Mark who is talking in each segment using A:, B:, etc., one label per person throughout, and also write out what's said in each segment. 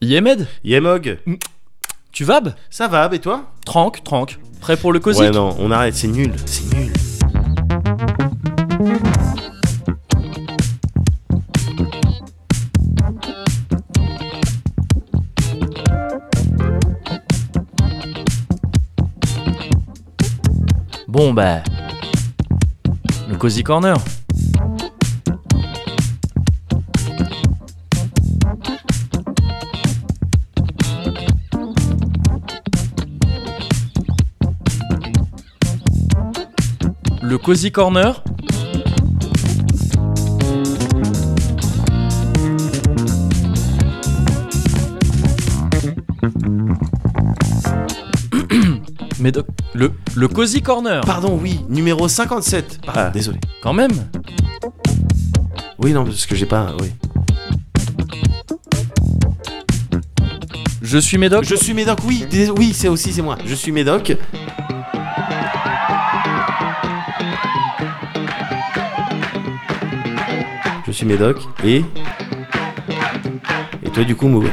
A: Yemed,
B: Yemog,
A: tu vabes
B: ça va, et toi
A: Tranque, tranque. Prêt pour le cosy
B: Ouais, non, on arrête, c'est nul, c'est nul.
A: Bon bah. Le Cozy Corner. Le Cozy Corner. Mais doc- le, le Cozy Corner.
B: Pardon, oui, numéro 57. Pardon,
A: Ah.
B: désolé.
A: Quand même
B: Oui, non, parce que j'ai pas. Oui.
A: Je suis Médoc.
B: Je suis Médoc, oui, dés- oui, c'est aussi, c'est moi. Je suis Médoc. Je suis Médoc et. Et toi, du coup, Mogo.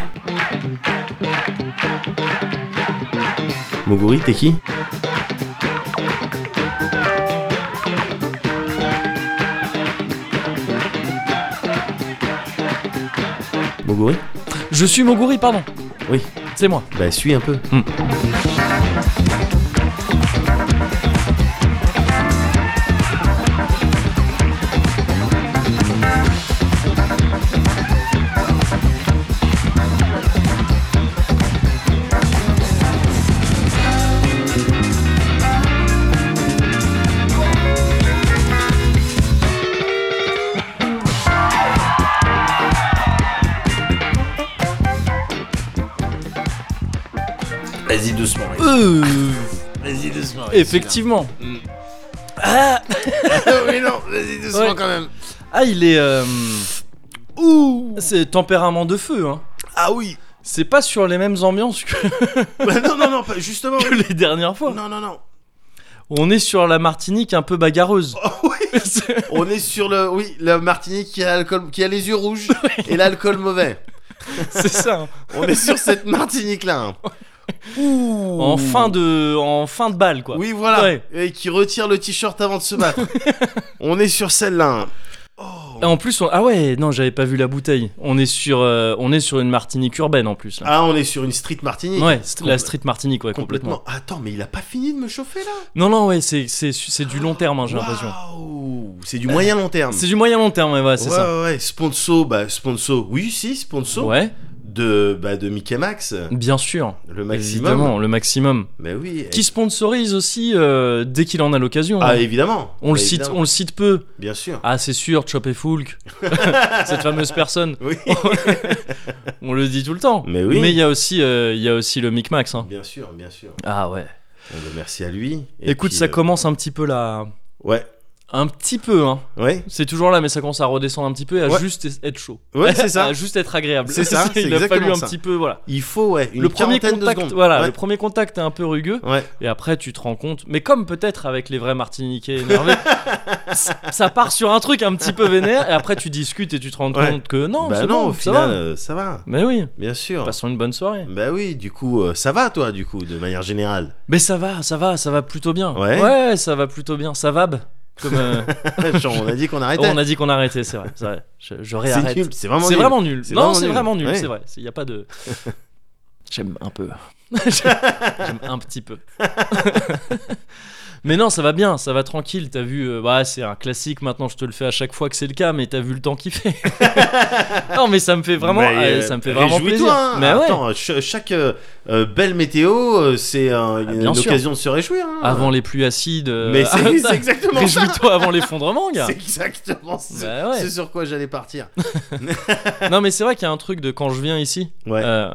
B: Moguri, t'es qui Moguri
A: Je suis Moguri, pardon.
B: Oui.
A: C'est moi.
B: Bah, suis un peu.
C: Vas-y doucement. mec.
A: Euh,
C: Vas-y doucement. mec,
A: effectivement. Ah,
C: celui-là. Mais non, vas-y doucement
A: Ouais.
C: quand même.
A: ah, il est. euh, Ouh C'est tempérament de feu, hein.
C: Ah oui.
A: C'est pas sur les mêmes ambiances que,
B: Bah, non, non, non, pas- justement.
A: que les dernières fois.
B: Non, non, non.
A: On est sur la Martinique un peu bagarreuse.
B: Oh, oui.
A: C'est-
B: On est sur le, oui, la Martinique qui a, l'alcool- qui a les yeux rouges et l'alcool mauvais.
A: C'est ça. hein.
B: On est sur cette Martinique-là. hein. Ouh.
A: En fin de, en fin de balle, quoi.
B: Oui, voilà.
A: Ouais.
B: Et qui retire le t-shirt avant de se battre. On est sur celle-là. hein. Oh.
A: Et En plus, on- ah ouais, non, j'avais pas vu la bouteille. On est sur, euh, on est sur une Martinique urbaine en plus. Là.
B: Ah, on est sur une street Martinique.
A: ouais, c'est la street Martinique, ouais, complètement.
B: Complètement. Attends, mais il a pas fini de me chauffer là
A: Non, non, ouais, c'est, c'est, c'est du long terme, hein, j'ai l'impression.
B: Waouh. C'est du moyen long terme.
A: C'est du moyen long terme, ouais, voilà, c'est
B: ouais,
A: ça.
B: ouais, ouais. Sponsor, bah, sponsor. Oui, si, sponsor.
A: Ouais,
B: De, bah, de Mickey Max.
A: bien sûr.
B: Le maximum.
A: Évidemment, le maximum.
B: Mais oui.
A: Qui sponsorise aussi euh, dès qu'il en a l'occasion.
B: Ah,
A: hein.
B: évidemment.
A: on, le
B: Bah,
A: cite,
B: évidemment.
A: on le cite peu.
B: Bien sûr.
A: Ah, c'est sûr, Chop et Foulk. Cette fameuse personne.
B: Oui.
A: On le dit tout le temps.
B: Mais oui.
A: il y a aussi, euh, il y a aussi le Micmax. hein.
B: Bien sûr, bien sûr.
A: Ah ouais.
B: On le merci à lui. Et
A: Écoute,
B: puis,
A: ça
B: euh,
A: commence un petit peu là.
B: Ouais.
A: Un petit peu, hein.
B: Ouais.
A: C'est toujours là, mais ça commence à redescendre un petit peu et à
B: Ouais.
A: juste être chaud.
B: Ouais, c'est ça.
A: à juste être agréable.
B: C'est ça, c'est
A: Il a fallu
B: exactement
A: un
B: ça.
A: petit peu, voilà.
B: Il faut, ouais, une
A: le premier
B: quarantaine de
A: contact,
B: secondes.
A: voilà, le
B: Ouais.
A: premier contact est un peu rugueux.
B: Ouais.
A: Et après, tu te rends compte, mais comme peut-être avec les vrais Martiniquais énervés, c- ça part sur un truc un petit peu vénère, et après tu discutes et tu te rends
B: Ouais.
A: compte que non,
B: bah
A: c'est
B: non,
A: bon,
B: au
A: ça
B: final,
A: va.
B: euh, ça va.
A: Mais oui,
B: Bien sûr.
A: passons une bonne soirée.
B: Bah oui, du coup, euh, ça va toi, du coup, de manière générale.
A: Mais ça va, ça va, ça va plutôt bien.
B: Ouais.
A: ça va plutôt bien, ça va. b- Comme euh,
B: Genre, on a dit qu'on
A: oh,
B: arrêtait.
A: on a dit qu'on arrêtait, c'est vrai. c'est vrai. Je, je
B: C'est
A: réarrête.
B: nul, c'est vraiment
A: C'est
B: nul.
A: vraiment nul.
B: C'est
A: Non,
B: vraiment
A: c'est
B: nul.
A: vraiment nul,
B: Ouais.
A: c'est vrai. Il n'y a pas de. J'aime un peu. J'aime un petit peu. mais non, ça va bien, ça va tranquille. T'as vu, euh, bah, c'est un classique maintenant, je te le fais à chaque fois que c'est le cas, mais t'as vu le temps qu'il fait. non, mais ça me fait vraiment,
B: Mais,
A: euh,
B: euh,
A: ça me fait vraiment
B: réjouis-toi,
A: plaisir.
B: hein.
A: mais ouais.
B: Attends, ch- chaque euh, euh, belle météo, euh, c'est euh, une
A: Ah, bien sûr.
B: occasion de se réjouir. hein.
A: Avant les pluies acides. euh,
B: Mais c'est
A: ça-
B: c'est exactement ça.
A: Réjouis-toi avant l'effondrement, gars.
B: C'est exactement ce,
A: Bah ouais.
B: ce sur quoi j'allais partir.
A: Non, mais c'est vrai qu'il y a un truc de quand je viens ici,
B: Ouais.
A: euh,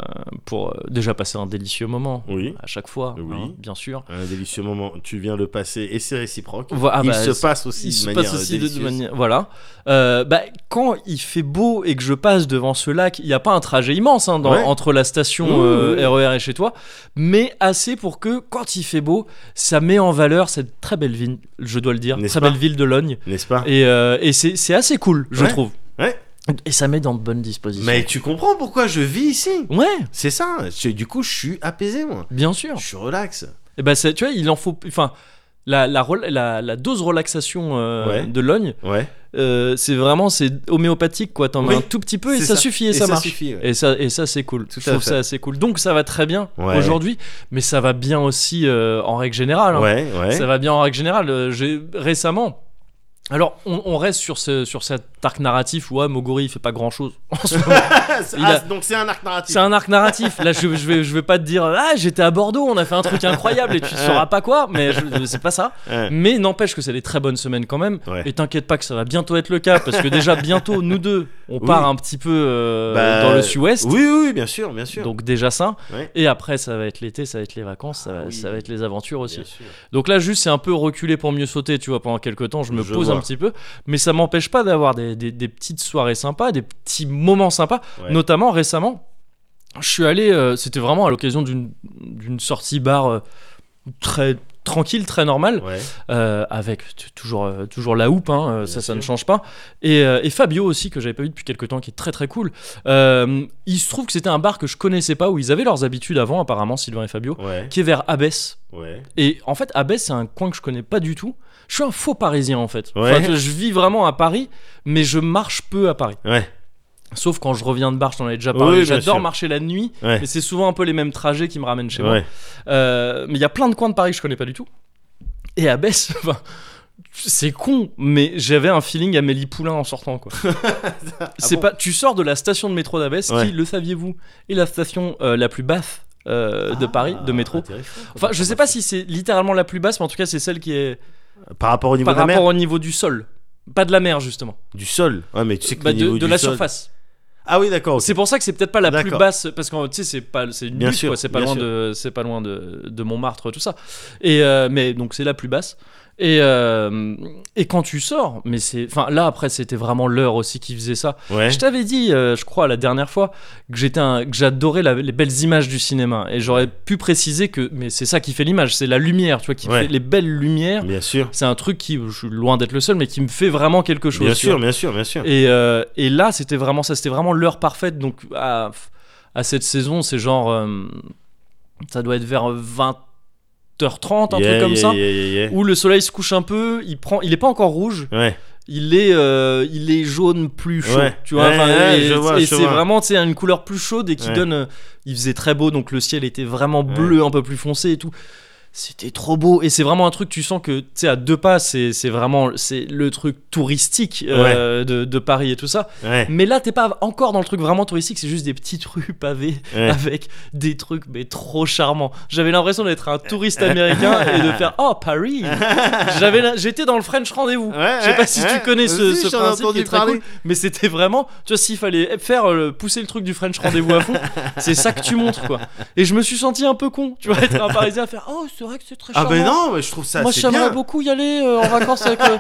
A: pour euh, déjà passer un délicieux moment,
B: Oui.
A: à chaque fois,
B: Oui.
A: hein, bien sûr.
B: Un délicieux moment. Tu viens le passer et c'est réciproque.
A: Voi- ah
B: il
A: bah,
B: se
A: c'est-
B: passe aussi
A: il se
B: de manière
A: passe aussi de- de,
B: délicieuse.
A: manière voilà Euh, bah, quand il fait beau et que je passe devant ce lac il n'y a pas un trajet immense hein, dans-
B: Ouais. Mmh,
A: entre la station
B: Oui,
A: euh,
B: oui, oui.
A: RER et chez toi mais assez pour que quand il fait beau ça met en valeur cette très belle ville je dois le dire
B: N'est-ce
A: très
B: pas
A: belle ville de Logne
B: N'est-ce pas
A: et, euh, et c'est c'est assez cool je
B: Ouais.
A: trouve
B: Ouais.
A: Et ça met dans de bonnes dispositions.
B: Mais tu comprends pourquoi je vis ici
A: Ouais,
B: C'est ça. Je- du coup, je suis apaisé, moi.
A: bien sûr.
B: Je suis relax.
A: Et bah, c'est- tu vois, il en faut. Enfin, la, la, rela- la, la dose relaxation euh,
B: Ouais.
A: de Logne,
B: Ouais.
A: euh, c'est vraiment c'est homéopathique, quoi. T'en mets
B: Oui.
A: un tout petit peu et
B: C'est
A: ça,
B: ça.
A: suffit et,
B: Et
A: ça
B: ça
A: marche.
B: suffit, ouais.
A: Et ça, et ça c'est cool.
B: Tout
A: Je
B: à
A: trouve
B: fait.
A: ça assez cool. Donc ça va très bien
B: Ouais.
A: aujourd'hui, mais ça va bien aussi euh, en règle générale. hein.
B: Ouais, ouais.
A: Ça va bien en règle générale. Euh, J'ai récemment. Alors, on, on reste sur, ce, sur cet arc narratif où ah, Moguri il fait pas grand chose. Il a-
B: Ah, Donc c'est un arc narratif.
A: C'est un arc narratif. Là, je, je, vais, je vais pas te dire, ah, j'étais à Bordeaux, on a fait un truc incroyable et tu sauras pas quoi, mais je- c'est pas ça.
B: Ouais.
A: Mais n'empêche que c'est des très bonnes semaines quand même.
B: Ouais.
A: Et t'inquiète pas que ça va bientôt être le cas, parce que déjà, bientôt, nous deux, on
B: Oui.
A: part un petit peu euh,
B: Bah,
A: dans le sud-ouest.
B: Oui, oui, bien sûr, bien sûr.
A: Donc déjà ça.
B: Ouais.
A: Et après, ça va être l'été, ça va être les vacances, ça va,
B: Ah oui.
A: ça va être les aventures aussi.
B: Bien sûr.
A: Donc là, juste, c'est un peu reculé pour mieux sauter, tu vois, pendant quelques temps, je me
B: Je
A: pose un
B: vois.
A: petit peu. Mais ça m'empêche pas d'avoir des, des- des petites soirées sympas, des petits moments sympas.
B: Ouais.
A: Notamment, récemment, je suis allé, euh, c'était vraiment à l'occasion d'une d'une sortie bar euh, très tranquille, très normale,
B: Ouais.
A: euh, avec t- toujours, euh, toujours la houppe, hein, euh,
B: Bien
A: ça, ça
B: sûr.
A: ne change pas. Et, euh, et Fabio aussi, que j'avais pas vu depuis quelques temps, qui est très très cool. Euh, il se trouve que c'était un bar que je connaissais pas, où ils avaient leurs habitudes avant, apparemment, Sylvain et Fabio,
B: Ouais.
A: qui est vers Abbesse.
B: Ouais.
A: Et en fait, Abbesse, c'est un coin que je connais pas du tout. Je suis un faux parisien en fait.
B: Ouais.
A: Enfin, je vis vraiment à Paris, mais je marche peu à Paris.
B: Ouais.
A: Sauf quand je reviens de bar, je t'en avais déjà
B: Oui,
A: parlé.
B: bien
A: J'adore
B: sûr.
A: marcher la nuit,
B: Ouais.
A: mais c'est souvent un peu les mêmes trajets qui me ramènent chez moi.
B: Ouais.
A: Euh, mais il y a plein de coins de Paris que je connais pas du tout. Et Abbesse, enfin, c'est con, mais j'avais un feeling Amélie Poulain en sortant quoi. c'est
B: Ah bon
A: pas, tu sors de la station de métro d'Abbesse,
B: Ouais.
A: qui, le saviez-vous, est la station euh, la plus basse euh,
B: Ah,
A: de Paris, de métro. Enfin, je sais pas si c'est littéralement la plus basse, mais en tout cas, c'est celle qui est
B: Par rapport au niveau
A: par
B: de la mer,
A: rapport au niveau du sol. Pas de la mer, justement.
B: du sol. Ouais, mais tu sais que
A: Bah,
B: le
A: de
B: niveau
A: de
B: du
A: la
B: sol-
A: surface.
B: Ah oui, d'accord. ok.
A: C'est pour ça que c'est peut-être pas la plus
B: D'accord.
A: basse, parce que tu sais, c'est pas, c'est une
B: Bien
A: butte,
B: sûr,
A: quoi, C'est pas
B: bien
A: loin
B: sûr.
A: de, c'est pas loin de, de Montmartre, tout ça. Et euh, mais donc c'est la plus basse. Et euh, et quand tu sors, mais c'est, enfin là après c'était vraiment l'heure aussi qui faisait ça.
B: Ouais.
A: Je t'avais dit, euh, je crois, la dernière fois, que j'étais un- que j'adorais la- les belles images du cinéma. Et j'aurais pu préciser que, mais c'est ça qui fait l'image, c'est la lumière, tu vois, qui
B: Ouais.
A: fait les belles lumières.
B: Bien sûr.
A: C'est un truc qui, je suis loin d'être le seul, mais qui me fait vraiment quelque chose.
B: Bien
A: tu
B: sûr,
A: vois.
B: bien sûr, bien sûr.
A: Et, euh, et là, c'était vraiment ça, c'était vraiment l'heure parfaite. Donc, à, à cette saison, c'est genre. euh, ça doit être vers 20h30, un
B: Yeah,
A: truc comme
B: yeah,
A: ça.
B: yeah, yeah, yeah.
A: Où le soleil se couche un peu, il prend, il est pas encore rouge,
B: Ouais.
A: il est, euh, il est jaune plus chaud,
B: Ouais.
A: tu vois.
B: Ouais,
A: enfin,
B: ouais,
A: et
B: je vois,
A: et
B: je
A: c'est
B: vois.
A: vraiment, tu sais, une couleur plus chaude et qui
B: Ouais.
A: donne. euh, il faisait très beau, donc le ciel était vraiment bleu, un peu plus foncé et tout. C'était trop beau et c'est vraiment un truc tu sens que tu sais à deux pas c'est c'est vraiment c'est le truc touristique euh, de, de Paris et tout ça
B: Ouais.
A: mais là t'es pas encore dans le truc vraiment touristique c'est juste des petites rues pavées
B: Ouais.
A: avec des trucs mais trop charmants j'avais l'impression d'être un touriste américain et de faire oh Paris j'avais la- j'étais dans le French rendez-vous
B: Ouais,
A: je sais pas
B: ouais,
A: si
B: ouais.
A: tu connais ce,
B: Si,
A: ce
B: j'en ai
A: principe qui
B: entendu
A: est très
B: parler.
A: cool, mais c'était vraiment, tu vois, s'il fallait faire euh, le- pousser le truc du French rendez-vous à fond, c'est ça que tu montres quoi. Et je me suis senti un peu con, tu vois, être un Parisien à faire, oh c'est vrai que c'est très
B: Ah
A: charmant.
B: ben non, mais je trouve ça
A: Moi
B: c'est bien.
A: j'aimerais beaucoup y aller euh, en vacances avec. euh,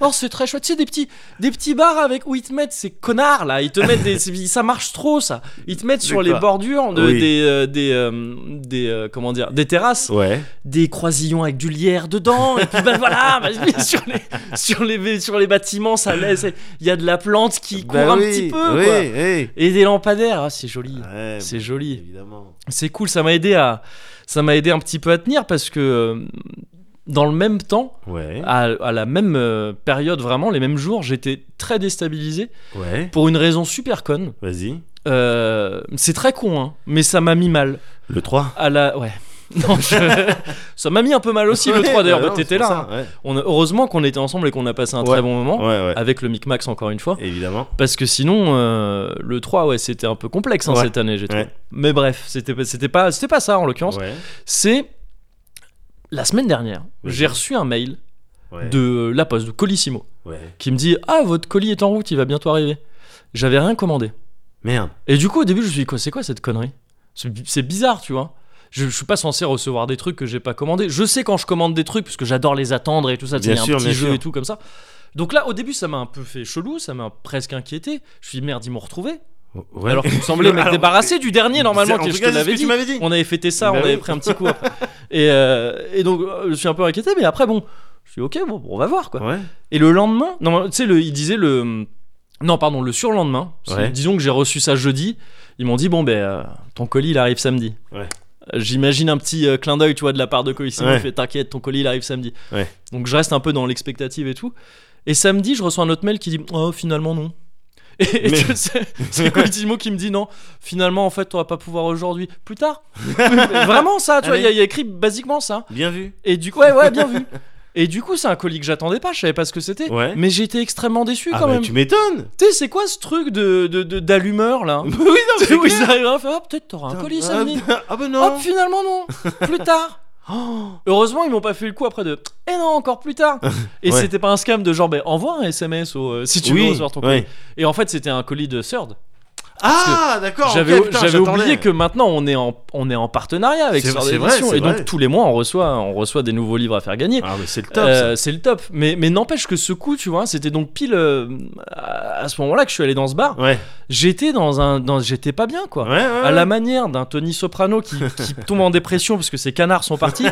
A: Oh c'est très chouette, tu sais des petits, des petits bars avec où ils te mettent ces connards là, ils te mettent des, c'est- ça marche trop ça, ils te mettent sur les
B: D'accord.
A: bordures de-
B: Oui.
A: des, euh, des, euh, des, euh, comment dire, des terrasses
B: Ouais.
A: des croisillons avec du lierre dedans et puis ben voilà vas-y, sur les sur les sur les bâtiments ça laisse il y a de la plante qui court
B: Bah
A: un
B: oui,
A: petit peu
B: Oui,
A: quoi.
B: oui.
A: et des lampadaires ah, c'est joli
B: Ouais,
A: c'est
B: bah,
A: joli
B: Évidemment.
A: c'est cool ça m'a aidé à ça m'a aidé un petit peu à tenir parce que euh, dans le même temps
B: Ouais.
A: à, à la même euh, période vraiment les mêmes jours j'étais très déstabilisé
B: Ouais.
A: pour une raison super conne
B: Vas-y.
A: Euh, c'est très con hein, mais ça m'a mis mal
B: Le 3.
A: à la ouais non, je- ça m'a mis un peu mal aussi le 3 d'ailleurs,
B: bah
A: bah,
B: non,
A: t'étais
B: c'est
A: là.
B: pour
A: hein.
B: ça, Ouais.
A: On a- heureusement qu'on était ensemble et qu'on a passé un
B: Ouais.
A: très bon moment
B: Ouais, ouais.
A: avec le Micmax encore une fois.
B: Évidemment.
A: Parce que sinon, euh, le 3, ouais, c'était un peu complexe hein,
B: Ouais.
A: cette année, j'ai trouvé.
B: Ouais.
A: Mais bref, c'était pas- c'était pas, c'était pas ça en l'occurrence.
B: Ouais.
A: C'est la semaine dernière,
B: Vas-y.
A: j'ai reçu un mail
B: Ouais.
A: de la poste, de Colissimo,
B: Ouais.
A: qui me dit Ah, votre colis est en route, il va bientôt arriver. J'avais rien commandé.
B: Merde.
A: Et du coup, au début, je me suis dit, quoi, c'est quoi cette connerie C'est c'est bizarre, tu vois. Je, je suis pas censé recevoir des trucs que j'ai pas commandés. Je sais quand je commande des trucs, parce que j'adore les attendre et tout ça. tu sais,
B: Bien
A: il y a un
B: sûr,
A: petit
B: bien
A: jeu
B: sûr.
A: et tout comme ça. Donc là, au début, ça m'a un peu fait chelou, ça m'a presque inquiété. Je me suis dit, merde, ils m'ont retrouvé.
B: Ouais.
A: Alors qu'il me semblait m'être
B: Alors,
A: débarrassé du dernier, normalement,
B: c'est- en
A: que
B: tout
A: je
B: cas,
A: te
B: c'est ce
A: l'avais
B: que tu
A: dit.
B: m'avais dit.
A: On avait fêté ça,
B: Bah
A: on avait
B: oui.
A: pris un petit coup. après. et, euh, et donc, euh, je suis un peu inquiété, mais après, bon, je suis ok, bon, on va voir, quoi.
B: Ouais.
A: Et le lendemain, non, tu sais, le- il disait le, Non, pardon, le surlendemain. parce que
B: Ouais.
A: Disons que j'ai reçu ça jeudi. Ils m'ont dit bon ben euh, ton colis il arrive samedi.
B: Ouais.
A: Euh, J'imagine un petit euh, clin d'œil, tu vois, de la part de Coissy. Il
B: Ouais.
A: me fait t'inquiète, ton colis il arrive samedi.
B: Ouais.
A: Donc je reste un peu dans l'expectative et tout. Et samedi, je reçois un autre mail qui dit oh finalement non. Et, et
B: Mais-
A: tu sais, c'est Colissimo qui me dit non. Finalement, en fait, on va pas pouvoir aujourd'hui. Plus tard. Vraiment ça, tu vois, il y a- il y a écrit basiquement ça.
B: Bien vu.
A: Et du coup, ouais, ouais, bien vu. Et du coup, c'est un colis que j'attendais pas, je savais pas ce que c'était.
B: Ouais.
A: Mais j'étais extrêmement déçu
B: Ah
A: quand
B: bah,
A: même.
B: tu
A: Tu
B: m'étonnes.
A: sais, c'est quoi ce truc de de- de- d'allumeur là
B: oui, non,
A: C'est où ils
B: clair.
A: arrivent à faire, Ah, peut-être t'auras un colis
B: Ah,
A: samedi.
B: Ah bah non. Oh.
A: Hop, finalement non. Plus tard. Heureusement, ils m'ont pas fait le coup après de. Eh non, encore plus tard. Et
B: Ouais.
A: c'était pas un scam de genre, ben envoie un SMS au, euh, si tu veux
B: oui.
A: recevoir ton colis.
B: ouais.
A: Et en fait, c'était un colis de Third.
B: Ah d'accord.
A: J'avais
B: ok, putain,
A: j'avais
B: j'attendais.
A: oublié que maintenant on est en, on est en partenariat avec
B: C'est-
A: Sort
B: c'est vrai,
A: d'édition
B: c'est
A: et donc
B: vrai.
A: tous les mois on reçoit on reçoit des nouveaux livres à faire gagner.
B: Ah mais c'est le top. ça.
A: Euh, c'est le top, mais, mais n'empêche que ce coup, tu vois, c'était donc pile euh, à à ce moment-là que je suis allé dans ce bar.
B: Ouais.
A: J'étais dans un, dans, j'étais pas bien quoi.
B: Ouais. ouais,
A: À la manière d'un Tony Soprano qui, qui tombe en dépression parce que ses canards sont partis.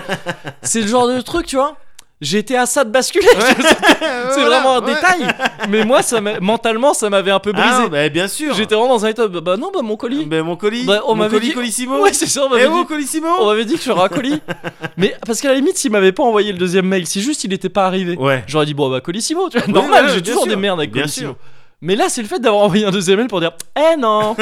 A: c'est le genre de truc, tu vois. J'étais à ça de basculer. c'est vraiment un détail. Mais moi, ça m'a- mentalement, ça m'avait un peu brisé.
B: Ah bah bien sûr.
A: J'étais vraiment dans un état. Bah, bah non, bah mon colis.
B: Bah, mon colis.
A: Bah, on
B: mon
A: m'avait
B: colis
A: dit-
B: Colissimo.
A: ouais, c'est ça, on
B: Eh
A: m'avait
B: oh
A: dit. On
B: Colissimo.
A: m'avait dit que j'aurais un colis. Mais parce qu'à la limite, s'il m'avait pas envoyé le deuxième mail, si juste il était pas arrivé,
B: Ouais.
A: j'aurais dit bon bah Colissimo, tu vois,
B: Oui,
A: normal,
B: ouais,
A: j'ai
B: bien
A: toujours
B: sûr,
A: des merdes avec
B: bien
A: Colissimo.
B: sûr.
A: Mais là, c'est le fait d'avoir envoyé un deuxième mail pour dire eh non,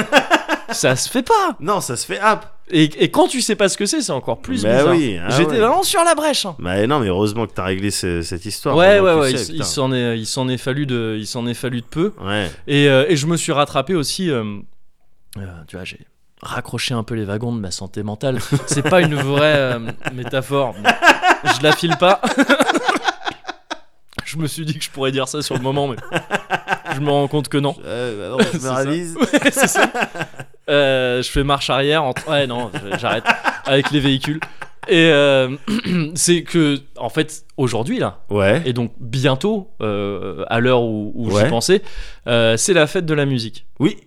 A: ça se fait pas.
B: Non, ça se fait hop.
A: Et, et quand tu sais pas ce que c'est, c'est encore plus
B: bah
A: bizarre.
B: oui. ah
A: J'étais
B: ouais.
A: vraiment sur la brèche. hein.
B: Bah non, mais heureusement que t'as réglé ce- cette histoire.
A: ouais, ouais,
B: maintenant,
A: ouais,
B: tu
A: il
B: sais,
A: s- il
B: putain.
A: s'en est, il s'en est fallu de, il s'en est fallu de peu.
B: Ouais.
A: Et, euh, et je me suis rattrapé aussi. euh, euh, tu vois, j'ai raccroché un peu les wagons de ma santé mentale. C'est pas une vraie euh, métaphore. mais Je la file pas. je me suis dit que je pourrais dire ça sur le moment, mais je me rends compte que non.
B: Euh, bah non,
A: C'est
B: je me
A: ça.
B: réalise.
A: Ouais, c'est ça. Euh, je fais marche arrière. Entre... Ouais, non, je- j'arrête avec les véhicules. Et euh, c'est que, en fait, aujourd'hui, là,
B: Ouais.
A: et donc bientôt, euh, à l'heure où, où j'y
B: Ouais.
A: pensais, euh, c'est la fête de la musique.
B: Oui,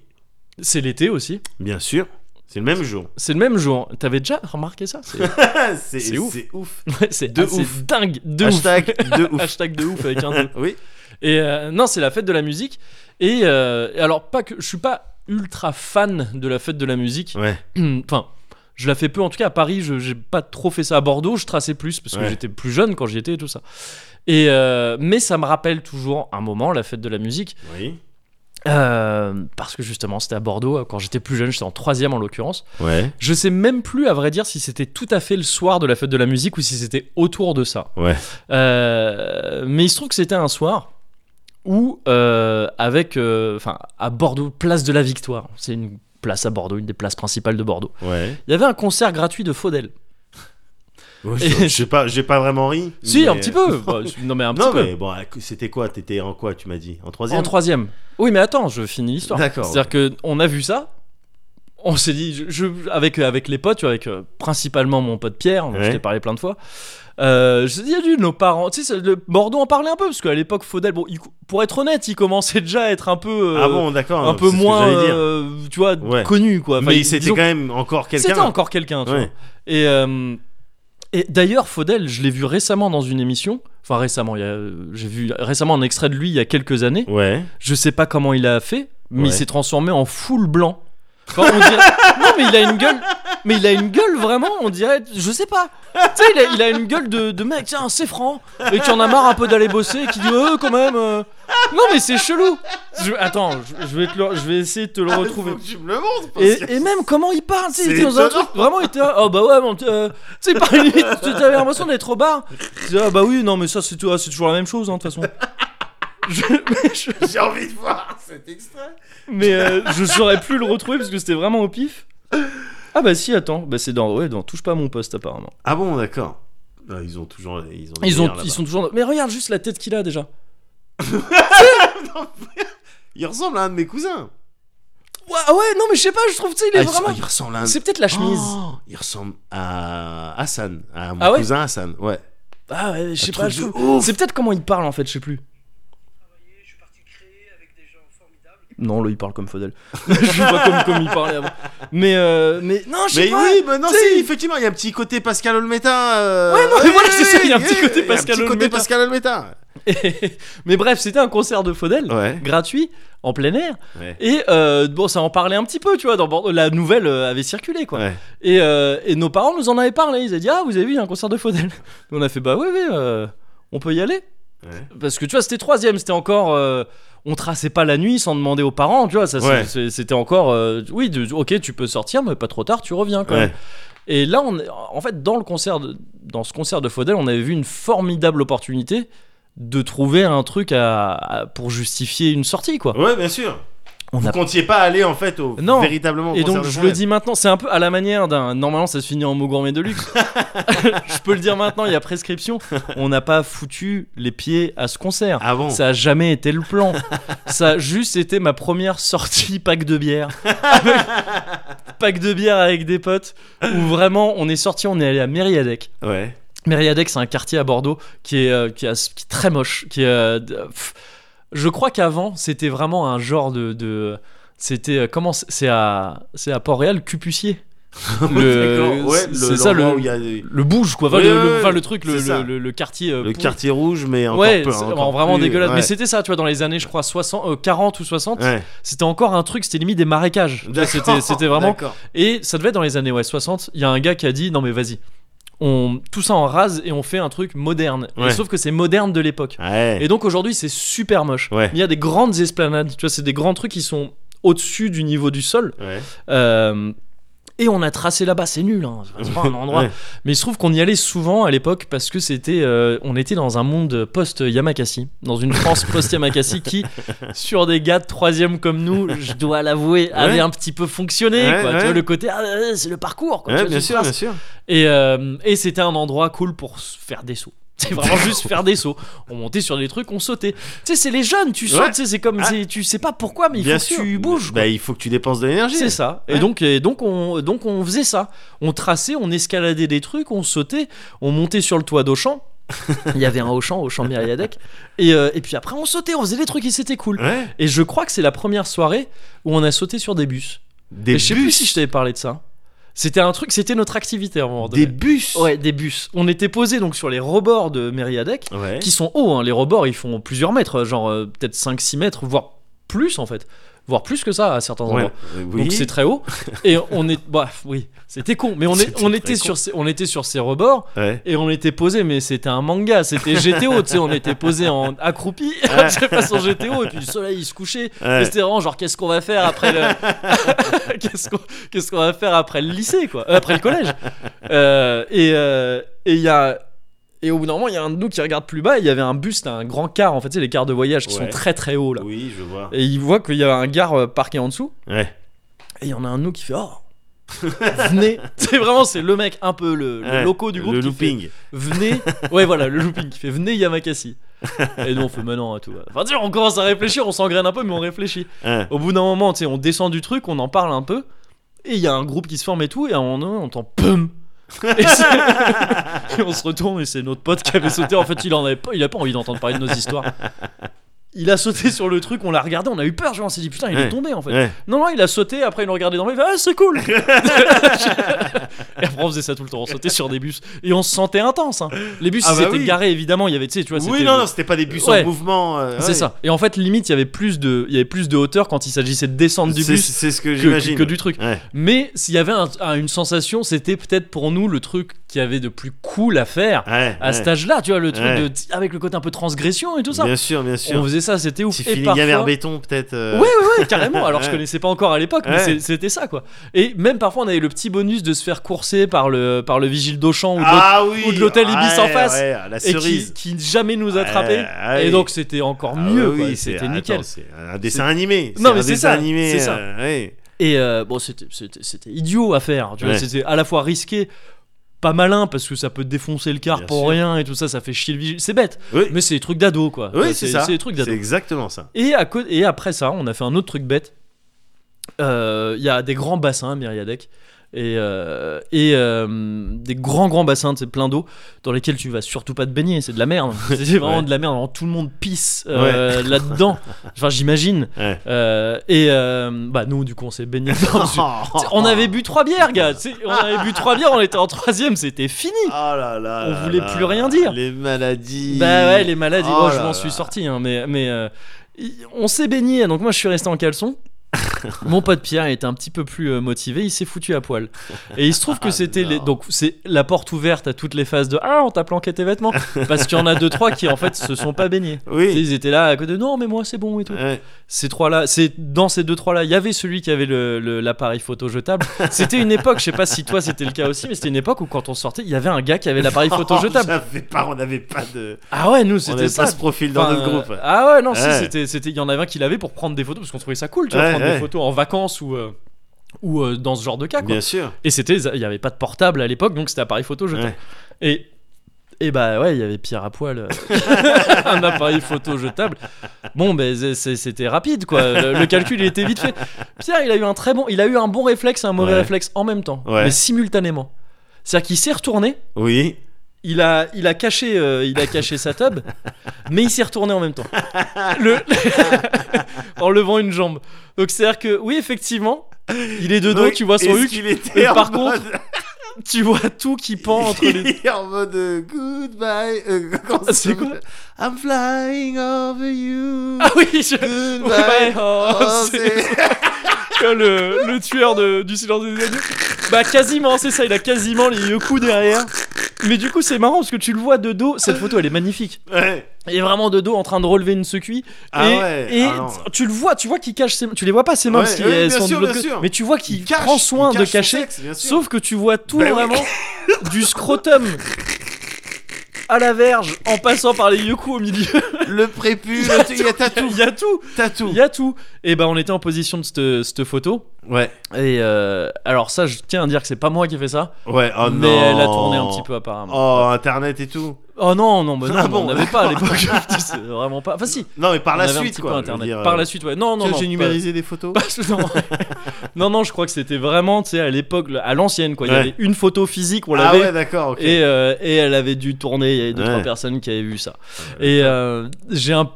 A: C'est l'été aussi.
B: bien sûr. C'est le même jour.
A: C'est le même jour. T'avais déjà remarqué ça C'est, C'est ouf.
B: C'est ouf.
A: ouais, c'est
B: De
A: assez
B: ouf.
A: dingue. De
B: Hashtag de
A: ouf.
B: ouf.
A: Hashtag de ouf avec un deux.
B: Oui.
A: Et euh, non, c'est la fête de la musique. Et euh, et alors, pas que je suis pas ultra fan de la fête de la musique.
B: Ouais.
A: enfin je la fais peu en tout cas à Paris je j'ai pas trop fait ça à Bordeaux je traçais plus parce que
B: Ouais.
A: j'étais plus jeune quand j'y étais et tout ça et euh, mais ça me rappelle toujours un moment la fête de la musique
B: Oui.
A: euh, parce que justement c'était à Bordeaux euh, quand j'étais plus jeune j'étais en troisième en l'occurrence
B: Ouais.
A: je sais même plus à vrai dire si c'était tout à fait le soir de la fête de la musique ou si c'était autour de ça
B: Ouais.
A: Euh, mais il se trouve que c'était un soir où euh, avec euh, enfin à Bordeaux place de la Victoire c'est une place à Bordeaux une des places principales de Bordeaux
B: Ouais.
A: il y avait un concert gratuit de Faudel.
B: Ouais,
A: Et-
B: je je sais pas, j'ai pas vraiment ri.
A: Si,
B: mais-
A: un petit peu. Bah, je- non, mais un petit
B: Non,
A: peu.
B: mais bon, c'était quoi T'étais en quoi, tu m'as dit En troisième
A: En troisième. Oui, mais attends, je finis l'histoire.
B: D'accord.
A: C'est-à-dire que on a vu ça. On s'est dit, je, je- avec, avec les potes, tu vois, avec euh, principalement mon pote Pierre, dont je
B: Ouais.
A: t'ai parlé plein de fois, euh, je me suis dit, il y a dû nos parents, tu sais, ça- le Bordeaux en parlait un peu, parce qu'à l'époque, Faudel, bon, il- pour être honnête, il commençait déjà à être un peu, euh,
B: Ah bon, d'accord.
A: un peu
B: c'est ce que
A: moins,
B: j'allais dire.
A: euh, tu vois,
B: Ouais.
A: connu, quoi. Enfin,
B: mais
A: il-
B: c'était
A: disons-
B: quand même encore
A: C'était
B: quelqu'un.
A: encore quelqu'un, tu
B: Ouais.
A: vois. Et, euh, et d'ailleurs, Faudel, je l'ai vu récemment dans une émission. Enfin, récemment, il y a- euh, j'ai vu récemment un extrait de lui il y a quelques années.
B: Ouais.
A: Je sais pas comment il a fait, mais
B: Ouais.
A: il s'est transformé en full blanc. Enfin, on dirait- non, mais il a une gueule. Mais il a une gueule vraiment, on dirait. Je sais pas. Tu sais, il a, il a une gueule de, de mec, tiens, c'est franc. Et qui en a marre un peu d'aller bosser et qui dit, euh, quand même. euh. Non, mais c'est chelou. Je- attends, je, je vais te le- je vais essayer de te le retrouver.
B: Ah, Faut que tu me le montres. parce que-
A: Et, et même comment il parle, tu sais, il
B: C'est
A: était dans un
B: étonnant.
A: truc vraiment, il était là, oh bah ouais, mon, euh, tu sais, par limite, tu avais l'impression d'être au bar. Tu dis, ah bah oui, non, mais ça, c'est tout- ah, c'est toujours la même chose, hein, de toute façon. Je, mais je,
B: J'ai envie de voir cet extrait.
A: mais, euh, je saurais plus le retrouver parce que c'était vraiment au pif. Ah bah si, attends, bah c'est dans, ouais, dans touche pas à mon poste apparemment.
B: Ah bon, d'accord. Ah, Ils ont toujours. Ils ont. des
A: Ils ont,
B: liens, là-bas.
A: ils sont toujours, dans- mais regarde juste la tête qu'il a déjà.
B: Il ressemble à un de mes cousins.
A: Ouais, ah ouais, non mais je sais pas, je trouve, tu sais, il
B: Ah,
A: est
B: il,
A: vraiment.
B: il ressemble à un.
A: C'est peut-être la chemise.
B: Oh, il ressemble à Hassan, à mon
A: Ah ouais
B: cousin Hassan. Ouais.
A: Ah ouais, je sais
B: Un
A: pas,
B: truc
A: je
B: de
A: trouve-
B: ouf.
A: C'est peut-être comment il parle en fait, je sais plus. Non, là il parle comme Faudel. je sais pas comme, comme il parlait avant. Mais euh, mais non, je sais
B: Mais
A: pas.
B: oui, mais non,
A: tu sais,
B: si, effectivement, il y a un petit côté Pascal Olmeta. euh,
A: Ouais, non, mais voilà, c'est ça, il y a un
B: oui,
A: petit côté
B: il y a un
A: Pascal
B: petit côté
A: Olmeta.
B: Pascal Olmeta.
A: Mais bref, c'était un concert de Faudel,
B: Ouais.
A: gratuit, en plein air.
B: Ouais.
A: Et euh, bon, ça en parlait un petit peu, tu vois. Dans Bordeaux, la nouvelle euh, avait circulé, quoi.
B: Ouais.
A: Et, euh, et nos parents nous en avaient parlé. Ils avaient dit Ah, vous avez vu, il y a un concert de Faudel. Nous, on a fait Bah oui, oui, euh, on peut y aller.
B: Ouais.
A: Parce que tu vois, c'était troisième, c'était encore. euh, on traçait pas la nuit sans demander aux parents, tu vois. Ça, c'est-
B: Ouais.
A: c'est- C'était encore. euh, oui, de- ok, tu peux sortir, mais pas trop tard, tu reviens, quoi.
B: Ouais.
A: Et là, on est- en fait, dans, le concert de- dans ce concert de Faudel, on avait vu une formidable opportunité de trouver un truc à, à- pour justifier une sortie, quoi.
B: Ouais, bien sûr.
A: On
B: Vous
A: a-
B: comptiez pas aller en fait au
A: Non.
B: véritablement. au
A: Et
B: concert
A: donc
B: de
A: je
B: Chanel.
A: le dis maintenant, c'est un peu à la manière d'un. Normalement ça se finit en mots gourmets de luxe. je peux le dire maintenant, il y a prescription. On n'a pas foutu les pieds à ce concert.
B: Ah bon.
A: hein. Ça a jamais été le plan. Ça a juste été ma première sortie pack de bière. Avec- pack de bière avec des potes. Où vraiment on est sorti, on est allé à Mériadec.
B: Ouais.
A: Mériadec c'est un quartier à Bordeaux qui est, euh, qui est as- qui est très moche. Qui est, euh, d- pff. je crois qu'avant c'était vraiment un genre de... de- c'était euh, comment c'est- c'est à c'est à Port-Réal Cupussier le
B: D'accord, ouais,
A: c'est- c'est ça
B: l'endroit où
A: le
B: il y a des-
A: le bouge quoi enfin,
B: Ouais,
A: le,
B: ouais,
A: le-
B: ouais,
A: enfin, le truc le,
B: c'est ça.
A: le- le- le quartier euh,
B: le
A: pour-
B: quartier rouge, mais encore
A: ouais
B: peu- hein,
A: c'est-
B: encore
A: vraiment
B: plus,
A: dégueulasse
B: ouais.
A: mais c'était ça tu vois dans les années je crois 60 euh, 40 ou 60
B: Ouais.
A: c'était encore un truc c'était limite des marécages Tu vois, c'était
B: D'accord,
A: c'était vraiment
B: d'accord.
A: et ça devait être dans les années ouais, 60, il y a un gars qui a dit non mais vas-y, on tout ça en rase et on fait un truc moderne. Et
B: Ouais.
A: sauf que c'est moderne de l'époque.
B: Ouais.
A: Et donc aujourd'hui c'est super moche.
B: Ouais.
A: Il y a des grandes esplanades, tu vois, c'est des grands trucs qui sont au-dessus du niveau du sol.
B: Ouais.
A: Euh, et on a tracé là-bas, c'est nul, hein. c'est pas un endroit.
B: Ouais.
A: Mais il se trouve qu'on y allait souvent à l'époque parce que c'était, euh, on était dans un monde post-Yamakasi, dans une France post-Yamakasi qui, sur des gars de troisième comme nous, je dois l'avouer, avait
B: Ouais.
A: un petit peu fonctionné.
B: Ouais,
A: quoi. Tu
B: ouais.
A: vois, le côté, ah, euh, c'est le parcours. Quoi,
B: Ouais,
A: Tu vois,
B: bien
A: tu
B: sûr,
A: traces.
B: bien sûr.
A: Et, euh, et c'était un endroit cool pour se faire des sauts. C'est vraiment juste faire des sauts. On montait sur des trucs, on sautait. Tu sais, c'est les jeunes, tu sautes,
B: Ouais.
A: tu sais, c'est comme,
B: Ah.
A: c'est- tu sais pas pourquoi, mais il
B: bien
A: faut
B: sûr.
A: que tu bouges. quoi.
B: Bah, il faut que tu dépenses de l'énergie.
A: C'est ça. Et
B: Ouais.
A: donc, et donc on, donc on faisait ça. On traçait, on escaladait des trucs, on sautait, on montait sur le toit d'Auchan. Il y avait un Auchan, Auchan Myriadec. Et, euh, et puis après, on sautait, on faisait des trucs et c'était cool.
B: Ouais.
A: Et je crois que c'est la première soirée où on a sauté sur des bus.
B: Des
A: et je sais
B: bus.
A: plus si je t'avais parlé de ça. C'était un truc, c'était notre activité à un moment donné.
B: Des bus.
A: Ouais, des bus. On était posés donc sur les rebords de Mériadec,
B: Ouais.
A: qui sont hauts. hein. Les rebords, ils font plusieurs mètres, genre euh, peut-être 5-6 mètres, voire plus en fait. Voire plus que ça à certains
B: Ouais.
A: endroits.
B: Euh, oui.
A: Donc c'est très haut. Et on est, bah oui, c'était con. Mais on est,
B: C'était
A: on
B: très
A: était
B: con.
A: sur, ces, on était sur ces rebords
B: Ouais.
A: et on était posé. Mais c'était un manga, c'était GTO. tu sais, on était posé en accroupi, de cette façon GTO. Et puis le soleil il se couchait.
B: Ouais.
A: Mais C'était vraiment genre qu'est-ce qu'on va faire après le, qu'est-ce qu'on, qu'est-ce qu'on va faire après le lycée quoi, Euh, après le collège. Euh, et euh, et il y a et au bout d'un moment, il y a un de nous qui regarde plus bas. et Il y avait un bus, c'était un grand car en fait, c'est les cars de voyage qui sont
B: Ouais.
A: très très hauts là.
B: Oui, je vois.
A: Et il voit qu'il y a un gare euh, parqué en dessous.
B: Ouais.
A: Et il y en a un de nous qui fait Oh Venez C'est vraiment c'est le mec un peu le, le
B: Ouais.
A: loco du groupe
B: Le
A: qui
B: looping.
A: fait, Venez Ouais voilà le looping qui fait Venez Yamakasi Et nous on fait maintenant à tout va. Enfin tu sais, on commence à réfléchir On s'engraine un peu mais on réfléchit
B: Ouais.
A: Au bout d'un moment tu sais on descend du truc On en parle un peu Et il y a un groupe qui se forme et tout Et à un moment donné, on entend PUM et, c'est- et on se retourne et c'est notre pote qui avait sauté. En fait, il en avait pas, il a pas envie d'entendre parler de nos histoires. Il a sauté sur le truc, on l'a regardé, on a eu peur. Genre, on s'est dit putain, il est
B: Ouais.
A: tombé en fait.
B: Ouais.
A: Non, non, il a sauté, après il nous regardait dans le il fait Ah, c'est cool Et après on faisait ça tout le temps, on sautait sur des bus. Et on se sentait intense. hein. Les bus,
B: Ah
A: ils
B: bah
A: étaient
B: oui.
A: garés évidemment, il y avait, tu sais, tu vois,
B: Oui,
A: c'était-
B: non, non, c'était pas des bus
A: Ouais.
B: en mouvement. euh,
A: C'est
B: ouais.
A: ça. Et en fait, limite, il y avait plus de, il y avait plus de hauteur quand il s'agissait de descendre du
B: C'est-
A: bus
B: C'est ce que
A: que, que-
B: j'imagine.
A: que du truc.
B: Ouais.
A: Mais s'il y avait un- un- une sensation, c'était peut-être pour nous le truc qui avait de plus cool à faire
B: Ouais.
A: à cet âge-là, tu vois, le truc
B: Ouais.
A: de- avec le côté un peu transgression et tout ça.
B: Bien sûr, bien
A: on
B: sûr.
A: faisait ça, c'était ouf.
B: Petit
A: et
B: feeling
A: parfois-
B: à béton, peut-être. euh,
A: Ouais, ouais, ouais, carrément. Alors, je
B: Ouais.
A: connaissais pas encore à l'époque, mais
B: Ouais.
A: c'est- c'était ça, quoi. Et même parfois, on avait le petit bonus de se faire courser par le, par le vigile d'Auchan ou de
B: Ah oui.
A: ou de l'hôtel Ibis
B: ouais,
A: en face.
B: ouais, la
A: l'autre- et qui,
B: cerise.
A: qui jamais nous
B: Ouais,
A: attrapait.
B: ouais.
A: Et donc, c'était encore
B: Ah
A: mieux,
B: oui,
A: quoi.
B: oui,
A: Et C'était
B: c'est-
A: nickel.
B: attends, c'est un dessin animé.
A: Non,
B: un
A: mais c'est
B: dessin
A: ça,
B: animé,
A: c'est ça.
B: euh, ouais.
A: Et euh, bon, c'était c'était- c'était idiot à faire. tu vois,
B: Ouais.
A: C'était à la fois risqué, pas malin, parce que ça peut défoncer le car
B: Bien
A: pour
B: sûr.
A: rien et tout ça, ça fait chier le vigile. C'est bête,
B: Oui,
A: mais c'est des trucs d'ado, quoi.
B: oui,
A: Enfin,
B: c'est ça.
A: C'est des trucs d'ado.
B: C'est exactement ça.
A: Et, à co- et après ça, on a fait un autre truc bête. Euh, Il y a des grands bassins à Myriadec. et, euh, et euh, des grands grands bassins de plein d'eau dans lesquels tu vas surtout pas te baigner c'est de la merde c'est vraiment
B: Ouais.
A: de la merde vraiment, tout le monde pisse euh, là dedans enfin j'imagine
B: Ouais.
A: Euh, et euh, bah nous du coup on s'est baigné dans ce- T'sais, on avait bu trois bières gars T'sais, on avait bu trois bières on était en troisième c'était fini
B: Oh là là.
A: On
B: là
A: voulait
B: là
A: plus rien
B: là.
A: dire.
B: Les maladies.
A: bah ouais les maladies
B: Oh
A: moi je
B: là
A: m'en suis
B: là.
A: sorti hein, mais mais euh, y- on s'est baigné donc moi je suis resté en caleçon mon pote Pierre était un petit peu plus euh, motivé, il s'est foutu à poil. Et il se trouve que c'était les-
B: Ah, non.
A: donc c'est la porte ouverte à toutes les phases de ah on t'a planqué tes vêtements parce qu'il y en a deux trois qui en fait se sont pas baignés. Tu sais,
B: Oui.
A: Ils étaient là à côté de, non mais moi c'est bon et tout.
B: Ouais.
A: Ces trois là, c'est dans ces deux trois là, il y avait celui qui avait le- le- l'appareil photo jetable. C'était une époque, je sais pas si toi c'était le cas aussi, mais c'était une époque où quand on sortait, il y avait un gars qui avait l'appareil photo jetable.
B: J'avais pas, on n'avait pas de.
A: Ah ouais, nous
B: Oh, On
A: c'était
B: n'avait
A: ça.
B: pas ce profil dans
A: Enfin,
B: notre groupe.
A: euh, Ah ouais, non, si,
B: Ouais.
A: c'était, c'était, il y en avait un qui l'avait pour prendre des photos parce qu'on trouvait ça cool, tu vois,
B: Ouais,
A: prendre des
B: ouais.
A: photos en vacances ou euh, ou euh, dans ce genre de cas. Quoi.
B: Bien sûr.
A: Et c'était, il y avait pas de portable à l'époque, donc c'était appareil photo jetable.
B: Ouais.
A: Et et bah ouais, il y avait Pierre à poil, euh, un appareil photo jetable. Bon, ben c'est- c'est- c'était rapide quoi. Le, le calcul il était vite fait. Pierre, il a eu un très bon, il a eu un bon réflexe et un mauvais
B: Ouais.
A: réflexe en même temps,
B: Ouais.
A: mais simultanément. C'est-à-dire qu'il s'est retourné
B: Oui.
A: il a, il a caché, euh, il a caché sa tub, mais il s'est retourné en même temps, Le- en levant une jambe. Donc c'est à dire que oui, effectivement, il est de dos,
B: Donc,
A: tu vois son
B: est-ce
A: huc,
B: qu'il était
A: et
B: en
A: par
B: mode-
A: tu vois tout qui pend entre les.
B: Il est en mode euh, goodbye. euh, comment
A: Ah,
B: ça
A: c'est
B: s'appelle
A: quoi
B: I'm flying over you.
A: Ah oui, je... Ouais,
B: Goodbye.
A: oh,
B: Oh,
A: c'est comme le, le tueur de, du silence des agneaux. Bah quasiment, c'est ça, il a quasiment les yeux coups derrière. Mais du coup, c'est marrant parce que tu le vois de dos. Cette photo, elle est magnifique.
B: Ouais.
A: Il est vraiment de dos en train de relever une secuie.
B: Ah
A: et
B: ouais,
A: et
B: ah non.
A: tu le vois, tu vois qu'il cache ses mains. Tu les vois pas ses mains
B: Ouais,
A: parce qu'il
B: ouais,
A: est
B: bien sûr, bien sûr.
A: Mais tu vois qu'il
B: Il cache-
A: prend
B: il
A: soin de
B: cache son
A: cacher.
B: sexe, bien sûr.
A: sauf que tu vois tout
B: Bah oui.
A: vraiment du scrotum à la verge en passant par les yoku au milieu.
B: le prépuce, le- il y a tatou,
A: Il y a tout,
B: tatou.
A: il y a tout. Et ben on était en position de cette- cette photo.
B: Ouais,
A: Et euh, alors ça, je tiens à dire que c'est pas moi qui ai fait ça,
B: ouais. Oh
A: mais
B: non.
A: elle a tourné un petit peu apparemment.
B: Oh, internet et tout.
A: Oh non, non, bah non,
B: Ah
A: mais on
B: bon.
A: n'avait pas à l'époque. C'est vraiment pas. Enfin si.
B: Non, mais par
A: on
B: la
A: avait un
B: suite
A: petit
B: quoi.
A: peu
B: je veux
A: Internet.
B: dire,
A: Par
B: euh,
A: la suite, ouais. Non, non,
B: tiens,
A: non.
B: j'ai
A: pas-
B: numérisé des photos.
A: Pas sous- non. non, non, je crois que c'était vraiment, tu sais, à l'époque, le- à l'ancienne, quoi. Il y
B: Ouais.
A: avait une photo physique, on
B: ah
A: l'avait.
B: ouais, d'accord. ok.
A: et, euh, et elle avait dû tourner, il y avait deux,
B: Ouais.
A: trois personnes qui avaient vu ça. et euh, j'ai un.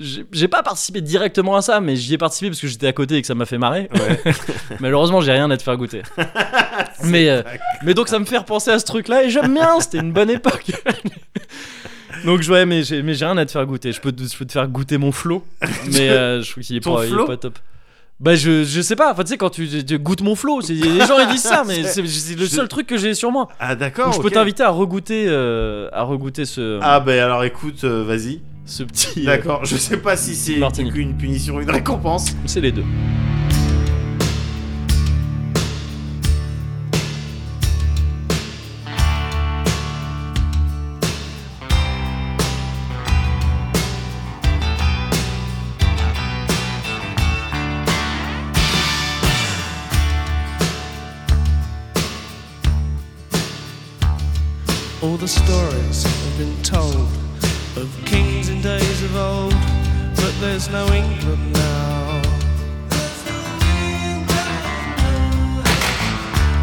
A: J'ai j'ai pas participé directement à ça, mais j'y ai participé parce que j'étais à côté et que ça m'a fait marrer. Malheureusement, j'ai rien à te faire goûter. mais, euh, mais donc, ça me fait repenser à ce truc-là et j'aime bien, c'était une bonne époque. donc, je- ouais, mais j'ai mais j'ai rien à te faire goûter. Je peux te, je peux te faire goûter mon flow, mais euh, je trouve qu'il est,
B: Ton
A: pas- il est
B: flow
A: pas top. Bah, je, je sais pas, enfin, tu sais, quand tu, tu goûtes mon flow, c'est- les gens ils disent ça, mais c'est c'est le
B: je-
A: seul truc que j'ai sur moi.
B: Ah d'accord.
A: Donc, je peux
B: ok.
A: t'inviter à regoûter, euh, à regoûter ce,
B: Ah ben alors écoute, euh, vas-y.
A: ce petit. euh,
B: D'accord. Je sais pas si c'est
A: Martinique.
B: une punition, une récompense.
A: c'est les deux.
D: All the stories have been told of kings in days of old, but there's no England now.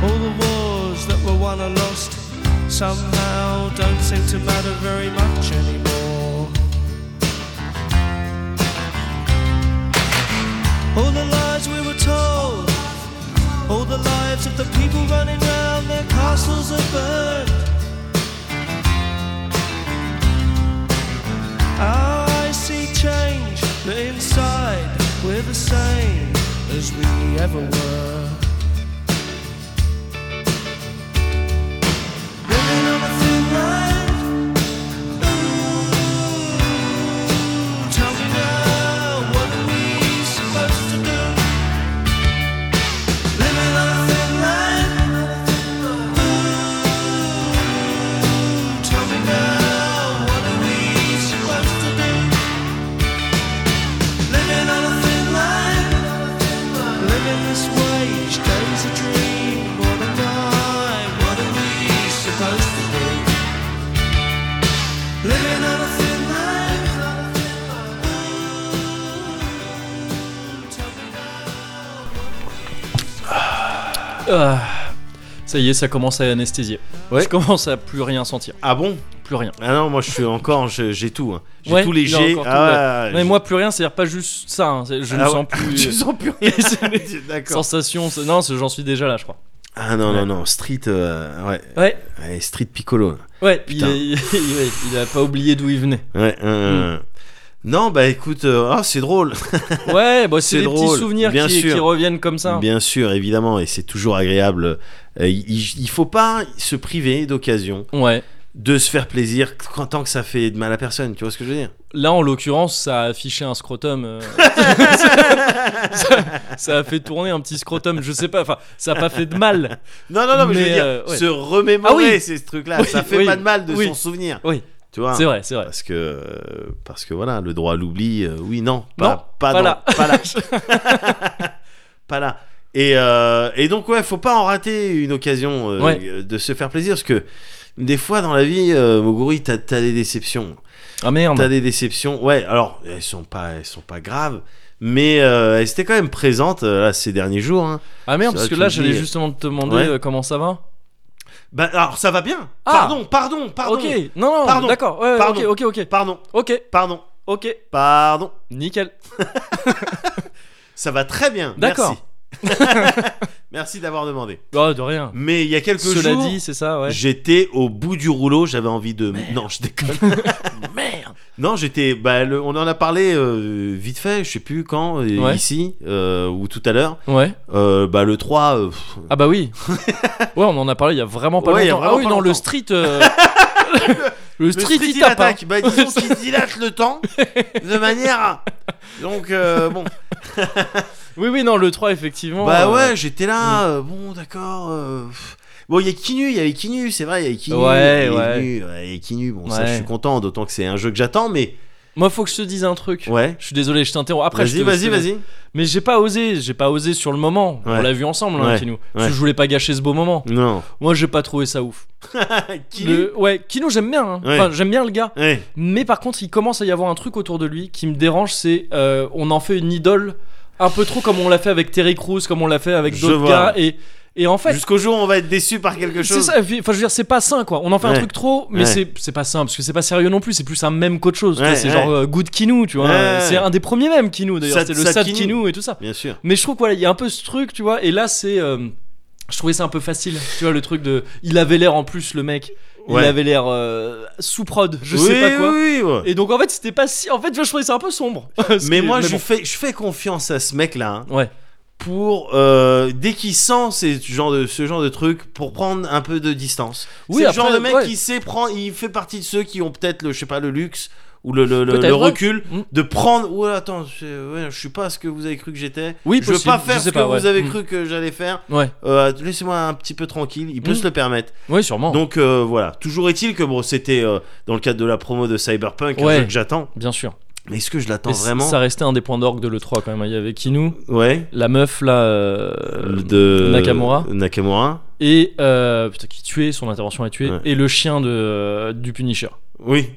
D: All the wars that were won or lost somehow don't seem to matter very much anymore. All the lies we were told, all the lives of the people running round their castles are burned. I see change, but inside we're the same as we ever were. Living on a thin line. Ooh, tell me now, what are we supposed to do? Living on a thin line. Ooh, tell me now, what are we supposed to do? Living on a thin line. Living this way, each day's a dream. What a night, what are we supposed to do? Living on a thin line.
A: Ah. Ça y est, ça commence à anesthésier.
B: Ouais.
A: Je commence à plus rien sentir.
B: Ah bon
A: Plus rien.
B: Ah non, moi je suis encore, je- j'ai tout. hein. J'ai
A: Ouais,
B: tous les
A: il a
B: G.
A: encore tout,
B: Ah,
A: Mais moi, plus rien, c'est-à-dire pas juste ça. hein, c'est- Je ne
B: Ah
A: sens
B: ouais.
A: plus.
B: tu sens plus rien. D'accord.
A: Sensation, c'est- non, c'est- j'en suis déjà là, je crois.
B: Ah non,
A: Ouais.
B: non, non, Street, euh, ouais.
A: Ouais.
B: Ouais, Street Piccolo.
A: Ouais, il,
B: Putain.
A: est- il est- il a pas oublié d'où il venait.
B: Ouais. euh,
A: Mm.
B: Non, bah écoute, euh, ah, c'est drôle.
A: Ouais, bah, c'est
B: C'est
A: des petits
B: drôle,
A: souvenirs
B: bien
A: qui,
B: sûr.
A: qui reviennent comme ça.
B: Bien sûr, évidemment, et c'est toujours agréable. Euh, il- il il faut pas se priver d'occasion
A: Ouais.
B: de se faire plaisir quand- tant que ça fait de mal à personne. Tu vois ce que je veux dire
A: Là, en l'occurrence, ça a affiché un scrotum. euh, ça, ça a fait tourner un petit scrotum. Je sais pas. Enfin, ça a pas fait de mal.
B: Non, non, non, mais, je
A: Mais,
B: veux dire,
A: euh, ouais.
B: se remémorer
A: Ah oui.
B: ces trucs-là,
A: Oui,
B: ça fait
A: oui,
B: pas de mal de
A: oui.
B: s'en souvenir.
A: Oui.
B: Tu vois
A: C'est vrai, c'est vrai.
B: Parce que, euh, parce que voilà, le droit à l'oubli, euh, oui, non, pas,
A: Non,
B: pas,
A: pas
B: dans-
A: là.
B: pas là. Pas là. Et, euh, et donc, ouais, faut pas en rater une occasion euh,
A: Ouais.
B: de se faire plaisir, parce que des fois dans la vie, euh, Moguri, t'as as des déceptions.
A: Ah merde.
B: T'as des déceptions, ouais, alors, elles sont pas, elles sont pas graves, mais euh, elles étaient quand même présentes euh, là, ces derniers jours. hein.
A: Ah merde,
B: Ça,
A: parce que
B: tu
A: là,
B: me
A: j'allais
B: dis-
A: justement te demander
B: Ouais.
A: euh, comment ça va.
B: Bah, alors, ça va bien
A: Ah.
B: Pardon, pardon, pardon
A: Ok, non, non,
B: Pardon.
A: d'accord. ouais, ouais,
B: Pardon.
A: Ok, ok, ok.
B: Pardon,
A: Ok,
B: pardon,
A: ok.
B: pardon.
A: Nickel.
B: Ça va très bien.
A: D'accord.
B: Merci. merci d'avoir demandé.
A: Oh, de rien.
B: Mais il y a quelques
A: Cela
B: jours,
A: dit, c'est ça, ouais.
B: j'étais au bout du rouleau. J'avais envie de. Non, je déconne.
A: Merde.
B: non, j'étais. Bah, le- on en a parlé euh, vite fait. Je sais plus quand. euh,
A: Ouais.
B: Ici euh, ou tout à l'heure.
A: Ouais.
B: Euh, bah, le 3. euh, pff,
A: Ah bah oui. ouais, on en a parlé il y a vraiment pas
B: Ouais, il y a
A: longtemps.
B: vraiment
A: ah oui,
B: pas
A: non, le
B: longtemps.
A: street. euh, le,
B: le
A: street,
B: street,
A: il
B: il
A: tape. hein.
B: attaque. Bah, disons qu'il dilate le temps de manière. à- Donc euh, bon.
A: Oui, oui, non, le 3, effectivement.
B: Bah
A: euh,
B: ouais, j'étais là, euh, bon d'accord. euh, pff. Bon, il y a Kinu, il y avait Kinu, c'est vrai, il y avait Kinu.
A: Ouais,
B: il est
A: ouais.
B: venu, ouais, il y a Kinu, bon, ça
A: Ouais.
B: je suis content, d'autant que c'est un jeu que j'attends, mais.
A: Moi, faut que je te dise un truc.
B: Ouais.
A: Je suis désolé, je t'interromps. Après, je
B: Vas-y,
A: te-
B: vas-y,
A: je te-
B: vas-y.
A: Mais j'ai pas osé, j'ai pas osé sur le moment. On
B: Ouais.
A: l'a vu ensemble, hein,
B: Ouais,
A: Kinou.
B: ouais.
A: Parce que je voulais pas gâcher ce beau moment.
B: Non.
A: Moi, j'ai pas trouvé ça ouf.
B: Kinu.
A: Le- Ouais, Kinou, j'aime bien. hein.
B: Ouais.
A: Enfin, j'aime bien le gars.
B: Ouais.
A: Mais par contre, il commence à y avoir un truc autour de lui qui me dérange, c'est euh, on en fait une idole un peu trop comme on l'a fait avec Terry Crews, comme on l'a fait avec
B: Je
A: d'autres
B: vois.
A: gars. Et, et en fait,
B: Jusqu'au jour où on va être déçu par quelque
A: c'est
B: chose.
A: ça. Enfin, je veux dire, c'est pas sain quoi. On en fait un
B: Ouais.
A: truc trop, mais
B: Ouais.
A: c'est c'est pas sain parce que c'est pas sérieux non plus. C'est plus un mème qu'autre chose. tu
B: Ouais,
A: vois, c'est
B: ouais.
A: genre euh, Good Kinou, tu vois.
B: Ouais.
A: C'est un des premiers mèmes Kinou d'ailleurs.
B: Sad-
A: C'est le
B: Sad
A: Sad
B: Kinou.
A: Kinou et tout ça.
B: Bien sûr.
A: Mais je trouve qu'il y a un peu ce truc, tu vois. Et là, c'est. euh, je trouvais ça un peu facile, tu vois, le truc de. Il avait l'air en plus, le mec. Il
B: Ouais.
A: avait l'air euh, sous-prod, je
B: Oui,
A: sais pas quoi.
B: oui, ouais.
A: Et donc en fait c'était pas si. En fait je trouvais c'est un peu sombre. Parce
B: Mais
A: que-
B: moi, je,
A: bon.
B: fais, je fais confiance à ce mec-là. hein,
A: Ouais.
B: Pour euh, dès qu'il sent ces genre de, ce genre de truc, pour prendre un peu de distance.
A: Oui,
B: c'est le
A: après,
B: genre de mec
A: ouais.
B: qui sait prendre. Il fait partie de ceux qui ont peut-être le, je sais pas, le luxe ou le, le, le-
A: Peut-être,
B: le
A: ouais.
B: recul
A: Mm.
B: de prendre. Ouais, attends, je, ouais, je suis pas ce que vous avez cru que j'étais.
A: Oui,
B: je veux
A: possible,
B: pas faire
A: je sais
B: ce
A: pas,
B: que
A: ouais.
B: vous avez
A: Mm.
B: cru que j'allais faire.
A: Ouais.
B: Euh, Laissez-moi un petit peu tranquille. Il peut
A: Mm.
B: se le permettre.
A: Ouais sûrement.
B: Donc euh, voilà, toujours est-il que bon, c'était euh, dans le cadre de la promo de Cyberpunk, un
A: Ouais.
B: jeu que j'attends.
A: Bien sûr.
B: Mais est-ce que je l'attends
A: Mais c-
B: vraiment
A: Ça restait un des points d'orgue de le 3 quand même. hein. Il y avait Kinou,
B: Ouais.
A: la meuf là euh,
B: de
A: Nakamura.
B: Nakamura.
A: et euh, putain qui tuait son intervention est tuée
B: Ouais.
A: et le chien de euh, du Punisher.
B: Oui.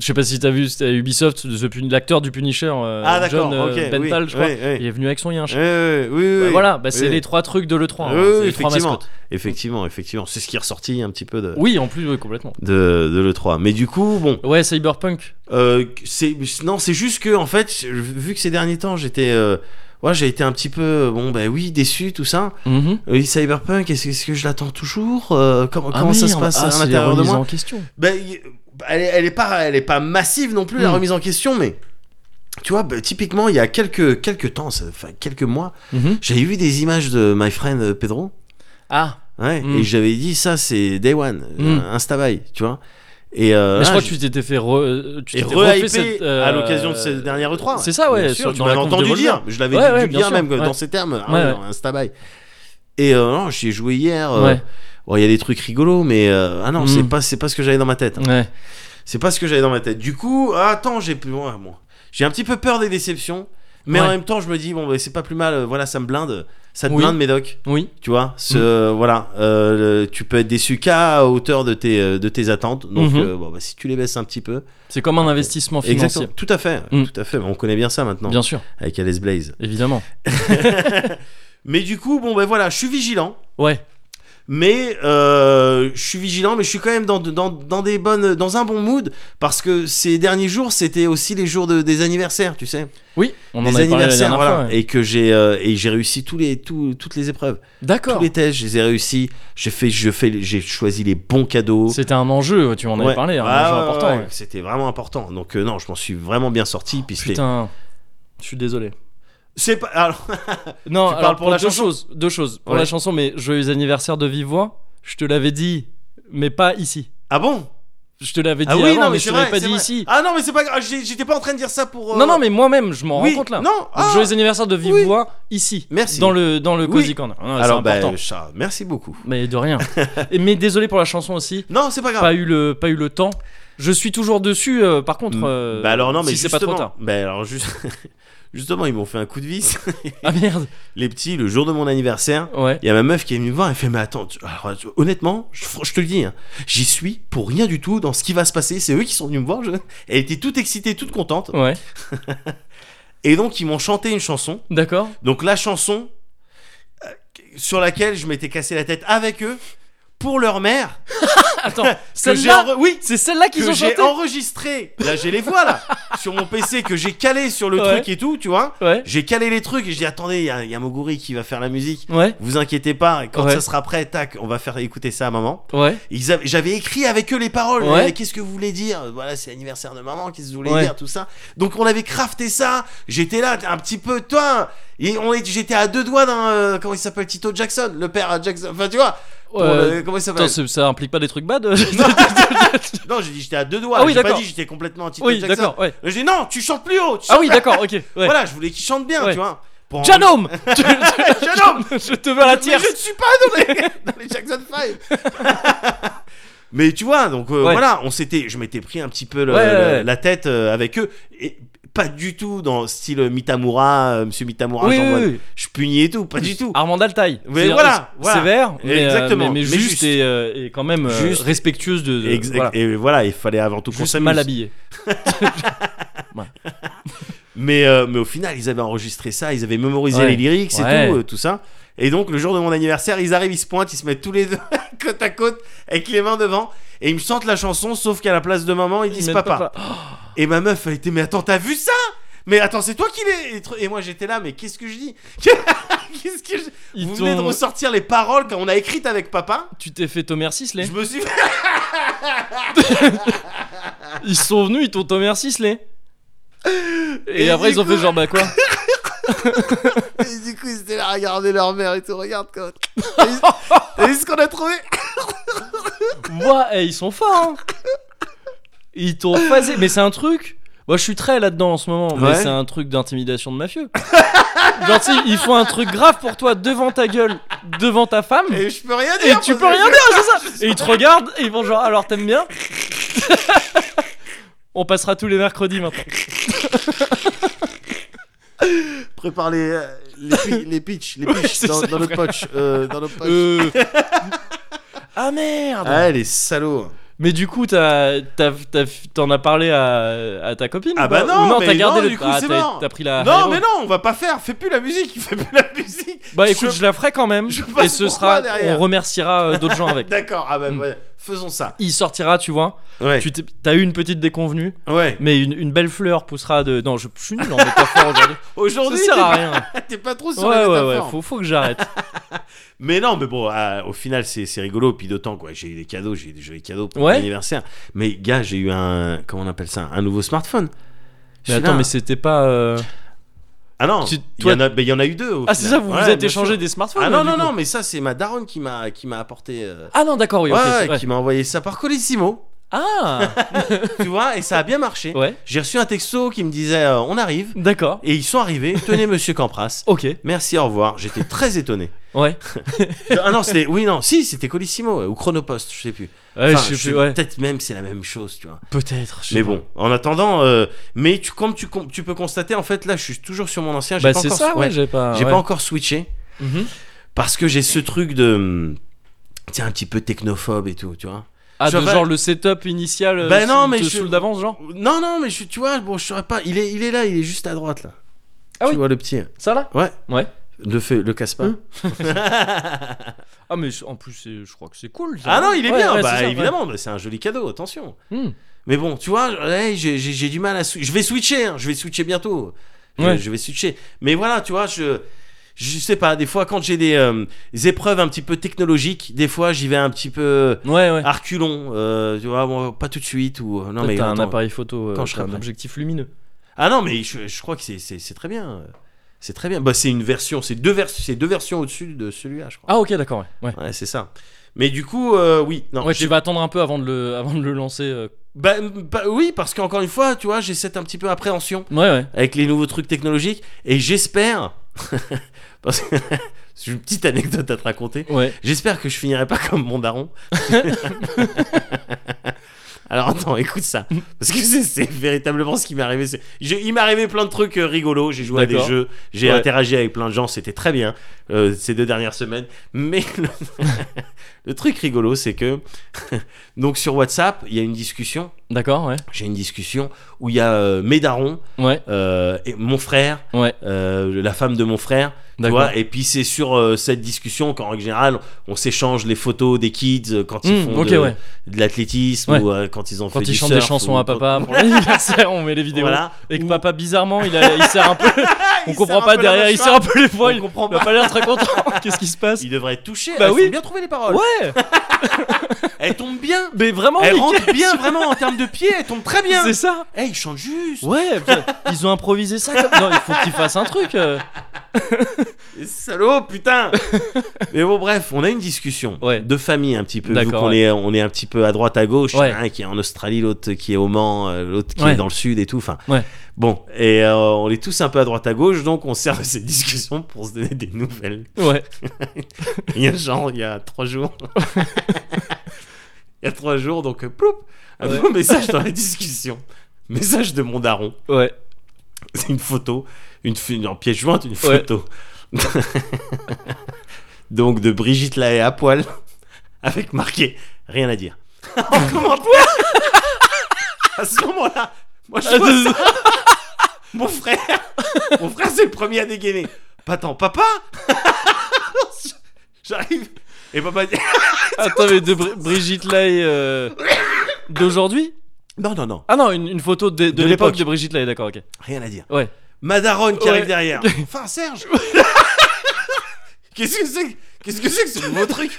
A: Je sais pas si t'as vu c'était à Ubisoft de ce pun- l'acteur du Punisher euh,
B: ah d'accord.
A: John euh,
B: ok.
A: Pental
B: oui,
A: je crois.
B: oui, oui.
A: Il est venu avec son yin.
B: Oui, oui, oui,
A: Bah
B: oui.
A: voilà, bah, c'est
B: Oui.
A: les trois trucs de l'E3. hein,
B: Oui,
A: c'est
B: oui,
A: les trois
B: effectivement.
A: mascottes.
B: Effectivement, effectivement, c'est ce qui est ressorti un petit peu de
A: Oui, en plus, oui, complètement.
B: de, de l'E3. Mais du coup, bon,
A: Ouais, Cyberpunk.
B: euh, c'est non, c'est juste que en fait, je- vu que ces derniers temps, j'étais euh, ouais, j'ai été un petit peu bon bah oui, déçu tout ça.
A: Mhm.
B: Oui, Cyberpunk, est-ce, que- est-ce que je l'attends toujours Euh, Comment,
A: Ah
B: comment ça se
A: merde,
B: passe
A: ah,
B: à
A: c'est les
B: l'intérieur de
A: remises
B: moi
A: en question.
B: Ben, il- elle, est, elle est pas, elle est pas massive non plus la
A: Mm.
B: remise en question, mais tu vois, ben, typiquement, il y a quelques quelques temps, ça- enfin quelques mois,
A: Mhm.
B: j'avais vu des images de my friend euh, Pedro,
A: Ah,
B: ouais,
A: Mm.
B: et j'avais dit ça, c'est Day One,
A: Mm.
B: un Instabuy, tu vois. Et euh,
A: Mais je
B: ah,
A: crois que tu t'étais fait re, tu
B: et
A: t'étais refait
B: re-hypé
A: cette, euh,
B: à l'occasion de cette dernière E3.
A: C'est ça, ouais,
B: Bien
A: sur-
B: sûr, tu
A: dans
B: m'as
A: la conf de
B: entendu
A: Volga.
B: dire. Je l'avais
A: Ouais,
B: dit
A: ouais,
B: du
A: bien
B: bien,
A: sûr,
B: même
A: ouais.
B: dans ces termes.
A: Ouais,
B: hein, Un stabail. Et euh, non, j'y ai joué hier. euh,
A: Ouais.
B: bon, il y a des trucs rigolos, mais euh, ah non,
A: Mm.
B: c'est pas, c'est pas ce que j'avais dans ma tête. hein.
A: Ouais.
B: C'est pas ce que j'avais dans ma tête. Du coup, ah, attends, j'ai plus ouais, bon, j'ai un petit peu peur des déceptions, mais
A: Ouais.
B: en même temps, je me dis bon, bah, c'est pas plus mal. euh, Voilà, ça me blinde, ça te
A: Oui.
B: blinde, Médoc.
A: Oui.
B: Tu vois,
A: Mm.
B: ce, voilà, euh, le- tu peux être déçu qu'à hauteur de tes, euh, de tes attentes. Donc,
A: Mhm.
B: euh, bon, bah, si tu les baisses un petit peu,
A: C'est comme un investissement financier.
B: Exactement, tout à fait,
A: Mm.
B: tout à fait. On connaît bien ça maintenant
A: Bien sûr,
B: avec Alice Blaze.
A: évidemment.
B: Mais du coup, bon ben voilà, je suis vigilant.
A: Ouais.
B: mais euh, je suis vigilant, mais je suis quand même dans, dans, dans des bonnes, dans un bon mood parce que ces derniers jours, c'était aussi les jours de- des anniversaires, tu sais,
A: Oui, on en
B: des
A: avait parlé la
B: anniversaires,
A: dernière
B: voilà,
A: fois. ouais.
B: et que j'ai euh, et j'ai réussi tous les tous- toutes les épreuves, tous
A: D'accord.
B: les tests, je les ai réussis, j'ai fait, je fais, j'ai choisi les bons cadeaux.
A: C'était un enjeu, tu en avais
B: Ouais. Bah
A: parlé, un
B: Ouais,
A: enjeu
B: ouais,
A: important.
B: ouais,
A: ouais.
B: C'était vraiment important. Donc euh, non, je m'en suis vraiment bien sorti. puis c'était-
A: Putain, je suis désolé.
B: C'est pas. ah, Alors,
A: Non,
B: Tu
A: alors
B: parles
A: pour
B: pour
A: la
B: deux
A: chanson, deux choses. Pour
B: Ouais.
A: la chanson, mais joyeux anniversaire de vive voix. Je te l'avais dit, mais pas ici.
B: ah bon
A: Je te l'avais dit
B: Ah oui,
A: avant,
B: non,
A: mais
B: mais
A: je
B: c'est
A: te l'avais
B: vrai.
A: pas
B: c'est
A: dit
B: vrai.
A: ici.
B: Ah non, mais c'est pas grave. j'ai- J'étais pas en train de dire ça pour. euh,
A: Non, non, mais moi-même, je m'en
B: oui,
A: rends compte là.
B: Non.
A: Donc,
B: ah.
A: joyeux anniversaire de vive
B: Oui.
A: voix ici.
B: Merci.
A: Dans le dans le
B: Oui.
A: Cozy Corner. Non, c'est
B: Alors, bah,
A: important.
B: euh, Charles, merci beaucoup.
A: Mais de rien. Et- mais désolé pour la chanson aussi.
B: Non, c'est pas grave.
A: Pas eu le pas eu le temps. Je suis toujours dessus. euh, par contre, euh,
B: bah alors non, mais
A: si c'est
B: justement.
A: pas trop tard.
B: Bah alors juste. Justement, ils m'ont fait un coup de vis.
A: Ah merde.
B: Les petits, le jour de mon anniversaire,
A: Ouais.
B: il y a ma meuf qui est venue me voir. Elle fait Mais attends, tu- alors, tu- honnêtement, je, je te le dis, hein, j'y suis pour rien du tout dans ce qui va se passer. C'est eux qui sont venus me voir. je- Elle était toute excitée, toute contente.
A: Ouais.
B: Et donc, ils m'ont chanté une chanson.
A: D'accord.
B: Donc la chanson euh, sur laquelle je m'étais cassé la tête avec eux pour leur mère
A: Attends.
B: que j'ai
A: Celle-là.
B: enre- oui
A: C'est celle-là qu'ils
B: que
A: ont
B: j'ai
A: chanté.
B: enregistré. Là j'ai les voix là sur mon PC que j'ai calé sur le
A: Ouais.
B: truc et tout, tu vois.
A: Ouais.
B: J'ai calé les trucs et j'ai dit attendez, il y, a- il y a Moguri qui va faire la musique.
A: Ouais.
B: Vous inquiétez pas, quand
A: Ouais.
B: ça sera prêt, tac, on va faire écouter ça à maman.
A: Ouais.
B: Ils avaient- J'avais écrit avec eux les paroles.
A: Ouais.
B: Euh, Qu'est-ce que vous voulez dire Voilà, c'est l'anniversaire de maman. Qu'est-ce que vous voulez
A: Ouais.
B: dire Tout ça. Donc on avait crafté ça. J'étais là, un petit peu, toi. Et on est, j'étais à deux doigts d'un, euh, comment il s'appelle, Tito Jackson, le père à Jackson. Enfin, tu vois. pour
A: Ouais.
B: le- comment il s'appelle
A: Euh, Attends, c'est- ça implique pas des trucs bad
B: Non, j'ai dit j'étais à deux doigts.
A: Ah oui,
B: j'ai pas
A: d'accord.
B: dit j'étais complètement Tito
A: Oui,
B: Jackson.
A: d'accord, ouais.
B: J'ai dit non, tu chantes plus haut. tu
A: Ah
B: chantes-
A: oui, d'accord, ok. Ouais.
B: Voilà, je voulais qu'il chante bien,
A: Ouais.
B: tu vois. Pour
A: Janome Tu-
B: Janome
A: Je je te veux à la
B: Mais
A: tierce
B: je ne suis pas dans les, dans les Jackson 5 Mais tu vois, donc euh,
A: Ouais.
B: voilà, on s'était, je m'étais pris un petit peu le-
A: Ouais, ouais,
B: le-
A: ouais.
B: la tête euh, avec eux, et pas du tout dans style Mitamura, euh, Monsieur Mitamura,
A: Oui,
B: j'envoie-
A: oui, Ah, oui.
B: je punis et tout, pas du tout.
A: Armand Altaï.
B: Mais
A: C'est-à-dire,
B: voilà,
A: euh,
B: voilà.
A: Sévère, mais, euh,
B: Exactement,
A: mais, mais
B: mais
A: juste,
B: juste.
A: Et, euh, et quand même euh,
B: Juste.
A: respectueuse de. de-
B: Et ex-
A: voilà.
B: Et voilà, il fallait avant tout qu'on
A: Juste mal
B: s'amuse.
A: habillée.
B: Mais, euh, mais au final, ils avaient enregistré ça, ils avaient mémorisé
A: Ouais.
B: les lyrics et
A: Ouais.
B: tout, euh, tout ça. Et donc, le jour de mon anniversaire, ils arrivent, ils se pointent, ils se mettent tous les deux côte à côte avec les mains devant et ils me chantent la chanson, sauf qu'à la place de maman, ils disent
A: Mais
B: papa. Oh, Et ma meuf a été, mais attends, t'as vu ça Mais attends, c'est toi qui l'es Et tr- Et moi j'étais là, mais qu'est-ce que je dis Qu'est-ce que je...
A: Ils
B: Vous venez de
A: t'ont-
B: ressortir les paroles qu'on a écrites avec papa
A: Tu t'es fait Tomer Sisley
B: Je me suis
A: Ils sont venus, ils t'ont Tomer Sisley Et,
B: Et
A: après,
B: du
A: ils ont
B: coup-
A: fait genre bah quoi
B: Et du coup, ils étaient là à regarder leur mère et tout, regarde quoi. T'as vu- T'as vu ce qu'on a trouvé
A: Ouah, eh, ils sont forts hein. Ils t'ont phasé. Mais c'est un truc. Moi, je suis très là-dedans en ce moment, mais
B: Ouais.
A: c'est un truc d'intimidation de mafieux. Genre, tu sais, ils font un truc grave pour toi devant ta gueule, devant ta femme.
B: Et je peux rien
A: Et
B: dire
A: tu
B: parce
A: peux
B: que-
A: rien dire, c'est ça Et ils te regardent et ils vont genre alors t'aimes bien On passera tous les mercredis maintenant.
B: Prépare les, euh, les, pi- les pitchs, les
A: Ouais,
B: pitchs
A: c'est
B: dans,
A: ça,
B: dans notre
A: frère.
B: poche. euh, dans notre poche.
A: Euh... Ah merde
B: Ah, les salauds.
A: Mais du coup t'as- t'as- t'as- t'en as, parlé à, à ta copine
B: Ah
A: ou pas
B: bah non,
A: Ou non
B: mais
A: t'as gardé
B: non,
A: le
B: du coup,
A: ah,
B: c'est
A: t'as-
B: mort.
A: T'as pris la
B: non,
A: Hero.
B: mais non, on va pas faire. Fais plus la musique, fais plus la musique.
A: Bah écoute je, la ferai quand même
B: je
A: Et
B: passe
A: ce
B: pour
A: sera
B: moi derrière.
A: On remerciera euh, d'autres gens avec
B: D'accord, ah bah
A: Mm.
B: ouais, faisons ça.
A: Il sortira tu vois
B: Ouais.
A: Tu t'es- T'as eu une petite déconvenue
B: Ouais.
A: Mais une, une belle fleur poussera de... Non je, je suis nul en métaphore aujourd'hui Ça
B: Aujourd'hui, t'es
A: sert à
B: pas,
A: rien
B: t'es pas trop sur
A: Ouais
B: les
A: ouais ouais
B: métaphores.
A: faut, faut que j'arrête
B: Mais non, mais bon, euh, au final, c'est c'est rigolo. Puis d'autant, quoi, j'ai eu des cadeaux, j'ai eu des jolis cadeaux pour
A: Ouais.
B: mon anniversaire. Mais gars, j'ai eu un. Comment on appelle ça Un nouveau smartphone. Je
A: Mais
B: suis
A: attends,
B: là.
A: mais c'était pas. euh,
B: Ah non,
A: tu-
B: il
A: toi-
B: y en a- mais il y en a eu deux. au
A: Ah, c'est
B: final.
A: ça, vous
B: Ouais,
A: vous êtes
B: bien
A: échangé
B: sûr.
A: des smartphones
B: Ah
A: là,
B: non,
A: du
B: non,
A: coup.
B: non, mais ça, c'est ma daronne qui m'a qui m'a apporté. euh,
A: Ah non, d'accord, oui, ok,
B: ouais,
A: c'est- ouais.
B: qui m'a envoyé ça par colissimo.
A: Ah
B: tu vois, et ça a bien marché.
A: Ouais,
B: J'ai reçu un texto qui me disait euh, on arrive.
A: d'accord.
B: Et ils sont arrivés. Tenez, monsieur Campras.
A: Ok,
B: Merci, au revoir. J'étais très étonné.
A: ouais.
B: Ah non, c'était. Oui, non, si, c'était Colissimo ouais, ou Chronopost, je sais plus.
A: Ouais,
B: Enfin,
A: je
B: je-
A: sais plus, ouais.
B: Peut-être même c'est la même chose, tu vois.
A: Peut-être. je sais
B: Mais
A: pas.
B: bon, en attendant, euh, mais tu, comme tu, com- tu peux constater, en fait, là, je suis toujours sur mon ancien. j'ai
A: Bah,
B: pas
A: c'est
B: encore-
A: ça, ouais,
B: ouais,
A: j'ai pas.
B: J'ai
A: ouais.
B: pas encore switché
A: Mhm.
B: parce que j'ai ce truc de. hum, Tiens, un petit peu technophobe et tout, tu vois.
A: Ah,
B: Je
A: de
B: vais-
A: genre le setup initial. euh,
B: Bah non,
A: te
B: mais je-
A: saoule d'avance, genre.
B: Non, non, mais je, tu vois, bon, je saurais pas. Il est, il est là, il est juste à droite, là.
A: Ah
B: tu
A: oui.
B: vois le petit.
A: Ça là
B: Ouais.
A: Ouais.
B: Ne fais- le casse pas.
A: Hein Ah, mais je- en plus, c'est- je crois que c'est cool. ça.
B: Ah non, il est
A: Ouais,
B: bien,
A: ouais,
B: bah
A: c'est ça, ouais.
B: évidemment, bah, c'est un joli cadeau, attention.
A: Hmm.
B: Mais bon, tu vois, ouais, j'ai j'ai- j'ai du mal à. sw- Je vais switcher, hein, je vais switcher bientôt. Je,
A: Ouais.
B: je vais switcher. Mais voilà, tu vois, je. Je sais pas, des fois quand j'ai des, euh, des épreuves un petit peu technologiques, des fois j'y vais un petit peu
A: Ouais, ouais.
B: à reculons, euh, tu vois, bon, pas tout de suite ou euh, Ah, non mais
A: T'as un
B: attends.
A: appareil photo, euh,
B: Quand je
A: t'as un
B: serai prêt.
A: objectif lumineux.
B: Ah non mais je, je crois que c'est- c'est c'est très bien, c'est très bien. Bah c'est une version, c'est deux vers- c'est deux versions au-dessus de celui-là, je crois.
A: Ah, ok, d'accord, ouais. ouais.
B: Ouais c'est ça. Mais du coup euh, oui, non,
A: Ouais,
B: j'ai-
A: tu vas attendre un peu avant de le, avant de le lancer. euh.
B: Bah, bah, oui, parce qu'encore une fois, tu vois, j'ai cette un petit peu appréhension
A: Ouais, ouais.
B: avec les nouveaux trucs technologiques et j'espère, parce que j'ai une petite anecdote à te raconter,
A: Ouais.
B: j'espère que je finirai pas comme mon daron. Alors attends, écoute ça, parce que c'est- c'est véritablement ce qui m'est arrivé. c'est- je- il m'est arrivé plein de trucs euh, rigolos, j'ai joué à des
A: D'accord.
B: jeux, j'ai
A: Ouais.
B: interagi avec plein de gens, c'était très bien euh, ces deux dernières semaines. Mais le, le truc rigolo, c'est que donc sur WhatsApp, il y a une discussion
A: D'accord, ouais.
B: j'ai une discussion où il y a euh, mes darons,
A: Ouais,
B: euh, et mon frère,
A: ouais.
B: euh, la femme de mon frère, tu
A: D'accord.
B: vois, et puis c'est sur euh, cette discussion qu'en règle générale, on s'échange les photos des kids euh, quand ils
A: Hmm,
B: font
A: ok,
B: de,
A: ouais.
B: de l'athlétisme
A: Ouais.
B: ou euh, quand ils ont
A: Quand
B: fait
A: ils
B: du
A: chantent
B: surf
A: des chansons
B: ou-
A: à papa pour l'anniversaire, on met les vidéos.
B: Voilà.
A: Et que
B: Ou-
A: papa, bizarrement, il, a- il serre un peu. on
B: Il
A: comprend
B: serre un
A: pas
B: peu la
A: derrière, Ah, il
B: mâchoire.
A: serre un peu les poings.
B: On
A: Il
B: comprend
A: il a
B: pas.
A: pas l'air très content. Qu'est-ce qui se passe
B: Il devrait être touché.
A: Bah
B: elles
A: oui.
B: sont bien trouvé les paroles.
A: Ouais,
B: Elle tombe bien.
A: mais vraiment,
B: Elle
A: nickel.
B: rentre bien, vraiment, en termes de pied, elle tombe très bien.
A: c'est ça.
B: Eh, il chante juste.
A: Ouais, putain, ils ont improvisé ça. Comme... Non, il faut qu'ils fassent un truc. euh.
B: Les salauds, putain Mais bon, bref, on a une discussion
A: Ouais.
B: de famille un petit peu. Vu
A: D'accord,
B: qu'on
A: ouais.
B: est, on est un petit peu à droite, à gauche.
A: Ouais.
B: Un qui est en Australie, l'autre qui est au Mans, euh, l'autre qui
A: Ouais.
B: est dans le sud et tout. Enfin,
A: Ouais.
B: bon. Et euh, on est tous un peu à droite, à gauche, donc on sert de cette discussion pour se donner des nouvelles.
A: Ouais,
B: Il y a genre, il y a trois jours. il y a trois jours, donc, euh, ploup Un
A: Ouais.
B: nouveau message dans la discussion. Message de mon daron.
A: ouais.
B: C'est une photo, une, f- une- en pièce jointe, une photo. Donc de Brigitte Lahaye à poil, avec marqué rien à dire. en commentaire À ce moment-là, moi
A: Ah,
B: je vois ça. Mon frère Mon frère, c'est le premier à dégainer. Pas tant, papa J'arrive. Et papa dit
A: Attends, mais de Bri- Brigitte Lay euh, d'aujourd'hui
B: Non, non, non,
A: Ah non, une, une photo de, de
B: De
A: l'époque
B: l'époque.
A: de Brigitte Lay, d'accord, ok.
B: rien à dire.
A: Ouais.
B: Madaron qui
A: Ouais.
B: arrive derrière. Enfin, Serge Qu'est-ce que c'est que- Qu'est-ce que c'est que ce nouveau truc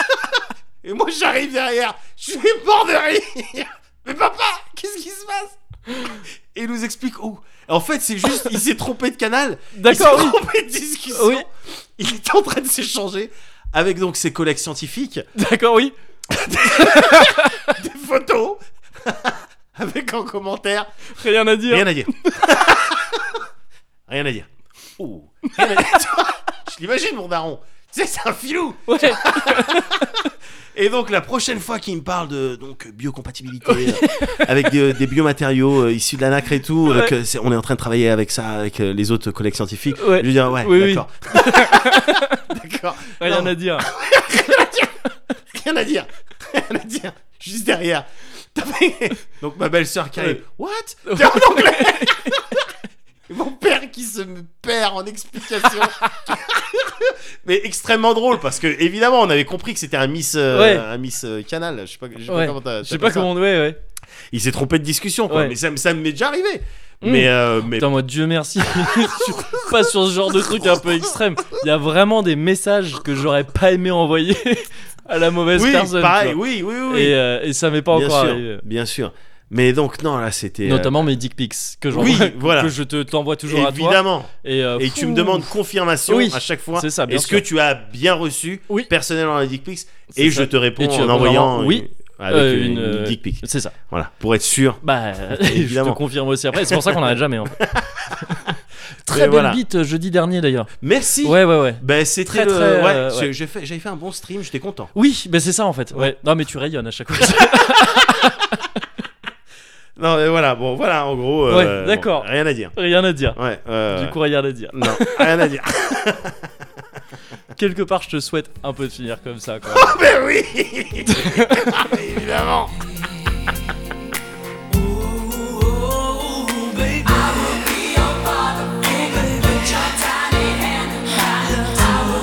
B: Et moi, j'arrive derrière. Je suis mort de rire. Mais papa, qu'est-ce qui se passe Et il nous explique où. En fait, c'est juste, il s'est trompé de canal.
A: D'accord,
B: Il s'est
A: oui.
B: trompé de discussion.
A: Oui.
B: Il est en train de s'échanger avec donc ses collègues scientifiques
A: D'accord, oui.
B: des photos avec en commentaire
A: Rien à dire.
B: Rien à dire. Rien à dire. Ouh. Rien à dire. Tu vois, Je l'imagine, mon daron. Tu sais, c'est un filou.
A: Ouais.
B: Et donc, la prochaine fois qu'il me parle de donc, biocompatibilité euh, avec de- des biomatériaux euh, issus de la nacre et tout, euh,
A: Ouais.
B: que c'est- on est en train de travailler avec ça, avec euh, les autres collègues scientifiques,
A: Ouais.
B: je lui dis Ouais,
A: Oui, oui.
B: d'accord. d'accord.
A: Rien
B: Non.
A: à dire.
B: Rien à dire. Rien à dire. Juste derrière. T'as fait- Donc ma belle-sœur qui arrive. What T'es en anglais Et Mon père qui se me perd en explications. Mais extrêmement drôle parce que évidemment on avait compris que c'était un miss euh,
A: Ouais.
B: un miss euh, canal. Je sais pas, je sais
A: Ouais.
B: pas comment t'as-
A: Je sais
B: t'appelles
A: pas
B: ça.
A: comment. Ouais, ouais.
B: Il s'est trompé de discussion quoi.
A: Ouais.
B: Mais ça, me- ça m'est déjà arrivé.
A: Mm.
B: Mais euh, mais
A: Putain, moi, Dieu merci. Sur- pas sur ce genre de truc un peu extrême. Il y a vraiment des messages que j'aurais pas aimé envoyer à la mauvaise
B: oui,
A: personne.
B: pareil,
A: tu vois.
B: oui, oui, oui.
A: Et, euh, et ça m'est pas
B: bien
A: encore
B: sûr,
A: arrivé.
B: bien sûr. Mais donc non là c'était euh,
A: Notamment mes dick pics que, j'envoie-
B: Oui, voilà.
A: que je te t'envoie toujours à toi.
B: évidemment.
A: Et, euh,
B: Et tu
A: fou.
B: me demandes confirmation
A: Oui,
B: à chaque fois.
A: c'est ça, Ah, bien
B: Est-ce que
A: sûr.
B: tu as bien reçu
A: Oui.
B: personnellement la dick pics
A: C'est
B: Et
A: ça.
B: je te réponds
A: Et tu
B: en
A: réponds
B: envoyant
A: vraiment,
B: une-
A: oui,
B: avec
A: Euh,
B: une,
A: une,
B: dick pic.
A: C'est ça.
B: Voilà, pour être sûr.
A: Bah, je te
B: Évidemment.
A: confirme aussi après. C'est pour ça qu'on n'arrête jamais. En fait. Très
B: Mais
A: belle
B: voilà.
A: bite euh, jeudi dernier d'ailleurs.
B: Merci.
A: Ouais, ouais, ouais.
B: Ben c'était
A: Très,
B: le-
A: très,
B: ouais,
A: euh,
B: j'ai-
A: ouais.
B: j'ai fait j'avais fait un bon stream, j'étais content.
A: Oui, bah c'est ça en fait. Ouais. Non, mais tu rayonnes à chaque fois.
B: Non, mais voilà, bon voilà en gros euh,
A: Ouais,
B: bon,
A: d'accord.
B: rien à dire.
A: Rien à dire.
B: Ouais, euh,
A: Du coup, rien à dire.
B: non, rien à dire.
A: Quelque part, je te souhaite un peu de finir comme ça. Quoi.
B: Mais oui. Évidemment.
D: Oh, baby. I will be your father, baby. Put your tiny hand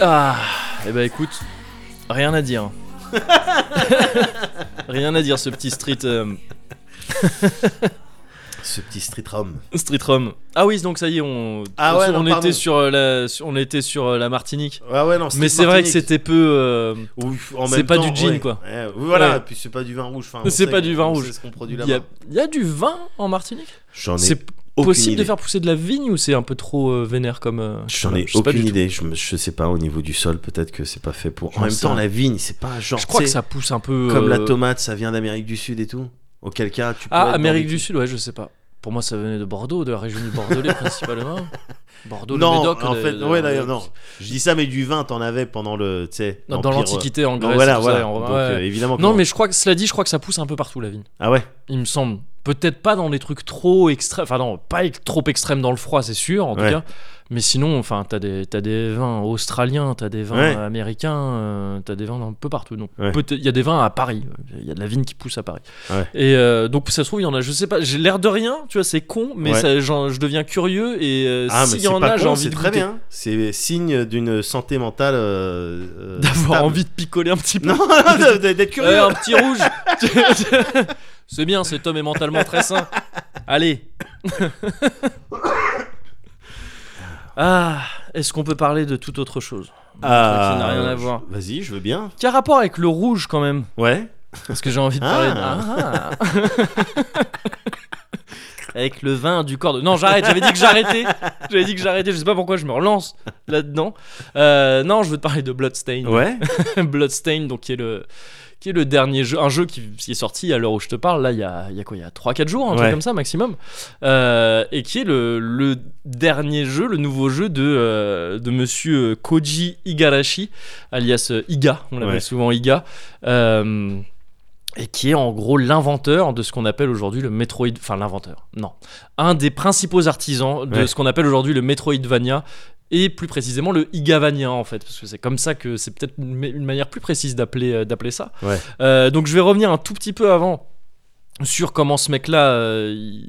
A: Ah, et bah écoute, rien à dire. rien à dire, ce petit street. euh,
B: Ce petit street rom.
A: Street Rum. Ah oui, donc ça y est, on,
B: Ah ouais,
A: on,
B: non, pardon.
A: était sur euh, la, sur- on était sur euh, la Martinique.
B: Ah ouais, non,
A: Mais c'est vrai que c'était peu. euh,
B: Ouf, en
A: c'est
B: même
A: pas
B: temps,
A: du gin,
B: ouais.
A: quoi.
B: Ouais, oui, voilà,
A: Ouais.
B: et puis c'est pas du vin rouge. enfin, on
A: C'est
B: sait-
A: pas du vin
B: on
A: rouge.
B: sait ce qu'on produit
A: Il y, a-
B: là-bas.
A: il y a du vin en Martinique
B: J'en ai
A: C'est
B: aucune
A: possible
B: idée.
A: de faire pousser de la vigne ou c'est un peu trop euh, vénère comme. euh, je sais
B: J'en
A: pas,
B: ai
A: je sais pas
B: aucune
A: du tout.
B: idée. Je, me- je sais pas au niveau du sol, peut-être que c'est pas fait pour. En
A: J'en
B: même
A: sais
B: temps,
A: rien.
B: la vigne, c'est pas genre.
A: Je crois
B: tu
A: que
B: sais,
A: ça pousse un peu.
B: Comme la
A: euh,
B: tomate, ça vient d'Amérique du Sud et tout. Auquel cas, tu peux.
A: Ah, Amérique du Sud, ouais, je sais pas. Pour moi, ça venait de Bordeaux, de la région du Bordelais principalement. Bordeaux, le
B: Non,
A: Médoc,
B: en
A: de-
B: fait,
A: de-
B: ouais, d'ailleurs, non. Je dis ça, mais du vin, t'en avais pendant le, tu sais.
A: Non, dans
B: l'Empire,
A: l'Antiquité en
B: euh,
A: Grèce.
B: voilà,
A: tout
B: voilà.
A: ça, en-
B: Donc,
A: ouais.
B: euh, évidemment. que
A: Non, mais je crois que cela dit, je crois que ça pousse un peu partout la vigne.
B: Ah ouais.
A: Il me semble. Peut-être pas dans des trucs trop extrêmes. Enfin, non, pas ex- trop extrêmes dans le froid, c'est sûr, en tout
B: Ouais.
A: cas. Mais sinon, enfin, t'as des, t'as des vins australiens, t'as des vins
B: Ouais.
A: américains, euh, t'as des vins un peu partout. Donc,
B: Ouais.
A: peut-être- il y a des vins à Paris. Il y a de la vigne qui pousse à Paris.
B: Ouais.
A: Et euh, donc, ça se trouve, il y en a, je sais pas, j'ai l'air de rien, tu vois, c'est con, mais
B: Ouais.
A: ça- j'en- je deviens curieux et euh,
B: Ah, mais
A: s'il y
B: c'est
A: en
B: pas
A: a, j'ai
B: con,
A: envie
B: c'est
A: de
B: très
A: goûter.
B: bien. C'est signe d'une santé mentale. euh, euh,
A: D'avoir
B: stable.
A: envie de picoler un petit peu.
B: Non, non, non, d'être
A: Ouais,
B: curieux.
A: Eh, un petit rouge. c'est bien, cet homme est mentalement très sain. Allez. ah, est-ce qu'on peut parler de toute autre chose Ça
B: Ah,
A: n'a rien à voir.
B: Vas-y, je veux bien.
A: Qui a rapport avec le rouge quand même
B: Ouais.
A: Parce que j'ai envie de
B: Ah.
A: parler. de- Ah. avec le vin du corps de. Non, j'arrête. J'avais dit que j'arrêtais. J'avais dit que j'arrêtais. Je sais pas pourquoi je me relance là-dedans. Euh, non, je veux te parler de Bloodstain.
B: Ouais.
A: Bloodstain, donc qui est le qui est le dernier jeu, un jeu qui, qui est sorti à l'heure où je te parle, là il y a, il y a quoi, il y a 3-4 jours, un
B: Ouais.
A: truc comme ça maximum, Euh, et qui est le, le dernier jeu, le nouveau jeu de, euh, de monsieur Koji Igarashi, alias euh, Iga, on l'appelle
B: Ouais.
A: souvent Iga, euh, et qui est en gros l'inventeur de ce qu'on appelle aujourd'hui le Metroid, enfin l'inventeur, non, un des principaux artisans de
B: Ouais.
A: ce qu'on appelle aujourd'hui le Metroidvania, et plus précisément le Igavania en fait, parce que c'est comme ça que c'est peut-être une, ma- une manière plus précise d'appeler euh, d'appeler ça.
B: Ouais.
A: Euh, donc je vais revenir un tout petit peu avant sur comment ce mec-là euh, il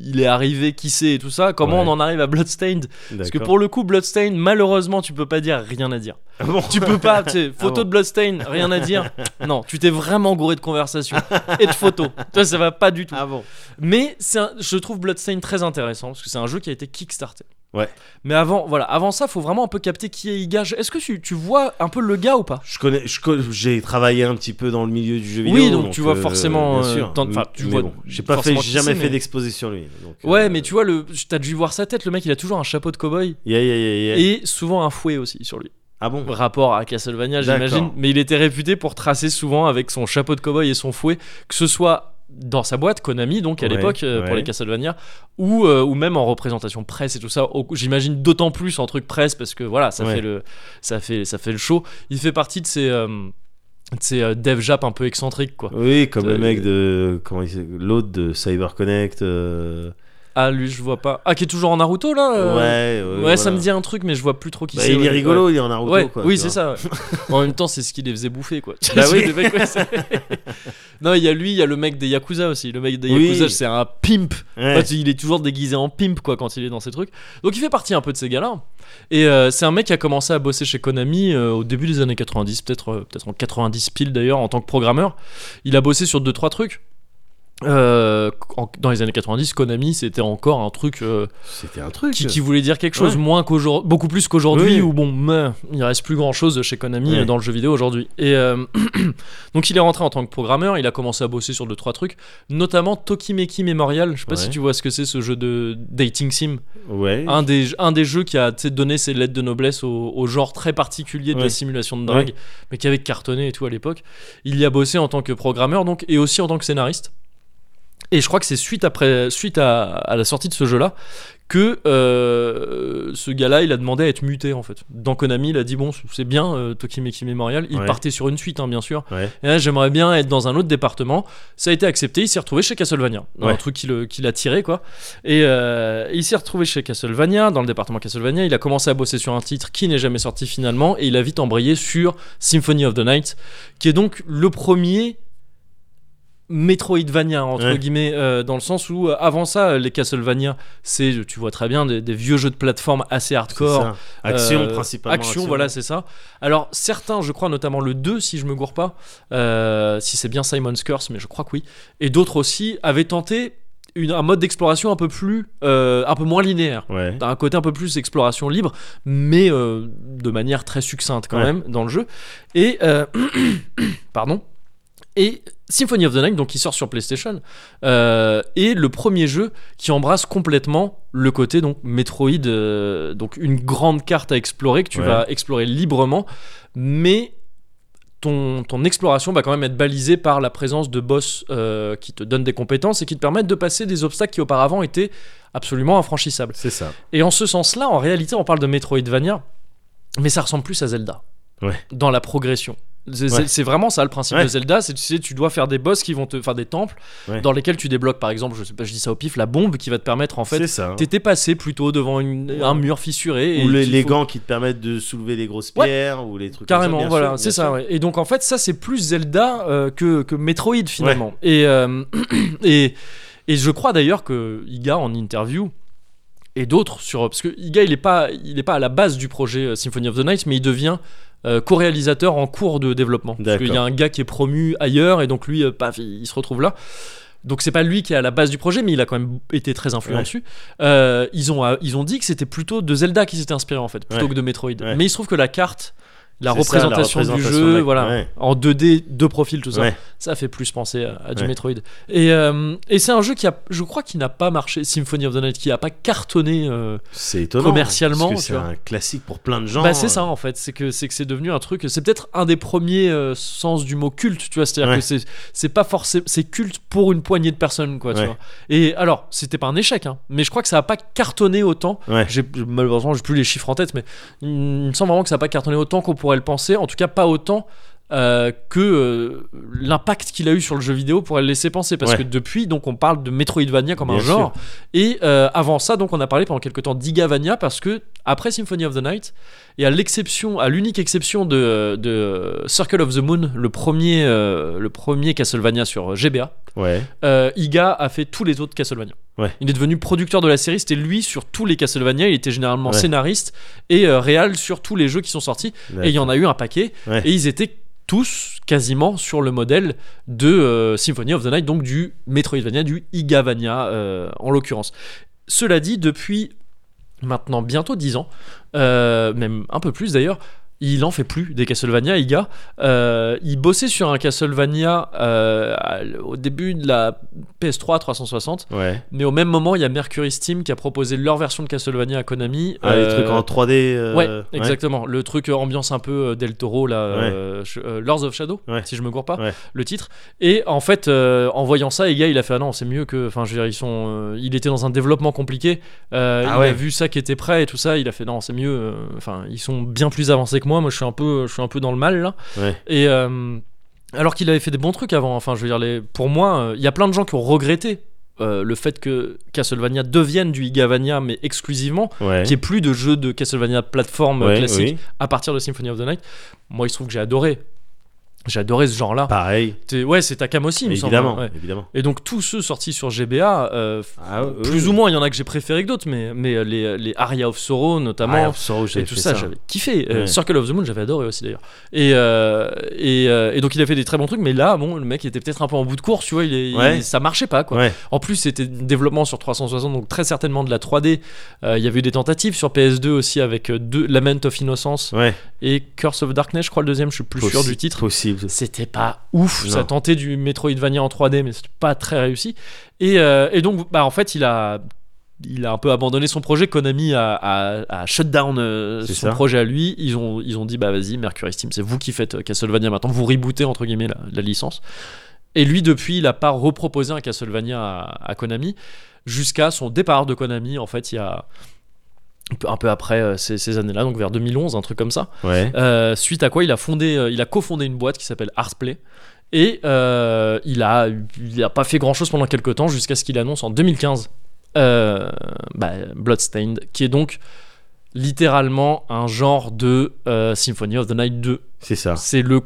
A: il est arrivé, qui c'est et tout ça, comment
B: Ouais.
A: on en arrive à Bloodstained. Parce que pour le coup, Bloodstained, malheureusement, tu peux pas dire rien à dire.
B: Ah
A: Tu peux pas, tu sais, photo
B: bon
A: de Bloodstained, rien à dire. Non, tu t'es vraiment gouré de conversation et de photos. Toi, ça va pas du tout.
B: Ah bon.
A: Mais c'est un- je trouve Bloodstained très intéressant parce que c'est un jeu qui a été kickstarté.
B: Ouais.
A: Mais avant, voilà, avant ça, faut vraiment un peu capter qui est Iga. Je- Est-ce que tu, tu vois un peu le gars ou pas
B: Je connais, je connais- j'ai travaillé un petit peu dans le milieu du jeu
A: Oui,
B: vidéo.
A: donc tu vois forcément,
B: bien
A: euh,
B: sûr.
A: t'en- enfin, tu
B: Mais
A: vois
B: bon, j'ai pas fait,
A: forcément
B: j'ai
A: qui
B: jamais
A: c'est,
B: fait
A: mais-
B: d'exposé sur lui. donc,
A: Ouais,
B: euh,
A: mais tu vois, le, t'as dû voir sa tête. Le mec, il a toujours un chapeau de cowboy
B: yeah, yeah, yeah, yeah.
A: et souvent un fouet aussi sur lui.
B: Ah bon.
A: Rapport à Castlevania,
B: D'accord.
A: j'imagine. Mais il était réputé pour tracer souvent avec son chapeau de cowboy et son fouet, que ce soit dans sa boîte Konami, donc à
B: Ouais,
A: l'époque euh,
B: ouais.
A: pour les Castlevania, ou, euh, ou même en représentation presse et tout ça. Au- J'imagine d'autant plus en truc presse parce que voilà, ça
B: Ouais.
A: fait le ça fait ça fait le show. Il fait partie de ces euh, de ces euh, dev jap un peu excentriques quoi.
B: Oui, comme
A: Euh,
B: le mec de comment il s'appelle- l'autre de CyberConnect. euh,
A: Ah lui je vois pas. Ah qui est toujours en Naruto là. euh,
B: ouais,
A: Ouais,
B: ouais,
A: ça
B: voilà.
A: me dit un truc mais je vois plus trop qui
B: Bah,
A: c'est.
B: il
A: ouais.
B: est rigolo, il est en Naruto.
A: Ouais,
B: quoi,
A: oui,
B: tu
A: c'est
B: vois.
A: ça. en même temps, c'est ce qui les faisait bouffer, quoi.
B: Bah oui.
A: Le mec, ouais, c'est- non, il y a lui, il y a le mec des Yakuza aussi. Le mec des
B: Oui.
A: Yakuza, c'est un pimp.
B: Ouais.
A: Enfin, tu- il est toujours déguisé en pimp, quoi, quand il est dans ces trucs. Donc, il fait partie un peu de ces gars-là. Et euh, c'est un mec qui a commencé à bosser chez Konami euh, au début des années 90, peut-être euh, peut-être en 90 pile d'ailleurs, en tant que programmeur. Il a bossé sur deux trois trucs. Euh, en- dans les années 90, Konami c'était encore un truc euh,
B: C'était un truc.
A: qui, qui voulait dire quelque chose
B: Ouais.
A: moins qu'aujourd'hui, beaucoup plus qu'aujourd'hui,
B: Oui.
A: où bon, meh, il reste plus grand chose chez Konami
B: Ouais.
A: euh, dans le jeu vidéo aujourd'hui. Et euh, donc il est rentré en tant que programmeur, il a commencé à bosser sur deux trois trucs, notamment Tokimeki Memorial. Je sais pas
B: Ouais.
A: si tu vois ce que c'est ce jeu de dating sim,
B: Ouais.
A: un des un des jeux qui a tu sais, donné ses lettres de noblesse au, au genre très particulier de la
B: Ouais.
A: simulation de drague, mais qui avait cartonné et tout à l'époque. Il y a bossé en tant que programmeur donc et aussi en tant que scénariste. Et je crois que c'est suite, après, suite à, à la sortie de ce jeu-là que euh, ce gars-là, il a demandé à être muté en fait. Dans Konami, il a dit bon, c'est bien euh, Tokimeki Memorial. Il
B: Ouais.
A: partait sur une suite, hein, bien sûr.
B: Ouais.
A: Et là, j'aimerais bien être dans un autre département. Ça a été accepté. Il s'est retrouvé chez Castlevania, Dans un
B: Ouais.
A: truc qui le- qui l'a tiré quoi. Et euh, il s'est retrouvé chez Castlevania, dans le département Castlevania. Il a commencé à bosser sur un titre qui n'est jamais sorti finalement, et il a vite embrayé sur Symphony of the Night, qui est donc le premier Metroidvania entre
B: Ouais.
A: guillemets euh, dans le sens où euh, avant ça euh, les Castlevania c'est tu vois très bien des, des vieux jeux de plateforme assez hardcore
B: ça. Action
A: euh,
B: principalement.
A: Action, voilà, c'est ça. Alors, certains, je crois, notamment le 2, si je me gourre pas, euh, si c'est bien Simon's Curse, mais je crois que oui, et d'autres aussi, avaient tenté une- un mode d'exploration un peu plus. euh, un peu moins linéaire.
B: Ouais.
A: Un côté un peu plus exploration libre, mais euh, de manière très succincte quand
B: Ouais.
A: même dans le jeu. Et. euh, pardon. Et Symphony of the Night, donc qui sort sur PlayStation, euh, est le premier jeu qui embrasse complètement le côté donc Metroid, euh, donc une grande carte à explorer que tu
B: Ouais.
A: vas explorer librement, mais ton, ton exploration va quand même être balisée par la présence de boss euh, qui te donnent des compétences et qui te permettent de passer des obstacles qui auparavant étaient absolument infranchissables.
B: C'est ça.
A: Et en ce sens-là, en réalité, on parle de Metroidvania, mais ça ressemble plus à Zelda.
B: Ouais.
A: Dans la progression. C'est
B: Ouais.
A: c'est vraiment ça le principe
B: Ouais.
A: de Zelda, c'est tu sais, tu dois faire des boss qui vont te faire des temples
B: Ouais.
A: dans lesquels tu débloques par exemple, je sais pas, je dis ça au pif, la bombe qui va te permettre en fait.
B: c'est ça. hein.
A: T'étais passé plutôt devant une- un mur fissuré.
B: Ou
A: et
B: les,
A: qu'il
B: les
A: faut-
B: gants qui te permettent de soulever les grosses
A: Ouais.
B: pierres ou les trucs.
A: Carrément,
B: comme ça, bien sûr,
A: voilà,
B: bien
A: c'est ça.
B: sûr.
A: ouais. Et donc en fait, ça c'est plus Zelda euh, que, que Metroid finalement. Et, euh, et, et je crois d'ailleurs que Iga en interview et d'autres sur parce que Iga il est pas il est pas à la base du projet euh, Symphony of the Night, mais il devient euh, co-réalisateur en cours de développement. Parce
B: D'accord.
A: qu'il y a un gars qui est promu ailleurs et donc lui, euh, paf, il il se retrouve là. Donc c'est pas lui qui est à la base du projet, mais il a quand même été très influent
B: Ouais.
A: dessus. Euh, ils, ont, euh, ils ont dit que c'était plutôt de Zelda qui s'était inspiré en fait, plutôt
B: Ouais.
A: que de Metroid.
B: Ouais.
A: Mais il se trouve que la carte, la
B: C'est ça, la
A: représentation,
B: représentation
A: du jeu,
B: de la-
A: voilà,
B: ouais.
A: en 2D, deux profils, tout ça,
B: Ouais.
A: ça fait plus penser à, à du
B: Ouais.
A: Metroid. Et, euh, et c'est un jeu qui a, je crois, qui n'a pas marché, Symphony of the Night, qui n'a pas cartonné. euh,
B: C'est étonnant.
A: Commercialement,
B: parce que
A: tu
B: c'est
A: vois.
B: un classique pour plein de gens.
A: bah, c'est ça en fait, c'est que c'est que c'est devenu un truc. C'est peut-être un des premiers euh, sens du mot culte, tu vois. C'est-à-dire
B: Ouais.
A: que c'est c'est pas forcément c'est culte pour une poignée de personnes, quoi. Tu
B: Ouais.
A: vois. Et alors, c'était pas un échec, hein, mais je crois que ça a pas cartonné autant.
B: Ouais.
A: J'ai malheureusement j'ai plus les chiffres en tête, mais il me semble vraiment que ça a pas cartonné autant qu'on pourrait le penser. En tout cas, pas autant. euh, que euh, l'impact qu'il a eu sur le jeu vidéo pourrait le laisser penser parce
B: Ouais.
A: que depuis donc on parle de Metroidvania comme un
B: Bien
A: genre et euh, avant ça donc on a parlé pendant quelques temps d'Igavania parce que après Symphony of the Night et à l'exception, à l'unique exception de, de Circle of the Moon, le premier, euh, le premier Castlevania sur GBA,
B: Ouais.
A: euh, Iga a fait tous les autres Castlevania.
B: Ouais.
A: Il est devenu producteur de la série, c'était lui sur tous les Castlevania, il était généralement
B: Ouais.
A: scénariste et euh, réal sur tous les jeux qui sont sortis, et il y en a eu un paquet,
B: Ouais.
A: et ils étaient tous quasiment sur le modèle de euh, Symphony of the Night, donc du Metroidvania, du Igavania euh, en l'occurrence. Cela dit, depuis maintenant bientôt 10 ans, euh, même un peu plus d'ailleurs, il en fait plus des Castlevania, Iga. Euh, il bossait sur un Castlevania euh, à- au début de la PS3 360,
B: Ouais.
A: mais au même moment, il y a Mercury Steam qui a proposé leur version de Castlevania à Konami.
B: Ah, les
A: Euh,
B: trucs en 3D. euh,
A: Ouais, exactement. Le truc euh, ambiance un peu euh, Del Toro, là, euh, ch- euh, Lords of Shadow,
B: Ouais.
A: si je me gourre pas,
B: Ouais.
A: le titre. Et en fait, euh, en voyant ça, les gars, il a fait ah non, c'est mieux que. Enfin, je veux dire, ils sont. euh, il était dans un développement compliqué. Euh,
B: Ah
A: il a
B: ouais.
A: vu ça qui était prêt et tout ça. Il a fait non, c'est mieux. euh, Enfin, ils sont bien plus avancés que moi. Moi, je suis un peu, je suis un peu dans le mal là.
B: Ouais.
A: Et euh, alors qu'il avait fait des bons trucs avant. Enfin, je veux dire, les, pour moi, euh, il y a plein de gens qui ont regretté. euh, le fait que Castlevania devienne du Igavania mais exclusivement
B: Ouais.
A: qu'il n'y ait plus de jeux de Castlevania plateforme euh,
B: Ouais,
A: classique
B: oui.
A: à partir de Symphony of the Night. Moi, il se trouve que j'ai adoré. J'ai adoré ce genre-là.
B: Pareil.
A: T'es- Ouais, c'est Takam aussi, il me semble.
B: Évidemment.
A: Ouais.
B: Évidemment.
A: Et donc, tous ceux sortis sur GBA, euh,
B: Ah, oui,
A: plus
B: oui.
A: ou moins, il y en a que j'ai préféré que d'autres, mais, mais euh, les, les Aria of Sorrow, notamment.
B: Ah, Sorrow, j'avais
A: et tout
B: fait
A: ça, j'avais kiffé. Euh,
B: Ouais.
A: Circle of the Moon, j'avais adoré aussi d'ailleurs. Et, euh, et, euh, et donc il a fait des très bons trucs, mais là, bon, le mec il était peut-être un peu en bout de course, tu vois, il, est-
B: Ouais.
A: il- ça marchait pas quoi.
B: Ouais.
A: En plus, c'était un développement sur 360, donc très certainement de la 3D. Euh, il y avait eu des tentatives sur PS2 aussi avec euh, deux, Lament of Innocence
B: Ouais.
A: et Curse of Darkness, je crois le deuxième, je suis plus sûr
B: Possi-
A: du titre.
B: Possible.
A: C'était pas ouf,
B: Non.
A: ça tentait du Metroidvania en 3D, mais c'était pas très réussi. Et, euh, et donc, bah, en fait, il a, il a un peu abandonné son projet. Konami a, a, a shut down euh, son
B: C'est ça.
A: projet à lui. Ils ont, ils ont dit, bah vas-y, Mercury Steam, c'est vous qui faites euh, Castlevania maintenant, vous rebootez entre guillemets la, la licence. Et lui, depuis, il a pas reproposé un Castlevania à, à Konami jusqu'à son départ de Konami, en fait, il y a un peu- un peu après euh, ces, ces années-là, donc vers 2011, un truc comme ça.
B: Ouais.
A: Euh, suite à quoi il a fondé, euh, il a cofondé une boîte qui s'appelle Artplay. Et euh, il a, il a pas fait grand chose pendant quelques temps jusqu'à ce qu'il annonce en 2015 euh, bah, Bloodstained, qui est donc littéralement un genre de euh, Symphony of the Night 2.
B: C'est ça.
A: C'est le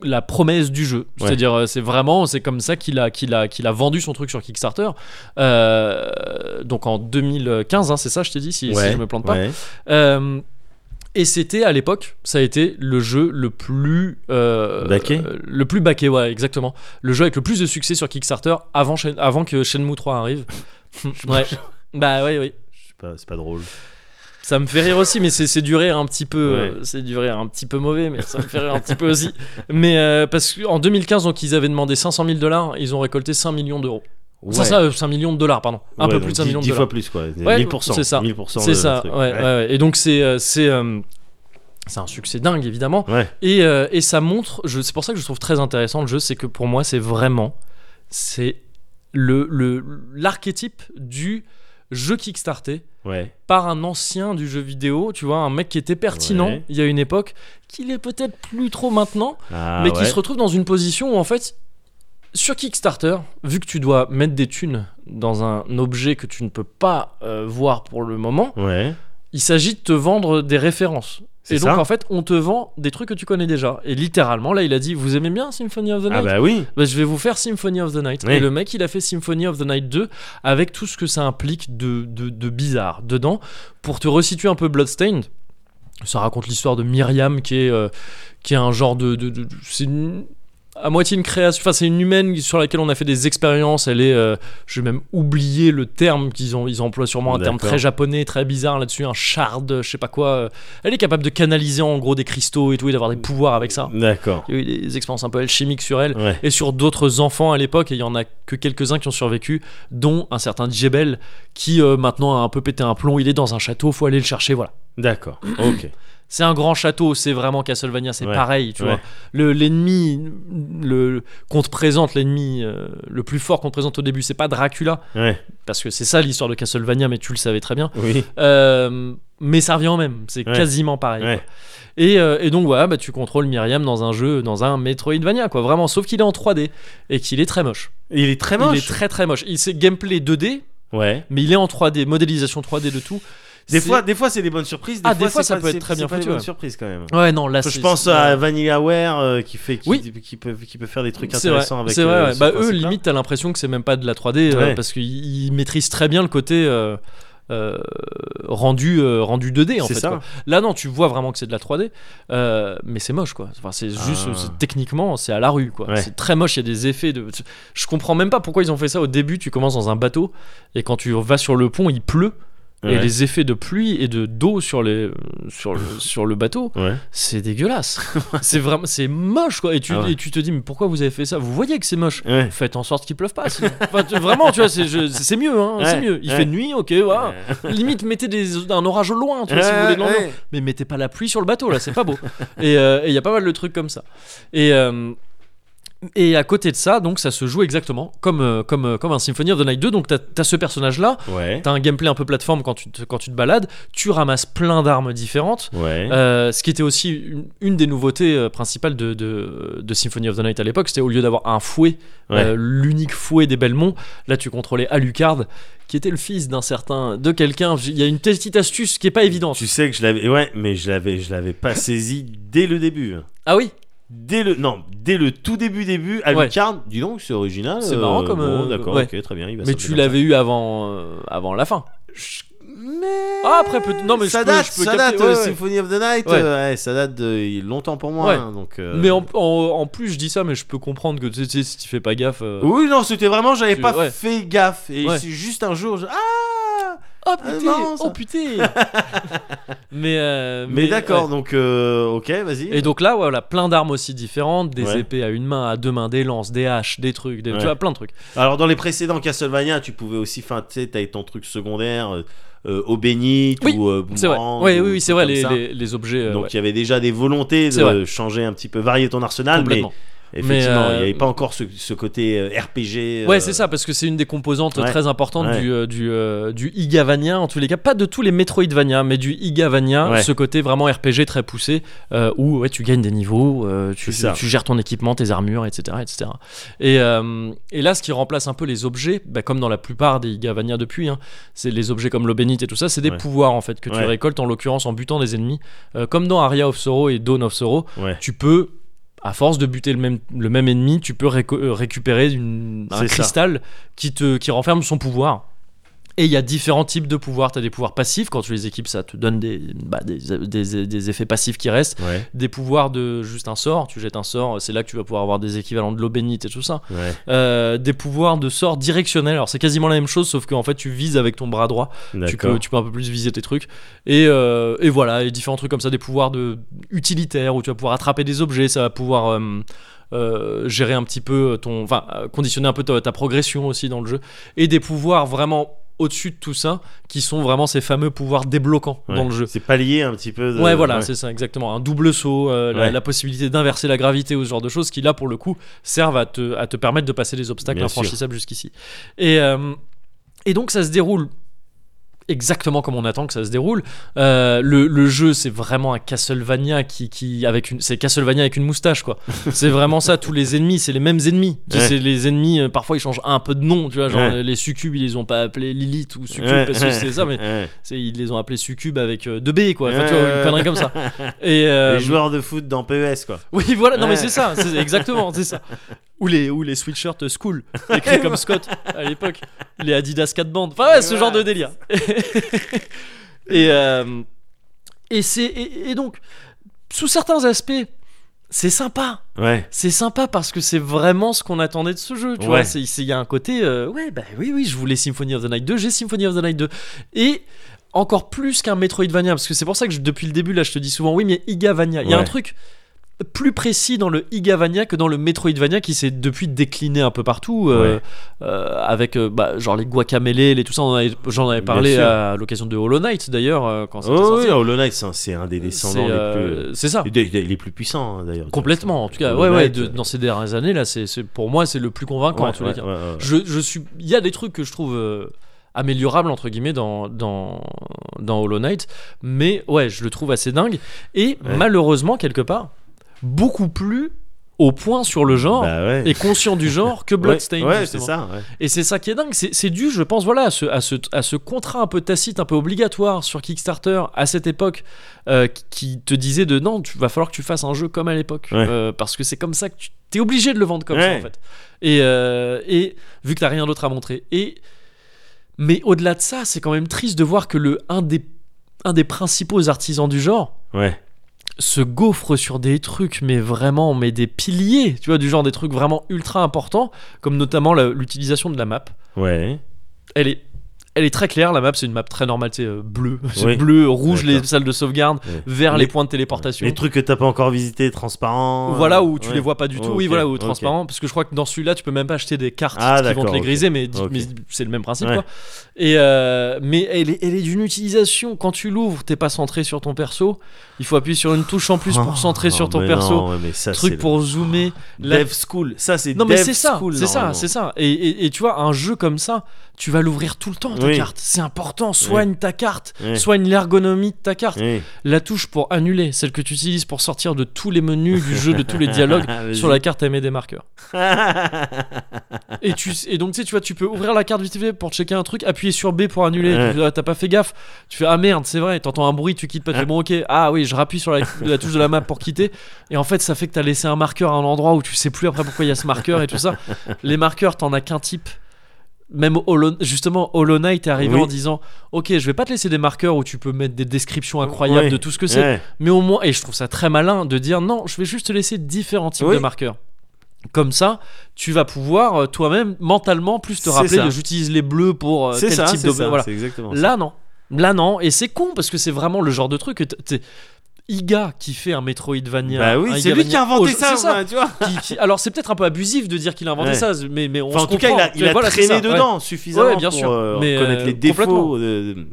A: la promesse du jeu.
B: Ouais.
A: C'est-à-dire, euh, c'est vraiment, c'est comme ça qu'il a, qu'il a, qu'il a vendu son truc sur Kickstarter. Euh, donc en 2015, hein, c'est ça, je t'ai dit, si, si
B: Ouais,
A: je me plante pas.
B: ouais.
A: Euh, et c'était à l'époque, ça a été le jeu le plus euh,
B: Backé
A: euh, le plus backé, ouais, exactement. Le jeu avec le plus de succès sur Kickstarter avant, Shen- avant que Shenmue 3 arrive. ouais. Bah oui, oui.
B: C'est pas, c'est pas drôle.
A: Ça me fait rire aussi, mais c'est c'est du rire un petit peu, euh,
B: Ouais.
A: c'est du rire un petit peu mauvais, mais ça me fait rire un petit peu aussi. Mais euh, parce qu'en 2015, donc ils avaient demandé 500 000 dollars, ils ont récolté 5 millions d'euros. Ça, ça, euh, 5 millions de dollars, pardon. Un
B: Ouais,
A: peu
B: donc
A: plus de 5
B: dix-
A: millions de
B: dix
A: dollars.
B: fois plus, quoi.
A: Ouais,
B: 1000%.
A: c'est ça.
B: 1000%
A: C'est
B: de
A: ça,
B: truc.
A: ouais, ouais, ouais. Et donc c'est euh, c'est euh, c'est un succès dingue évidemment.
B: Ouais.
A: Et, euh, et ça montre, je- c'est pour ça que je trouve très intéressant le jeu, c'est que pour moi c'est vraiment c'est le le- l'archétype du jeu Kickstarter
B: Ouais.
A: par un ancien du jeu vidéo, tu vois, un mec qui était pertinent
B: Ouais.
A: il y a une époque, qu'il est peut-être plus trop maintenant,
B: Ah,
A: mais
B: ouais.
A: qui se retrouve dans une position où en fait, sur Kickstarter, vu que tu dois mettre des thunes dans un objet que tu ne peux pas euh, voir pour le moment,
B: Ouais.
A: il s'agit de te vendre des références.
B: C'est
A: Et donc
B: ça
A: en fait, on te vend des trucs que tu connais déjà. Et littéralement, là, il a dit, vous aimez bien Symphony of the Night
B: Ah bah oui.
A: bah, je vais vous faire Symphony of the Night.
B: Oui.
A: Et le mec, il a fait Symphony of the Night 2 avec tout ce que ça implique de, de, de bizarre dedans. Pour te resituer un peu Bloodstained, ça raconte l'histoire de Myriam qui est, euh, qui est un genre de. de- de- de- c'est une- à moitié une création. Enfin, c'est une humaine sur laquelle on a fait des expériences. Elle est. euh, je vais même oublier le terme qu'ils ont. Ils emploient sûrement un terme
B: D'accord.
A: très japonais, très bizarre là-dessus. Un shard, je sais pas quoi. euh. Elle est capable de canaliser en gros des cristaux et tout et d'avoir des pouvoirs avec ça.
B: D'accord.
A: Il y a eu des expériences un peu alchimiques sur elle
B: Ouais.
A: et sur d'autres enfants à l'époque, et il y en a que quelques-uns qui ont survécu, dont un certain Djebel, qui euh, maintenant a un peu pété un plomb, il est dans un château, faut aller le chercher, voilà.
B: D'accord. Ok.
A: C'est un grand château, c'est vraiment Castlevania, c'est
B: Ouais,
A: pareil, tu
B: ouais.
A: vois. Le- L'ennemi le, qu'on te présente, l'ennemi euh, le plus fort qu'on te présente au début, c'est pas Dracula,
B: Ouais.
A: parce que c'est ça l'histoire de Castlevania, mais tu le savais très bien.
B: Oui.
A: Euh, mais ça revient en même, c'est
B: Ouais.
A: quasiment pareil.
B: Ouais.
A: quoi. Et, euh, et donc voilà, bah, tu contrôles Myriam dans un jeu, dans un Metroidvania, quoi, vraiment, sauf qu'il est en 3D et qu'il est très moche.
B: Il est très
A: Il
B: moche.
A: est très très moche. Il c'est gameplay 2D,
B: Ouais.
A: mais il est en 3D, modélisation 3D de tout.
B: Des
A: C'est-
B: fois, des fois c'est des bonnes surprises. Des
A: Ah,
B: fois,
A: des fois,
B: c'est
A: ça
B: pas-
A: peut être
B: c'est-
A: très
B: c'est
A: bien
B: pas
A: fait,
B: des bonnes
A: ouais.
B: surprises quand même.
A: Ouais, non, là
B: je
A: c'est-
B: pense
A: c'est-
B: à VanillaWare euh, qui fait qui,
A: Oui.
B: qui peut qui peut faire des trucs
A: C'est vrai,
B: intéressants avec
A: c'est vrai,
B: euh,
A: ouais.
B: ce
A: bah, eux
B: principe-là.
A: limite t'as l'impression que c'est même pas de la 3D euh,
B: Ouais.
A: parce qu'ils ils maîtrisent très bien le côté euh, euh, rendu euh, rendu 2D en
B: C'est
A: fait
B: ça.
A: quoi. là non tu vois vraiment que c'est de la 3D euh, mais c'est moche quoi enfin c'est juste
B: Ah.
A: c'est- techniquement c'est à la rue quoi
B: Ouais.
A: c'est très moche il y a des effets de je comprends même pas pourquoi ils ont fait ça au début tu commences dans un bateau et quand tu vas sur le pont il pleut et
B: Ouais.
A: les effets de pluie et de d'eau sur les sur le, sur le bateau
B: Ouais.
A: c'est dégueulasse c'est vraiment c'est moche quoi et tu
B: Ah ouais.
A: et tu te dis mais pourquoi vous avez fait ça vous voyez que c'est moche
B: Ouais.
A: faites en sorte qu'il pleuve pas sinon. Enfin, tu- vraiment tu vois c'est je- c'est mieux hein, c'est
B: Ouais,
A: mieux il
B: ouais.
A: fait nuit ok voilà. limite mettez des, un orage au loin tu vois, si vous voulez de l'ambiance.
B: Ouais.
A: mais mettez pas la pluie sur le bateau là c'est pas beau et euh, et il y a pas mal de trucs comme ça et euh, et à côté de ça, donc ça se joue exactement comme, euh, comme, euh, comme un Symphony of the Night 2. Donc t'as as ce personnage là,
B: Ouais.
A: t'as un gameplay un peu plateforme quand tu te, quand tu te balades, tu ramasses plein d'armes différentes.
B: Ouais.
A: Euh, ce qui était aussi une, une des nouveautés euh, principales de, de, de Symphony of the Night à l'époque, c'était au lieu d'avoir un fouet,
B: Ouais.
A: euh, l'unique fouet des Belmont, là tu contrôlais Alucard, qui était le fils d'un certain, de quelqu'un. J- Il y a une petite astuce qui est pas évidente.
B: Tu sais que je l'avais ouais, mais je l'avais je l'avais pas saisi dès le début.
A: Ah oui,
B: Dès le non, dès le tout début début, Alucard, dis donc c'est original.
A: C'est
B: euh,
A: marrant comme,
B: bon,
A: euh,
B: d'accord,
A: ouais.
B: OK, très bien, il va
A: mais
B: s'appeler
A: tu
B: comme
A: l'avais eu avant, euh, avant la fin.
B: ça. Je- Mais
A: Ah, après, peut- non, mais
B: ça
A: je peux-
B: date,
A: je peux
B: ça
A: capter,
B: date euh,
A: ouais, ouais.
B: Symphony of the Night,
A: Ouais.
B: euh, ouais, ça date de longtemps pour moi
A: Ouais.
B: hein, donc euh,
A: Mais en, en- en plus, je dis ça, mais je peux comprendre que tu sais, si tu fais pas gaffe. euh,
B: Oui, non, c'était vraiment j'avais
A: Tu-
B: pas
A: ouais.
B: fait gaffe et
A: Ouais.
B: c'est juste un jour je- ah
A: Oh
B: euh,
A: putain,
B: marrant, ça.
A: oh putain. mais euh,
B: mais, d'accord,
A: ouais.
B: donc euh, OK, vas-y.
A: Et donc là, voilà, plein d'armes aussi différentes, des
B: Ouais.
A: épées à une main, à deux mains, des lances, des haches, des trucs, des,
B: Ouais.
A: tu vois, plein de trucs.
B: Alors dans les précédents Castlevania, tu pouvais aussi, enfin, tu sais, t'avais ton truc secondaire, euh, euh, au bénite
A: Oui,
B: ou euh,
A: C'est vrai.
B: boomerang,
A: Oui,
B: ou
A: oui, oui,
B: des
A: c'est
B: trucs
A: vrai,
B: comme
A: les,
B: ça.
A: les- les objets. euh,
B: Donc
A: ouais,
B: il y avait déjà des volontés
A: C'est
B: de
A: vrai.
B: changer un petit peu, varier ton arsenal, mais
A: complètement.
B: effectivement,
A: Mais, euh,
B: il n'y avait pas encore ce, ce côté euh, RPG. euh,
A: Ouais, c'est ça, parce que c'est une des composantes
B: ouais.
A: très importantes
B: Ouais.
A: du, euh, du, euh, du Igavania, en tous les cas. Pas de tous les Metroidvania, mais du Igavania,
B: Ouais.
A: ce côté vraiment RPG très poussé, euh, où ouais, tu gagnes des niveaux, euh, tu,
B: C'est ça.
A: tu gères ton équipement, tes armures, etc. etc. Et, euh, et là, ce qui remplace un peu les objets, bah, comme dans la plupart des Igavania depuis, hein, c'est les objets comme l'obénite et tout ça, c'est des
B: Ouais.
A: pouvoirs en fait que tu
B: Ouais.
A: récoltes en l'occurrence en butant des ennemis. Euh, comme dans Aria of Sorrow et Dawn of Sorrow,
B: Ouais.
A: tu peux à force de buter le même, le même ennemi, tu peux réco- euh, récupérer une- un
B: C'est ça.
A: cristal qui, te, qui renferme son pouvoir. Et il y a différents types de pouvoirs. Tu as des pouvoirs passifs, quand tu les équipes, ça te donne des, bah, des, des- des effets passifs qui restent.
B: Ouais,
A: Des pouvoirs de juste un sort, tu jettes un sort, c'est là que tu vas pouvoir avoir des équivalents de l'eau bénite et tout ça.
B: ouais.
A: Euh, des pouvoirs de sort directionnels, alors c'est quasiment la même chose, sauf qu'en fait tu vises avec ton bras droit tu peux,
B: D'accord.
A: tu peux un peu plus viser tes trucs. Et, euh, et voilà, et différents trucs comme ça, des pouvoirs de, utilitaires où tu vas pouvoir attraper des objets, ça va pouvoir euh, euh, gérer un petit peu ton. Enfin, euh, conditionner un peu ta, ta progression aussi dans le jeu. Et des pouvoirs vraiment au-dessus de tout ça, qui sont vraiment ces fameux pouvoirs débloquants
B: Ouais.
A: dans le jeu.
B: C'est pallier un petit peu. de-
A: Ouais, voilà, c'est ça, exactement. Un double saut, euh, la,
B: Ouais.
A: la possibilité d'inverser la gravité ou ce genre de choses qui, là, pour le coup, servent à te, à te permettre de passer des obstacles
B: Bien
A: infranchissables jusqu'ici. Et, euh, et donc, ça se déroule exactement comme on attend que ça se déroule. Euh, le, le jeu, c'est vraiment un Castlevania qui, qui avec une, c'est Castlevania avec une moustache, quoi. c'est vraiment ça. Tous les ennemis, c'est les mêmes ennemis. Tu sais,
B: Ouais.
A: C'est les ennemis. euh, parfois, ils changent un peu de nom, tu vois. Genre
B: Ouais.
A: euh, les succubes, ils les ont pas appelés Lilith ou succube
B: Ouais,
A: parce que
B: ouais,
A: c'est ça, mais
B: ouais.
A: c'est- ils les ont appelés succubes avec euh, deux B quoi enfin, tu vois,
B: Ouais,
A: une
B: ouais,
A: connerie
B: ouais.
A: comme ça et euh,
B: Les joueurs de foot dans
A: E
B: PES, quoi.
A: oui voilà non mais
B: Ouais.
A: c'est ça c'est exactement c'est ça ou les ou les sweatshirts school écrits comme Scott à l'époque les Adidas 4 bandes enfin ouais, ce genre de délire et euh, et c'est et, et donc sous certains aspects c'est sympa
B: Ouais.
A: c'est sympa parce que c'est vraiment ce qu'on attendait de ce jeu. Tu
B: Ouais.
A: vois, C'est- c'est- il y a un côté, euh, ouais, bah oui, oui, je voulais Symphony of the Night 2, j'ai Symphony of the Night 2. Et encore plus qu'un Metroidvania, parce que c'est pour ça que je- depuis le début, là, je te dis souvent, oui, mais Igavania. Il y a
B: Ouais.
A: un truc plus précis dans le Igavania que dans le Metroidvania qui s'est depuis décliné un peu partout euh,
B: Ouais.
A: euh, avec euh, bah, genre les guacamelee les tout ça on en avait- j'en avais parlé
B: sûr.
A: à l'occasion de Hollow Knight d'ailleurs euh, quand c'était
B: Oh,
A: sorti. Euh,
B: oui, Hollow Knight, c'est un- c'est un des
A: c'est
B: descendants les plus.
A: euh, c'est ça
B: Il est- il est- il est plus puissant hein, d'ailleurs.
A: Complètement, en tout cas,
B: Hollow
A: ouais, ouais,
B: Knight,
A: de-
B: euh,
A: dans ces dernières années là, c'est, c'est- pour moi c'est le plus convaincant
B: ouais,
A: en tous
B: ouais,
A: les cas.
B: ouais, ouais, ouais.
A: Je, je suis, il y a des trucs que je trouve euh, améliorables entre guillemets dans, dans dans Hollow Knight, mais ouais, je le trouve assez dingue et
B: Ouais.
A: malheureusement quelque part beaucoup plus au point sur le genre.
B: Bah ouais.
A: Et conscient du genre que
B: Ouais,
A: Bloodstained.
B: Ouais, c'est
A: justement.
B: ça. ouais.
A: Et c'est ça qui est dingue. C'est, c'est dû, je pense, voilà, à ce, à, ce, à ce contrat un peu tacite, un peu obligatoire sur Kickstarter à cette époque euh, qui te disait de non, tu va falloir que tu fasses un jeu comme à l'époque.
B: Ouais.
A: Euh, parce que c'est comme ça que tu es obligé de le vendre comme ça,
B: Ouais.
A: en fait. Et, euh, et vu que tu rien d'autre à montrer. Et, mais au-delà de ça, c'est quand même triste de voir que le, un, des, un des principaux artisans du genre
B: Ouais.
A: se gaufre sur des trucs, mais vraiment, mais des piliers, tu vois, du genre des trucs vraiment ultra importants, comme notamment la- l'utilisation de la map
B: Ouais.
A: elle est elle est très claire la map c'est une map très normale c'est bleu c'est
B: Oui.
A: bleu rouge les
B: D'accord.
A: salles de sauvegarde
B: Ouais.
A: vers les,
B: Les-
A: points de téléportation
B: Les trucs que t'as pas encore visités, transparents.
A: voilà
B: euh,
A: où tu
B: ouais.
A: les vois pas du
B: Oh,
A: tout oui
B: ok,
A: voilà où
B: ok.
A: transparent parce que je crois que dans celui-là tu peux même pas acheter des cartes
B: Ah,
A: qui vont te
B: d'accord,
A: les
B: ok.
A: griser mais, dis-
B: Ok.
A: mais c'est le même principe
B: Ouais.
A: quoi et euh, mais elle est, elle est d'une utilisation quand tu l'ouvres t'es pas centré sur ton perso il faut appuyer sur une touche en plus
B: Oh,
A: pour centrer sur ton
B: mais
A: perso
B: non, ouais, mais ça, c'est
A: truc
B: le-
A: pour zoomer la-
B: Dev School. Ça, c'est
A: non mais
B: Dev
A: c'est ça,
B: School,
A: c'est ça,
B: normalement.
A: c'est ça. Et, et- et tu vois, un jeu comme ça, tu vas l'ouvrir tout le temps ta
B: Oui.
A: carte. C'est important. Soigne ta carte,
B: Oui.
A: soigne l'ergonomie de ta carte.
B: Oui.
A: La touche pour annuler, celle que tu utilises pour sortir de tous les menus du jeu, de tous les dialogues.
B: Vas-y.
A: Sur la carte, elle met des marqueurs. et, tu, et donc, tu sais, tu vois, tu peux ouvrir la carte vite fait pour checker un truc, appuyer sur B pour annuler.
B: Ouais.
A: Tu fais, ah, T'as pas fait gaffe. Tu fais Ah merde, c'est vrai. T'entends un bruit, tu quittes pas. Tu fais Bon, ok. Ah oui, je rappuie sur la, la touche de la map pour quitter. Et en fait, ça fait que t'as laissé un marqueur à un endroit où tu sais plus après pourquoi il y a ce marqueur et tout ça. Les marqueurs, t'en as qu'un type. Même Hollow- justement, Hollow Knight est arrivé
B: Oui.
A: en disant Ok, je vais pas te laisser des marqueurs où tu peux mettre des descriptions incroyables
B: Ouais.
A: de tout ce que c'est.
B: Ouais.
A: Mais au moins, et je trouve ça très malin de dire non, je vais juste te laisser différents types
B: Oui.
A: de marqueurs. Comme ça, tu vas pouvoir euh, toi-même mentalement plus te
B: C'est
A: rappeler
B: ça.
A: de j'utilise les bleus pour euh,
B: C'est
A: tel
B: ça,
A: type
B: c'est
A: de
B: ça,
A: voilà.
B: c'est exactement ça.
A: Là non. Là non et c'est con parce que c'est vraiment le genre de truc que t- t'es Iga qui fait un Metroidvania.
B: Bah
A: un
B: oui, c'est lui
A: Igavania
B: qui a inventé
A: au-
B: ça,
A: c'est
B: enfin, tu vois.
A: qui- qui- alors c'est peut-être un peu abusif de dire qu'il a inventé
B: Ouais.
A: ça, mais mais on
B: Enfin,
A: se
B: en tout cas, il
A: comprend.
B: a, il a
A: Voilà, c'est
B: traîné
A: ça, ouais.
B: dedans suffisamment
A: Ouais, bien
B: pour
A: sûr.
B: euh,
A: Mais,
B: connaître
A: euh,
B: les
A: complètement.
B: défauts de,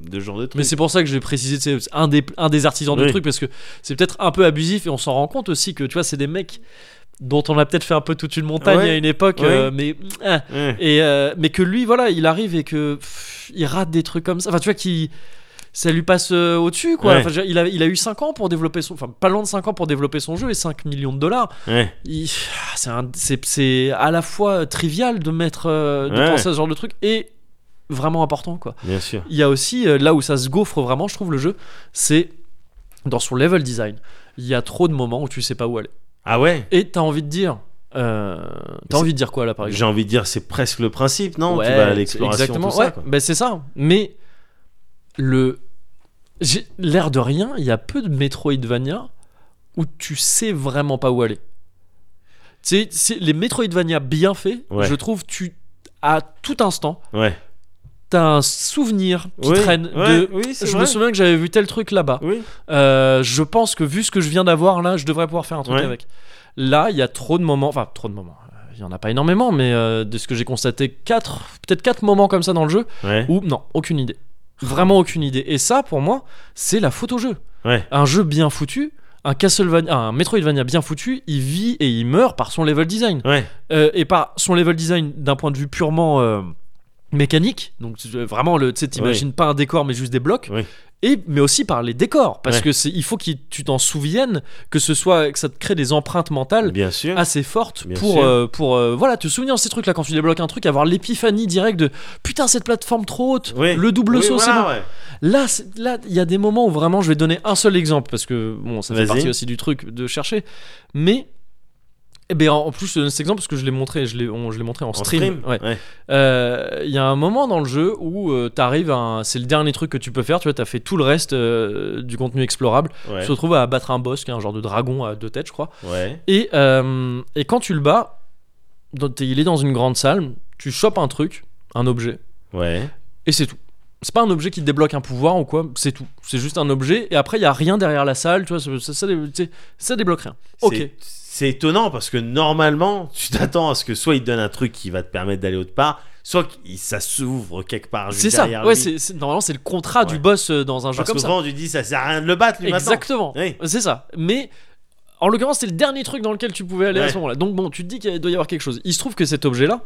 B: de- de ce genre de truc.
A: Mais c'est pour ça que je vais préciser, tu sais, un des, un des artisans du
B: Oui.
A: truc, parce que c'est peut-être un peu abusif et on s'en rend compte aussi que, tu vois, c'est des mecs dont on a peut-être fait un peu toute une montagne
B: Ouais.
A: à une époque,
B: Ouais.
A: euh, mais, euh,
B: Ouais.
A: et, euh, mais que lui, voilà, il arrive et que pff, il rate des trucs comme ça. Enfin, tu vois, qui. Ça lui passe euh, au-dessus, quoi.
B: Ouais.
A: Enfin, je veux dire, il, a, il a eu 5 ans pour développer son. Enfin, pas loin de 5 ans pour développer son jeu et 5 millions de dollars.
B: Ouais.
A: Il- c'est un- c'est c'est à la fois trivial de mettre euh, de
B: Ouais.
A: penser à ce genre de truc et vraiment important quoi
B: Bien sûr.
A: il y a aussi euh, là où ça se gaufre vraiment je trouve le jeu c'est dans son level design il y a trop de moments où tu sais pas où aller
B: Ah ouais
A: Et t'as envie de dire. euh, t'as
B: C'est-
A: envie de dire quoi là par exemple
B: J'ai envie de dire, c'est presque le principe, non Tu
A: Ouais,
B: vas à l'exploration,
A: exactement,
B: tout ça.
A: ouais.
B: quoi.
A: Ben, c'est ça. Mais le. j'ai- L'air de rien, il y a peu de Metroidvania où tu sais vraiment pas où aller. Tu sais, c'est- les Metroidvania bien faits,
B: Ouais.
A: je trouve, tu. À tout instant,
B: Ouais.
A: t'as un souvenir qui
B: Oui,
A: traîne
B: ouais,
A: de.
B: Oui, c'est
A: Je
B: vrai.
A: me souviens que j'avais vu tel truc là-bas.
B: Oui.
A: Euh, je pense que vu ce que je viens d'avoir là, je devrais pouvoir faire un truc
B: Ouais.
A: avec. Là, il y a trop de moments, enfin trop de moments. euh, Il y en a pas énormément, mais euh, de ce que j'ai constaté, quatre, peut-être quatre moments comme ça dans le jeu
B: Ouais.
A: où non, aucune idée, vraiment aucune idée. Et ça, pour moi, c'est la faute au jeu.
B: Ouais.
A: Un jeu bien foutu. Un, Castlevania, un Metroidvania bien foutu, il vit et il meurt par son level design.
B: Ouais.
A: Euh, et par son level design d'un point de vue purement euh, mécanique donc tu- euh, vraiment le tu sais, t'imagines pas un décor mais juste des blocs
B: Oui.
A: et mais aussi par les décors parce
B: Ouais.
A: que c'est il faut que tu t'en souviennes que ce soit que ça te crée des empreintes mentales
B: Bien sûr.
A: assez fortes
B: Bien
A: pour
B: sûr.
A: euh, pour euh, voilà te souvenir de ces trucs là quand tu débloques un truc avoir l'épiphanie directe de putain cette plateforme trop haute
B: Oui.
A: le double
B: Oui,
A: saut c'est
B: voilà,
A: bon
B: ouais.
A: là c'est- là il y a des moments où vraiment je vais donner un seul exemple parce que bon ça fait
B: Vas-y.
A: partie aussi du truc de chercher mais eh ben en en plus je donne cet exemple parce que je l'ai montré je l'ai on- je l'ai montré en,
B: En
A: stream,
B: stream.
A: ouais. Euh, il y a un moment dans le jeu où euh, t'arrives à un- c'est le dernier truc que tu peux faire tu vois t'as fait tout le reste euh, du contenu explorable
B: Ouais.
A: tu te retrouves à battre un boss qui est un genre de dragon à deux têtes je crois
B: Ouais.
A: et, euh, et quand tu le bats dans- t'es- il est dans une grande salle tu chopes un truc un objet
B: Ouais.
A: et c'est tout c'est pas un objet qui te débloque un pouvoir ou quoi c'est tout c'est juste un objet et après il y a rien derrière la salle tu vois ça, ça, ça, tu sais, ça débloque rien ok
B: C'est- C'est étonnant parce que normalement, tu t'attends à ce que soit il te donne un truc qui va te permettre d'aller autre part, soit qu'il- ça s'ouvre quelque part juste
A: c'est ça
B: derrière
A: ouais
B: lui.
A: c'est- c'est- normalement c'est le contrat du
B: Ouais.
A: boss euh, dans un jeu
B: Parce
A: comme
B: que
A: ça
B: vraiment, tu dis ça sert à rien de le battre lui
A: Exactement.
B: Oui.
A: C'est ça. Mais en l'occurrence, c'est le dernier truc dans lequel tu pouvais aller à
B: Ouais.
A: ce moment-là. Donc bon, tu te dis qu'il doit y avoir quelque chose. Il se trouve que cet objet-là,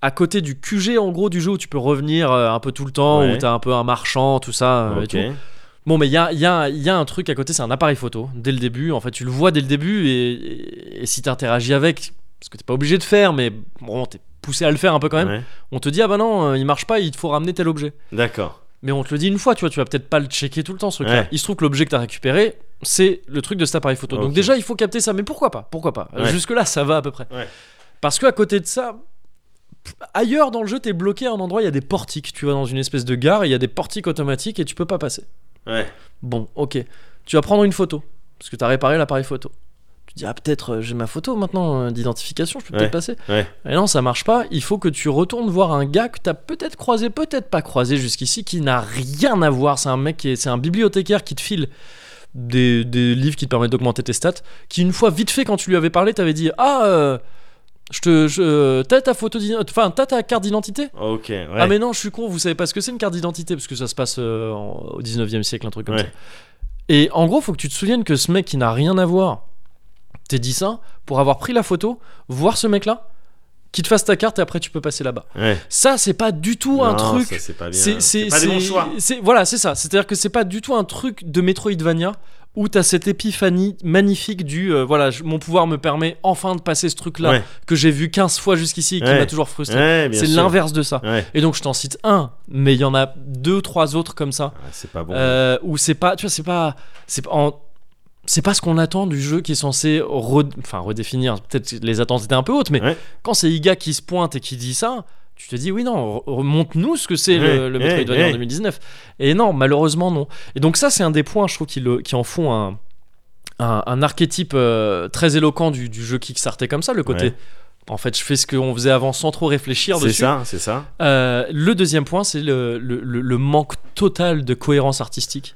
A: à côté du QG en gros du jeu où tu peux revenir euh, un peu tout le temps,
B: Ouais.
A: où t'as un peu un marchand, tout ça.
B: maintenant.
A: euh, et
B: Ok.
A: tout. Bon, mais il y a, il y a- il y a un truc à côté, c'est un appareil photo. Dès le début, en fait, tu le vois dès le début et, et- et si t'interagis avec, ce que t'es pas obligé de faire, mais bon, t'es poussé à le faire un peu quand même,
B: Ouais.
A: on te dit ah bah non, euh, il marche pas, il te faut ramener tel objet.
B: D'accord.
A: Mais on te le dit une fois, tu vois, tu vas peut-être pas le checker tout le temps ce truc-là.
B: Ouais.
A: Il se trouve que l'objet que t'as récupéré, c'est le truc de cet appareil photo. Donc
B: Ok.
A: déjà, il faut capter ça, mais pourquoi pas Pourquoi pas Euh,
B: Ouais.
A: Jusque-là, ça va à peu près.
B: Ouais.
A: Parce que à côté de ça, pff, ailleurs dans le jeu, t'es bloqué à un endroit, il y a des portiques. Tu vas dans une espèce de gare, et il y a des portiques automatiques et tu peux pas passer.
B: Ouais.
A: Bon, ok. Tu vas prendre une photo, parce que t'as réparé l'appareil photo. Tu te dis, ah peut-être euh, j'ai ma photo maintenant euh, d'identification, je peux
B: Ouais.
A: peut-être passer.
B: Ouais.
A: Et non, ça marche pas. Il faut que tu retournes voir un gars que t'as peut-être croisé, peut-être pas croisé jusqu'ici, qui n'a rien à voir. C'est un mec, qui est- c'est un bibliothécaire qui te file des, des livres qui te permettent d'augmenter tes stats, qui une fois vite fait quand tu lui avais parlé, t'avais dit, ah, euh, je te, je- t'as ta photo, d'ident- enfin t'as ta carte d'identité
B: Ok. Ouais.
A: ah mais non, je suis con, vous savez pas ce que c'est une carte d'identité, parce que ça se passe euh, en- au 19e siècle, un truc comme
B: Ouais.
A: ça. Et en gros, faut que tu te souviennes que ce mec qui n'a rien à voir, t'es dit ça, pour avoir pris la photo, voir ce mec-là, qu'il te fasse ta carte et après tu peux passer là-bas.
B: Ouais.
A: Ça, c'est pas du tout un
B: Non,
A: truc...
B: ça, C'est pas bien.
A: C'est c'est-
B: pas des bons
A: c'est-
B: choix.
A: c'est- Voilà, c'est ça. C'est-à-dire que c'est pas du tout un truc de Metroidvania où t'as cette épiphanie magnifique du euh, voilà, je- mon pouvoir me permet enfin de passer ce truc-là
B: Ouais.
A: que j'ai vu 15 fois jusqu'ici et qui
B: Ouais.
A: m'a toujours frustré.
B: Ouais, bien
A: c'est
B: sûr.
A: l'inverse de ça.
B: Ouais.
A: Et donc je t'en cite un, mais il y en a deux, trois autres comme ça
B: Ah, c'est pas bon.
A: euh, où c'est pas, tu vois, c'est pas, c'est pas en- c'est pas ce qu'on attend du jeu qui est censé re- enfin, redéfinir. Peut-être que les attentes étaient un peu hautes, mais
B: Ouais.
A: quand c'est Iga qui se pointe et qui dit ça, tu te dis oui non, remonte nous ce que c'est le,
B: Ouais,
A: le
B: ouais,
A: Metroidvania en
B: ouais.
A: 2019. Et non, malheureusement non. Et donc ça c'est un des points, je trouve, qui, le- qui en font un, un, un archétype euh, très éloquent du, du jeu Kickstarter comme ça, le côté.
B: Ouais.
A: En fait, je fais ce qu'on faisait avant sans trop réfléchir
B: c'est
A: dessus.
B: ça, c'est ça.
A: Euh, le deuxième point, c'est le, le- le- le manque total de cohérence artistique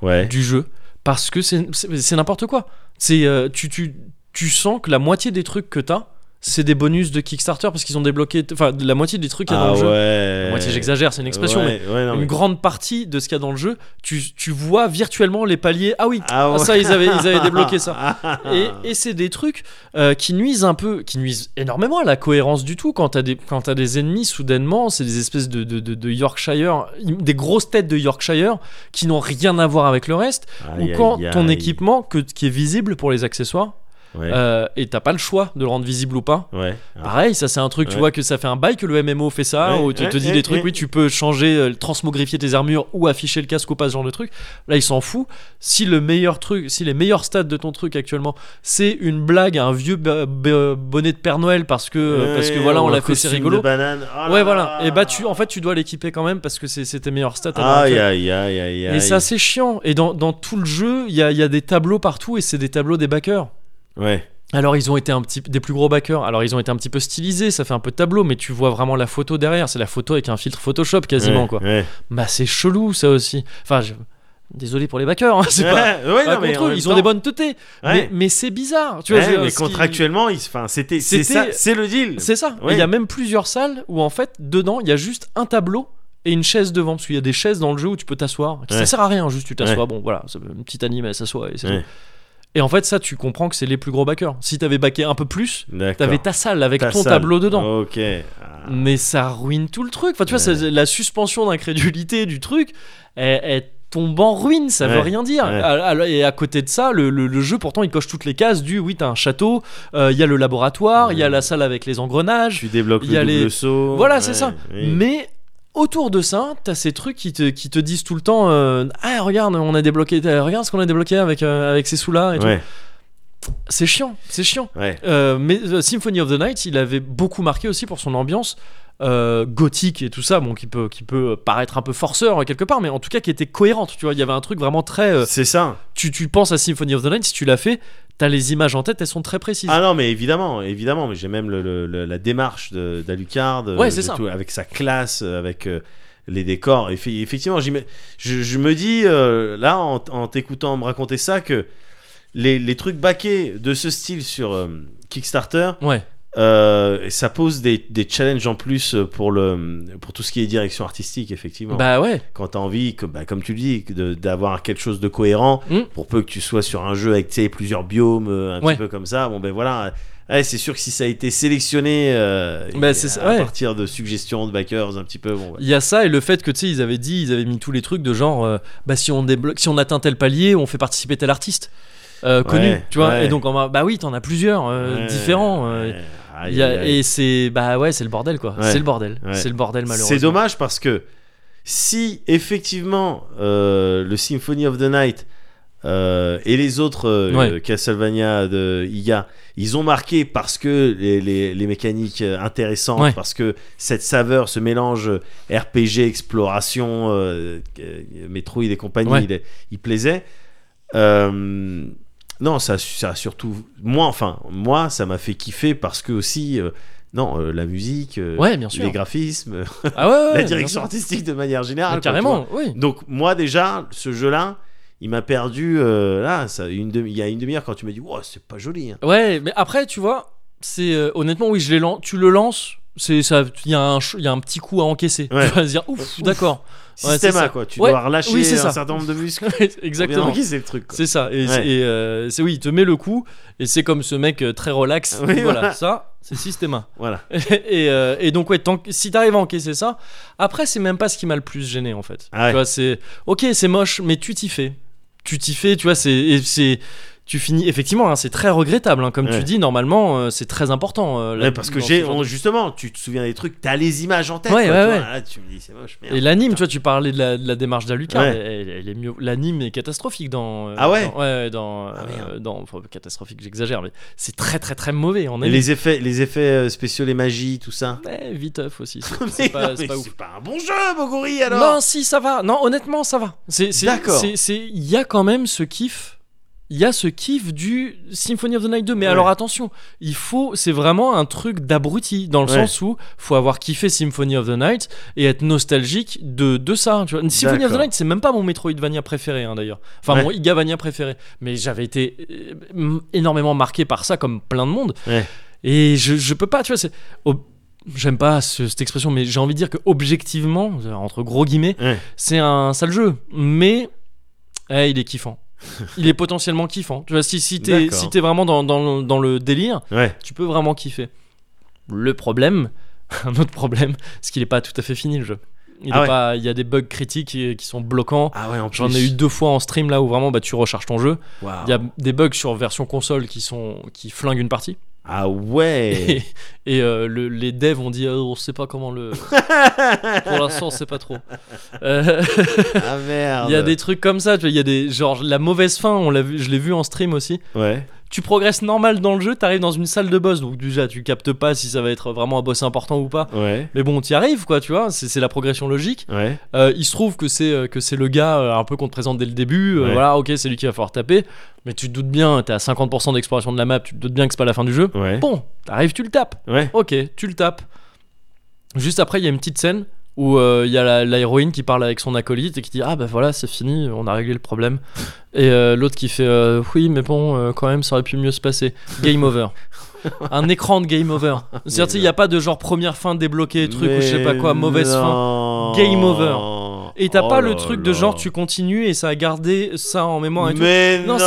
B: Ouais.
A: du jeu. Parce que c'est c'est- c'est n'importe quoi. C'est euh, tu, tu, tu sens que la moitié des trucs que t'as, c'est des bonus de Kickstarter parce qu'ils ont débloqué. Enfin, de la moitié des trucs qu'il y a
B: Ah
A: dans le jeu.
B: ouais.
A: La moitié, j'exagère, c'est une expression,
B: Ouais, ouais, non,
A: mais une
B: mais-
A: grande partie de ce qu'il y a dans le jeu, tu, tu vois virtuellement les paliers. Ah oui,
B: Ah
A: ah,
B: ouais.
A: ça, ils avaient, ils avaient débloqué ça.
B: Ah,
A: Et, et c'est des trucs euh, qui nuisent un peu, qui nuisent énormément à la cohérence du tout. Quand t'as des, quand t'as des ennemis, soudainement, c'est des espèces de, de, de- de Yorkshire, des grosses têtes de Yorkshire qui n'ont rien à voir avec le reste.
B: aïe,
A: ou quand
B: aïe,
A: ton
B: aïe.
A: équipement, que, qui est visible pour les accessoires,
B: Ouais.
A: euh, et t'as pas le choix de le rendre visible ou pas.
B: ouais.
A: Ah. Pareil, ça c'est un truc, tu
B: Ouais.
A: vois, que ça fait un bail que le MMO fait ça,
B: Ouais,
A: où tu
B: ouais,
A: te dis
B: ouais,
A: des trucs,
B: ouais.
A: oui, tu peux changer, euh, transmogrifier tes armures ou afficher le casque ou pas, ce genre de truc. Là, il s'en fout. Si le meilleur truc, si les meilleurs stats de ton truc actuellement, c'est une blague à un vieux ba- ba- bonnet de Père Noël parce que, euh, parce que
B: Ouais,
A: voilà,
B: ou
A: on
B: un
A: l'a fait, c'est
B: costume de
A: rigolo.
B: banane. Oh là
A: Ouais,
B: là.
A: voilà. Et bah, tu, en fait, tu dois l'équiper quand même parce que c'est c'est tes meilleurs stats. à l'heure
B: Aïe,
A: actuelle.
B: aïe, aïe, aïe, aïe.
A: Et ça, c'est chiant. Et dans, dans tout le jeu, il y a, il y a des tableaux partout et c'est des tableaux des backers.
B: Ouais.
A: Alors, ils ont été un petit des plus gros backers. Alors, ils ont été un petit peu stylisés, ça fait un peu tableau, mais tu vois vraiment la photo derrière. C'est la photo avec un filtre Photoshop quasiment,
B: ouais,
A: quoi.
B: Ouais.
A: Bah, c'est chelou, ça aussi. Enfin, je- désolé pour les backers, hein, c'est
B: Ouais,
A: pas.
B: ouais,
A: pas
B: non, mais
A: contre
B: en
A: eux,
B: même
A: ils ont
B: temps-
A: des bonnes teutés.
B: Ouais.
A: Mais, mais c'est bizarre, tu vois.
B: Ouais,
A: c'est- euh,
B: mais
A: ce qui-
B: contractuellement, ils- enfin, c'était, c'est
A: C'était-
B: ça, c'est le deal.
A: C'est ça. Et Il
B: Ouais.
A: y a même plusieurs salles où en fait, dedans, il y a juste un tableau et une chaise devant. Parce qu'il y a des chaises dans le jeu où tu peux t'asseoir. Ça
B: Ouais.
A: sert à rien, juste tu t'assois.
B: Ouais.
A: Bon, voilà, c'est une petite anime, elle s'assoit et c'est
B: Ouais.
A: tout. Et en fait, ça, tu comprends que c'est les plus gros backers. Si t'avais backé un peu plus,
B: D'accord.
A: t'avais ta salle avec
B: Ta
A: ton
B: salle.
A: tableau dedans.
B: Ok. Ah.
A: Mais ça ruine tout le truc. Enfin, tu vois,
B: Ouais.
A: ça- la suspension d'incrédulité du truc, elle, elle tombe en ruine, ça veut
B: Ouais.
A: rien dire.
B: Ouais.
A: À- à- Et à côté de ça, le, le- le jeu, pourtant, il coche toutes les cases du oui, t'as un château, euh, il y a le laboratoire, il y a
B: Ouais.
A: la salle avec les engrenages,
B: Tu débloques le
A: Il y a
B: double
A: les-
B: saut.
A: voilà,
B: ouais,
A: c'est ça.
B: oui.
A: Mais autour de ça, t'as ces trucs qui te, qui te disent tout le temps euh, Ah, regarde, on a débloqué, euh, regarde ce qu'on a débloqué avec, euh, avec ces sous-là. et tout.
B: Ouais,
A: C'est chiant, c'est chiant.
B: ouais.
A: Euh, mais euh, Symphony of the Night, il avait beaucoup marqué aussi pour son ambiance euh, gothique et tout ça, bon, qui peut, qui peut paraître un peu forceur euh, quelque part, mais en tout cas qui était cohérente. Tu vois, il y avait un truc vraiment très. euh,
B: C'est ça.
A: tu, tu penses à Symphony of the Night, si tu l'as fait, t'as les images en tête, elles sont très précises.
B: Ah non, mais évidemment, évidemment. Mais j'ai même le- le- le- la démarche de- d'Alucard. euh,
A: Ouais, c'est
B: de
A: ça.
B: tout, avec sa classe, euh, avec euh, les décors. Et fi- effectivement, j'y mets- je, je me dis, euh, là, en, en t'écoutant me raconter ça, que les, les trucs baqués de ce style sur euh, Kickstarter,
A: Ouais,
B: euh, ça pose des, des challenges en plus pour, le, pour tout ce qui est direction artistique, effectivement.
A: bah ouais,
B: quand t'as envie, que- bah, comme tu le dis, que de- d'avoir quelque chose de cohérent,
A: Mm.
B: pour peu que tu sois sur un jeu avec tu sais, plusieurs biomes, euh, un
A: Ouais.
B: petit peu comme ça, bon ben voilà. Ouais, c'est sûr que si ça a été sélectionné euh,
A: Bah,
B: et
A: c'est ça,
B: à
A: ouais.
B: partir de suggestions de backers, un petit peu, bon. ouais.
A: Il y a ça et le fait que tu sais ils avaient dit ils avaient mis tous les trucs de genre euh, bah si on débloque si on atteint tel palier on fait participer tel artiste euh, connu
B: Ouais,
A: tu vois
B: ouais.
A: et donc on va- bah oui t'en as plusieurs euh,
B: Ouais,
A: différents euh,
B: ouais, aïe,
A: il y a-
B: aïe, aïe.
A: et c'est bah ouais c'est le bordel quoi
B: Ouais.
A: c'est le bordel
B: Ouais.
A: c'est le bordel malheureusement
B: C'est dommage parce que si effectivement euh, le Symphony of the Night euh, et les autres euh,
A: Ouais.
B: Castlevania de IA, ils ont marqué parce que les, les- les mécaniques euh, intéressantes,
A: Ouais.
B: parce que cette saveur, ce mélange euh, RPG, exploration, euh, euh, Metroid et compagnie,
A: Ouais.
B: il, est- il plaisait. Euh, non, ça, ça a surtout moi, enfin moi, ça m'a fait kiffer parce que aussi, euh, non, euh, la musique, euh,
A: ouais bien
B: les
A: sûr
B: graphismes,
A: ah ouais, ouais,
B: la
A: ouais,
B: direction
A: bien sûr.
B: artistique de manière
A: Mais
B: générale. quoi, tu
A: carrément oui
B: vois. Donc moi déjà, ce jeu-là, il m'a perdu euh, là, ça, une demi- il y a une demi-heure quand tu m'as dit, wow, c'est pas joli. hein.
A: ouais mais après tu vois c'est euh, honnêtement oui je l'ai lan- tu le lances c'est ça il y a un ch- il y a un petit coup à encaisser
B: Ouais.
A: tu vas se dire ouf,
B: Ouf.
A: d'accord Ouais,
B: Système
A: c'est ça.
B: A quoi, tu
A: Ouais,
B: dois relâcher
A: oui, c'est ça.
B: un certain nombre de muscles.
A: exactement
B: Qui c'est le truc quoi.
A: C'est ça. Et,
B: Ouais.
A: et, euh, c'est oui, il te met le coup. Et c'est comme ce mec euh, très relax.
B: Oui,
A: voilà,
B: voilà.
A: ça, c'est systéma.
B: Voilà.
A: et, euh, et donc, ouais, tant que- si t'arrives à encaisser ça, après, c'est même pas ce qui m'a le plus gêné en fait.
B: Ah ouais.
A: Tu vois, c'est ok, c'est moche, mais tu t'y fais. Tu t'y fais, tu vois, c'est. et c'est- Tu finis, effectivement, hein, c'est très regrettable. hein, comme
B: Ouais.
A: tu dis, normalement, euh, c'est très important. euh, la-
B: Ouais, parce que
A: dans
B: j'ai
A: ce genre de-
B: on- justement, tu te souviens des trucs, t'as les images en tête.
A: Ouais,
B: quoi,
A: ouais,
B: tu
A: ouais.
B: vois. Là, tu me dis c'est moche. merde.
A: Et l'anime, tu vois, tu parlais de la, de la démarche d'Alucard.
B: Ouais.
A: Elle, elle est mieux. L'anime est catastrophique dans. euh,
B: Ah ouais
A: dans, ouais, dans.
B: Ah
A: euh,
B: merde.
A: dans- enfin, catastrophique, j'exagère, mais c'est très très très mauvais en
B: Et
A: anime.
B: les effets, les effets euh, spéciaux, les magies, tout ça.
A: Ouais, viteuf aussi. c'est-
B: Mais
A: C'est pas,
B: non,
A: c'est
B: mais
A: pas ouf.
B: c'est pas un bon jeu, Bogori alors.
A: Non, si, ça va. Non, honnêtement, ça va. C'est, c'est,
B: D'accord.
A: c'est- c'est- Il y a quand même ce kiff. Il y a ce kiff du Symphony of the Night 2. Mais
B: Ouais.
A: alors attention, il faut. C'est vraiment un truc d'abruti. Dans le
B: Ouais.
A: sens où faut avoir kiffé Symphony of the Night et être nostalgique de, de ça. Tu vois. Symphony of the
B: D'accord.
A: Night, c'est même pas mon Metroidvania préféré, hein, d'ailleurs. Enfin,
B: Ouais.
A: mon Igavania préféré. Mais j'avais été euh, m- énormément marqué par ça, comme plein de monde.
B: Ouais.
A: Et je, je peux pas, tu vois. C'est, ob- j'aime pas ce- cette expression, mais j'ai envie de dire que objectivement, euh, entre gros guillemets,
B: Ouais.
A: c'est un sale jeu, mais eh, il est kiffant. Il est potentiellement kiffant. Tu vois, si, si t'es
B: D'accord.
A: si t'es vraiment dans, dans le- dans le délire,
B: Ouais.
A: tu peux vraiment kiffer. Le problème, un autre problème, c'est qu'il est pas tout à fait fini le jeu. Il
B: Ah
A: est
B: ouais.
A: pas- il y a des bugs critiques qui, qui sont bloquants.
B: Ah ouais, en plus.
A: J'en ai eu deux fois en stream là où vraiment bah, tu recharges ton jeu.
B: Waouh.
A: Il y a des bugs sur version console qui, sont, qui flinguent une partie.
B: Ah ouais.
A: Et, et, euh, le- les devs ont dit euh, on sait pas comment le. Pour l'instant, on sait pas trop. Euh,
B: ah merde.
A: Il y a des trucs comme ça. tu vois, Il y a des. Genre, la mauvaise fin, on l'a vu, je l'ai vu en stream aussi.
B: Ouais.
A: Tu progresses normal dans le jeu, t'arrives dans une salle de boss. Donc, déjà, tu captes pas si ça va être vraiment un boss important ou pas.
B: Ouais.
A: Mais bon, t'y arrives, quoi, tu vois. C'est c'est la progression logique.
B: Ouais.
A: Euh, il se trouve que c'est euh, que c'est le gars euh, un peu qu'on te présente dès le début. euh,
B: Ouais.
A: Voilà, ok, c'est lui qui va falloir taper. Mais tu te doutes bien, t'es à 50% d'exploration de la map, tu te doutes bien que c'est pas la fin du jeu.
B: Ouais.
A: Bon, t'arrives, tu le tapes.
B: Ouais.
A: Ok, tu le tapes. Juste après, il y a une petite scène où euh, il y a la, la héroïne qui parle avec son acolyte et qui dit Ah bah voilà, c'est fini, on a réglé le problème. Et euh, l'autre qui fait euh, Oui, mais bon, euh, quand même, ça aurait pu mieux se passer. Game over. Un écran de game over. C'est-à-dire, tu sais, il n'y a pas de genre première fin débloquée, truc ou je sais pas quoi, mauvaise fin. Game over. Et
B: Oh
A: t'as pas le truc de genre tu continues et ça a gardé ça en mémoire et tout.
B: Mais
A: Non, c'est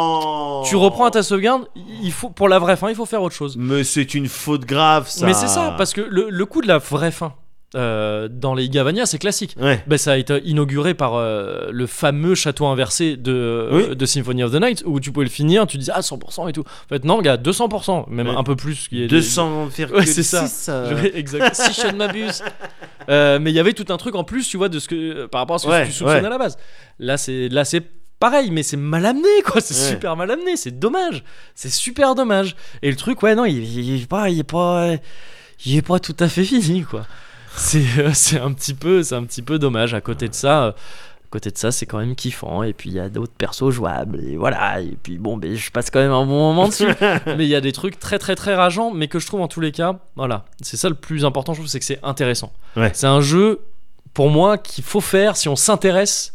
B: non.
A: Tu reprends à ta sauvegarde, il faut pour la vraie fin, il faut faire autre chose.
B: Mais c'est une faute grave ça.
A: Mais c'est ça, parce que le, le coup de la vraie fin euh, dans les Gavania, c'est classique.
B: Ouais.
A: Ben, ça a été inauguré par euh, le fameux château inversé de, euh,
B: Oui.
A: de Symphony of the Night où tu pouvais le finir, tu disais ah 100% et tout. En fait, non, gars, 200%, même
B: Ouais.
A: un peu plus. qu'il y ait des-
B: 200 faire
A: Ouais,
B: que
A: c'est ça.
B: six, euh.
A: Je- exact. si je ne m'abuse. Euh, mais il y avait tout un truc en plus, tu vois, de ce que, euh, par rapport à ce que
B: Ouais,
A: tu soupçonnais
B: ouais.
A: à la base. Là, c'est, là, c'est pareil, mais c'est mal amené, quoi. C'est
B: Ouais.
A: super mal amené. C'est dommage. C'est super dommage. Et le truc, ouais, non, il, il, il est pas, il est pas, il est pas tout à fait fini, quoi. C'est, euh, c'est un petit peu, c'est un petit peu dommage. À côté de ça. euh, à côté de ça, c'est quand même kiffant. Et puis il y a d'autres persos jouables. Et voilà. Et puis bon, ben, je passe quand même un bon moment dessus. mais il y a des trucs très très très rageants, mais que je trouve en tous les cas, voilà. C'est ça le plus important, je trouve, c'est que c'est intéressant.
B: Ouais.
A: C'est un jeu, pour moi, qu'il faut faire si on s'intéresse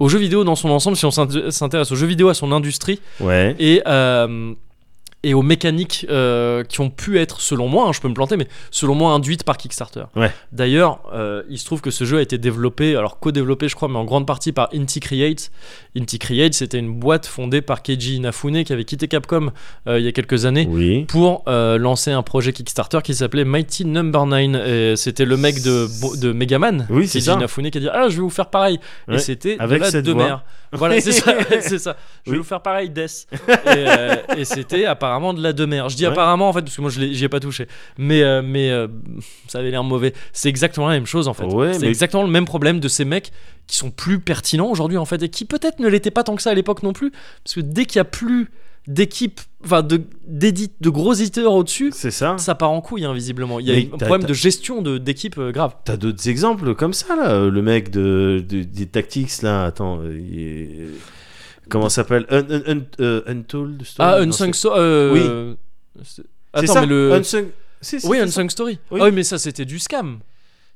A: aux jeux vidéo dans son ensemble, si on s'int- s'intéresse aux jeux vidéo, à son industrie
B: Ouais.
A: et. euh, et aux mécaniques euh, qui ont pu être, selon moi, hein, je peux me planter, mais selon moi, induites par Kickstarter.
B: Ouais.
A: D'ailleurs, euh, il se trouve que ce jeu a été développé, alors co-développé, je crois, mais en grande partie par Inti Create. Inti Create, c'était une boîte fondée par Keiji Inafune qui avait quitté Capcom euh, il y a quelques années
B: Oui.
A: pour euh, lancer un projet Kickstarter qui s'appelait Mighty Number 9. Et c'était le mec de, Bo- de Megaman,
B: Oui, c'est
A: Keiji
B: ça.
A: Inafune, qui a dit Ah, je vais vous faire pareil.
B: Ouais,
A: Et c'était de
B: avec
A: la
B: cette
A: deux
B: voix.
A: mères. Voilà, c'est ça. c'est ça. Je vais
B: Oui.
A: vous faire pareil, Death. Et, euh, et c'était apparemment de la demeure. Je dis
B: Ouais.
A: apparemment, en fait, parce que moi, je l'ai- j'y ai pas touché. Mais, euh, mais euh, ça avait l'air mauvais. C'est exactement la même chose, en fait.
B: Ouais,
A: c'est
B: mais-
A: exactement le même problème de ces mecs qui sont plus pertinents aujourd'hui, en fait, et qui peut-être ne l'étaient pas tant que ça à l'époque non plus. Parce que dès qu'il y a plus d'équipe, enfin, de, d'édite- de gros éditeurs au-dessus,
B: C'est ça.
A: ça part en couille, hein, visiblement. Il y a
B: Mais
A: un
B: t'as-
A: problème
B: t'as-
A: de gestion de, d'équipe euh, grave.
B: T'as d'autres exemples comme ça là, euh, le mec de, de- des tactics là, attends, euh, il est- comment ça s'appelle un, un, un, euh, Untold Story
A: Ah,
B: Non,
A: Unsung
B: c'est-
A: Story. euh,
B: Oui.
A: euh, c'est-
B: C'est
A: Attends,
B: ça,
A: mais le.
B: Unsung- c'est- c'est-
A: Oui,
B: c'est ça.
A: Unsung Story.
B: Oui.
A: Ah oui, mais ça, c'était du scam.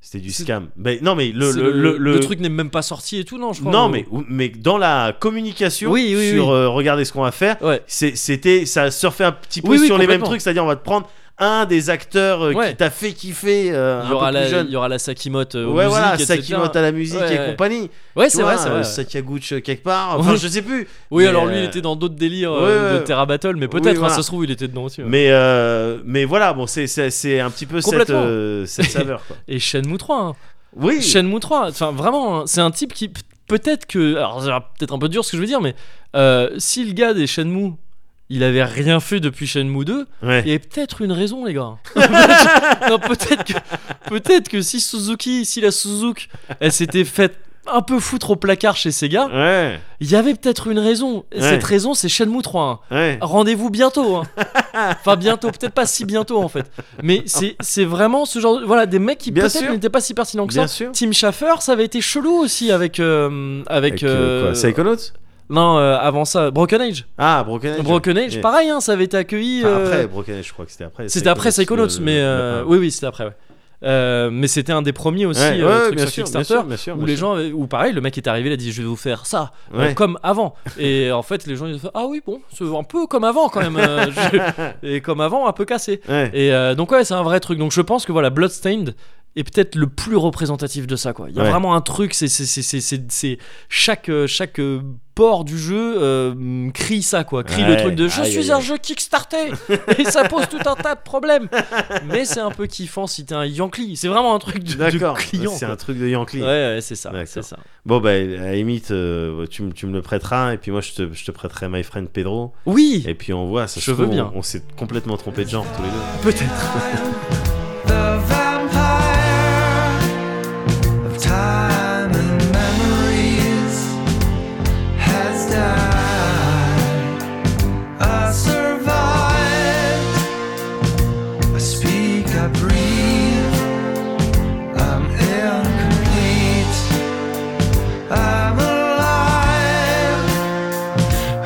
B: C'était du
A: C'est-
B: scam. Mais non, mais le
A: C'est
B: le, le, le-
A: truc n'est même pas sorti et tout, non, je crois.
B: Non, mais mais dans la communication
A: euh. Oui, oui,
B: sur
A: oui.
B: euh, regardez ce qu'on va faire,
A: Ouais.
B: c'est- c'était ça surfait un petit peu
A: Oui, oui,
B: sur les mêmes
A: complètement.
B: trucs, c'est-à-dire on va te prendre un des acteurs euh,
A: Ouais.
B: qui t'a fait kiffer euh,
A: Il
B: un
A: y, aura
B: peu
A: la,
B: plus jeune.
A: il y aura la Sakimote euh, aux
B: ouais voilà,
A: musiques, etc.
B: Sakimoto à la musique
A: Ouais,
B: et
A: ouais.
B: compagnie.
A: Ouais,
B: Tu
A: c'est
B: vois,
A: vrai, c'est
B: euh,
A: vrai.
B: Sakaguchi quelque part, enfin
A: Oui.
B: je sais plus.
A: Oui,
B: Mais,
A: alors lui,
B: euh,
A: il était dans d'autres délires
B: ouais,
A: euh, de
B: ouais.
A: Terra Battle, mais
B: Oui,
A: peut-être, hein,
B: voilà.
A: ça se trouve, il était dedans aussi. ouais.
B: Mais, euh, mais voilà, bon, c'est, c'est, c'est un petit peu cette,
A: Complètement.
B: euh, cette saveur. Quoi.
A: Et Shenmue 3. hein.
B: Oui,
A: Shenmue 3, enfin vraiment, hein, c'est un type qui p- peut-être que. Alors, c'est peut-être un peu dur ce que je veux dire, mais euh, si le gars des Shenmue, il avait rien fait depuis Shenmue 2,
B: ouais.
A: Il y a peut-être une raison, les gars. non, peut-être que, peut-être que si Suzuki, si la Suzuki, elle s'était faite un peu foutre au placard chez Sega,
B: ouais,
A: il y avait peut-être une raison. Et
B: Ouais.
A: Cette raison, c'est Shenmue 3. hein.
B: ouais.
A: Rendez-vous bientôt. hein. Enfin, bientôt, peut-être pas si bientôt en fait. Mais c'est, c'est vraiment ce genre de. Voilà, des mecs qui
B: Bien
A: peut-être
B: sûr.
A: n'étaient pas si pertinents que
B: Bien
A: ça.
B: sûr.
A: Tim Schafer, ça avait été chelou aussi avec. euh, avec.
B: Avec, euh,
A: euh,
B: quoi, Psychonauts
A: non, euh, avant ça, Broken Age.
B: Ah, Broken Age.
A: Broken Age,
B: Ouais.
A: pareil, hein, ça avait été accueilli.
B: Enfin,
A: euh,
B: après, Broken Age, je crois que c'était après.
A: c'était après Psychonauts,
B: le-
A: mais
B: le-
A: euh,
B: le-
A: oui, oui, c'était après. Ouais. Euh, mais c'était un des premiers aussi,
B: Ouais,
A: euh,
B: ouais,
A: trucs
B: bien
A: sur
B: sûr, bien
A: Kickstarter,
B: sûr, bien sûr.
A: où
B: bien
A: les
B: sûr.
A: gens, avaient- où pareil, le mec est arrivé, il a dit je vais vous faire ça, euh,
B: Ouais.
A: comme avant. Et en fait, les gens ils ont fait ah oui bon, c'est un peu comme avant quand même, euh, je- et comme avant un peu cassé.
B: Ouais.
A: Et euh, donc ouais, c'est un vrai truc. Donc je pense que voilà, Bloodstained est peut-être le plus représentatif de ça quoi. Il y a
B: Ouais.
A: vraiment un truc, c'est c'est- c'est- c'est- c'est- c'est- chaque euh, chaque euh, port du jeu euh, crie ça quoi, crie le
B: Ouais.
A: truc de je
B: Aïe,
A: suis
B: aïe,
A: un
B: aïe.
A: jeu Kickstarter et ça pose tout un tas de problèmes. Mais c'est un peu kiffant si t'es un Yankee, c'est vraiment un truc de, de
B: D'accord.
A: client.
B: C'est
A: quoi.
B: un truc de Yankee.
A: Ouais, ouais, c'est ça,
B: D'accord.
A: c'est ça.
B: Bon, bah, à la limite, euh, tu, me- tu me le prêteras, et puis moi, je te, je te prêterai My Friend Pedro,
A: Oui,
B: et puis on voit, ça se
A: Je veux
B: trouve,
A: bien.
B: On, on s'est complètement trompé de genre, tous les deux.
A: peut-être.
D: The vampire of time and memories has died. I survived. I speak, I breathe. I'm incomplete. I'm alive.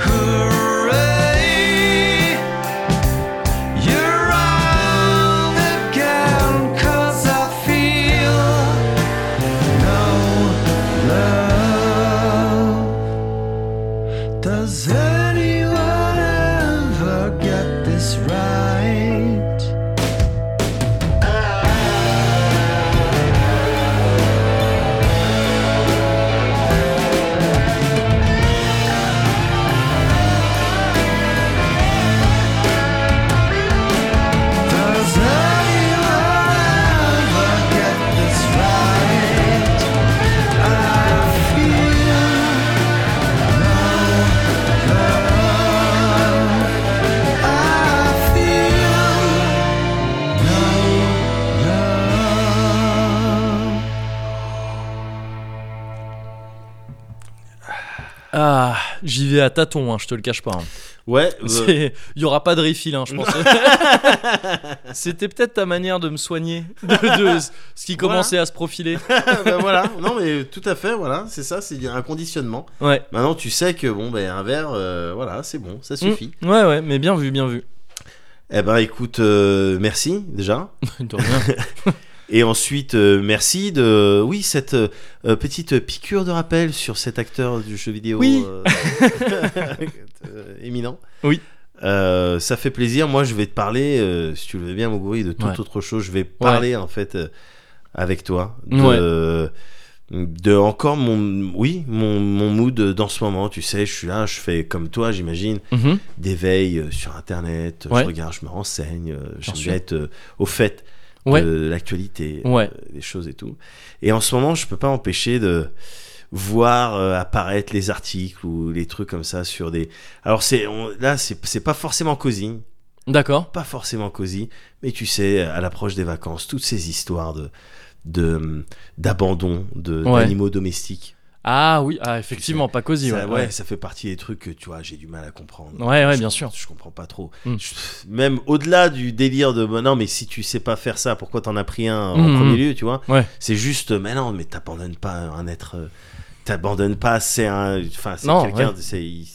D: Hooray! You're wrong again, 'cause I feel no love. Does anyone ever get this right? Does anyone ever get this right? I feel no love. I feel no love.
A: Ah, j'y vais à tâtons, hein, je te le cache pas. hein.
B: Ouais, euh,
A: C'est- Il y aura pas de refill, hein, je pense. C'était peut-être ta manière de me soigner de, de ce qui
B: Voilà.
A: commençait à se profiler.
B: bah, voilà, non, mais tout à fait, voilà, c'est ça, c'est un conditionnement.
A: Ouais.
B: Maintenant, tu sais que, bon, bah, un verre, euh, voilà, c'est bon, ça
A: Mm.
B: suffit.
A: Ouais, ouais, mais bien vu, bien vu.
B: Eh ben, écoute, euh, merci, déjà.
A: De rien.
B: Et ensuite, euh, merci de, oui, cette euh, euh, petite piqûre de rappel sur cet acteur du jeu vidéo
A: Oui.
B: euh, euh, éminent.
A: Oui.
B: Euh, ça fait plaisir. Moi, je vais te parler, euh, si tu le veux bien, Moguri, de toute
A: Ouais.
B: autre chose. Je vais parler en fait euh, avec toi de, de encore mon, oui, mon, mon mood dans ce moment. Tu sais, je suis là, je fais comme toi, j'imagine
A: Mhm.
B: d'éveil euh, sur internet, euh,
A: Ouais.
B: je regarde, je me renseigne, euh, j'aime
A: sûr.
B: bien être euh, au fait
A: Ouais.
B: de l'actualité, euh,
A: Ouais.
B: des choses et tout. Et en ce moment, je peux pas empêcher de voir euh, apparaître les articles ou les trucs comme ça sur des. Alors c'est on- là, c'est c'est pas forcément cosy,
A: D'accord.
B: pas forcément cosy, mais tu sais, à l'approche des vacances, toutes ces histoires de de hum, d'abandon de
A: Ouais.
B: d'animaux domestiques.
A: Ah oui, ah, effectivement, pas cosy. Ouais,
B: ça, ouais, ça fait partie des trucs que tu vois, j'ai du mal à comprendre.
A: ouais, ouais,
B: Je-
A: bien sûr.
B: Je comprends pas trop.
A: Mm.
B: Je- même au-delà du délire de bah, non, mais si tu sais pas faire ça, pourquoi t'en as pris un en
A: Mm,
B: premier
A: mm.
B: lieu, tu vois
A: Ouais.
B: C'est juste, mais non, mais t'abandonnes pas un être. euh, T'abandonnes pas, c'est un. Enfin, c'est
A: Non,
B: quelqu'un.
A: ouais.
B: C'est il-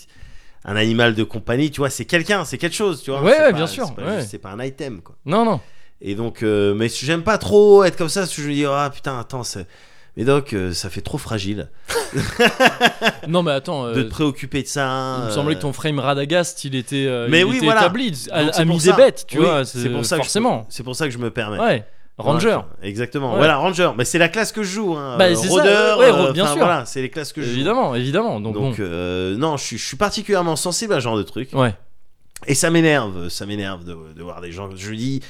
B: un animal de compagnie, tu vois, c'est quelqu'un, c'est quelque chose, tu vois.
A: Ouais,
B: C'est
A: ouais,
B: pas-
A: bien sûr,
B: C'est pas,
A: ouais.
B: juste- c'est pas un item, quoi.
A: Non, non.
B: Et donc, euh, mais j'aime pas trop être comme ça, parce que je me dis, ah putain, attends, c'est- Mais donc, euh, ça fait trop fragile
A: Non, mais attends. euh,
B: de te préoccuper de ça.
A: il me semblait que ton frame Radagast, il était, euh,
B: mais
A: il
B: oui,
A: était
B: voilà.
A: établi,
B: Donc, c'est
A: ami
B: pour
A: des
B: ça.
A: bêtes, tu
B: Oui,
A: vois.
B: c'est pour ça que je-
A: forcément.
B: C'est pour ça que je me permets.
A: Ouais. Ranger.
B: Voilà, exactement.
A: Ouais.
B: Voilà, Ranger. Mais c'est la classe que je joue. Hein.
A: Bah,
B: Euh,
A: c'est ça,
B: Rôdeur,
A: ouais, ouais, bien
B: enfin,
A: sûr.
B: Voilà, c'est les classes que je joue.
A: évidemment, évidemment. Donc,
B: Donc, euh, non, je suis, je suis particulièrement sensible à ce genre de truc.
A: bon. Ouais.
B: Et ça m'énerve. Ça m'énerve de, de voir des gens. Je dis,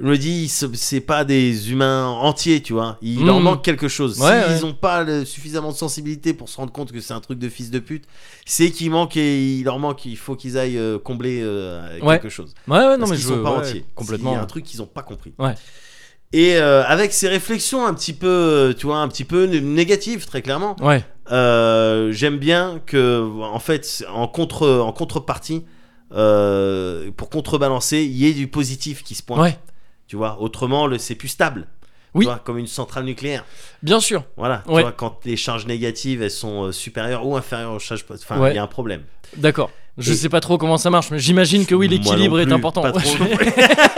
B: je me dis, ce- c'est pas des humains entiers, tu vois. Il
A: Mm.
B: leur manque quelque chose.
A: Ouais, ouais.
B: S'ils ont pas le- suffisamment de sensibilité pour se rendre compte que c'est un truc de fils de pute, c'est qu'il manque et il leur manque. Il faut qu'ils aillent euh, combler euh,
A: Ouais.
B: quelque chose.
A: Ouais, ouais, non,
B: Parce
A: mais
B: qu'ils
A: je
B: sont pas
A: ouais,
B: entiers.
A: Complètement.
B: Il y a un truc qu'ils ont pas compris.
A: Ouais.
B: Et euh, avec ces réflexions un petit peu, euh, tu vois, un petit peu né- négatives très clairement,
A: Ouais.
B: euh, j'aime bien que, en fait, c'est- en contre, en contrepartie, euh, pour contrebalancer, il y ait du positif qui se pointe.
A: Ouais.
B: Tu vois, autrement, le c'est plus stable.
A: Oui.
B: Tu vois, comme une centrale nucléaire.
A: Bien sûr.
B: Voilà. Tu
A: Ouais.
B: vois, quand les charges négatives, elles sont euh, supérieures ou inférieures aux charges, positives, enfin, il
A: Ouais.
B: y a un problème.
A: D'accord. Je
B: Et-
A: sais pas trop comment ça marche, mais j'imagine que oui,
B: Moi
A: l'équilibre
B: non
A: est
B: plus,
A: important.
B: pas trop non plus.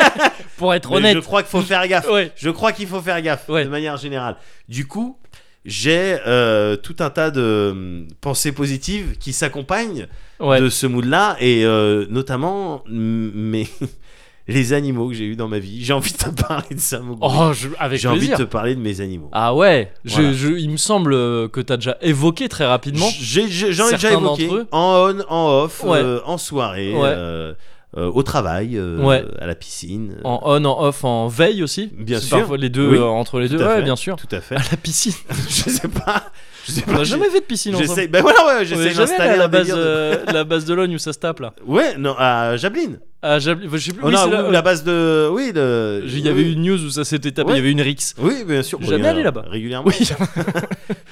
A: Pour être
B: Mais
A: honnête.
B: je crois qu'il faut faire gaffe.
A: Ouais.
B: Je crois qu'il faut faire gaffe
A: Ouais.
B: de manière générale. Du coup, j'ai euh, tout un tas de euh, pensées positives qui s'accompagnent
A: Ouais.
B: de ce mood-là et euh, notamment mm, mes les animaux que j'ai eu dans ma vie. J'ai envie de te parler de ça, mon gars.
A: Oh, je- avec
B: J'ai envie de
A: plaisir.
B: te parler de mes animaux.
A: Ah ouais, je-
B: Voilà.
A: je- il me semble euh, que t'as déjà évoqué très rapidement.
B: J'ai- j'ai- J'en ai déjà
A: Certains d'entre
B: évoqué
A: eux.
B: en on, en off,
A: Ouais.
B: euh, en soirée,
A: Ouais.
B: euh, euh, au travail, euh,
A: Ouais.
B: à la piscine. euh,
A: En on, en off, en veille aussi.
B: Bien
A: C'est
B: sûr.
A: Parfois les deux,
B: Oui.
A: euh, entre les
B: tout
A: deux.
B: à
A: Ouais,
B: fait,
A: bien sûr.
B: Tout à fait.
A: À la piscine.
B: je sais pas. Je sais
A: On
B: pas.
A: n'a jamais fait de piscine
B: J'essaie.
A: ensemble.
B: Ben voilà, ouais,
A: On est
B: j'essaie
A: jamais allé
B: d'installer
A: à
B: un
A: la base,
B: délire de-
A: euh, la base de l'ogne où ça se tape là.
B: Ouais, non, à Jablin.
A: Ah, j'oublie- je sais plus.
B: Oh,
A: oui,
B: non,
A: c'est
B: ou
A: là,
B: la base de. Oui,
A: euh,
B: de.
A: Il y avait
B: oui.
A: une news où ça s'était tapé. Il
B: Ouais.
A: y avait une rix.
B: Oui, bien sûr.
A: Jamais
B: il y en a
A: allé là-bas.
B: Régulièrement.
A: Oui.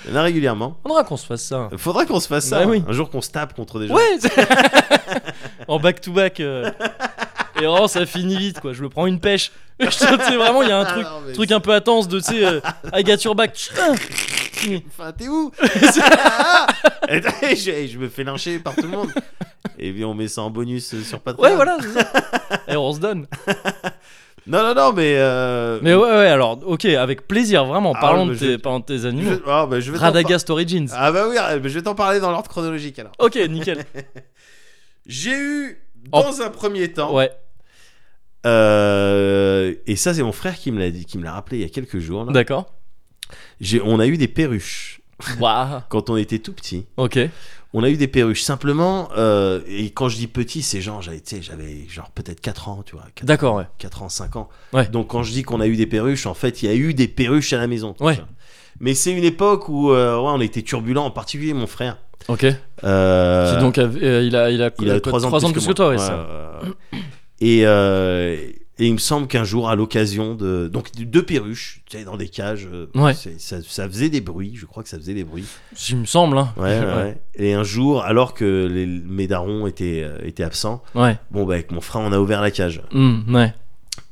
B: Il y en a régulièrement.
A: Faudra qu'on se fasse ça. hein.
B: Faudrait qu'on se fasse ça.
A: Bah oui.
B: Un jour qu'on se tape contre des gens.
A: Ouais. en back to back. euh. Et vraiment, ça finit vite quoi. Je me prends une pêche. Tu sais, vraiment, il y a un truc,
B: Ah non, mais
A: truc un peu intense de tu sais, euh, I got your back.
B: Enfin, t'es où Et je, je me fais lyncher par tout le monde. Et puis on met ça en bonus euh, sur Patreon.
A: Ouais, voilà. c'est ça. Et on se donne.
B: Non, non, non, mais. euh,
A: Mais ouais, ouais, alors, ok, avec plaisir, vraiment.
B: Ah,
A: Parlons,
B: mais
A: de
B: je-
A: tes, parlons de tes
B: Je,
A: animaux.
B: ah, bah, je vais t'en par-
A: Radagast Origins.
B: Ah bah oui, ah, bah, je vais t'en parler dans l'ordre chronologique alors.
A: Ok, nickel.
B: J'ai eu, dans un premier temps,
A: Oh. Ouais,
B: euh, et ça c'est mon frère qui me l'a dit, qui me l'a rappelé il y a quelques jours. là.
A: d'accord.
B: J'ai- On a eu des perruches
A: Waouh.
B: quand on était tout petit.
A: Ok.
B: On a eu des perruches simplement, euh, et quand je dis petit, c'est genre, j'avais, tu sais, j'avais genre peut-être 4 ans, tu vois. 4,
A: D'accord, ouais.
B: 4 ans, 5 ans.
A: Ouais.
B: Donc quand je dis qu'on a eu des perruches, en fait, il y a eu des perruches à la maison. tu
A: Ouais.
B: vois. Mais c'est une époque où euh, ouais, on était turbulent, en particulier mon frère.
A: Ok.
B: Euh,
A: Qui donc avait- euh, il a, il a,
B: il a 3 ans,
A: trois
B: de plus
A: que, toi,
B: moi.
A: ouais.
B: Ouais,
A: ça.
B: ouais, ouais. Et, euh, et il me semble qu'un jour, à l'occasion de. Donc, de- deux perruches, tu sais, dans des cages. euh,
A: Ouais.
B: c'est- ça, ça faisait des bruits, je crois que ça faisait des bruits.
A: Il me semble, hein.
B: Ouais, ouais, ouais. Et un jour, alors que les, mes darons étaient, euh, étaient absents,
A: Ouais.
B: bon, bah, avec mon frère, on a ouvert la cage.
A: Hmm, ouais.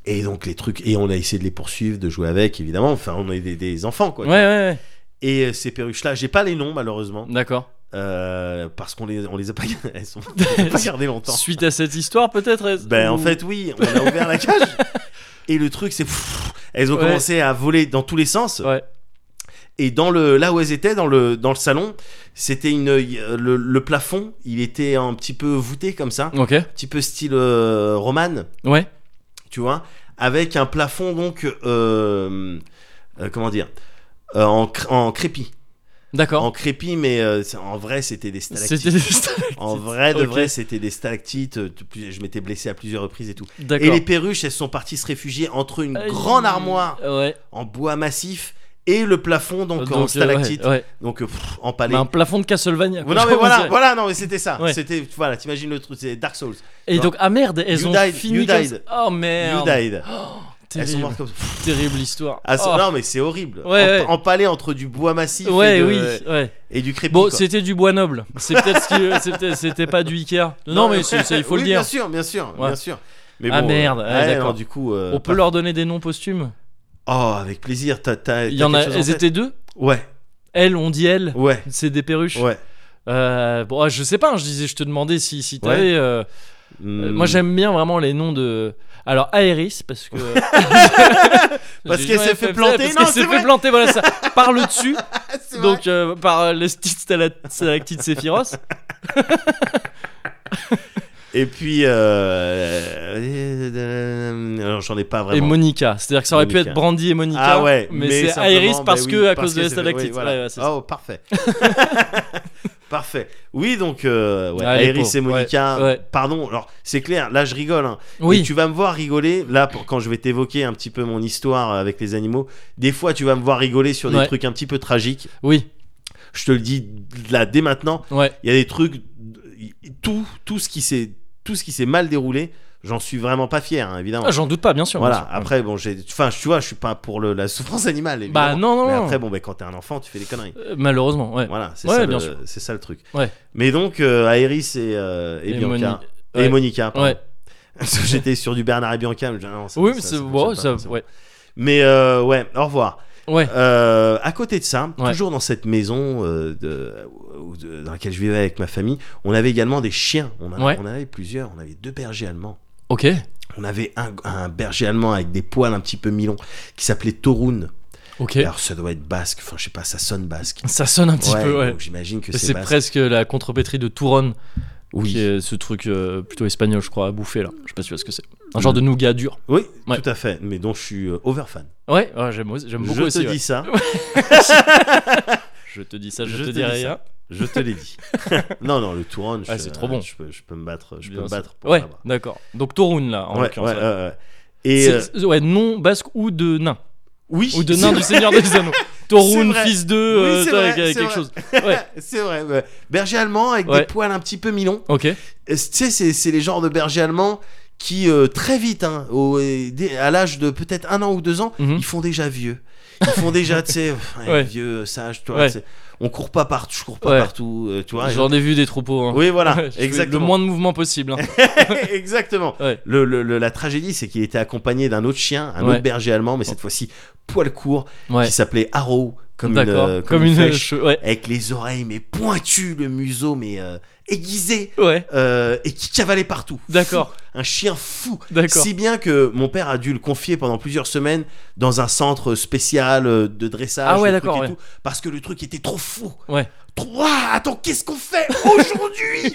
B: Et donc, les trucs. Et on a essayé de les poursuivre, de jouer avec, évidemment. Enfin, on est des, des enfants, quoi.
A: Ouais, ouais,
B: Et euh, ces perruches-là, j'ai pas les noms, malheureusement,
A: ouais. D'accord.
B: euh, parce qu'on les, on les a pas, elles sont, on les a pas gardées longtemps.
A: Suite à cette histoire, peut-être est-ce-
B: Ben en
A: ou-
B: fait oui, on a ouvert la cage. Et le truc c'est pfff, elles ont
A: Ouais.
B: commencé à voler dans tous les sens.
A: Ouais.
B: Et dans le là où elles étaient dans le dans le salon, c'était une euh, le, le plafond, il était un petit peu voûté comme ça,
A: Ok.
B: un petit peu style euh, romane,
A: Ouais.
B: tu vois, avec un plafond donc euh, euh, comment dire euh, en, cr- en crépi, en
A: D'accord.
B: crépi, mais euh, c'est- en vrai c'était des stalactites.
A: C'était.
B: En vrai de
A: Ok.
B: vrai c'était des stalactites. euh, plus- Je m'étais blessé à plusieurs reprises et tout. Et
A: D'accord.
B: les perruches, elles sont parties se réfugier entre une
A: Aïe.
B: grande armoire
A: Ouais.
B: en bois massif et le plafond donc, en
A: euh,
B: stalactite,
A: ouais, ouais.
B: donc euh, pff,
A: Mais
B: empalé.
A: un plafond de Castlevania. quoi,
B: non mais
A: on
B: voilà,
A: dirait.
B: voilà, non mais c'était ça.
A: Ouais.
B: C'était voilà, t'imagines le truc, c'est Dark Souls.
A: Et donc, ah merde, elles
B: You
A: ont
B: died,
A: fini.
B: you
A: comme
B: died.
A: ça. Oh merde.
B: You died. Elles sont
A: Terrible,
B: mortes comme ça.
A: terrible histoire.
B: Ah, c'est-
A: Oh.
B: Non mais c'est horrible.
A: Ouais, ouais.
B: Empalé entre du bois massif
A: Ouais,
B: et, de-
A: oui, ouais.
B: et du crépi.
A: Bon,
B: quoi.
A: c'était du bois noble. C'est peut-être ce qui- c'était- c'était pas du Ikea. Non, mais c'est- c'est- il faut
B: Oui,
A: le dire.
B: Bien sûr, bien sûr,
A: Ouais.
B: bien sûr. Mais
A: Ah,
B: bon, euh,
A: merde, ah,
B: ouais,
A: d'accord.
B: non, du coup. euh,
A: On peut
B: pas-
A: leur donner des noms posthumes.
B: Oh avec plaisir. T'as, t'as-
A: Il y
B: t'as
A: en a.
B: quelque chose
A: Elles
B: tête
A: étaient deux.
B: Ouais,
A: Elles, on dit elles.
B: ouais,
A: C'est des perruches.
B: ouais.
A: Euh, bon, ah, je sais pas. hein, Je disais, je te demandais si si t'avais. euh, euh,
B: Hmm.
A: Moi, j'aime bien vraiment les noms de. Alors Aéris parce que
B: Parce qu'elle
A: Ouais,
B: s'est fait planter,
A: parce
B: non,
A: qu'elle s'est
B: c'est
A: fait
B: vrai.
A: planter voilà ça par le dessus
B: C'est vrai.
A: donc euh, par euh, les petites stala- stalactites Sephiroth
B: Et puis, euh... alors j'en ai pas
A: et
B: vraiment.
A: Monica c'est à dire que ça aurait pu
B: Monica.
A: être Brandy et Monica
B: ah ouais,
A: mais, c'est
B: simplement,
A: Aéris
B: bah
A: parce
B: oui,
A: que à cause de la
B: c'est- oui,
A: stalactite
B: voilà.
A: Ouais, ouais, c'est ça.
B: oh parfait, parfait. Oui donc euh, ouais,
A: Ah, les
B: Aéris
A: pauvres,
B: et Monica.
A: ouais, ouais.
B: Pardon, alors c'est clair, là je rigole. hein.
A: oui
B: Et tu vas me voir rigoler là pour- quand je vais t'évoquer un petit peu mon histoire avec les animaux. Des fois tu vas me voir rigoler sur des
A: Ouais.
B: trucs un petit peu tragiques.
A: oui
B: Je te le dis là dès maintenant.
A: ouais
B: Il y a des trucs, tout, tout ce qui s'est, tout ce qui s'est mal déroulé. J'en suis vraiment pas fier, hein, évidemment.
A: Ah, j'en doute pas bien sûr
B: Voilà,
A: bien sûr.
B: après, bon, j'ai. Enfin, tu vois, je suis pas pour le- la souffrance animale. évidemment.
A: Bah, non, non,
B: Mais
A: non.
B: après, bon, ben, quand t'es un enfant, tu fais des conneries.
A: Euh, malheureusement ouais
B: Voilà, c'est
A: Ouais,
B: ça,
A: bien
B: le-
A: sûr.
B: c'est ça le truc.
A: Ouais.
B: Mais donc, euh, Aéris et, euh, et,
A: Et
B: Bianca.
A: Moni- ouais.
B: Et Monica, pardon.
A: ouais
B: Parce que J'étais sur du Bernard et Bianca. Mais, je- non, ça-
A: oui
B: ça-
A: mais
B: ça
A: c'est
B: fonctionne
A: bon
B: pas,
A: ça
B: c'est bon.
A: ouais
B: Mais, euh, ouais, au revoir.
A: ouais
B: Euh, à côté de ça,
A: Ouais.
B: toujours dans cette maison euh, de- où- de- dans laquelle je vivais avec ma famille, on avait également des chiens. On, en a-
A: Ouais.
B: on en avait plusieurs. On avait deux bergers allemands.
A: ok
B: On avait un, un berger allemand avec des poils un petit peu mi-longs qui s'appelait Torun.
A: ok
B: Alors ça doit être basque, enfin je sais pas, ça sonne basque.
A: ça sonne un petit
B: Ouais,
A: peu ouais
B: donc j'imagine que c'est
A: C'est
B: basque.
A: presque la contrepétrie de Touron,
B: Oui.
A: qui est ce truc euh, plutôt espagnol, je crois, à bouffer là. Je sais pas si tu vois ce que c'est. Un genre de nougat dur.
B: Oui,
A: Ouais.
B: tout à fait, mais dont je suis euh, overfan.
A: Ouais, ouais, j'aime aussi- j'aime beaucoup
B: je
A: aussi.
B: te
A: ouais.
B: dis ça,
A: Je te dis ça, je,
B: je
A: te,
B: te
A: dis
B: dis
A: rien.
B: je te l'ai dit. non, non, le Touron,
A: Ah, c'est trop bon.
B: Je peux, je peux me battre, je
A: Bien
B: peux me
A: sûr.
B: battre pour
A: Ouais,
B: l'avoir.
A: d'accord. Donc Torun là, en
B: Ah bah. Ouais,
A: l'occurrence.
B: ouais,
A: ouais.
B: ouais, ouais. Et
A: C'est-
B: euh,
A: c'est- ouais, nom basque ou de nain.
B: oui,
A: Ou de
B: c'est
A: nain du
B: vrai.
A: Seigneur des Anneaux. Torun,
B: C'est vrai.
A: fils de. euh,
B: Oui, c'est
A: toi,
B: vrai,
A: avec- avec
B: c'est
A: quelque
B: vrai.
A: chose. Ouais.
B: c'est vrai. ouais. Berger allemand avec
A: Ouais.
B: des poils un petit peu milons.
A: Ok.
B: Euh, Tu sais, c'est- c'est les genres de bergers allemands qui euh, très vite, hein, au- euh, dès- à l'âge de peut-être un an ou deux ans,
A: Mhm.
B: ils font déjà vieux. Ils font déjà, tu sais, ouais,
A: Ouais.
B: vieux, sage, toi.
A: Ouais.
B: tu sais. On court pas partout, je cours pas
A: Ouais.
B: partout, euh, tu vois.
A: J'en ai vu des troupeaux. hein.
B: Oui, voilà,
A: Je fais
B: exactement.
A: Le moins de mouvement possible. hein.
B: Exactement.
A: Ouais.
B: Le, le- le- la tragédie, c'est qu'il était accompagné d'un autre chien, un
A: Ouais. Oh.
B: autre berger allemand, mais cette fois-ci poil court,
A: Ouais.
B: qui s'appelait Arrow, comme une,
A: D'accord.
B: euh,
A: Comme une.
B: flèche,
A: che- Ouais.
B: avec les oreilles mais pointues, le museau mais euh, aiguisé,
A: Ouais.
B: euh, et qui cavalait partout.
A: D'accord.
B: Fou, un chien fou.
A: D'accord.
B: Si bien que mon père a dû le confier pendant plusieurs semaines dans un centre spécial euh, de dressage,
A: Ah ouais,
B: de trucs
A: d'accord,
B: et
A: ouais.
B: tout, parce que le truc était trop fou.
A: Ouais.
B: Trop- Ah, attends, qu'est-ce qu'on fait aujourd'hui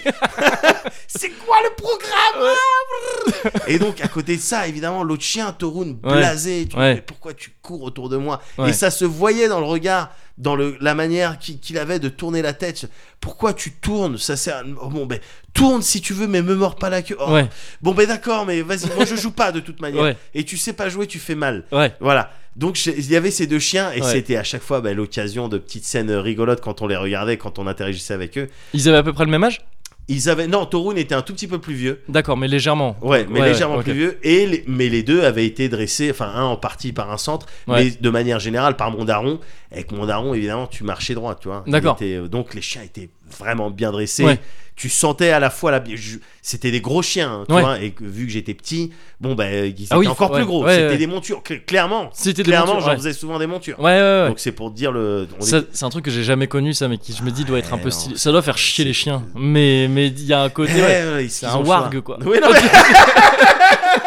B: C'est quoi le programme Et donc, à côté de ça, évidemment, l'autre chien, Torun,
A: Ouais.
B: blasé, tu dis,
A: Ouais.
B: mais pourquoi tu cours autour de moi
A: Ouais.
B: Et ça se voyait dans le regard, dans le, la manière qui- qu'il avait de tourner la tête. Pourquoi tu tournes Ça sert. à- oh, bon, ben, tourne si tu veux, mais me mords pas la queue. Oh,
A: Ouais.
B: Bon, ben d'accord, mais vas-y, moi je joue pas de toute manière.
A: Ouais.
B: Et tu sais pas jouer, tu fais mal.
A: Ouais.
B: Voilà. Donc j'ai- il y avait ces deux chiens et
A: Ouais.
B: c'était à chaque fois bah, l'occasion de petites scènes euh, rigolotes quand on les regardait, quand on interagissait avec eux.
A: Ils avaient à peu près le même âge
B: Ils avaient non, Torun était un tout petit peu plus vieux.
A: D'accord, mais légèrement.
B: Ouais, mais
A: Ouais,
B: légèrement
A: ouais, ok.
B: plus vieux. Et les- mais les deux avaient été dressés, enfin un en partie par un centre,
A: Ouais.
B: mais de manière générale par mon daron. Avec mon daron, évidemment, tu marchais droit, tu vois. Il
A: D'accord.
B: était- euh, Donc les chiens étaient vraiment bien dressés.
A: Ouais.
B: Tu sentais à la fois la. je- C'était des gros chiens, hein, tu
A: Ouais.
B: vois. Et que- vu que j'étais petit, bon bah ils étaient
A: Ah oui,
B: encore
A: ouais,
B: plus gros.
A: ouais,
B: C'était
A: ouais.
B: des montures, cl- clairement.
A: C'était des
B: Clairement,
A: montures,
B: j'en
A: ouais.
B: faisais souvent des montures.
A: Ouais, ouais, ouais.
B: Donc c'est pour dire le. on
A: Ça,
B: était-
A: c'est un truc que j'ai jamais connu, ça, mais qui je me dis doit être un
B: Ouais,
A: peu
B: non,
A: stylé. Ça doit faire chier
B: c'est-
A: les chiens, mais mais il y a un côté.
B: Eh,
A: ouais.
B: ouais, ils-
A: c'est
B: ils
A: un
B: ont le
A: warg,
B: choix.
A: quoi.
B: Oui, non, mais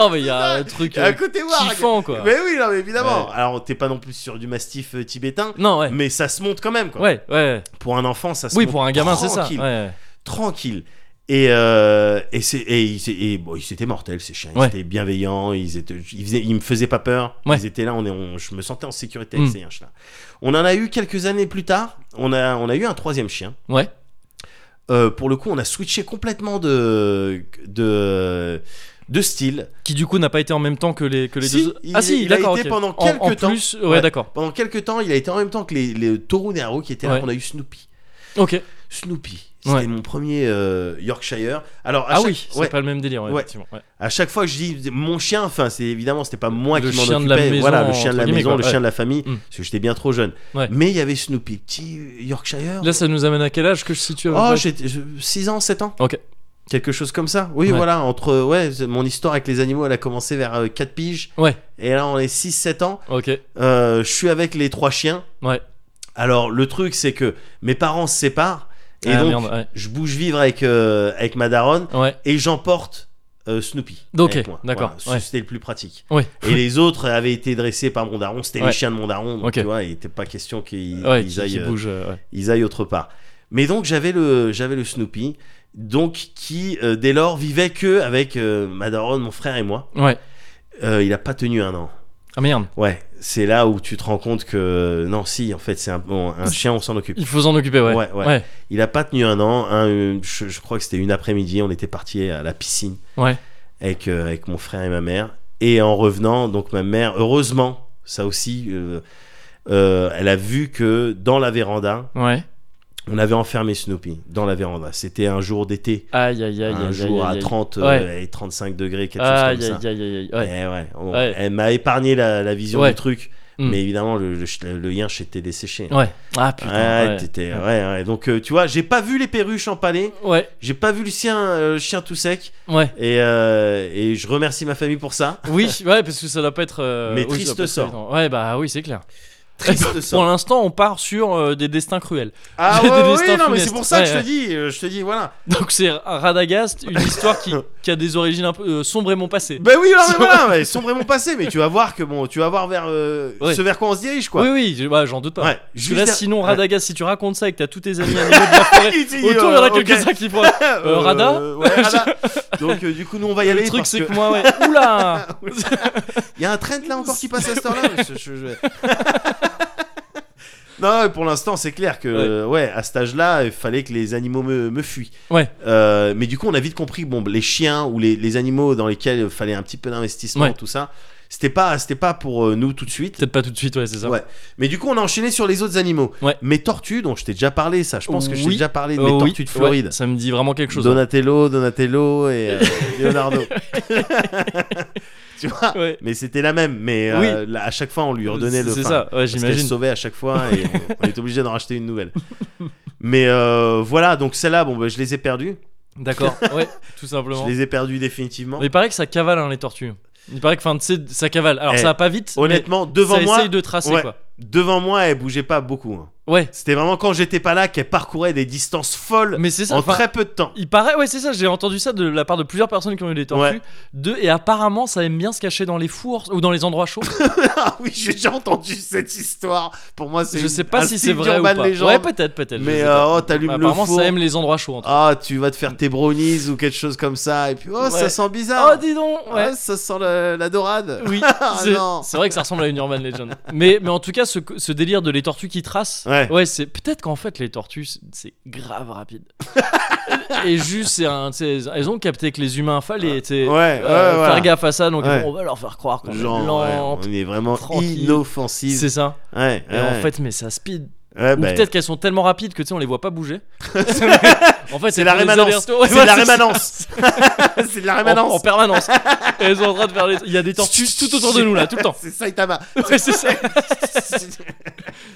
A: Oh, mais il y a un truc
B: il y a
A: euh,
B: un côté warg.
A: kiffant, quoi.
B: Mais oui, non, mais évidemment.
A: Ouais.
B: Alors t'es pas non plus sur du mastif euh, tibétain.
A: Non, ouais.
B: Mais ça se monte quand même, quoi.
A: Ouais, ouais.
B: Pour un enfant, ça se
A: Oui,
B: monte
A: pour un gamin, c'est ça.
B: tranquille,
A: Ouais.
B: Tranquille. Et, euh, et, c'est- et, ils- et bon, ils étaient mortels, ces chiens. Ils
A: Ouais.
B: étaient bienveillants, ils, étaient, ils, faisaient- ils me faisaient pas peur.
A: Ouais.
B: Ils étaient là, on est, on- je me sentais en sécurité avec
A: Mm.
B: ces chiens-là. On en a eu quelques années plus tard, on a, on a eu un troisième chien.
A: Ouais.
B: Euh, pour le coup, on a switché complètement de, de, de style.
A: Qui du coup n'a pas été en même temps que les que les
B: Si,
A: deux.
B: il-
A: ah si,
B: il a
A: d'accord.
B: été
A: ok.
B: pendant
A: En- en,
B: quelques temps.
A: plus, ouais,
B: Ouais.
A: d'accord.
B: Pendant quelques temps, il a été en même temps que les, les taureaux Nero qui étaient là.
A: Ouais.
B: On a eu Snoopy.
A: Ok.
B: Snoopy, c'était
A: Ouais.
B: mon premier euh, Yorkshire. Alors, à
A: Ah
B: chaque-
A: oui, c'est
B: ouais.
A: pas le même délire. Ouais,
B: Ouais.
A: effectivement, ouais.
B: À chaque fois que je dis mon chien, enfin, c'est évidemment, c'était pas moi
A: Le
B: qui m'en
A: chien
B: occupais.
A: de la maison,
B: voilà, le chien de
A: entre
B: la
A: guillemets,
B: maison,
A: quoi,
B: le
A: ouais.
B: chien de la famille,
A: Mm.
B: parce que j'étais bien trop jeune.
A: Ouais.
B: Mais il y avait Snoopy, petit Yorkshire.
A: Là, ça nous amène à quel âge que je situe à peu
B: oh,
A: près
B: j'étais 6 ans, 7 ans.
A: Ok.
B: Quelque chose comme ça. Oui,
A: Ouais.
B: voilà, entre. Ouais, mon histoire avec les animaux, elle a commencé vers 4 piges.
A: Ouais.
B: Et là, on est 6-7 ans.
A: Ok.
B: Euh, je suis avec les trois chiens.
A: Ouais.
B: Alors, le truc, c'est que mes parents se séparent. Et
A: Ah,
B: donc,
A: merde, ouais.
B: je bouge vivre avec, euh, avec ma daronne
A: Ouais.
B: et j'emporte euh, Snoopy.
A: Ok,
B: avec moi.
A: d'accord,
B: Voilà,
A: ouais.
B: C'était le plus pratique.
A: Ouais.
B: Et les autres avaient été dressés par mon daron. C'était
A: Ouais.
B: les chiens de mon daron. Donc,
A: Ok.
B: tu vois, il n'était pas question qu'ils
A: Ouais.
B: ils
A: Qui,
B: aillent,
A: qui
B: euh,
A: bouge. euh, ouais.
B: ils aillent autre part. Mais donc, j'avais le, j'avais le Snoopy. Donc, qui euh, dès lors vivait que avec euh, ma daronne, mon frère et moi.
A: Ouais.
B: Euh, il a pas tenu un an.
A: Ah merde.
B: Ouais, c'est là où tu te rends compte que non, si, en fait, c'est un, bon, un chien, on s'en occupe.
A: Il faut s'en occuper. Ouais.
B: Ouais, ouais.
A: Ouais.
B: Il a pas tenu un an. hein, euh, je, je crois que c'était une après-midi. On était parti à la piscine
A: Ouais.
B: avec euh, avec mon frère et ma mère. Et en revenant, donc ma mère, heureusement, ça aussi, euh, euh, elle a vu que dans la véranda,
A: Ouais.
B: on avait enfermé Snoopy dans la véranda. C'était un jour d'été,
A: Aïe aïe aïe.
B: un
A: aïe,
B: jour
A: aïe,
B: à
A: aïe.
B: 30 euh,
A: Ouais.
B: et 35 degrés, quelque chose
A: Aïe
B: comme ça.
A: aïe aïe aïe. aïe. Ouais.
B: Eh ouais, on-
A: Ouais.
B: Elle m'a épargné la, la vision
A: Ouais.
B: du truc,
A: Mm.
B: mais évidemment, le, le, le yinche était desséché. hein.
A: Ouais. Ah putain.
B: Ouais,
A: ouais.
B: t'étais- ouais, ouais. Donc, euh, tu vois, j'ai pas vu les perruches empalées,
A: Ouais,
B: j'ai pas vu le chien, euh, le chien tout sec,
A: ouais.
B: et, euh, et je remercie ma famille pour ça.
A: Oui, ouais, parce que ça doit pas être. euh,
B: Mais
A: oui, ça
B: triste
A: doit pas être
B: sort.
A: évident. Ouais, bah oui, c'est clair.
B: Triste ça.
A: Pour l'instant, on part sur euh, des destins cruels.
B: Ah
A: J'ai
B: ouais,
A: des
B: ouais,
A: destins
B: non, mais
A: funestes.
B: c'est pour ça que
A: Ouais,
B: je te dis, euh, je te dis, voilà.
A: Donc c'est Radagast, une histoire qui, qui a des origines un peu euh, sombres et mon passé.
B: Ben oui, non, mais voilà, ouais, ils sont vraiment passés, mais tu vas voir que bon, tu vas voir vers euh,
A: Ouais.
B: ce vers quoi on se dirige, quoi.
A: Oui, oui, je- bah, j'en doute pas.
B: Ouais,
A: Parce
B: juste
A: que là,
B: der-
A: sinon,
B: ouais.
A: Radagast, si tu racontes ça et que t'as tous tes amis à milieu de la forêt,
B: Il dit,
A: autour, il y en
B: euh,
A: a
B: ok.
A: quelques-uns qui font.
B: Euh,
A: Rada
B: ouais, Rada. Donc euh, du coup, nous on va y aller.
A: Le truc,
B: parce
A: c'est
B: que-
A: que... moi, ouais. Oula
B: Il y a un trend là encore qui passe à cette heure-là je- je- je- Non, mais pour l'instant, c'est clair que euh, ouais. à cet âge-là, il fallait que les animaux me, me fuient.
A: Ouais.
B: Euh, mais du coup, on a vite compris, bon, les chiens ou les, les animaux dans lesquels il fallait un petit peu d'investissement,
A: Ouais.
B: tout ça, c'était pas, c'était pas pour euh, nous tout de suite.
A: Peut-être pas tout de suite, ouais, c'est ça.
B: Ouais. Mais du coup, on a enchaîné sur les autres animaux.
A: Ouais.
B: Mes tortues, dont je t'ai déjà parlé, ça, je pense que je t'ai
A: Oui.
B: déjà parlé de mes
A: Oh, oui,
B: tortues de Floride.
A: ouais, ça me dit vraiment quelque chose. hein.
B: Donatello, Donatello et euh, Leonardo. tu vois
A: Ouais.
B: mais c'était la même, mais euh, là, à chaque fois on lui redonnait le.
A: C'est
B: enfin,
A: ça, ouais,
B: Parce qu'elle se
A: j'imagine.
B: sauvait à chaque fois et on, on est obligé d'en racheter une nouvelle. mais euh, voilà, donc celle-là, bon, bah, je les ai perdues.
A: D'accord, ouais, tout simplement.
B: Je les ai perdues définitivement.
A: Mais il paraît que ça cavale, hein, les tortues. Il paraît que, enfin, tu sais, ça cavale. Alors,
B: Eh,
A: ça va pas vite. mais
B: Honnêtement, devant
A: ça
B: moi,
A: essaye de tracer,
B: ouais.
A: quoi.
B: devant moi, elle bougeait pas beaucoup. hein.
A: Ouais,
B: C'était vraiment quand j'étais pas là qu'elle parcourait des distances folles
A: mais c'est ça.
B: en
A: enfin,
B: très peu de temps.
A: Il paraît, ouais, c'est ça, j'ai entendu ça de la part de plusieurs personnes qui ont eu des tortues.
B: Ouais.
A: De, et apparemment, ça aime bien se cacher dans les fours ou dans les endroits chauds.
B: Ah oui, j'ai déjà entendu cette histoire. Pour moi, c'est
A: je
B: une-
A: sais
B: un
A: pas si c'est
B: Steve
A: vrai ou
B: Urban
A: pas.
B: légende.
A: Ouais, peut-être, peut-être. je
B: mais
A: sais
B: euh,
A: pas.
B: oh, t'allumes le
A: apparemment,
B: four.
A: ça aime les endroits chauds. en tout cas.
B: Ah, tu vas te faire tes brownies ou quelque chose comme ça. Et puis, oh,
A: Ouais.
B: ça sent
A: Oh,
B: bizarre.
A: dis donc ouais.
B: Ah, ça sent le- la dorade.
A: Oui,
B: Ah,
A: c'est-
B: non.
A: c'est vrai que ça ressemble à une Urban Legend. Mais, mais en tout cas, ce, ce délire de les tortues qui tracent,
B: Ouais.
A: c'est peut-être qu'en fait, les tortues, c'est- c'est grave rapide. Et juste, c'est un, c'est- elles ont capté que les humains, fallait tu sais,
B: Ouais, ouais,
A: euh,
B: voilà.
A: faire gaffe à ça, donc
B: Ouais.
A: bon, on va leur faire croire qu'on est
B: Genre, ouais,
A: lente.
B: on est vraiment
A: tranquille.
B: inoffensif.
A: C'est ça.
B: Ouais,
A: Et en
B: ouais.
A: fait, mais ça speed.
B: Ouais,
A: Ou
B: bah,
A: peut-être qu'elles sont tellement rapides que tu sais, on les voit pas bouger. en fait,
B: c'est la
A: rémanence.
B: rémanence. C'est de la rémanence. c'est de la
A: En, en
B: rémanence.
A: permanence. Et elles sont en train de faire les. Il y a des tortues tout autour de nous là, tout le temps.
B: C'est Saitama.
A: Ouais, c'est ça.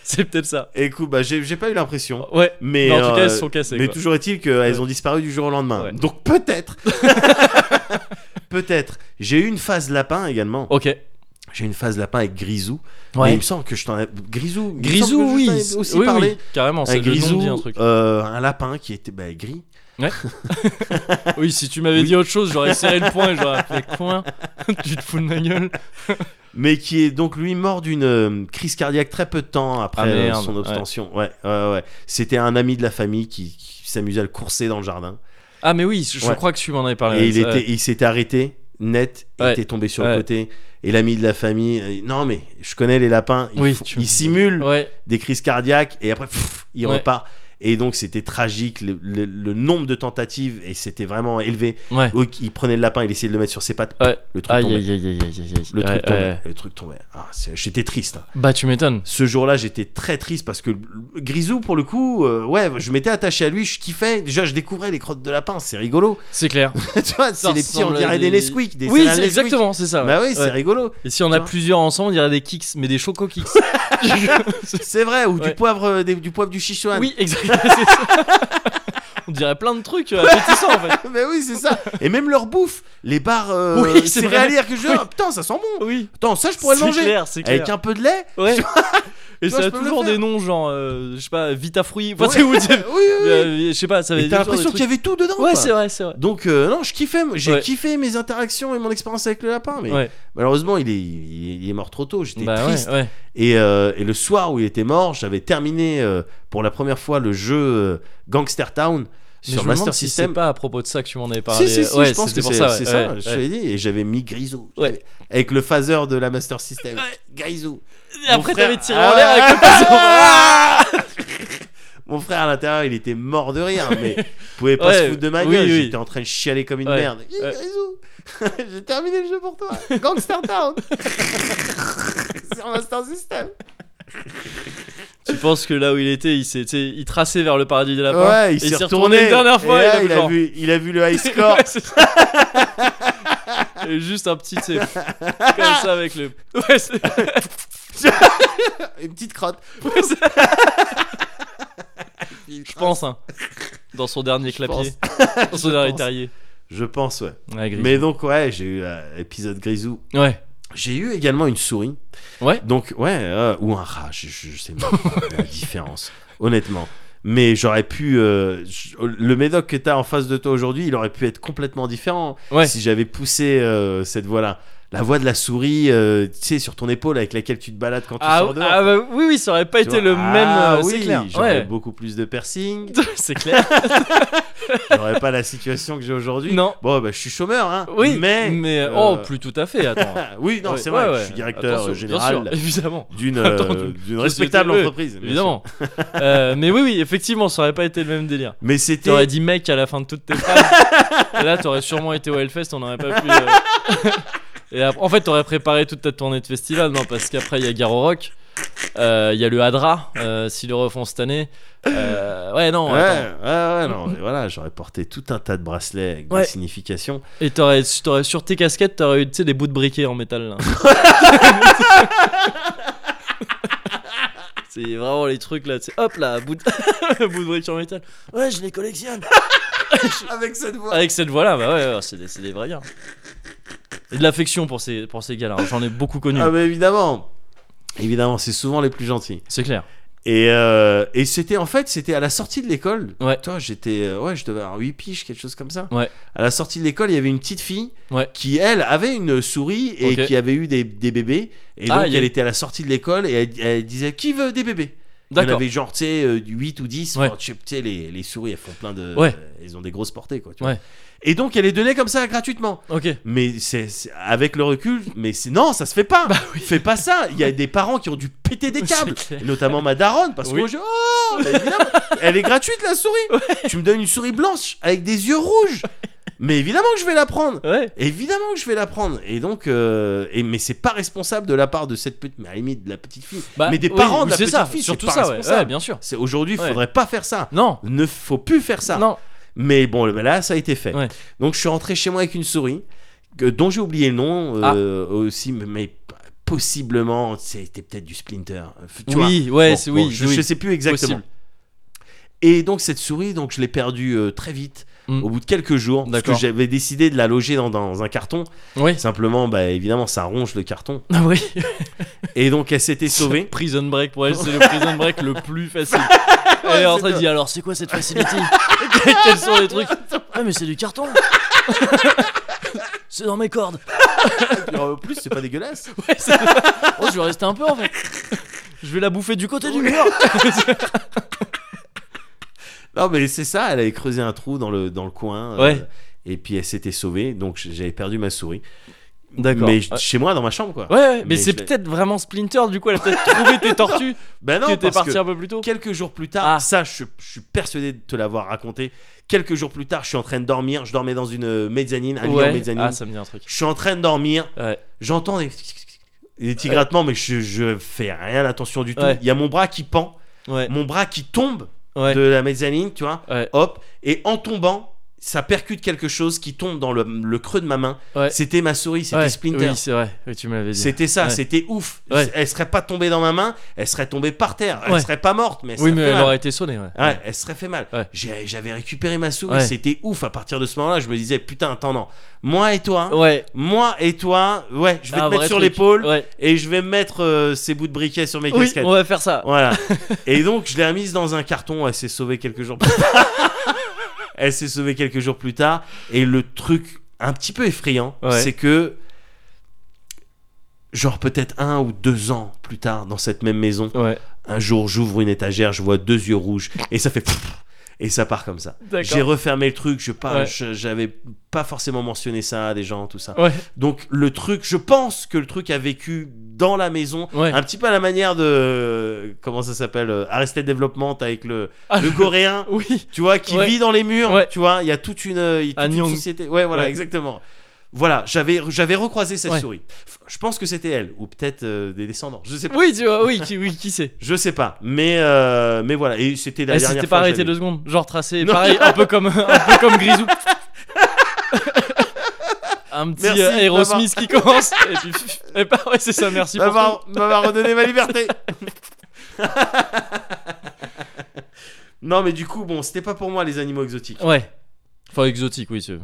A: C'est peut-être ça.
B: Et écoute, bah, j'ai j'ai pas eu l'impression.
A: Ouais.
B: Mais,
A: Mais en tout cas,
B: euh,
A: elles se sont cassées.
B: Mais
A: quoi.
B: toujours est-il qu'elles ont disparu du jour au lendemain.
A: Ouais.
B: Donc peut-être. peut-être. J'ai eu une phase lapin également.
A: Ok.
B: J'ai eu une phase lapin avec Grisou. Mais il
A: Ouais.
B: me semble que je t'en ai. Grisou. il me
A: Grisou,
B: semble que
A: oui.
B: je t'en ai aussi
A: oui, oui,
B: parlé.
A: Carrément,
B: Un
A: c'est le nom
B: grisou,
A: dit un truc.
B: euh, un lapin qui était bah, gris.
A: Oui, si tu m'avais dit autre chose, j'aurais serré le point et j'aurais fait coin. tu te fous de ma gueule.
B: mais qui est donc lui mort d'une euh, crise cardiaque très peu de temps après
A: Ah,
B: euh,
A: merde,
B: son
A: ouais.
B: abstention. Ouais, ouais, ouais. C'était un ami de la famille qui, qui s'amusait à le courser dans le jardin.
A: Ah, mais oui, je
B: Ouais.
A: crois que tu m'en avais parlé.
B: et il,
A: Ah, ouais.
B: était, il s'était arrêté net, il
A: Ouais.
B: était tombé sur
A: Ouais.
B: le côté. Et l'ami de la famille, euh, non mais je connais les lapins, ils,
A: Oui,
B: font-
A: tu-
B: ils simulent
A: Ouais.
B: des crises cardiaques et après pff, il
A: Ouais.
B: repart. Et donc c'était tragique, le, le- le nombre de tentatives, et c'était vraiment élevé.
A: Ouais.
B: Donc, il prenait le lapin, il essayait de le mettre sur ses pattes,
A: Ouais.
B: le truc
A: Aïe,
B: tombait.
A: aïe, aïe, aïe, aïe, aïe.
B: Le,
A: Ouais,
B: truc tombait,
A: ouais.
B: le truc tombait. Ah, c'est- J'étais triste. hein.
A: Bah, tu m'étonnes.
B: Ce jour-là, j'étais très triste parce que Grisou, pour le coup, euh, ouais, je m'étais attaché à lui, je kiffais. Déjà, je découvrais les crottes de lapin, c'est rigolo.
A: C'est clair.
B: tu vois, c'est
A: Ça
B: les petits, on
A: ressemble à
B: dirait des
A: des-
B: Nesquik. Des
A: Oui,
B: céréales
A: c'est
B: Nesquik.
A: exactement, c'est ça. ouais.
B: Bah oui, c'est
A: Ouais.
B: rigolo.
A: Et si on a
B: Tu vois.
A: plusieurs ensemble, on dirait des kicks, mais des choco kicks.
B: C'est vrai, ou du
A: Ouais.
B: poivre, euh, des- du poivre du Sichuan.
A: oui, exactement. c'est ça. on dirait plein de trucs euh, appétissants en fait.
B: Mais oui, c'est ça. Et même leur bouffe, les barres euh,
A: Oui, c'est vrai.
B: céréalières que je
A: Oui.
B: ah, putain, ça sent bon.
A: Oui.
B: Attends, ça, je pourrais le
A: C'est
B: manger.
A: clair, c'est
B: Avec
A: clair.
B: un peu de lait.
A: Ouais. Et
B: Tu vois,
A: ça
B: je
A: a
B: peux me le
A: toujours
B: faire.
A: des noms genre, euh, je sais pas, Vita Fruits. Enfin,
B: Ouais.
A: c'est où tu-
B: Oui, oui, oui.
A: euh, Je sais pas, ça
B: Et
A: avait
B: T'as
A: toujours des
B: l'impression qu'il y
A: trucs-
B: avait tout dedans.
A: Ouais,
B: quoi.
A: c'est vrai, c'est vrai.
B: Donc euh, non, je kiffais, j'ai
A: Ouais.
B: kiffé mes interactions et mon expérience avec le lapin, mais
A: Ouais.
B: malheureusement il est, il est- il est mort trop tôt, j'étais
A: Bah
B: triste.
A: ouais, ouais.
B: Et, euh, et le soir où il était mort, j'avais terminé euh, pour la première fois le jeu euh, Gangster Town
A: Mais
B: sur
A: je me
B: Master
A: demande si c'est
B: System.
A: pas à propos de ça que tu m'en avais parlé.
B: Si, si, si,
A: ouais,
B: je pense
A: c'était
B: que
A: pour
B: c'est
A: ça. ouais,
B: c'est ça,
A: ouais,
B: je
A: ouais.
B: te l'ai dit, et j'avais mis Grisou,
A: Ouais.
B: j'avais- avec le phaser de la Master System, Grisou.
A: Et après,
B: frère-
A: t'avais tiré
B: Ah
A: en l'air
B: ouais.
A: avec le
B: Ah Mon frère à l'intérieur, il était mort de rire, mais il pouvait pas
A: Ouais,
B: se foutre de ma
A: oui,
B: gueule.
A: oui.
B: J'étais en train de chialer comme une
A: Ouais,
B: merde. Hi,
A: ouais.
B: Grisou, J'ai terminé le jeu pour toi. Gangster Town. Sur Master System.
A: Tu penses que là où il était, il s'est, tu sais, il traçait vers le paradis des lapins. Et
B: Ouais, il
A: il
B: s'est
A: s'est
B: retourné.
A: retourné une dernière fois,
B: Et
A: il
B: là,
A: a
B: il,
A: fait
B: a
A: genre.
B: vu, il a vu le high score.
A: Ouais, c'est ça. Et juste un petit, tu sais, comme ça avec le. Ouais, c'est-
B: Une petite crotte.
A: ouais, c'est-
B: Je
A: je pense, hein. Dans son dernier clapier. Dans son
B: Je
A: dernier
B: pense.
A: terrier.
B: Je pense, ouais.
A: Ouais, gris.
B: Mais donc, ouais, j'ai eu euh, épisode Grisou.
A: Ouais.
B: J'ai eu également une souris.
A: Ouais.
B: Donc, ouais, euh, ou un rat, je, je- je sais pas la différence, honnêtement. Mais j'aurais pu. euh, je- le médoc que t'as en face de toi aujourd'hui, il aurait pu être complètement différent
A: Ouais.
B: si j'avais poussé euh, cette voie-là. La voie de la souris, euh, tu sais, sur ton épaule avec laquelle tu te balades quand tu
A: Ah,
B: sors dehors.
A: ah bah oui, oui, ça aurait pas
B: Tu
A: été
B: vois,
A: le même.
B: ah
A: euh, c'est
B: oui,
A: clair.
B: J'aurais
A: Ouais.
B: beaucoup plus de piercing.
A: c'est clair.
B: J'aurais pas la situation que j'ai aujourd'hui.
A: Non.
B: Bon, bah, je suis chômeur, hein.
A: Oui.
B: Mais.
A: euh,
B: euh, ah,
A: oh, plus tout à fait. Attends.
B: oui, non,
A: Ouais,
B: c'est vrai.
A: ouais,
B: Je suis
A: ouais.
B: directeur
A: Attention, bien
B: général
A: sûr, évidemment.
B: d'une
A: Attends,
B: euh,
A: donc,
B: d'une respectable
A: société, oui,
B: entreprise. bien sûr.
A: Évidemment. Euh, mais oui, oui, effectivement, ça aurait pas été le même délire.
B: Mais c'était
A: T'aurais dit mec à la fin de toutes tes phrases. et là, t'aurais sûrement été au Hellfest, on n'aurait pas pu. euh, Et après- en fait, t'aurais préparé toute ta tournée de festival, non Parce qu'après, il y a Garo Rock, euh, il y a le Hadra, euh, s'ils le refont cette année. Euh, ouais, non.
B: Ouais, ouais,
A: attends.
B: ouais, non, mais voilà, j'aurais porté tout un tas de bracelets avec
A: Ouais.
B: des significations.
A: Et t'aurais, t'aurais- sur tes casquettes, t'aurais eu tu sais, des bouts de briquet en métal. là. C'est vraiment les trucs là, tu sais, hop là, bout de, bout de briquet en métal. Ouais, je les collectionne.
B: Avec cette voix.
A: Avec cette voix-là, bah ouais, ouais, c'est des, c'est des vrais gars. Et de l'affection pour ces, pour ces gars-là, hein. j'en ai beaucoup connu.
B: Ah, mais évidemment. Évidemment, c'est souvent les plus gentils.
A: C'est clair.
B: Et, euh, et c'était en fait, c'était à la sortie de l'école.
A: Ouais.
B: Toi, j'étais, euh, ouais, je devais avoir 8 piges, quelque chose comme ça.
A: Ouais.
B: À la sortie de l'école, il y avait une petite fille
A: Ouais.
B: qui, elle, avait une souris et
A: Ok.
B: qui avait eu des, des bébés. Et
A: Ah,
B: donc,
A: il y a-
B: elle était à la sortie de l'école et elle, elle disait Qui veut des bébés Il y en
A: D'accord.
B: avait genre, tu sais, euh, du 8 ou 10.
A: Ouais.
B: Enfin, tu sais, les, les souris, elles font plein de.
A: Ouais.
B: euh, elles ont des grosses portées, quoi. tu vois.
A: Ouais.
B: Et donc, elle les donnait comme ça gratuitement.
A: Ok.
B: Mais c'est c'est- avec le recul, mais c'est non, ça se fait pas. Fais pas ça. Il y a des parents qui ont dû péter des
A: Bah C'est
B: câbles,
A: clair.
B: Et notamment ma daronne parce que
A: Oui.
B: moi, je oh, bah, évidemment, elle est gratuite la souris. Tu me donnes une souris blanche avec des yeux rouges. Mais évidemment que je vais la prendre.
A: Ouais.
B: Évidemment que je vais la prendre. Et donc euh, et mais c'est pas responsable de la part de cette petite mais à la limite de la petite fille.
A: Bah,
B: mais des
A: oui,
B: parents de
A: oui,
B: la
A: c'est
B: petite
A: ça,
B: fille,
A: surtout
B: c'est pas
A: ça, ouais.
B: responsable.
A: ouais, bien sûr.
B: C'est aujourd'hui, il
A: Ouais.
B: faudrait pas faire ça.
A: Non.
B: Ne faut plus faire ça.
A: Non.
B: Mais bon, ben là, ça a été fait.
A: Ouais.
B: Donc, je suis rentré chez moi avec une souris que- dont j'ai oublié le nom
A: Ah.
B: euh, aussi, mais, mais possiblement, c'était peut-être du Splinter. Euh, Tu vois.
A: oui, ouais,
B: Bon,
A: c'est
B: bon,
A: oui.
B: je,
A: oui.
B: je sais plus exactement.
A: Possible.
B: Et donc, cette souris, donc, je l'ai perdue euh, très vite,
A: Mm.
B: au bout de quelques jours, parce que
A: D'accord.
B: j'avais décidé de la loger dans, dans un carton.
A: Oui.
B: Simplement, bah, évidemment, ça ronge le carton.
A: Ah oui.
B: Et donc, elle s'était sauvée.
A: Prison Break pour elle, c'est le Prison Break le plus facile. Elle est en train de dire alors c'est quoi cette facilité Quels sont les trucs Ah mais c'est du carton. c'est dans mes cordes.
B: euh, En plus, c'est pas dégueulasse.
A: Ouais, c'est- oh, je vais rester un peu en fait. Je vais la bouffer du côté du mur.
B: Non, mais c'est ça, elle avait creusé un trou dans le, dans le coin. euh,
A: Ouais.
B: et puis elle s'était sauvée, donc j- j'avais perdu ma souris.
A: D'accord.
B: Mais j- chez moi, dans ma chambre, quoi.
A: Ouais, ouais, mais,
B: Mais
A: c'est
B: je l'ai-
A: peut-être vraiment Splinter du coup, elle a peut-être trouvé tes tortues
B: Ben
A: qui
B: non,
A: étaient
B: parce
A: parties
B: que
A: un peu plus tôt.
B: quelques jours plus tard,
A: Ah.
B: ça, je, je suis persuadé de te l'avoir raconté. Quelques jours plus tard, je suis en train de dormir. Je dormais dans une euh, mezzanine, un lit en
A: Ouais.
B: mezzanine.
A: Ah, ça me dit un truc.
B: Je suis en train de dormir.
A: Ouais.
B: J'entends des, des petits grattements, mais je, je fais rien attention du tout. Il
A: Ouais.
B: y a mon bras qui pend,
A: Ouais.
B: mon bras qui tombe
A: Ouais.
B: de la mezzanine, tu vois.
A: Ouais.
B: Hop, et en tombant, ça percute quelque chose qui tombe dans le, le creux de ma main.
A: Ouais.
B: C'était ma souris, c'était
A: Ouais,
B: Splinter.
A: Oui, c'est vrai. Oui, tu me l'avais dit.
B: C'était ça,
A: Ouais.
B: c'était ouf.
A: Ouais.
B: Elle serait pas tombée dans ma main, elle serait tombée par terre. Elle
A: Ouais.
B: serait pas morte, mais elle
A: Oui,
B: serait
A: mais
B: fait
A: elle
B: mal.
A: aurait été sonnée, ouais.
B: Ouais, elle serait fait mal.
A: Ouais.
B: J'ai- J'avais récupéré ma souris,
A: Ouais.
B: c'était ouf. À partir de ce moment-là, je me disais putain, attends non, moi et toi,
A: Ouais.
B: moi et toi, ouais, je vais
A: un
B: te mettre
A: vrai
B: sur
A: truc.
B: l'épaule
A: Ouais.
B: et je vais mettre euh, ces bouts de briquet sur mes
A: Oui,
B: casquettes.
A: on va faire ça.
B: Voilà. Et donc, je l'ai remise dans un carton. Elle s'est sauvée quelques jours plus tard. Elle s'est sauvée quelques jours plus tard. Et le truc un petit peu effrayant,
A: Ouais.
B: c'est que, genre, peut-être un ou deux ans plus tard, dans cette même maison,
A: Ouais.
B: un jour, j'ouvre une étagère, je vois deux yeux rouges. Et ça fait. pfff Et ça part comme ça. J'ai
A: D'accord.
B: refermé le truc. Je pas,
A: Ouais.
B: je- j'avais pas forcément mentionné ça à des gens, tout ça.
A: Ouais.
B: Donc le truc, je pense que le truc a vécu dans la maison,
A: Ouais.
B: un petit peu à la manière de comment ça s'appelle, euh, Arrested Development avec le
A: Ah,
B: le coréen,
A: Oui.
B: tu vois, qui
A: Ouais.
B: vit dans les murs,
A: Ouais.
B: tu vois, il y a toute une, euh, il y a
A: Un
B: toute une
A: Young.
B: société, ouais voilà
A: Ouais.
B: exactement. Voilà, j'avais j'avais recroisé cette
A: Ouais.
B: souris. F- Je pense que c'était elle ou peut-être euh, des descendants, je sais pas,
A: Oui, tu vois, oui, qui, oui, qui sait
B: je sais pas, mais euh, mais voilà et c'était la
A: Elle
B: dernière
A: s'était
B: fois
A: Eh, pas
B: que
A: arrêtée
B: j'avais-
A: deux secondes. Genre tracé,
B: Non.
A: pareil, un peu comme, un peu comme Grisou. Un petit
B: Merci
A: euh, Aerosmith qui commence. Et puis, et bah, ouais, c'est ça, merci pour tout.
B: M'avoir m'avoir redonné ma liberté. non mais du coup bon c'était pas pour moi les animaux exotiques.
A: Oh. Ouais. Enfin, exotique, oui. c'est-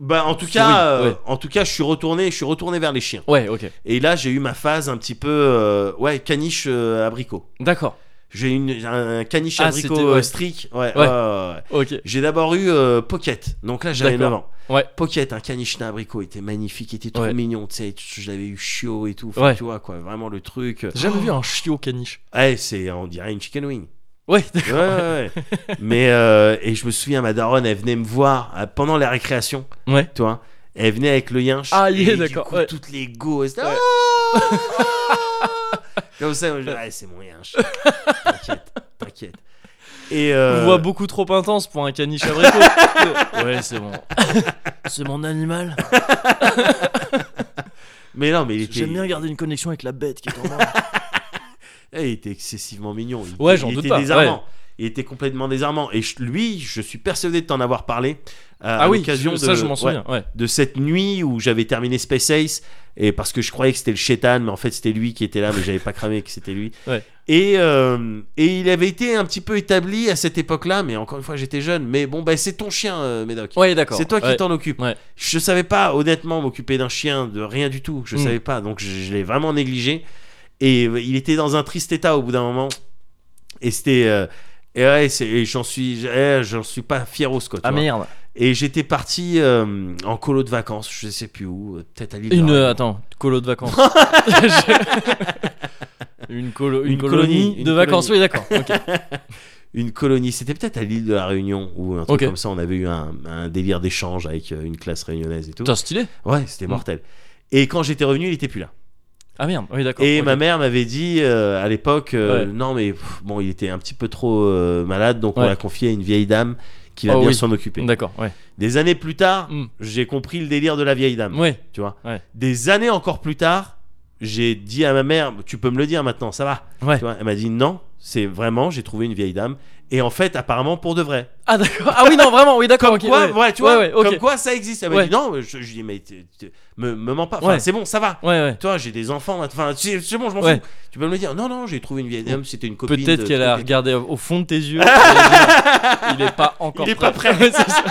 B: Bah en tout cas,
A: Oui, ouais.
B: euh, en tout cas, je suis retourné, je suis retourné vers les chiens.
A: Ouais, ok.
B: Et là, j'ai eu ma phase un petit peu, euh, ouais, caniche euh, abricot.
A: D'accord.
B: J'ai eu une- un caniche
A: Ah,
B: abricot
A: c'était-
B: euh,
A: ouais.
B: strict. Ouais.
A: Ouais.
B: ouais, ouais, ouais.
A: Ok.
B: J'ai d'abord eu euh, Pocket. Donc là, j'avais 9
A: D'accord.
B: ans.
A: Ouais.
B: Pocket, un caniche d'un abricot, il était magnifique, il était trop
A: Ouais.
B: mignon, tu sais, je l'avais eu chiot et tout, enfin,
A: Ouais.
B: tu vois quoi, vraiment le truc.
A: J'ai jamais vu un chiot caniche.
B: Ouais, c'est, on dirait une chicken wing.
A: Ouais.
B: Ouais, ouais, ouais. Mais, euh, et je me souviens, ma daronne, elle venait me voir euh, pendant la récréation,
A: Ouais.
B: tu vois, elle venait avec le yinche.
A: Ah, yeah,
B: et du
A: d'accord,
B: coup,
A: ouais.
B: toutes les go, elles étaient,
A: Ouais.
B: Ah Comme ça, moi, je dis, ouais, c'est mon yinche. T'inquiète, t'inquiète. Et euh,
A: Voix beaucoup trop intense pour un caniche abricot. ouais, c'est bon. c'est mon animal.
B: mais non, mais il était,
A: J'aime bien garder une connexion avec la bête qui est en moi.
B: Eh, il était excessivement mignon. Il,
A: Ouais,
B: il
A: j'en doute
B: était
A: pas,
B: désarmant. Il était complètement désarmant. Et je- lui, je suis persuadé de t'en avoir parlé. euh, à
A: Ah oui,
B: l'occasion
A: je-
B: de,
A: ça je m'en
B: ouais,
A: souviens. Ouais.
B: de cette nuit où j'avais terminé Space Ace. Et parce que je croyais que c'était le Shetan, mais en fait c'était lui qui était là, mais j'avais pas cramé que c'était lui.
A: Ouais.
B: Et, euh, et il avait été un petit peu établi à cette époque-là, mais encore une fois j'étais jeune. Mais bon, bah, c'est ton chien, euh, Médoc.
A: Ouais, d'accord.
B: C'est toi qui
A: Ouais.
B: t'en occupes.
A: Ouais.
B: Je savais pas, honnêtement, m'occuper d'un chien, de rien du tout. Je
A: Mm.
B: savais pas, donc je, je l'ai vraiment négligé. Et euh, il était dans un triste état au bout d'un moment. Et c'était. euh, et ouais, c'est- et j'en suis, eh, j'en suis pas fier au Scott.
A: Ah merde.
B: Et j'étais parti euh, en colo de vacances, je sais plus où, euh, peut-être à l'île.
A: Une
B: de
A: euh,
B: Ré-
A: attends, colo de vacances. Je- une, colo- une colonie,
B: Une colonie, une
A: de vacances.
B: colonie.
A: Oui, d'accord. ok.
B: une colonie. C'était peut-être à l'île de la Réunion ou un truc
A: Ok.
B: comme ça. On avait eu un, un délire d'échange avec euh, une classe réunionnaise et tout.
A: Putain, stylé.
B: Ouais,
A: Mm.
B: c'était mortel. Et quand j'étais revenu, il était plus là.
A: Ah merde. Oui, d'accord.
B: Et
A: ok.
B: ma mère m'avait dit euh, à l'époque, euh,
A: Ouais.
B: non mais pff, bon, il était un petit petit peu trop euh, malade, donc on
A: Ouais.
B: l'a confié à une vieille dame qui va
A: Oh
B: bien
A: oui.
B: s'en occuper.
A: D'accord. Ouais.
B: Des années plus tard,
A: Mm.
B: j'ai compris le délire de la vieille dame.
A: Ouais.
B: Tu vois.
A: Ouais.
B: Des années encore plus tard, j'ai dit à ma mère, tu peux me le dire maintenant, ça va.
A: Ouais.
B: Tu vois, elle m'a dit non, c'est vraiment, j'ai trouvé une vieille dame. Et en fait, apparemment pour de vrai.
A: Ah d'accord. Ah oui, non, vraiment. Oui, d'accord. ok,
B: Quoi,
A: ouais.
B: ouais, tu vois,
A: Ouais, ouais, ok.
B: comme quoi ça existe. Elle m'a
A: Ouais.
B: dit non, je, je dis mais t'es- t'es- me, me mens pas. Enfin,
A: Ouais.
B: c'est bon, ça va.
A: Ouais, ouais.
B: Toi, j'ai des enfants. maintenant. Enfin, c'est c'est bon, je m'en
A: Ouais.
B: fous. Tu peux me le dire. Non, non, j'ai trouvé une vieille dame. C'était une copine.
A: Peut-être
B: de-
A: qu'elle a
B: trompée.
A: regardé au fond de tes yeux. et elle a dit, il est pas encore.
B: Il est pas prêt.
A: Ouais, c'est ça.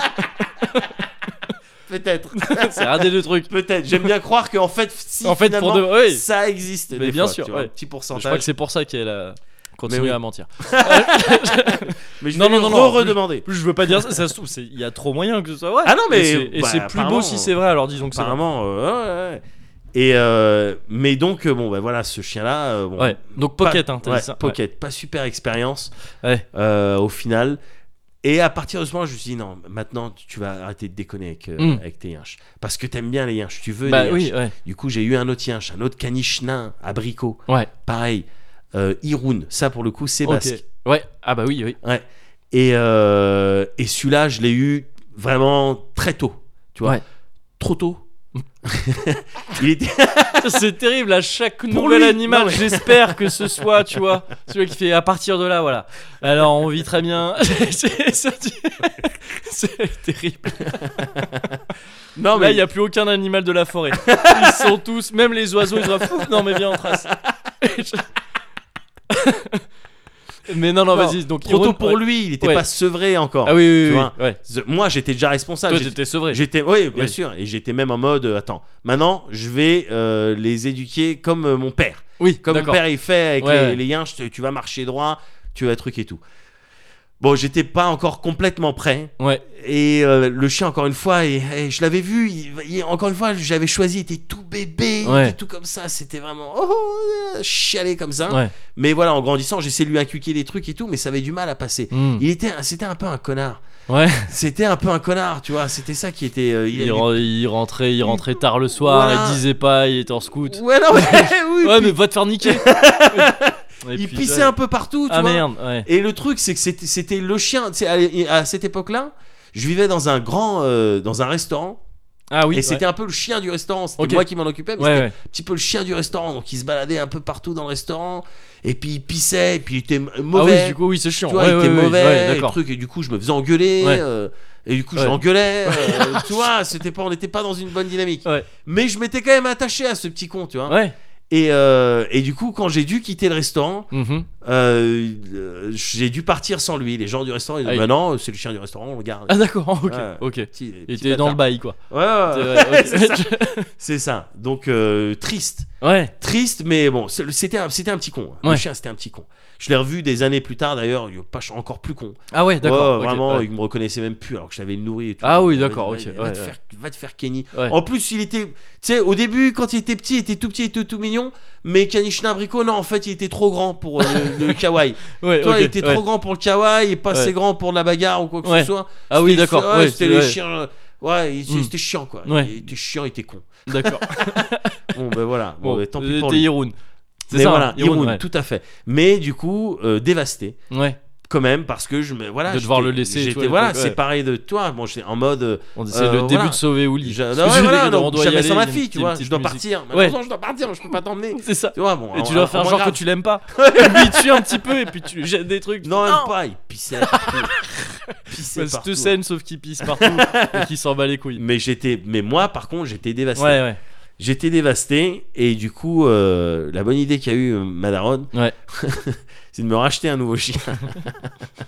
B: Peut-être.
A: C'est un des deux trucs.
B: Peut-être. J'aime bien croire qu'en fait, si
A: En fait, pour
B: finalement,
A: de- oui.
B: ça existe.
A: Mais
B: des
A: bien
B: fois,
A: sûr,
B: tu vois,
A: ouais.
B: un petit
A: Je crois que
B: pourcentage.
A: c'est pour ça qu'elle a continué
B: oui.
A: à mentir.
B: Mais je
A: Non,
B: vais lui
A: non, non, non.
B: redemander.
A: Plus je veux pas dire ça, ça se trouve, c'est- il y a trop moyen que ce soit vrai.
B: Ah non, mais,
A: Et c'est- Et
B: bah,
A: c'est plus beau
B: apparemment-
A: si c'est vrai, alors disons que c'est. vrai.
B: Apparemment, euh, ouais, ouais, ouais. Et euh, mais donc euh, bon bah voilà ce chien là
A: Ouais, donc Pocket, hein, t'as dit ça.
B: Pocket pas super expérience
A: Ouais.
B: euh, au final et à partir de ce moment je me suis dit non maintenant tu tu vas arrêter de déconner avec, euh,
A: Mm.
B: avec tes yinches parce que t'aimes bien les yinches tu veux
A: Bah
B: les
A: oui,
B: yinches.
A: ouais.
B: du coup j'ai eu un autre yinche un autre caniche nain abricot
A: Ouais.
B: pareil euh, Irun ça pour le coup c'est
A: Ok.
B: basque
A: Ouais. Ah bah oui, oui.
B: Ouais. Et, euh, et celui-là, je l'ai eu vraiment très tôt. Tu vois
A: Ouais. Hmm.
B: Trop tôt. il était.
A: C'est terrible à chaque nouvel
B: lui,
A: animal.
B: non, mais-
A: J'espère que ce soit, tu vois, celui qui fait à partir de là, voilà. Alors on vit très bien. C'est- ça, tu- C'est terrible.
B: Non,
A: Là,
B: mais
A: il n'y a plus aucun animal de la forêt. Ils sont tous, même les oiseaux, ils doivent fou. Non, mais viens en trace. mais non, non,
B: Non,
A: vas-y. Donc
B: trop
A: Iron-
B: tôt pour
A: ouais.
B: lui, il n'était
A: Ouais.
B: pas sevré encore.
A: Ah oui, oui,
B: Tu
A: oui.
B: vois. Ah,
A: oui. Ouais.
B: The- Moi, j'étais déjà responsable.
A: Toi,
B: J'étais-
A: t'étais sevré.
B: J'étais, oui, bien
A: Oui.
B: sûr, et j'étais même en mode, euh, attends, maintenant je vais euh, les éduquer comme euh, mon père,
A: Oui,
B: comme mon
A: d'accord.
B: père il fait avec
A: Ouais,
B: les,
A: ouais.
B: les yinches, tu, tu vas marcher droit, tu vas truc et tout. Bon, j'étais pas encore complètement prêt,
A: Ouais.
B: Et euh, le chien, encore une fois, et, et je l'avais vu, il- il- encore une fois, j'avais choisi, il était tout bébé, il
A: Ouais.
B: était tout comme ça, c'était vraiment oh, oh, euh, chialé comme ça.
A: Ouais.
B: Mais voilà, en grandissant, j'essayais de lui inculquer des trucs et tout, mais ça avait du mal à passer.
A: Hmm.
B: Il était, un- c'était un peu un connard.
A: Ouais.
B: C'était un peu un connard, tu vois. C'était ça qui était. euh, il
A: Il,
B: avait-
A: ren- il rentrait, il rentrait tard le soir,
B: Voilà.
A: il disait pas, il était en scout.
B: Ouais, non, mais- oui,
A: Ouais,
B: puis
A: mais va te faire niquer. Et
B: il
A: puis,
B: pissait
A: ouais.
B: un peu partout, tu
A: Ah
B: vois.
A: merde, ouais.
B: Et le truc, c'est que c'était, c'était le chien. Tu sais, à, à cette époque-là, je vivais dans un grand, euh, dans un restaurant,
A: Ah oui,
B: et
A: ouais.
B: c'était un peu le chien du restaurant. C'était
A: Ok.
B: moi qui m'en occupais. mais
A: Ouais, ouais.
B: un petit peu le chien du restaurant. Donc il se baladait un peu partout dans le restaurant. Et puis il pissait, et puis il était m- mauvais.
A: Ah oui, du coup, oui, c'est chiant.
B: tu vois,
A: ouais,
B: il
A: ouais,
B: était
A: ouais,
B: mauvais,
A: ouais,
B: et,
A: d'accord.
B: truc, et du coup je me faisais engueuler.
A: Ouais.
B: euh, et du coup
A: Ouais.
B: j'engueulais. euh, tu vois, c'était pas, on n'était pas dans une bonne dynamique.
A: Ouais.
B: Mais je m'étais quand même attaché à ce petit con, tu vois.
A: Ouais,
B: Et, euh, et du coup, quand j'ai dû quitter le restaurant,
A: Mhm.
B: euh, euh, j'ai dû partir sans lui. Les gens du restaurant, ils disent
A: Ah,
B: Bah non, c'est le chien du restaurant, on le garde.
A: Ah d'accord, ok,
B: Ouais.
A: ok.
B: Petit-
A: Il
B: petit
A: était dans le
B: bâtard.
A: bail quoi.
B: Ouais, ouais, ouais.
A: C'est vrai,
B: c'est ça.
A: ok.
B: C'est ça. Donc, euh, triste.
A: ouais.
B: Triste, mais bon, c'est- c'était un, c'était un petit con. Le
A: Ouais.
B: chien, c'était un petit con. Je l'ai revu des années plus tard, d'ailleurs, il est pas encore plus con.
A: Ah ouais, d'accord. ok,
B: Ouais, vraiment,
A: ouais.
B: il me reconnaissait même plus alors que je l'avais nourri et tout.
A: Ah oui,
B: Il me
A: d'accord,
B: disait,
A: ok,
B: Va,
A: ouais,
B: te
A: ouais.
B: Faire, va te faire Kenny.
A: Ouais.
B: En plus, il était. Tu sais, au début, quand il était petit, il était tout petit, il était tout mignon. Mais Kenny Schnabrico, non, en fait, il était trop grand pour euh, le, le kawaii.
A: Ouais,
B: Toi,
A: ok,
B: il était
A: ouais.
B: trop grand pour le kawaii et pas
A: Ouais.
B: assez grand pour de la bagarre ou quoi que
A: Ouais.
B: ce soit.
A: Ah oui,
B: C'était-
A: d'accord.
B: ouais,
A: ouais,
B: c'était
A: c'est-
B: les
A: ouais,
B: chiens. euh, Ouais, il-
A: Mm.
B: c'était chiant, quoi.
A: Ouais.
B: Il était chiant, il était con.
A: D'accord.
B: Bon, ben voilà. Bon,
A: Bon,
B: ben, tant pis pour
A: c'était
B: lui.
A: Irun. C'est
B: Mais
A: ça,
B: voilà,
A: hein,
B: Irun,
A: ouais.
B: tout à fait. Mais du coup, euh, dévasté
A: Ouais.
B: quand même parce que je me voilà
A: De devoir
B: j'étais-
A: le laisser, tu
B: j'étais
A: vois, le
B: voilà
A: truc,
B: c'est
A: ouais.
B: pareil de toi bon j'étais en mode euh,
A: On dit,
B: Euh,
A: c'est le début
B: voilà.
A: de sauver Oli.
B: je,
A: Parce
B: non,
A: que
B: ouais,
A: j'ai
B: voilà
A: dit,
B: non,
A: on doit y
B: j'avais sans
A: aller,
B: ma
A: une
B: fille tu
A: petite
B: vois
A: musique.
B: je dois partir mais
A: Ouais.
B: non, je dois partir je peux pas t'emmener
A: C'est ça.
B: tu vois bon
A: Et
B: en-
A: tu dois
B: en- en
A: faire
B: moins
A: genre
B: grave.
A: que tu l'aimes pas. Et puis tu tues un petit peu et puis tu lui jettes des trucs.
B: non même pas il pissait partout. Il pissait
A: Ouais, C'est
B: partout.
A: deux scènes sauf qu'il pisse partout et qu'il s'en bat les couilles.
B: mais j'étais mais moi par contre j'étais dévasté
A: Ouais, ouais.
B: j'étais dévasté et du coup euh, la bonne idée qu'a eu euh, ma daronne
A: Ouais.
B: c'est de me racheter un nouveau chien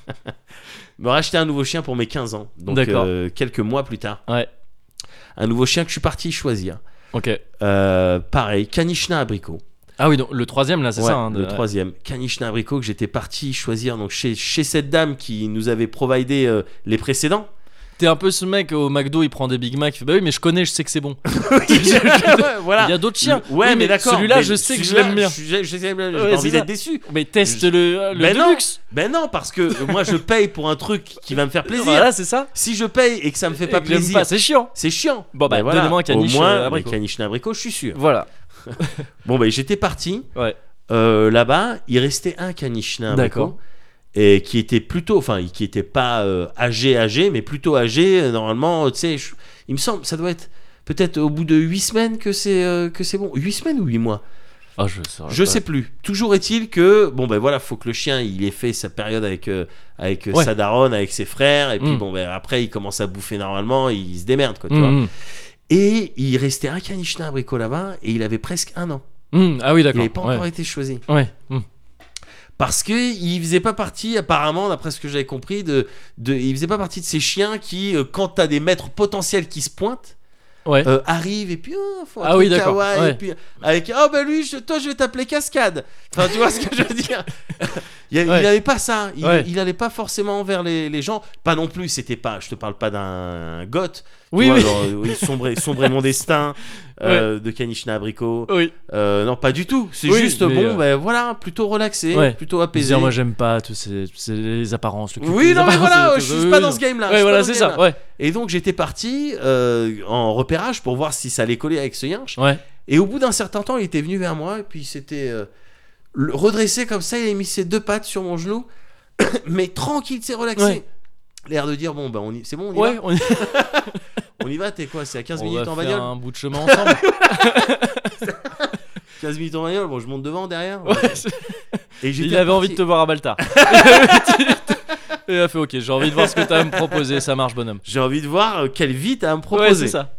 B: me racheter un nouveau chien pour mes 15 ans donc
A: D'accord.
B: euh, quelques mois plus tard
A: Ouais.
B: un nouveau chien que je suis parti choisir
A: Ok.
B: Euh, pareil, Kanishna Abricot.
A: Ah oui, donc le troisième là, c'est
B: Ouais,
A: ça. hein, de-
B: le troisième. Kanishna Abricot que j'étais parti choisir donc chez, chez cette dame qui nous avait providé euh, les précédents.
A: T'es un peu ce mec au McDo, il prend des Big Mac, il fait bah oui, mais je connais, je sais que c'est bon.
B: Ouais, voilà.
A: Il y a d'autres chiens.
B: Ouais,
A: Oui,
B: mais, d'accord.
A: Celui-là,
B: mais
A: je sais que je
B: celui-là,
A: l'aime bien.
B: Je, je- je- j'ai pas
A: Ouais,
B: envie
A: c'est
B: d'être
A: ça.
B: déçu.
A: Mais teste Ah, le, le
B: Ben non.
A: Deluxe.
B: Ben non, parce que moi, je paye pour un truc qui va me faire plaisir.
A: Voilà, c'est ça.
B: Si je paye et que ça me fait
A: Et
B: pas
A: que j'aime
B: plaisir,
A: c'est chiant.
B: c'est chiant.
A: Bon, bah,
B: Ben voilà.
A: donnez-moi un Caniche,
B: Au moins,
A: euh,
B: mais
A: Abricot.
B: Kanishna Abricot, je suis sûr.
A: Voilà.
B: Bon, ben j'étais parti.
A: Ouais.
B: Euh, Là-bas, il restait un Kanishna.
A: D'accord.
B: Et qui était plutôt, enfin, qui était pas euh, âgé, âgé, mais plutôt âgé. euh, Normalement, euh, tu sais, je- il me semble, ça doit être peut-être au bout de 8 semaines que c'est euh, que c'est bon. 8 semaines ou 8 mois
A: Ah, je sais.
B: Je sais plus. Toujours est-il que, bon, ben voilà, faut que le chien, il ait fait sa période avec, euh, avec euh,
A: Ouais.
B: sa daronne, avec ses frères. Et puis,
A: Mm.
B: bon, ben après, il commence à bouffer normalement, il se démerde, quoi, tu vois.
A: Mmh,
B: Et il restait un canichna abricot là-bas, et il avait presque un an.
A: mmh. Mmh, Ah oui,
B: Il
A: d'accord.
B: n'avait pas
A: ouais.
B: encore été choisi.
A: Ouais. Mmh.
B: Parce que il faisait pas partie, apparemment, d'après ce que j'avais compris, de, de, il faisait pas partie de ces chiens qui, euh, quand t'as des maîtres potentiels qui se pointent,
A: Ouais.
B: euh, arrivent et puis oh, faut un
A: Ah
B: truc
A: oui, d'accord,
B: kawaii,
A: ouais.
B: et puis avec oh bah lui, je- toi je vais t'appeler Cascade. Enfin, tu vois ce que je veux dire Il, y a- il
A: Ouais.
B: avait pas ça. Il,
A: Ouais.
B: il allait pas forcément vers les, les gens. Pas non plus. C'était pas. Je te parle pas d'un goth. tu
A: Oui,
B: vois,
A: oui.
B: genre, euh, oui, sombrer, sombrer mon destin euh, de Kanishna Abricot.
A: Oui.
B: Euh, non, pas du tout. C'est
A: Oui,
B: juste
A: mais,
B: bon.
A: euh,
B: ben voilà, plutôt relaxé,
A: Ouais.
B: plutôt apaisé.
A: Plaisir, moi j'aime pas tous ces, ces- les apparences, le culte,
B: Oui,
A: les
B: non, mais
A: apparences,
B: voilà,
A: les-
B: je
A: oui,
B: suis pas dans
A: non.
B: ce game-là. je
A: Ouais,
B: suis
A: voilà,
B: pas dans
A: c'est
B: ce
A: ça.
B: game-là.
A: Ouais.
B: Et donc, j'étais parti euh, en repérage pour voir si ça allait coller avec ce yinche.
A: Ouais.
B: Et au bout d'un certain temps, il était venu vers moi et puis il s'était euh, le- redressé comme ça. Il a mis ses deux pattes sur mon genou, mais tranquille, c'est relaxé.
A: Ouais.
B: L'air de dire, bon, ben, on y... c'est bon, on y
A: Ouais,
B: va.
A: on y
B: On y va, t'es quoi C'est à 15
A: on va
B: minutes en
A: faire
B: bagnole
A: un bout de chemin ensemble.
B: 15 minutes en bagnole, bon, je monte devant, derrière.
A: Ouais, c'est-
B: Et j'étais
A: Il avait envie de
B: parti.
A: te voir à Baltar. Et il a fait ok, j'ai envie de voir ce que t'as à me proposer, ça marche bonhomme.
B: J'ai envie de voir euh, quelle vie t'as à me
A: Ouais,
B: proposer.
A: c'est ça.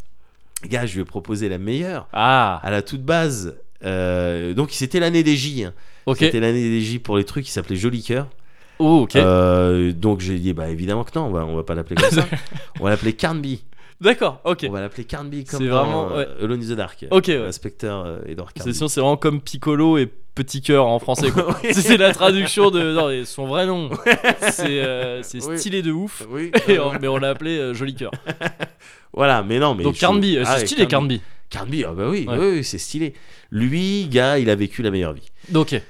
B: Gars, je lui ai proposé la meilleure.
A: Ah,
B: À la toute base. euh, donc, c'était l'année des J. hein.
A: ok.
B: C'était l'année des J pour les trucs qui s'appelait Joli Cœur.
A: Oh, ok.
B: Euh, donc, j'ai dit, bah évidemment que non, on va, on va pas l'appeler comme ça. on va l'appeler Carnby.
A: D'accord, ok.
B: On va l'appeler Carnby comme
A: C'est
B: dans,
A: vraiment,
B: euh, Alone in the Dark.
A: Ok, ouais.
B: L'inspecteur euh, Edward
A: C'est
B: Carnby.
A: sûr, c'est vraiment comme Piccolo et Petit Cœur en français. quoi. C'est- c'est la traduction de non, mais son vrai nom. C'est euh, c'est
B: Oui.
A: stylé de ouf.
B: Oui.
A: Et on- mais on l'a appelé euh, Joli Cœur.
B: Voilà, mais non, mais.
A: Donc
B: je-
A: Carnby, euh,
B: Ah,
A: c'est stylé Carnby.
B: Carnby, ah bah oui,
A: Ouais.
B: oui, oui, c'est stylé. Lui, gars, il a vécu la meilleure vie.
A: Ok.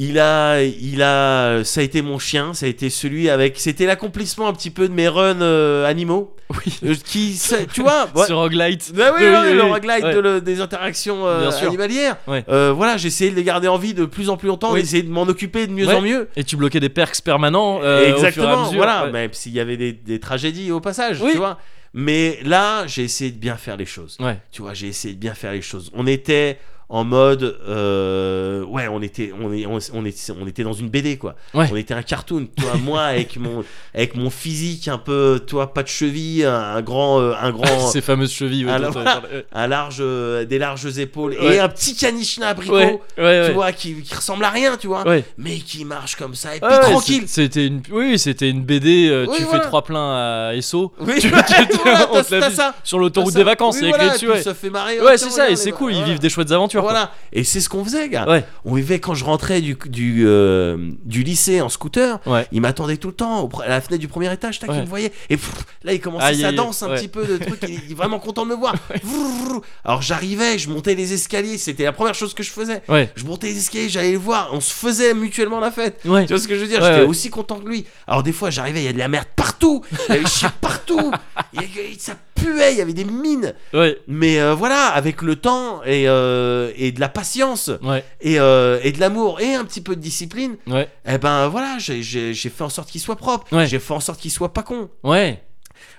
B: Il a, il a, ça a été mon chien, ça a été celui avec, c'était l'accomplissement un petit peu de mes runs euh, animaux,
A: Oui.
B: Euh, qui, ça- tu vois, ouais.
A: Sur Roguelite.
B: Bah oui,
A: Oui,
B: ouais,
A: oui,
B: le
A: oui.
B: roguelite
A: Ouais.
B: de le- des interactions euh,
A: Bien sûr.
B: animalières.
A: Ouais.
B: Euh, voilà, j'ai essayé de les garder en vie de plus en plus longtemps,
A: Oui.
B: d'essayer de m'en occuper de mieux
A: Ouais.
B: en mieux.
A: Et tu bloquais des perks permanents. euh, Au fur et à
B: Exactement,
A: mesure.
B: voilà,
A: Ouais.
B: même s'il y avait des, des tragédies au passage,
A: Oui.
B: tu vois. Mais là, j'ai essayé de bien faire les choses.
A: Ouais.
B: Tu vois, j'ai essayé de bien faire les choses. On était en mode euh, ouais on était on est on, on est- on était dans une BD quoi
A: Ouais.
B: on était un cartoon toi moi avec mon avec mon physique un peu toi pas de cheville un, un grand euh, un grand
A: Ces fameuses chevilles. ouais,
B: Alors-
A: dont t'avais parlé, ouais.
B: un large euh, des larges épaules
A: Ouais.
B: et un petit caniche à abricot
A: Ouais, ouais,
B: tu
A: ouais.
B: vois qui, qui ressemble à rien tu vois
A: Ouais.
B: mais qui marche comme ça et puis
A: Ouais, ouais,
B: tranquille
A: c'est- C'était une, oui, c'était une BD. euh,
B: Oui,
A: tu
B: voilà.
A: fais trois pleins à SO
B: oui
A: tu-
B: voilà,
A: tu-
B: voilà,
A: on
B: t'as-
A: te l'a
B: t'as
A: dit.
B: ça
A: sur l'autoroute
B: Ah, Ça-
A: des vacances
B: oui,
A: avec
B: voilà,
A: les
B: et puis
A: tueurs.
B: ça fait marrer.
A: Ouais,
B: Oh,
A: c'est
B: tiens,
A: ça, et
B: regarde,
A: c'est
B: les-
A: cool, ils
B: voilà.
A: vivent des chouettes aventures. quoi.
B: Voilà, et c'est ce qu'on faisait, gars.
A: Ouais.
B: On vivait quand je rentrais du, du, euh, du lycée en scooter.
A: Ouais.
B: Il m'attendait tout le temps au pre- à la fenêtre du premier étage, tac,
A: Ouais.
B: il me voyait. Et pff, là, il commençait
A: Aïe,
B: sa
A: aïe,
B: danse un
A: ouais.
B: petit peu de trucs. Il il est vraiment content de me voir. Vrrr. Alors j'arrivais, je montais les escaliers. C'était la première chose que je faisais.
A: Ouais,
B: Je montais les escaliers, j'allais le voir. On se faisait mutuellement la fête.
A: ouais.
B: Tu vois ce que je veux dire
A: Ouais,
B: J'étais
A: ouais.
B: aussi content que lui. Alors des fois, j'arrivais, il y a de la merde partout. Il y avait chier partout. Il y avait- ça puait, il y avait des mines.
A: Ouais,
B: Mais euh, voilà, avec le temps et, euh, et de la patience
A: ouais,
B: et, euh, et de l'amour et un petit peu de discipline,
A: ouais,
B: eh ben voilà, j'ai- j'ai j'ai fait en sorte qu'il soit propre.
A: Ouais.
B: J'ai fait en sorte qu'il soit pas con.
A: ouais.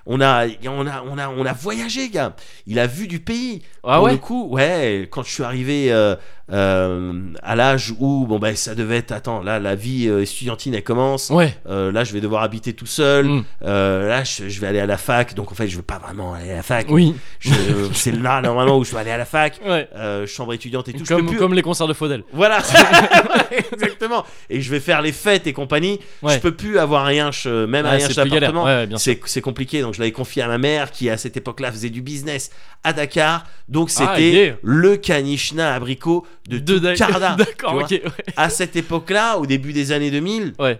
B: On a, on a, on a, on a voyagé, gars. Il a vu du pays.
A: Ah
B: Pour
A: ouais
B: le coup, ouais. Quand je suis arrivé euh, euh, à l'âge où bon ben ça devait être, attends, là la vie euh, estudiantine elle commence.
A: Ouais.
B: Euh, là je vais devoir habiter tout seul.
A: Mm.
B: Euh, là je, je vais aller à la fac. Donc en fait je veux pas vraiment aller à la fac.
A: Oui.
B: Je- c'est là normalement où je dois aller à la fac
A: Ouais.
B: euh, chambre étudiante et tout je peux
A: Comme,
B: plus-
A: comme les concerts de Faudel.
B: voilà exactement et je vais faire les fêtes et compagnie
A: Ouais.
B: je peux plus avoir rien même
A: Ouais,
B: un
A: Ah, c'est
B: yinche
A: plus galère.
B: d'appartement
A: Ouais, ouais, bien sûr.
B: c'est c'est compliqué donc je l'avais confié à ma mère qui à cette époque là faisait du business à Dakar donc c'était
A: Ah, yeah.
B: le canichna abricot de,
A: Deux
B: tout
A: dagues.
B: Carda
A: D'accord,
B: tu vois.
A: ok. Ouais.
B: à cette époque là au début des années 2000
A: ouais.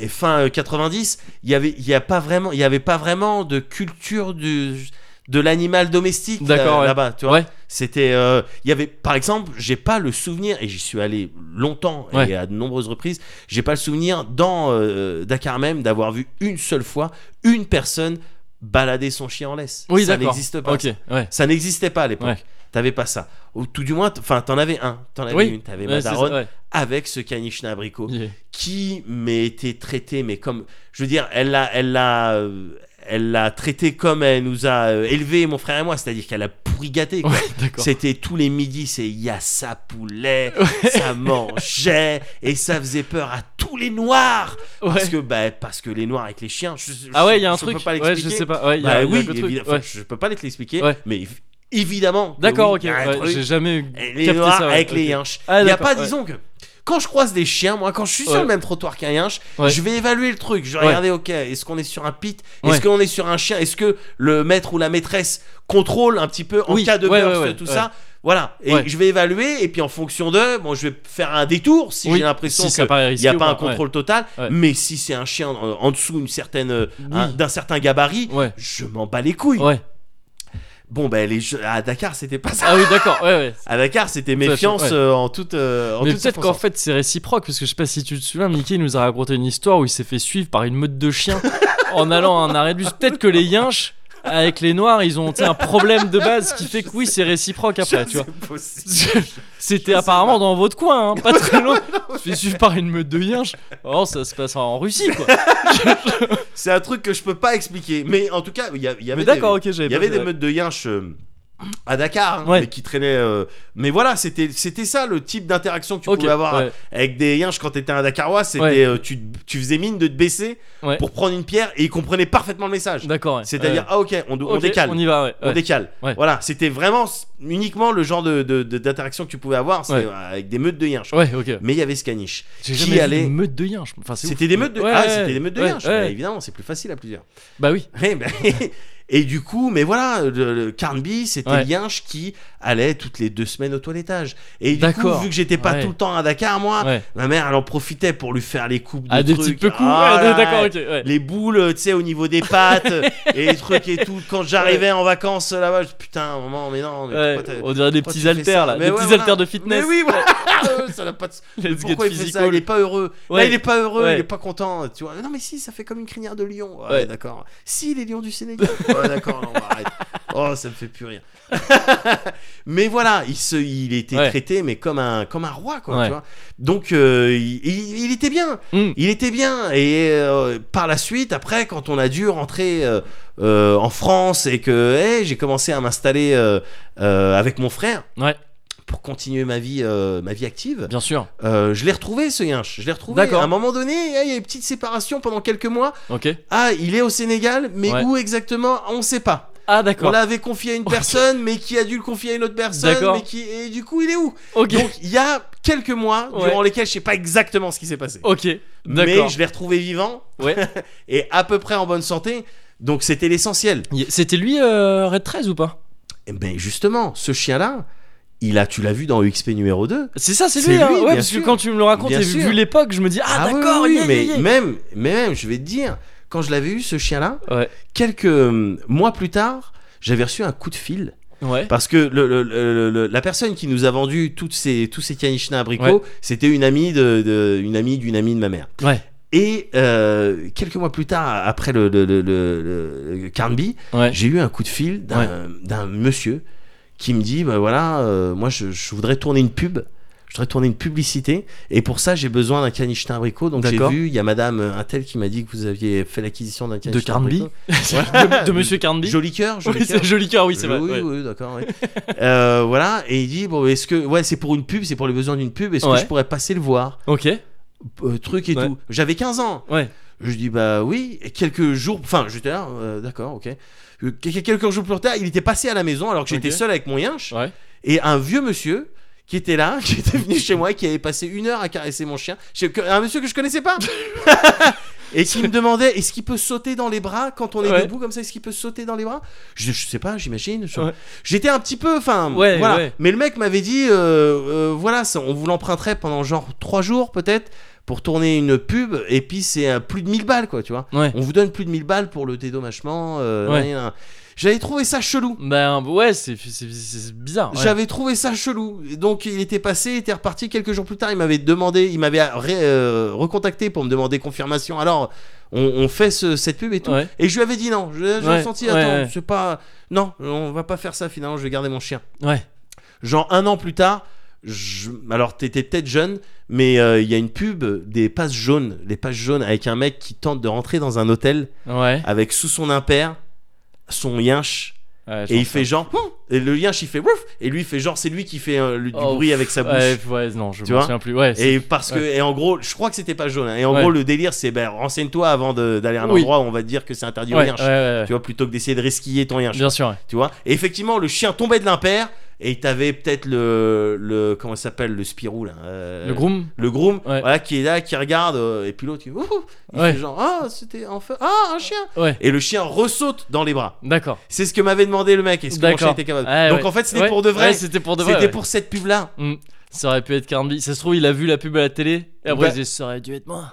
B: et fin euh, 90 il y avait il y a pas vraiment il y avait pas vraiment de culture du de l'animal domestique là-
A: D'accord, ouais.
B: là-bas tu vois
A: Ouais.
B: c'était euh, il y avait par exemple j'ai pas le souvenir et j'y suis allé longtemps
A: Ouais.
B: et à de nombreuses reprises j'ai pas le souvenir dans euh, Dakar même d'avoir vu une seule fois une personne balader son chien en laisse
A: Oui,
B: ça
A: d'accord.
B: n'existe pas
A: Ok, ouais.
B: ça n'existait pas à l'époque
A: Ouais.
B: t'avais pas ça ou tout du moins t- enfin t'en avais un t'en avais
A: Oui.
B: une t'avais
A: Ouais,
B: ma
A: c'est ça,
B: daronne
A: ouais.
B: avec ce caniche abricot
A: Yeah.
B: qui m'a été traitée, mais comme, je veux dire, elle l'a, elle l'a, euh, elle l'a traité comme elle nous a euh, élevé mon frère et moi, c'est-à-dire qu'elle a pourri gâté. quoi.
A: Ouais, d'accord.
B: C'était tous les midis, c'est il y a ça poulet, ça mangeait et ça faisait peur à tous les noirs parce
A: Ouais.
B: que bah, parce que les noirs avec les chiens. Je, je-
A: Ah ouais, il y a un
B: je
A: truc.
B: Peux pas
A: ouais, je
B: l'expliquer.
A: sais pas. Ouais, il y
B: Bah
A: a, il y a
B: oui,
A: un
B: évi-
A: truc.
B: enfin,
A: Ouais.
B: je peux pas l'expliquer,
A: Ouais.
B: mais évi- évidemment. que
A: D'accord,
B: oui,
A: ok.
B: il y a un
A: ouais,
B: truc.
A: J'ai jamais capté
B: Et les noirs
A: ça. ouais,
B: avec
A: ok.
B: les yinches.
A: Ah,
B: il n'y a
A: d'accord,
B: pas,
A: ouais.
B: disons que quand je croise des chiens, moi, quand je suis sur
A: Ouais.
B: le même trottoir qu'un yinche,
A: Ouais.
B: je vais évaluer le truc. Je vais
A: Ouais.
B: regarder, ok, est-ce qu'on est sur un pit Est-ce
A: Ouais.
B: qu'on est sur un chien Est-ce que le maître ou la maîtresse contrôle un petit peu en
A: Oui,
B: cas de
A: ouais,
B: peur,
A: ouais,
B: ce-
A: ouais,
B: tout
A: ouais.
B: ça Voilà. Et
A: Ouais.
B: je vais évaluer, et puis en fonction d'eux, bon, je vais faire un détour si
A: Oui,
B: j'ai l'impression
A: si ça
B: que
A: paraît
B: il n'y
A: risqué
B: a
A: ou
B: pas un
A: pas, ouais.
B: contrôle total.
A: Ouais.
B: Mais si c'est un chien euh, en dessous une certaine, euh,
A: Oui.
B: un- d'un certain gabarit,
A: Ouais.
B: je m'en bats les couilles.
A: Ouais.
B: Bon, ben, les jeux- à Dakar, c'était pas ça.
A: Ah oui, d'accord. Ouais, ouais.
B: À Dakar, c'était
A: Ça,
B: méfiance
A: c'est- ouais.
B: euh, en toute. euh, en
A: Mais
B: toute
A: peut-être qu'en
B: circonstance.
A: fait c'est réciproque parce que je sais pas si tu te souviens, Mickey nous a raconté une histoire où il s'est fait suivre par une meute de chiens en allant à un arrêt de bus. Peut-être que les yinches avec les noirs ils ont tu sais, un problème de base qui fait que oui c'est réciproque après, tu vois.
B: C'est possible.
A: C'était apparemment dans votre coin, hein, pas très loin. Je suis suivre par une meute de yinches. Oh, ça se passe en Russie quoi.
B: C'est un truc que je peux pas expliquer. Mais en tout cas, il y, a- il y avait
A: Mais d'accord,
B: des,
A: ok, j'avais
B: il y avait
A: pas-
B: des meutes de yinches euh, à Dakar, hein,
A: Ouais.
B: mais qui traînaient. euh, mais voilà, c'était c'était ça le type d'interaction que tu
A: Ok,
B: pouvais avoir
A: ouais.
B: avec des yinches quand t'étais un Dakarois. C'était
A: Ouais.
B: euh, tu, tu faisais mine de te baisser
A: Ouais.
B: pour prendre une pierre et ils comprenaient parfaitement le message.
A: D'accord. ouais.
B: C'est-à-dire
A: Ouais.
B: ah ok, on, do- on
A: Ok,
B: décale.
A: On y va, ouais.
B: on
A: ouais.
B: décale.
A: Ouais.
B: Voilà, c'était vraiment s- uniquement le genre de de- de- d'interaction que tu pouvais avoir c'était,
A: Ouais.
B: euh, avec des meutes de yinches.
A: Ouais, ok.
B: Mais il y avait ce caniche.
A: J'ai
B: Qui
A: jamais vu
B: allait-
A: une meute de yinches. Enfin, c'est ouf.
B: C'était des meutes de,
A: Ouais,
B: ah,
A: ouais,
B: c'était des meutes de
A: ouais,
B: yinches.
A: ouais.
B: Bah, évidemment, c'est plus facile à plusieurs.
A: Bah oui.
B: Eh ben, Et du coup, mais voilà, le, le Carnby, c'était
A: Ouais.
B: le Yinche qui allait toutes les deux semaines au toilettage. Et du coup,
A: D'accord.
B: vu que j'étais pas
A: Ouais.
B: tout le temps à Dakar, moi,
A: Ouais.
B: ma mère, elle en profitait pour lui faire les coupes de
A: Ah, des
B: trucs.
A: petits peu coups.
B: Ah,
A: ouais,
B: là,
A: d'accord,
B: là.
A: ok. Ouais.
B: Les boules, euh, tu sais, au niveau des pattes et les trucs et tout. Quand j'arrivais en vacances là-bas, je- putain, maman, mais non, mais
A: Ouais,
B: pourquoi t'as-
A: on dirait des
B: pourquoi
A: petits
B: tu fais ça
A: haltères là,
B: Mais
A: des
B: ouais,
A: petits
B: voilà.
A: haltères de fitness.
B: Mais oui, voilà, ça n'a pas de
A: Let's get
B: pourquoi il fait ça
A: physical.
B: Il est pas heureux. Là,
A: Ouais.
B: il est pas heureux,
A: Ouais.
B: il est pas content. Tu vois Non, mais si, ça fait comme une crinière de lion. Ouais,
A: Ouais.
B: d'accord. Si, les lions du Sénégal. Ouais, d'accord, non, arrête. Oh, ça me fait plus rire. mais voilà, il, se, il était
A: Ouais.
B: traité, mais comme un, comme un roi, quoi.
A: Ouais.
B: Tu vois Donc, euh, il, il- il était bien.
A: Mm.
B: Il était bien. Et euh, par la suite, après, quand on a dû rentrer. euh, euh, en France et que hey, j'ai commencé à m'installer euh, euh, avec mon frère
A: Ouais.
B: pour continuer ma vie, euh, ma vie active.
A: Bien sûr.
B: Euh, je l'ai retrouvé ce yinche, je l'ai retrouvé.
A: D'accord.
B: À un moment donné, eh, il y a eu une petite séparation pendant quelques mois.
A: Ok.
B: Ah, il est au Sénégal, mais
A: Ouais.
B: où exactement On sait pas.
A: Ah
B: On
A: d'accord.
B: l'avait confié à une
A: Ok.
B: personne, mais qui a dû le confier à une autre personne,
A: D'accord.
B: mais qui et du coup il est où
A: Ok.
B: Donc il y a quelques mois
A: Ouais.
B: durant lesquels je sais pas exactement ce qui s'est passé.
A: ok.
B: mais
A: D'accord.
B: je l'ai retrouvé vivant
A: Ouais.
B: et à peu près en bonne santé. Donc c'était l'essentiel.
A: Y- C'était lui euh, Red 13 ou pas
B: Et ben justement, ce chien-là, il a, tu l'as vu dans UXP numéro 2
A: C'est ça, c'est
B: C'est
A: lui. hein.
B: lui,
A: ouais,
B: bien
A: parce
B: sûr.
A: que quand tu me le racontes,
B: Bien
A: et
B: sûr.
A: vu l'époque, je me dis ah,
B: oui,
A: d'accord,
B: oui,
A: yeah,
B: mais
A: yeah, yeah.
B: même, mais même, je vais te dire, quand je l'avais eu ce chien-là,
A: Ouais.
B: quelques euh, mois plus tard, j'avais reçu un coup de fil
A: Ouais.
B: parce que le- le- le- le- la personne qui nous a vendu toutes ces, tous ces canichins abricots, c'était une amie de, de- une amie d'une amie de ma mère.
A: Ouais.
B: Et euh, quelques mois plus tard, après le, le, le, le- le- le Carnby,
A: Ouais.
B: j'ai eu un coup de fil d'un d'un monsieur qui me dit bah voilà, euh, moi je, je voudrais tourner une pub. Je voudrais tourner une publicité et pour ça j'ai besoin d'un canichetin abricot. Donc j'ai
A: D'accord.
B: vu, il y a madame euh, un tel qui m'a dit que vous aviez fait l'acquisition d'un canichetin
A: Carnby.
B: abricot.
A: de, de Monsieur Carnby.
B: Joli cœur, joli
A: Oui,
B: cœur.
A: c'est joli cœur, oui, c'est vrai.
B: Oui,
A: ouais.
B: oui, d'accord. ouais. Euh, voilà, et il dit bon, est-ce que ouais, c'est pour une pub, c'est pour les besoins d'une pub. Est-ce
A: Ouais.
B: que je pourrais passer le voir,
A: Ok.
B: Euh, truc et
A: Ouais.
B: tout. J'avais 15 ans.
A: Ouais.
B: Je dis bah oui. Et quelques jours, enfin, j'étais là, euh, d'accord, ok. Euh, quel- Quelques jours plus tard, il était passé à la maison alors que j'étais
A: Ok.
B: seul avec mon yinche
A: Ouais.
B: et un vieux monsieur qui était là, qui était venu chez moi, qui avait passé une heure à caresser mon chien, Chez- que- un monsieur que je connaissais pas. Et qui me demandait est-ce qu'il peut sauter dans les bras quand on est
A: Ouais.
B: debout comme ça Est-ce qu'il peut sauter dans les bras je, je sais pas, j'imagine. Je-
A: Ouais.
B: J'étais un petit peu, enfin,
A: Ouais,
B: voilà.
A: ouais.
B: Mais le mec m'avait dit euh, euh, voilà, ça, on vous l'emprunterait pendant genre trois jours peut-être pour tourner une pub, et puis c'est à plus de 1000 balles quoi, tu vois.
A: Ouais.
B: On vous donne plus de 1000 balles pour le dédommagement. euh,
A: Ouais.
B: nan, nan, nan. J'avais trouvé ça chelou.
A: Ben ouais, c'est c'est- c'est bizarre. ouais.
B: J'avais trouvé ça chelou. Et Donc il était passé, il était reparti quelques jours plus tard. Il m'avait demandé, il m'avait ré- euh, recontacté pour me demander confirmation. Alors on, on fait ce- cette pub et tout.
A: Ouais.
B: Et je lui avais dit non. Je- J'ai
A: Ouais,
B: senti,
A: ouais,
B: attends,
A: ouais.
B: c'est pas. Non, on va pas faire ça finalement. Je vais garder mon chien.
A: Ouais.
B: Genre un an plus tard. Je... Alors t'étais peut-être jeune, mais euh, il y a une pub des passes jaunes, les passes jaunes avec un mec qui tente de rentrer dans un hôtel
A: Ouais.
B: avec sous son impair son yinche
A: Ouais, je
B: et il
A: pense
B: fait genre Ouf et le lien il fait ouf et lui il fait genre c'est lui qui fait euh, le- du
A: Oh,
B: bruit avec sa
A: que-
B: bouche
A: Ouais, ouais, non, je
B: Tu
A: me
B: vois
A: souviens plus. Ouais. c'est-
B: et parce que et en gros je crois que c'était pas jaune hein. et en
A: Ouais.
B: gros le délire c'est ben renseigne-toi avant de- d'aller à un
A: Oui.
B: endroit où on va te dire que c'est interdit au
A: ouais, ouais,
B: lien
A: ouais,
B: tu vois plutôt que d'essayer de resquiller ton lien
A: Bien sûr. ouais.
B: tu vois et effectivement le chien tombait de l'impair et t'avais peut-être le le comment ça s'appelle le Spirou là euh,
A: Le groom.
B: le groom
A: Ouais.
B: voilà qui est là qui regarde euh, et puis l'autre il, Ouh il
A: Ouais.
B: fait genre ah c'était enfin ah un chien
A: Ouais.
B: et le chien ressaute dans les bras
A: D'accord.
B: c'est ce que m'avait demandé le mec est-ce que mon
A: D'accord. Ah
B: chien était capable
A: Ouais,
B: donc
A: ouais.
B: en fait c'était
A: Ouais,
B: pour de vrai
A: ouais, c'était pour de vrai.
B: C'était
A: ouais.
B: pour cette pub là.
A: Mm. Ça aurait pu être Carnby. Ça se trouve, il a vu la pub à la télé. Et après, il
B: Bah-
A: s'est dit, ça aurait dû être moi.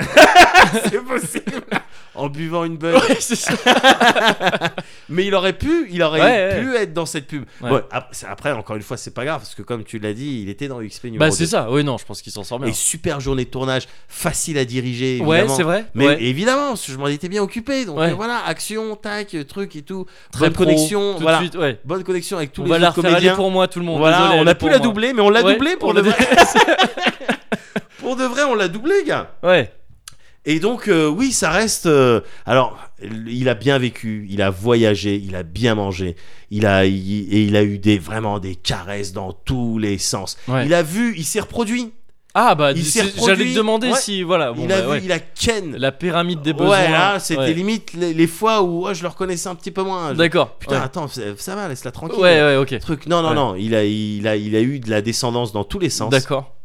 B: C'est possible. en buvant une beuh.
A: ouais, c'est ça.
B: Mais il aurait pu, il aurait
A: Ouais,
B: pu être dans cette pub.
A: Ouais.
B: Bon, ap- c'est- après, encore une fois, c'est pas grave parce que comme tu l'as dit, il était dans UXP numéro
A: Bah, c'est
B: 2.
A: ça. Oui, non, je pense qu'il s'en sort bien.
B: Et super journée de tournage, facile à diriger.
A: Ouais,
B: évidemment.
A: c'est vrai.
B: Mais
A: ouais.
B: évidemment, parce que je m'en étais bien occupé. Donc
A: Ouais.
B: euh, voilà, action, tac, euh, truc et tout.
A: Très
B: bonne
A: pro,
B: connexion.
A: Tout
B: voilà.
A: de suite, ouais.
B: Bonne connexion avec tous
A: on
B: les
A: va la
B: autres
A: refaire aller
B: comédiens.
A: pour moi, tout le monde.
B: voilà,
A: Désolé,
B: on
A: elle
B: a
A: est
B: pu
A: pour
B: la
A: moi.
B: doubler, mais on l'a
A: Ouais,
B: doublé pour
A: on
B: de
A: l'a
B: vrai. pour de vrai, on l'a doublé, gars.
A: Ouais.
B: Et donc, euh, oui, ça reste. euh, alors, il a bien vécu, il a voyagé, il a bien mangé, il a, il- et il a eu des, vraiment des caresses dans tous les sens.
A: Ouais.
B: Il a vu, il s'est reproduit.
A: Ah, bah,
B: Il
A: c'est-
B: s'est
A: j'allais
B: reproduit.
A: te demander
B: Ouais.
A: si. Voilà. Bon,
B: il
A: bah,
B: a vu,
A: ouais.
B: il a ken.
A: La pyramide des besoins.
B: ouais, là, c'était
A: Ouais.
B: limite les, les fois où oh, je le reconnaissais un petit peu moins. Je-
A: D'accord.
B: Putain,
A: ouais.
B: attends, ça, ça va, laisse-la tranquille.
A: Ouais, ouais, ok.
B: Truc. Non, non,
A: Ouais.
B: non, il a, il, a, il a eu de la descendance dans tous les sens.
A: D'accord.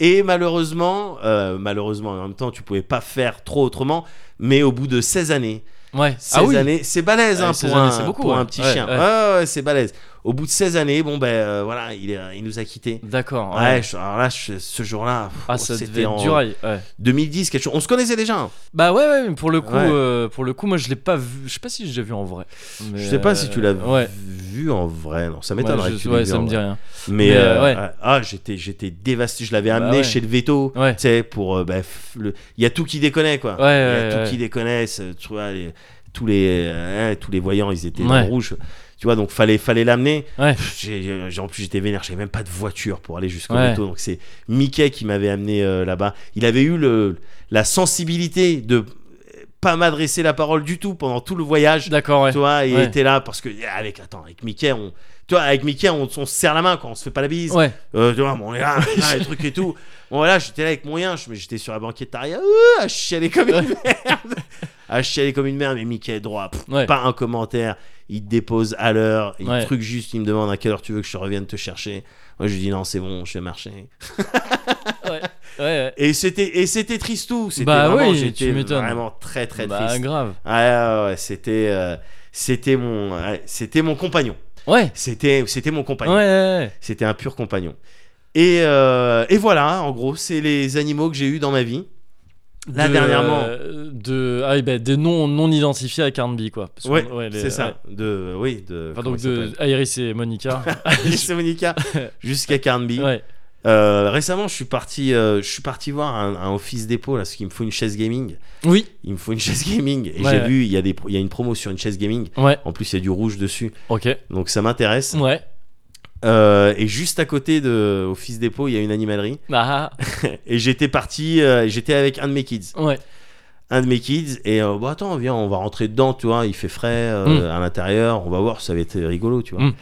B: Et malheureusement, euh, malheureusement, en même temps, tu pouvais pas faire trop autrement, mais au bout de 16 années,
A: Ouais.
B: 16
A: Ah oui.
B: années, c'est balèze
A: Ouais,
B: hein,
A: 16
B: pour,
A: années,
B: un,
A: c'est beaucoup,
B: pour
A: ouais.
B: un petit
A: Ouais,
B: chien.
A: ouais.
B: Ouais, ouais, c'est balèze. Au bout de 16 années, bon, ben euh, voilà, il, est- il nous a quittés.
A: D'accord.
B: Ouais, je- alors là, je- ce jour-là, pff,
A: Ah, ça
B: c'était
A: devait
B: en
A: être dur. Ouais.
B: 2010, quelque chose. On se connaissait déjà. hein.
A: Bah ouais, ouais, mais pour le coup,
B: Ouais.
A: euh, pour le coup, moi je l'ai pas vu. Je sais pas si j'ai vu en vrai. Mais,
B: je sais pas
A: euh,
B: si tu l'as
A: Ouais.
B: vu en vrai. Non, ça
A: Ouais,
B: m'étonnerait.
A: je-
B: que tu l'aies
A: ouais,
B: vu
A: ça
B: en
A: me dit
B: vrai.
A: rien.
B: Mais,
A: Mais,
B: euh,
A: ouais.
B: ah, ah, j'étais, j'étais dévasté. Je l'avais
A: Bah
B: amené
A: ouais.
B: chez le veto.
A: Ouais.
B: Tu sais, pour. euh, ben, f- le- Il y a tout qui déconnaît, quoi.
A: Ouais,
B: Il y a
A: ouais,
B: tout
A: ouais.
B: qui déconnaît. c'est- Tu vois, les- tous, les, euh, tous les voyants, ils étaient dans
A: Ouais.
B: le rouge. Tu vois, donc fallait, fallait l'amener.
A: Ouais.
B: Pff, j'ai- j'ai- en plus, j'étais vénère. J'avais même pas de voiture pour aller jusqu'au
A: Ouais.
B: veto. Donc c'est Mickey qui m'avait amené euh, là-bas. Il avait eu le, la sensibilité de pas m'adresser la parole du tout pendant tout le voyage.
A: D'accord, ouais.
B: Tu vois, il
A: Ouais.
B: était là parce que eh, avec attends, avec Mickey, on tu vois, avec Mickey, on, on se serre la main, quoi, on se fait pas la bise.
A: Ouais.
B: Euh, tu vois, bon, on est là, là, les trucs et tout. Bon, voilà, j'étais là avec mon yinche, mais j'étais sur la banquette arrière, euh, à chialer comme une merde. À chialer comme une merde, mais Mickey est droit, pff,
A: Ouais.
B: pas un commentaire. Il te dépose à l'heure, il
A: Ouais.
B: truc juste, il me demande à quelle heure tu veux que je revienne te chercher. Moi, je lui dis non, c'est bon, je vais marcher.
A: Ouais, ouais.
B: Et c'était, et c'était tristou. C'était
A: Bah
B: vraiment,
A: oui,
B: j'étais
A: tu m'étonnes.
B: vraiment très, très
A: bah,
B: triste.
A: grave.
B: Ah, ouais, ouais, c'était, euh, c'était mon, ouais, c'était mon compagnon.
A: Ouais.
B: C'était, c'était mon
A: Ouais,
B: compagnon.
A: ouais, ouais.
B: C'était un pur compagnon. Et, euh, et voilà, en gros, c'est les animaux que j'ai eu dans ma vie. Là,
A: De-
B: dernièrement.
A: euh, de, ah, oui, bah, des noms non identifiés à Carnby, quoi. Parce qu'on-
B: Ouais,
A: les-
B: c'est ça.
A: ouais.
B: De, oui, de.
A: Enfin,
B: comment
A: donc,
B: il
A: de
B: s'appelle
A: Iris et Monica.
B: Alice et Monica jusqu'à Carnby.
A: ouais.
B: Euh, récemment, je suis parti, euh, je suis parti voir un, un office dépôt là, parce qu'il me faut une chaise gaming.
A: Oui,
B: Il me faut une chaise gaming. Et
A: Ouais,
B: j'ai
A: ouais.
B: vu, il y a des, il y a une promo sur une chaise gaming.
A: ouais. Mm.
B: En plus, il y a du rouge dessus,
A: Ok.
B: donc ça m'intéresse.
A: Ouais.
B: Euh, et juste à côté de office dépôt, il y a une animalerie.
A: Ah,
B: Et j'étais parti, euh, j'étais avec un de mes kids.
A: ouais.
B: un de mes kids et euh, bon attends viens on va rentrer dedans tu vois il fait frais euh,
A: Mm.
B: à l'intérieur on va voir ça va être rigolo tu vois
A: Mm.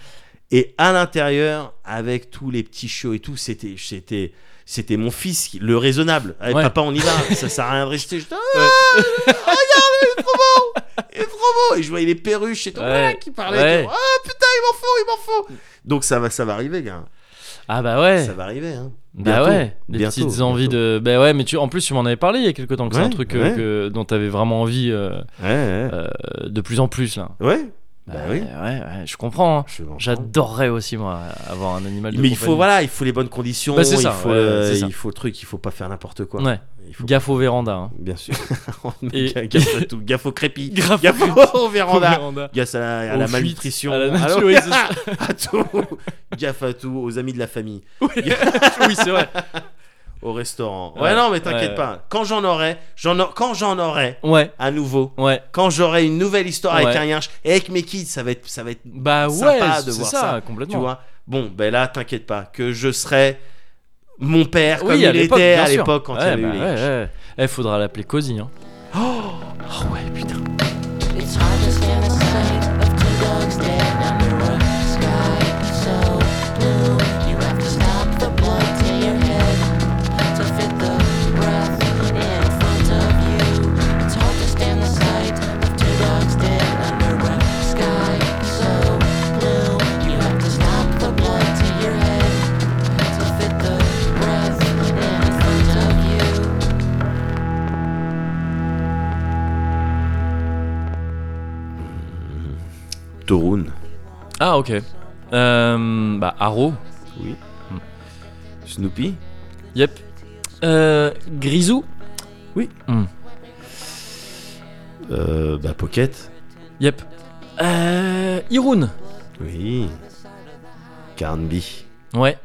B: et à l'intérieur avec tous les petits chiots et tout c'était c'était c'était mon fils qui- le raisonnable Allez,
A: Ouais.
B: papa on y va ça sert à rien de rester je dis, Ah, regarde il est trop beau il est trop beau et je voyais les perruches et tout
A: Ouais.
B: voilà, qui parlaient
A: Ouais.
B: qui- ah putain il m'en faut il m'en faut donc ça va ça va arriver gars
A: Ah, bah ouais.
B: ça va arriver hein.
A: Bah
B: Bientôt.
A: ouais, des
B: Bientôt,
A: petites envies
B: bientôt.
A: de. Bah ouais, mais tu, en plus, tu m'en avais parlé il y a quelque temps, que c'est un
B: Ouais,
A: truc euh,
B: ouais.
A: que, dont t'avais vraiment envie euh,
B: ouais ouais,
A: euh, de plus en plus, là.
B: Ouais. bah, oui
A: Ouais, ouais, je comprends. hein.
B: Je l'entends.
A: J'adorerais aussi, moi, avoir un animal de
B: Mais il
A: compagnie.
B: faut voilà, il faut les bonnes conditions,
A: Bah, c'est ça,
B: il faut
A: ouais,
B: euh,
A: c'est ça.
B: il faut le truc, il faut pas faire n'importe quoi.
A: Ouais,
B: Il faut
A: gaffe aux vérandas. hein.
B: bien sûr.
A: Et-
B: gaffe à tout, gaffe au crépi,
A: Gaffe-
B: gaffe au
A: Aux
B: véranda.
A: vérandas.
B: Gaffe à la, à
A: Aux
B: la
A: fuites,
B: malnutrition,
A: à la
B: à
A: nature,
B: l'eau-
A: oui, c'est ça.
B: à tout, gaffe à tout, aux amis de la famille,
A: oui, c'est vrai.
B: au restaurant. Ouais,
A: Ouais,
B: non, mais t'inquiète
A: ouais.
B: pas. Quand j'en aurai, j'en au- quand j'en aurai
A: Ouais,
B: à nouveau,
A: ouais.
B: quand j'aurai une nouvelle histoire
A: Ouais.
B: avec un yinche et avec mes kids, ça va être ça va être
A: Bah
B: Sympa
A: ouais,
B: de
A: c'est
B: voir
A: ça,
B: ça,
A: complètement.
B: tu vois. Bon, ben là, t'inquiète pas, que je serai mon père comme
A: oui, à
B: il
A: l'époque,
B: était
A: bien
B: à
A: sûr.
B: l'époque quand
A: ouais,
B: il avait
A: bah
B: eu les
A: ouais,
B: Hirsch.
A: ouais. Eh, faudra l'appeler Cozy. Hein.
B: Ah ouais, putain.
E: It's hard to stand the sight of two dogs dead under a sky so blue. You have to stop the blood to your head to fit the breath in front of you. It's hard to stand the sight of two dogs dead under a sky so blue. You have to stop the blood to your head to fit the breath in front of you.
B: Torun.
A: Ah, ok. Euh, bah, Arrow.
B: Oui.
A: Hmm.
B: Snoopy.
A: Yep. Euh, Grisou.
B: Euh, bah Pocket.
A: Yep. Euh, Irun.
B: Oui. Carnby.
A: Ouais.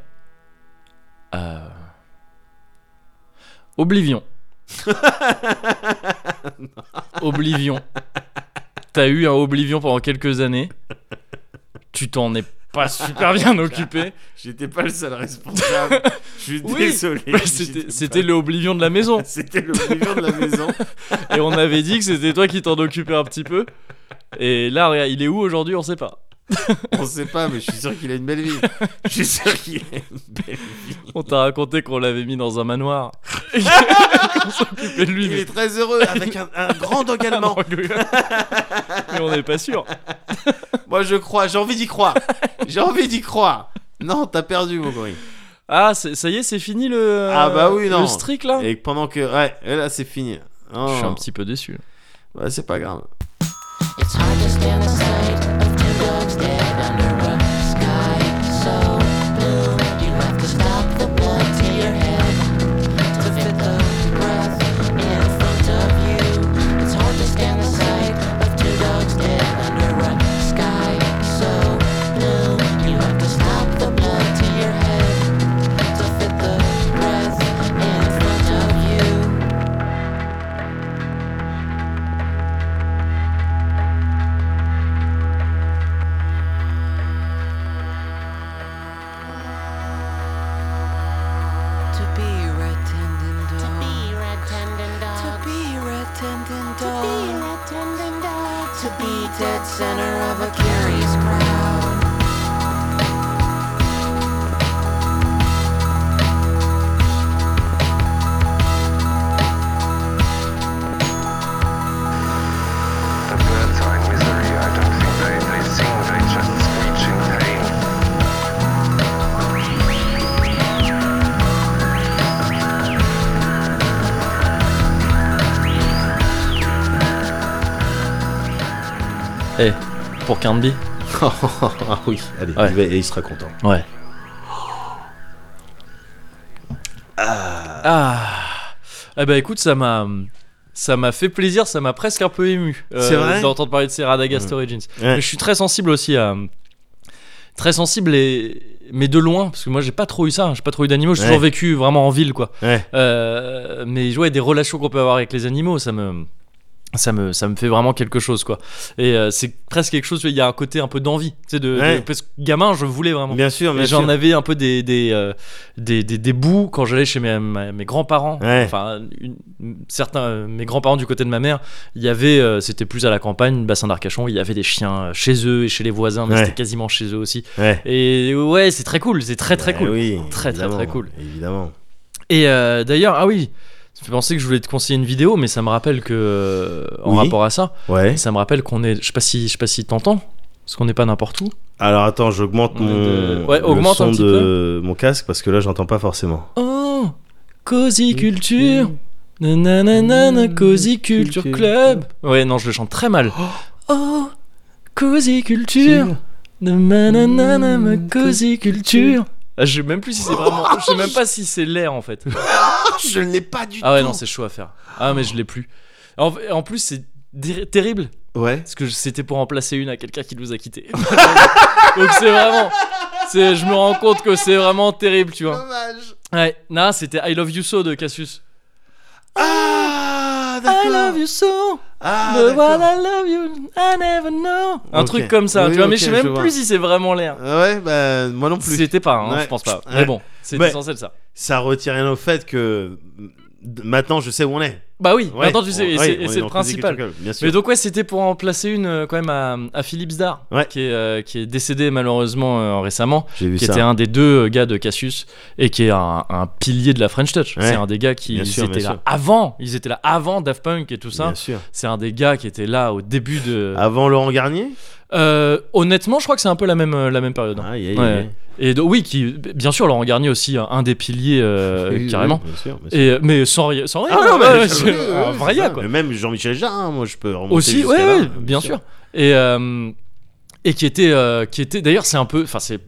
A: Euh... Oblivion. Oblivion. T'as eu un Oblivion pendant quelques années. Tu t'en es pas super bien occupé.
B: J'étais pas le seul responsable. Je suis
A: Oui,
B: désolé.
A: Bah,
B: j'étais
A: C'était
B: pas-
A: c'était le Oblivion de la maison.
B: C'était le vivant de la maison.
A: Et on avait dit que c'était toi qui t'en occupais un petit peu. Et là, regarde, il est où aujourd'hui On sait pas.
B: On sait pas, mais je suis sûr qu'il a une belle vie. Je suis sûr qu'il a une belle vie.
A: On t'a raconté qu'on l'avait mis dans un manoir. Et qu'on s'occupait de lui.
B: Il
A: mais-
B: est très heureux avec un, un grand engagement.
A: Ah non, Mais on n'est pas sûr.
B: Moi, je crois, j'ai envie d'y croire. J'ai envie d'y croire. Non, t'as perdu, mon gorille.
A: Ah, c'est- ça y est, c'est fini le.
B: Ah bah oui, non.
A: Le streak là
B: Et pendant que. Ouais, et là, c'est fini. Non,
A: Oh. Je suis un petit peu déçu.
B: ouais, c'est pas grave.
E: It's hard to stand the sight of two dogs dead under a sky so blue. You have to stop the blood to your head to fit the breath in front of you. It's hard to stand the sight of two dogs dead under a sky so blue. You have to stop the blood to your head to fit the breath in front of you.
F: To be red-handed
E: To be
F: dog.
E: your attendant
F: To
E: dog.
F: be red-handed
E: To be
F: dog.
E: your attendant dog.
F: To be dead center of a curious crowd.
A: Eh, pour Carnby
B: ah oui, allez,
A: Ouais.
B: il, va- il sera content.
A: Ouais. Ah. Eh ben écoute, ça m'a ça m'a fait plaisir, ça m'a presque un peu ému euh,
B: C'est vrai
A: d'entendre parler de ces Radagast Origins.
B: Ouais.
A: Mais Je suis très sensible aussi à très sensible et mais de loin parce que moi j'ai pas trop eu ça, hein. j'ai pas trop eu d'animaux, j'ai
B: Ouais.
A: toujours vécu vraiment en ville quoi.
B: Ouais.
A: Euh, mais ouais, des relations qu'on peut avoir avec les animaux, ça me ça me, ça me fait vraiment quelque chose quoi et euh, c'est presque quelque chose il y a un côté un peu d'envie tu sais de,
B: Ouais.
A: de- parce que gamin je voulais vraiment
B: Bien sûr, Ah, bien
A: et j'en
B: sûr.
A: avais un peu des, des, euh, des, des- des bouts quand j'allais chez mes, ma- mes grands-parents.
B: Ouais.
A: Enfin, une- certains, euh, mes grands-parents du côté de ma mère, il y avait, euh, c'était plus à la campagne, bassin d'Arcachon, il y avait des chiens euh, chez eux et chez les voisins, mais
B: Ouais.
A: c'était quasiment chez eux aussi.
B: Ouais.
A: Et ouais, c'est très cool, c'est très très
B: Bah
A: cool.
B: oui,
A: Très, très,
B: évidemment,
A: très cool.
B: Évidemment.
A: Et euh, d'ailleurs, ah oui, ça me fait penser que je voulais te conseiller une vidéo, mais ça me rappelle que, euh, en
B: Oui.
A: rapport à ça,
B: Ouais.
A: ça me rappelle qu'on est, je sais pas si, je sais pas si t'entends, parce qu'on n'est pas n'importe où.
B: Alors attends, j'augmente
A: On est
B: mon
A: de- Ouais,
B: le
A: augmente
B: son
A: un petit
B: de mon casque parce que là j'entends pas forcément.
A: Oh, Cozy Culture. Nananana, Cozy Culture Club. Ouais, non, je le chante très mal. Oh, Cozy Culture. Nananana, ma Cozy Culture. Ah, je sais même plus si c'est vraiment. Je sais même pas si c'est l'air en fait.
B: Je ne l'ai pas du
A: Ah ouais, non, c'est chaud à faire. Ah, mais je l'ai plus. En, en plus, c'est dir- terrible
B: Ouais.
A: parce que je- c'était pour remplacer une à quelqu'un qui nous a quittés. Donc c'est vraiment. c'est- Je me rends compte que c'est vraiment terrible, tu vois.
B: Dommage.
A: Ouais, non, c'était I Love You So de Cassius.
B: Ah d'accord.
A: I love you so,
B: Ah,
A: but
B: d'accord.
A: what I love you, I never know. Un
B: Ok.
A: truc comme ça,
B: Oui,
A: tu vois, mais
B: ok,
A: je sais même
B: je
A: plus
B: vois.
A: si c'est vraiment l'air.
B: Ouais, bah moi non plus.
A: C'était pas, hein,
B: Ouais.
A: je pense pas.
B: Ouais.
A: Mais bon, c'est
B: Ouais.
A: essentiel ça.
B: Ça retire rien au fait que d- maintenant je sais où on est.
A: Bah oui,
B: Ouais.
A: maintenant tu sais, et
B: Ouais,
A: c'est-
B: on
A: et c'est le
B: est dans le Cozy Culture
A: principal.
B: Club, Bien sûr.
A: Mais donc ouais, c'était pour en placer une euh, quand même à, à Philippe Zdar,
B: Ouais.
A: qui, est, euh, qui est décédé malheureusement euh, récemment,
B: J'ai vu
A: qui était
B: ça.
A: un des deux euh, gars de Cassius et qui est un, un pilier de la French Touch.
B: Ouais.
A: C'est un des gars qui
B: Bien
A: ils
B: sûr,
A: étaient
B: bien
A: là
B: sûr.
A: avant, ils étaient là avant Daft Punk et tout ça. Euh,
B: Bien sûr. Ah
A: C'est un des gars qui était là au début de.
B: Avant Laurent Garnier
A: Euh, honnêtement, je crois que c'est un peu la même euh, la même période. hein.
B: Aïe, aïe,
A: Ouais.
B: aïe.
A: Et donc, oui, qui, bien sûr, Laurent Garnier aussi, un un des piliers, euh,
B: Oui, oui,
A: carrément.
B: bien sûr, bien sûr.
A: Et, euh, mais sans, ri- sans rien.
B: Ah non,
A: ouais,
B: mais
A: ouais,
B: ça-
A: c'est
B: oui, oui,
A: un
B: oui,
A: vrai
B: c'est
A: gars,
B: ça.
A: quoi.
B: Mais Même Jean-Michel Jarre, moi je peux remonter
A: Aussi,
B: jusqu'à
A: ouais,
B: là,
A: ouais, bien sûr. Et, euh, et qui était. euh, qui était D'ailleurs, c'est un peu. Enfin, c'est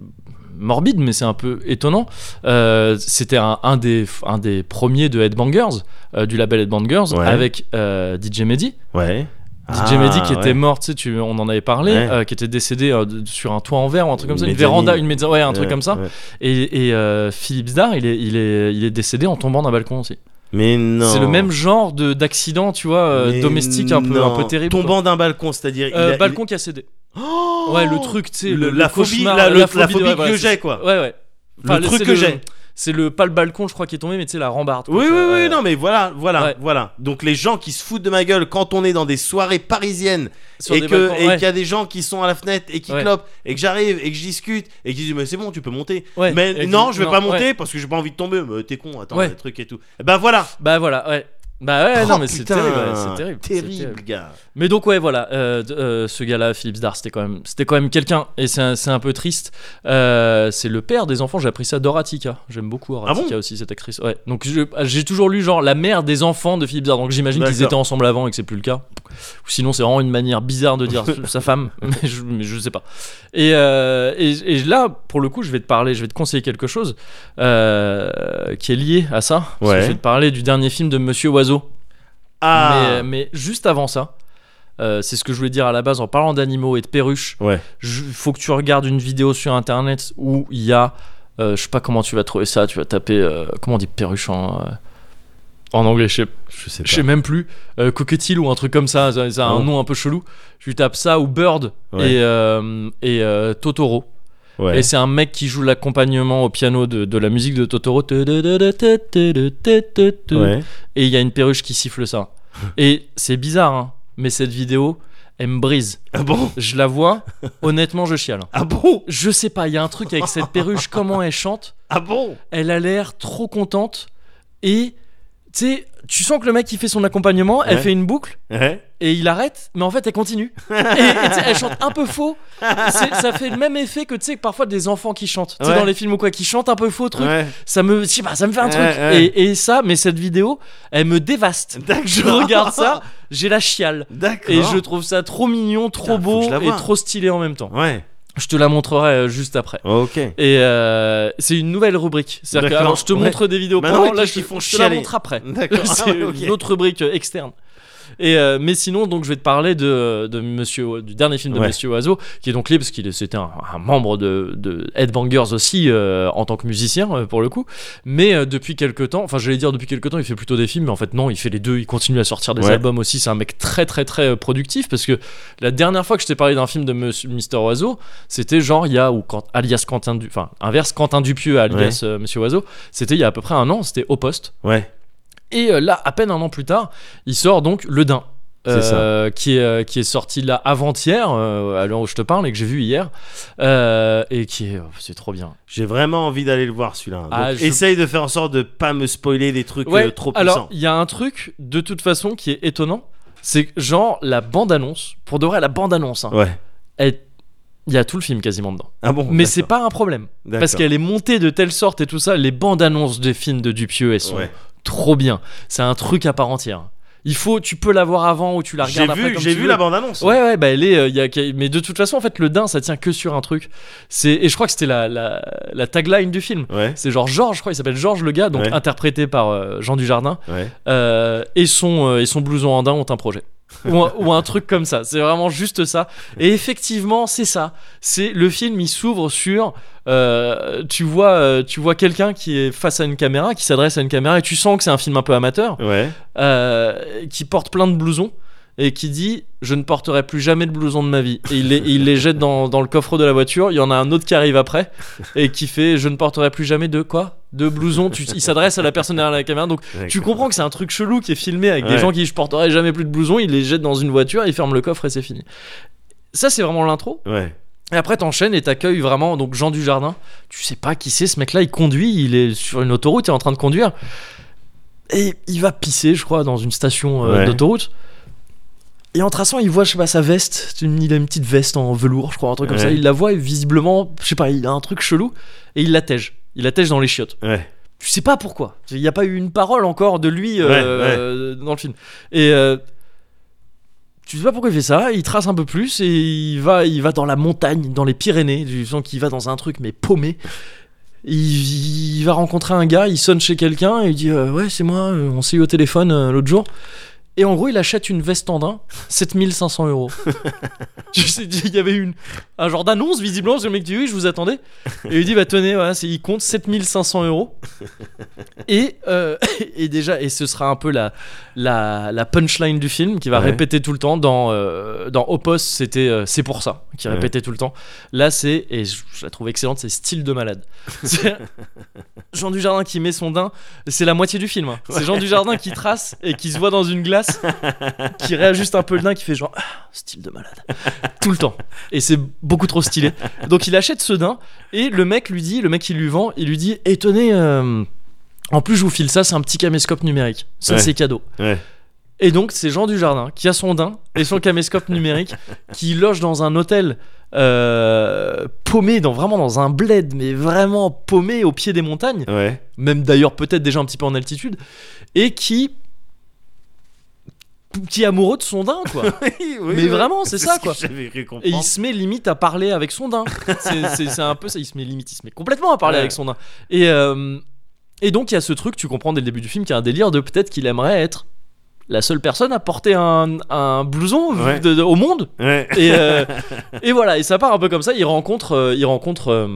A: morbide, mais c'est un peu étonnant. Euh, C'était un, un des, un des premiers de Headbangers, euh, du label Headbangers,
B: Ouais.
A: avec euh, DJ Mehdi.
B: Ouais.
A: DJ Mehdi qui était
B: mort
A: mort, tu sais, tu- on en avait parlé,
B: Ah, Ouais.
A: euh, qui était décédé euh, de- sur un toit en verre ou un truc comme ça, une
B: mezzanine.
A: véranda, une mezza- ouais, un truc comme ça. Et, et, euh, Philippe Zdar, il est, il, est, il est décédé en tombant d'un balcon aussi.
B: Mais non.
A: C'est le même genre de- d'accident, tu vois, euh,
B: Mais
A: domestique un peu, un
B: non.
A: peu terrible. quoi.
B: Tombant d'un balcon, c'est-à-dire. il
A: Euh,
B: a- il-
A: balcon qui a cédé.
B: Oh
A: ouais, le truc, tu sais, le,
B: Le- la
A: le
B: phobie,
A: cauchemar,
B: la- le- la
A: de-
B: phobie
A: ouais,
B: que
A: voilà,
B: j'ai,
A: c'est-
B: quoi.
A: Ouais, ouais.
B: Le truc
A: c'est
B: que j'ai.
A: C'est le pas le balcon, je crois, qui est tombé, mais tu sais la rambarde. quoi,
B: Oui,
A: tu
B: oui,
A: vois, euh,
B: oui,
A: ouais.
B: non, mais voilà, voilà,
A: Ouais.
B: voilà. Donc les gens qui se foutent de ma gueule quand on est dans des soirées parisiennes
A: Sur
B: et
A: des
B: que-
A: balcons,
B: et
A: ouais.
B: qu'il y a des gens qui sont à la fenêtre et qui
A: Ouais.
B: clopent et que j'arrive et que je discute et qui disent mais c'est bon, tu peux monter.
A: Ouais. Et
B: Mais
A: qui-
B: non, je vais
A: non,
B: pas
A: ouais.
B: monter parce que j'ai pas envie de tomber. Mais t'es con, attends,
A: Ouais.
B: le truc et tout. Bah voilà.
A: Bah voilà, ouais. Bah ouais,
B: Oh,
A: non, mais c'est
B: putain,
A: terrible, ouais, c'est terrible, c'est terrible.
B: Terrible, gars.
A: Mais donc ouais voilà, euh, d- euh, ce gars-là, Philippe Zdar, c'était quand même, c'était quand même quelqu'un et c'est un, c'est un peu triste. Euh, c'est le père des enfants. J'ai appris ça d'Oratica. J'aime beaucoup Horatica
B: Ah
A: aussi cette actrice. Ouais. Donc je- ah, j'ai toujours lu genre la mère des enfants de Philippe Zdar. Donc j'imagine qu'ils
B: D'accord.
A: étaient ensemble avant et que c'est plus le cas. Ou sinon c'est vraiment une manière bizarre de dire sa femme. Mais je, mais je sais pas. Et, euh, et, et là pour le coup je vais te parler, je vais te conseiller quelque chose euh, qui est lié à ça. Parce que
B: Ouais.
A: Je vais te parler du dernier film de Monsieur Oiseau.
B: Ah.
A: Mais, mais juste avant ça, euh, c'est ce que je voulais dire à la base en parlant d'animaux et de perruches.
B: Ouais.
A: Je- faut que tu regardes une vidéo sur internet où il y a. euh, je sais pas comment tu vas trouver ça, tu vas taper. euh, comment on dit perruche en. euh, en anglais, je sais,
B: Je sais
A: je sais même plus. Euh, coquetil ou un truc comme ça, ça, ça a
B: Ah
A: un
B: bon
A: nom un peu chelou. Tu tapes ça ou Bird
B: Ouais.
A: et, euh, et euh, Totoro.
B: pas. Ouais.
A: Et c'est un mec qui joue l'accompagnement au piano de, de la musique de Totoro.
B: Ouais.
A: Et il y a une perruche qui siffle ça. Et c'est bizarre, hein, mais cette vidéo, elle me brise.
B: Ah bon
A: Je la vois, honnêtement, je chiale.
B: Ah bon
A: Je sais pas, il y a un truc avec cette perruche, comment elle chante.
B: Ah bon
A: Elle a l'air trop contente. Et tu sais, tu sens que le mec il fait son accompagnement, elle
B: Ouais.
A: fait une boucle
B: Ouais.
A: et il arrête, mais en fait elle continue. et et tu sais, elle chante un peu faux. C'est- Ça fait le même effet que tu sais parfois des enfants qui chantent, tu sais
B: Ouais.
A: dans les films ou quoi, qui chantent un peu faux truc.
B: Ouais.
A: Ça me, je sais pas, ça me fait un truc.
B: Ouais, ouais.
A: Et, et ça, mais cette vidéo, elle me dévaste.
B: D'accord.
A: Je regarde ça, j'ai la chiale.
B: D'accord.
A: Et je trouve ça trop mignon, trop
B: Putain, faut
A: beau
B: que je la
A: et
B: voie.
A: trop stylé en même temps.
B: Ouais.
A: Je te la montrerai euh, juste après.
B: Ok.
A: Et euh, c'est une nouvelle rubrique. C'est-à-dire que
B: D'accord,
A: avant, je te
B: ouais.
A: montre des vidéos
B: Bah
A: pendant,
B: non, mais
A: là
B: qui
A: je,
B: font
A: je te la
B: chialer.
A: montre après.
B: D'accord.
A: C'est
B: Ah ouais, ok.
A: une autre rubrique euh, externe. Et euh, mais sinon, donc je vais te parler de, de Monsieur du dernier film de
B: Ouais.
A: Monsieur Oiseau, qui est donc libre parce qu'il est- c'était un, un membre de, de Headbangers aussi euh, en tant que musicien euh, pour le coup. Mais euh, depuis quelques temps, enfin j'allais dire depuis quelques temps, il fait plutôt des films, mais en fait non, il fait les deux. Il continue à sortir des
B: Ouais.
A: albums aussi. C'est un mec très très très euh, productif parce que la dernière fois que je t'ai parlé d'un film de Monsieur Mister Oiseau, c'était genre il y a ou quand, alias Quentin du, enfin inverse Quentin Dupieux à alias euh, Monsieur Oiseau. C'était il y a à peu près un an. C'était au poste.
B: Ouais.
A: Et euh, là, à peine un an plus tard, il sort donc Le Dain.
B: C'est ça.
A: euh, qui, est, euh, qui est sorti là avant-hier, euh, à l'heure où je te parle, et que j'ai vu hier. Euh, et qui est. oh, c'est trop bien.
B: J'ai vraiment envie d'aller le voir celui-là. Donc,
A: Ah, je-
B: Essaye de faire en sorte de pas me spoiler des trucs euh, trop
A: alors,
B: puissants.
A: il y a un truc, de toute façon, qui est étonnant. C'est que, genre la bande-annonce, pour de vrai, la bande-annonce, hein,
B: Ouais.
A: elle- il y a tout le film quasiment dedans.
B: Ah bon.
A: Mais c'est pas un problème. Parce qu'elle est montée de telle sorte et tout ça, les bandes-annonces des films de Dupieux, elles sont
B: Ouais.
A: trop bien. C'est un truc à part entière. Il faut, tu peux la voir avant ou tu la
B: J'ai
A: regardes après.
B: vu,
A: comme
B: j'ai
A: tu
B: vu
A: veux.
B: la bande-annonce.
A: Ouais, ouais, bah elle est. euh, y a, qu'à- mais de toute façon, en fait, le dain, ça tient que sur un truc. C'est, et je crois que c'était la, la, la tagline du film.
B: Ouais.
A: C'est genre Georges, je crois, il s'appelle Georges le gars, donc
B: Ouais.
A: interprété par euh, Jean Dujardin,
B: Ouais.
A: euh, et, son, euh, et son blouson andin ont un projet. ou, un, ou un truc comme ça. C'est vraiment juste ça. Et effectivement, c'est ça. C'est le film, il s'ouvre sur. euh, tu vois, euh, tu vois quelqu'un qui est face à une caméra, qui s'adresse à une caméra, et tu sens que c'est un film un peu amateur
B: Ouais.
A: euh, qui porte plein de blousons et qui dit je ne porterai plus jamais de blousons de ma vie et il les, il les jette dans, dans le coffre de la voiture il y en a un autre qui arrive après et qui fait je ne porterai plus jamais de quoi de blousons Tu- il s'adresse à la personne derrière la caméra donc tu comprends que c'est un truc chelou qui est filmé avec des
B: Ouais.
A: gens qui je porterai jamais plus de blousons ils les jettent dans une voiture ils ferment le coffre et c'est fini ça c'est vraiment l'intro
B: Ouais.
A: et après, t'enchaînes et t'accueilles vraiment donc Jean Dujardin. Tu sais pas qui c'est, ce mec-là, il conduit, il est sur une autoroute, il est en train de conduire. Et il va pisser, je crois, dans une station euh,
B: Ouais.
A: d'autoroute. Et en traçant, il voit, je sais pas, sa veste. C'est une- Il a une petite veste en velours, je crois, un truc comme
B: Ouais.
A: ça. Il la voit et visiblement, je sais pas, il a un truc chelou. Et il l'attège. Il l'attège dans les chiottes.
B: Ouais.
A: Tu sais pas pourquoi. Il n'y a pas eu une parole encore de lui euh,
B: Ouais, ouais.
A: euh, dans le film. Et euh, tu sais pas pourquoi il fait ça. Il trace un peu plus et il va, il va dans la montagne, dans les Pyrénées. Tu sens qu'il va dans un truc mais paumé. Il, il va rencontrer un gars, il sonne chez quelqu'un et il dit euh, ouais c'est moi, euh, on s'est eu au téléphone euh, l'autre jour. Et en gros il achète une veste en daim, 7500 euros. Je sais, il y avait une un genre d'annonce visiblement parce que le mec dit oui je vous attendais et il dit bah tenez voilà, c'est- il compte 7500 euros et euh, et déjà et ce sera un peu la la, la punchline du film qui va
B: Ouais.
A: répéter tout le temps dans euh, dans Opos c'était euh, c'est pour ça qui
B: Ouais.
A: répétait tout le temps là c'est et je, je la trouve excellente c'est style de malade C'est Jean Dujardin qui met son dain c'est la moitié du film hein. c'est Jean Dujardin qui trace et qui se voit dans une glace qui réajuste un peu le dain qui fait genre Ah, style de malade tout le temps et c'est beaucoup trop stylé. Donc il achète ce dain et le mec lui dit, le mec qui lui vend, il lui dit "Et tenez, euh, en plus je vous file ça, c'est un petit caméscope numérique. Ça
B: Ouais.
A: c'est cadeau."
B: Ouais.
A: Et donc c'est Jean du Jardin qui a son dain et son caméscope numérique qui loge dans un hôtel euh, paumé dans vraiment dans un bled mais vraiment paumé au pied des montagnes,
B: Ouais.
A: même d'ailleurs peut-être déjà un petit peu en altitude et qui qui est amoureux de son dain quoi. Mais vraiment, c'est ça, quoi.
B: J'avais
A: Et
B: cru
A: il
B: comprendre.
A: se met limite à parler avec son dain. C'est- C'est c'est un peu ça, il se met limite, il se met complètement à parler
B: Ouais.
A: avec son dain. Et, euh, et donc il y a ce truc, tu comprends dès le début du film, qui a un délire de peut-être qu'il aimerait être la seule personne à porter un, un blouson
B: Ouais.
A: de- de- au monde.
B: Ouais.
A: Et, euh, et voilà, et ça part un peu comme ça. Il rencontre, euh, il rencontre euh,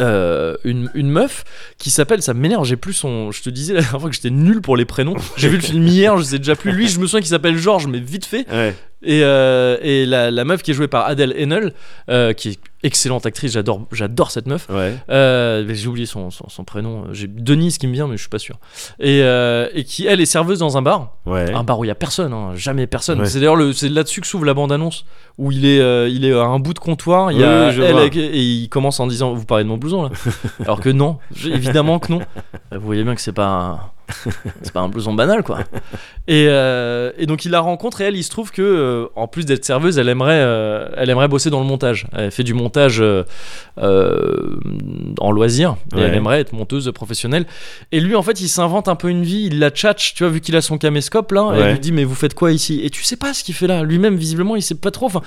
A: euh, une, une meuf qui s'appelle, ça m'énerve, j'ai plus son. Je te disais la dernière fois que j'étais nul pour les prénoms. J'ai vu le film hier, je sais déjà plus. Lui, je me souviens qu'il s'appelle Georges, mais vite fait.
B: Ouais.
A: Et, euh, et la, la meuf qui est jouée par Adèle Haenel, euh, qui est excellente actrice, j'adore, j'adore cette meuf.
B: Ouais.
A: Euh, mais j'ai oublié son, son, son prénom, j'ai Denise qui me vient, mais je suis pas sûr. Et, euh, et qui, elle, est serveuse dans un bar,
B: Ouais.
A: un bar où il y a personne, hein, jamais personne.
B: Ouais.
A: C'est d'ailleurs le- c'est là-dessus que s'ouvre la bande-annonce, où il est, euh, il est à un bout de comptoir, il y a
B: Oui, je
A: elle
B: vois.
A: et, et il commence en disant Vous parlez de mon blouson là Alors que non, j'ai- évidemment que non. Vous voyez bien que c'est pas un- c'est pas un blouson banal, quoi. Et, euh, et donc il la rencontre et elle, il se trouve que, euh, en plus d'être serveuse, elle aimerait, euh, elle aimerait bosser dans le montage. Elle fait du montage euh, euh, en loisir et
B: Ouais.
A: elle aimerait être monteuse professionnelle. Et lui, en fait, il s'invente un peu une vie, il la tchatche, tu vois, vu qu'il a son caméscope là, et
B: Ouais.
A: elle lui dit Mais vous faites quoi ici Et tu sais pas ce qu'il fait là. Lui-même, visiblement, il sait pas trop. Enfin,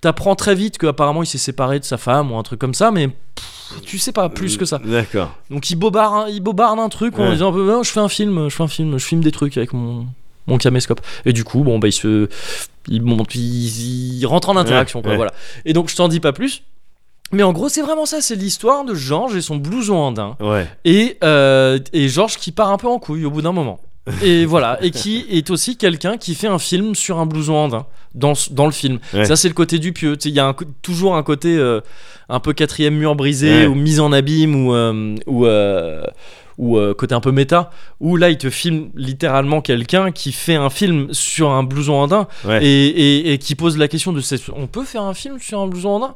A: t'apprends très vite qu'apparemment il s'est séparé de sa femme ou un truc comme ça, mais. pff, Tu sais pas plus que ça.
B: D'accord.
A: Donc il bobarde, il bobarde un truc en
B: Euh, Ouais.
A: disant Non, je fais un film, je fais un film, je filme des trucs avec mon, mon caméscope. Et du coup, bon bah il se il monte, il, il rentre en interaction quoi,
B: ouais.
A: voilà. Et donc je t'en dis pas plus. Mais en gros, c'est vraiment ça, c'est l'histoire de Georges et son blouson andin
B: Ouais.
A: et euh, et Georges qui part un peu en couille au bout d'un moment. Et voilà, et qui est aussi quelqu'un qui fait un film sur un blouson andin dans, ce- dans le film.
B: Ouais.
A: Ça, c'est le côté du pieux. Tu sais, Il y a un co- toujours un côté euh, un peu quatrième mur brisé
B: Ouais.
A: ou mise en abîme ou, euh, ou, euh, ou euh, côté un peu méta où là, il te filme littéralement quelqu'un qui fait un film sur un blouson andin
B: Ouais.
A: et, et- et qui pose la question de c'est- on peut faire un film sur un blouson andin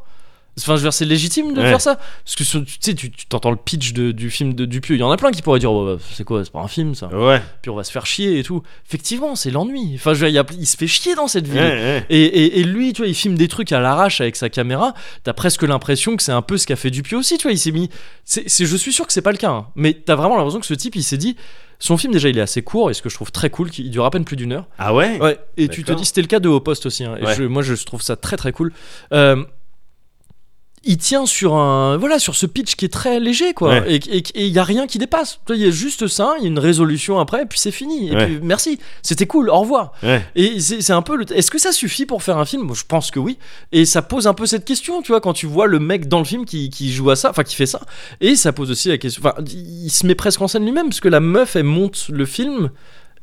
A: Enfin, je veux dire, c'est légitime de
B: Ouais.
A: faire ça. Parce que ce- tu sais, tu tu t'entends le pitch de- du film de Dupieux. Il y en a plein qui pourraient dire Oh, bah, c'est quoi, c'est pas un film ça.
B: Ouais.
A: Puis on va se faire chier et tout. Effectivement, c'est l'ennui. Enfin, je veux dire, il y a- il se fait chier dans cette
B: Ouais,
A: ville.
B: ouais.
A: Et, et- et lui, tu vois, il filme des trucs à l'arrache avec sa caméra. T'as presque l'impression que c'est un peu ce qu'a fait Dupieux aussi, tu vois. Il s'est mis. c'est- c'est- je suis sûr que c'est pas le cas, hein. mais t'as vraiment l'impression que ce type, il s'est dit. Son film, déjà, il est assez court, et ce que je trouve très cool, qu'il dure à peine plus d'une heure.
B: Ah ouais
A: Ouais, et tu te
B: D'accord.
A: dis, c'était le cas de Haut Poste aussi. hein. Et
B: Ouais.
A: je- moi, je trouve ça très très cool. Euh, il tient sur un voilà sur ce pitch qui est très léger quoi
B: Ouais.
A: et et- et il y a rien qui dépasse Tu vois, il y a juste ça il y a une résolution après et puis c'est fini et
B: Ouais.
A: puis merci c'était cool au revoir
B: Ouais.
A: et c'est c'est un peu le- est-ce que ça suffit pour faire un film Moi, je pense que oui et ça pose un peu cette question tu vois quand tu vois le mec dans le film qui, qui joue à ça enfin qui fait ça et ça pose aussi la question enfin il se met presque en scène lui-même parce que la meuf elle monte le film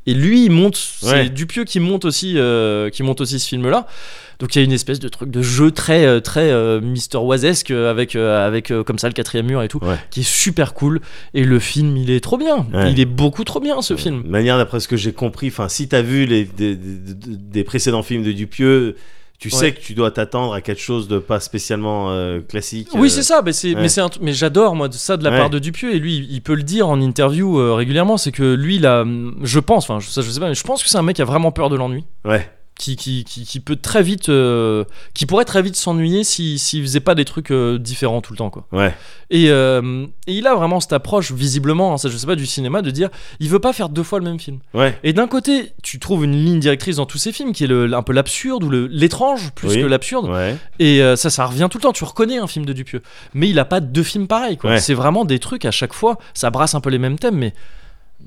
A: et lui il monte
B: Ouais.
A: c'est Dupieux qui monte aussi euh, qui monte aussi ce film là donc il y a une espèce de truc de jeu très euh, très euh, Mr. Oisesque euh, avec euh, avec euh, comme ça le quatrième mur et tout
B: Ouais.
A: qui est super cool et le film il est trop bien
B: Ouais.
A: il est beaucoup trop bien ce film
B: De manière d'après ce que j'ai compris, enfin, si t'as vu les, des, des- des- des précédents films de Dupieux, tu
A: Ouais.
B: sais que tu dois t'attendre à quelque chose de pas spécialement euh, classique.
A: Oui, c'est ça. Mais c'est,
B: ouais.
A: mais c'est un tr- mais j'adore moi de ça de la
B: Ouais.
A: part de Dupieux et lui, il- il peut le dire en interview euh, régulièrement, c'est que lui, là, je pense, enfin, je- ça, je sais pas, mais je pense que c'est un mec qui a vraiment peur de l'ennui,
B: Ouais.
A: qui, qui, qui, qui peut très vite, euh, qui pourrait très vite s'ennuyer si, s'il faisait pas des trucs euh, différents tout le temps, quoi.
B: Ouais.
A: Et, euh, et il a vraiment cette approche, visiblement, hein, ça, je sais pas, du cinéma, de dire, il veut pas faire deux fois le même film.
B: Ouais.
A: Et d'un côté, tu trouves une ligne directrice dans tous ces films qui est le- un peu l'absurde ou le- l'étrange plus
B: Oui.
A: que l'absurde.
B: Ouais.
A: Et euh, ça, ça revient tout le temps. Tu reconnais un film de Dupieux, mais il a pas deux films pareils. quoi.
B: Ouais.
A: C'est vraiment des trucs à chaque fois. Ça brasse un peu les mêmes thèmes, mais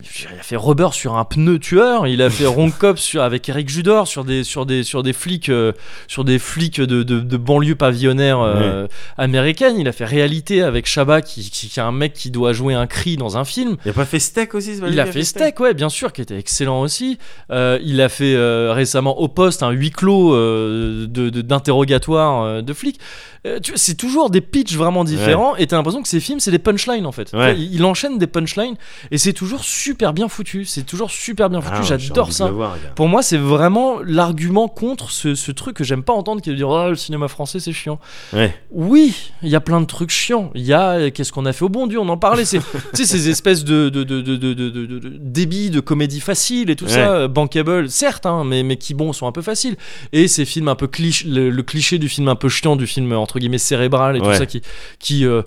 A: il a fait Rubber sur un pneu tueur. Il a fait Ron Cop sur avec Eric Judor sur des sur des sur des flics euh, sur des flics de, de, de banlieue pavillonnaire euh, américaine. Il a fait Réalité avec Chabat qui, qui, qui est un mec qui doit jouer un cri dans un film.
B: Il a pas fait steak aussi, c'est pas lui
A: Il
B: qui
A: a fait Steak, ouais, bien sûr, qui était excellent aussi. Euh, il a fait euh, récemment au poste un huis clos euh, de- de- d'interrogatoire euh, de flics. Euh, tu vois, c'est toujours des pitchs vraiment différents et t'as l'impression que ces films, c'est des punchlines en fait. Tu vois, Il, il enchaîne des punchlines et c'est toujours super bien foutu. C'est toujours super bien foutu.
B: Ah, j'ai
A: J'adore
B: envie de
A: ça.
B: le voir, gars.
A: Pour moi, c'est vraiment l'argument contre ce, ce truc que j'aime pas entendre qui est de dire oh, le cinéma français c'est chiant.
B: Ouais.
A: Oui, il y a plein de trucs chiants. Il y a euh, qu'est-ce qu'on a fait au bon Dieu, on en parlait. C'est, tu sais, ces espèces de, de, de, de, de, de, de- de- débits de comédie facile et tout ça,
B: Ouais.
A: euh, bankable, certes, hein, mais, mais qui, bon, sont un peu faciles. Et ces films un peu cliché, le, le cliché du film un peu chiant, du film euh, entre guillemets cérébral et tout
B: Ouais.
A: ça qui, qui euh,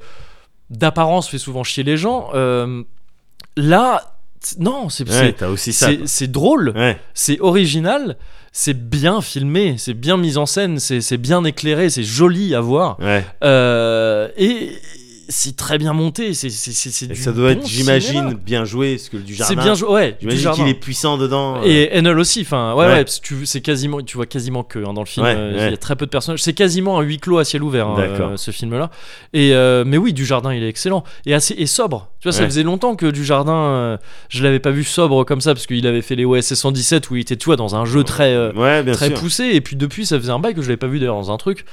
A: d'apparence fait souvent chier les gens. Euh, là, t- non, c'est.
B: Ouais,
A: c'est-
B: t'as aussi ça.
A: c'est, c'est drôle,
B: Ouais.
A: c'est original, c'est bien filmé, c'est bien mis en scène, c'est, c'est bien éclairé, c'est joli à voir.
B: Ouais.
A: Euh, et c'est très bien monté. C'est, c'est, c'est, c'est
B: Et
A: du
B: ça doit
A: bon
B: être, j'imagine,
A: cinéma.
B: bien joué, parce que du jardin.
A: C'est bien joué, ouais. du
B: J'imagine
A: Jardin.
B: qu'il est puissant dedans. euh,
A: Et Enel aussi, enfin, ouais,
B: Ouais.
A: ouais, parce que tu, c'est quasiment, tu vois quasiment que hein, dans le film,
B: Ouais,
A: euh, il y
B: ouais.
A: a très peu de personnages. C'est quasiment un huis clos à ciel ouvert, hein,
B: D'accord.
A: euh, ce film-là. Et euh, mais oui, du jardin, il est excellent et assez et sobre. Tu vois, ça
B: Ouais.
A: faisait longtemps que du jardin, euh, je l'avais pas vu sobre comme ça parce qu'il avait fait les OSS 117 où il était, tu vois, dans un jeu très euh,
B: ouais, bien
A: très
B: sûr.
A: poussé et puis depuis ça faisait un bail que je l'avais pas vu d'ailleurs dans un truc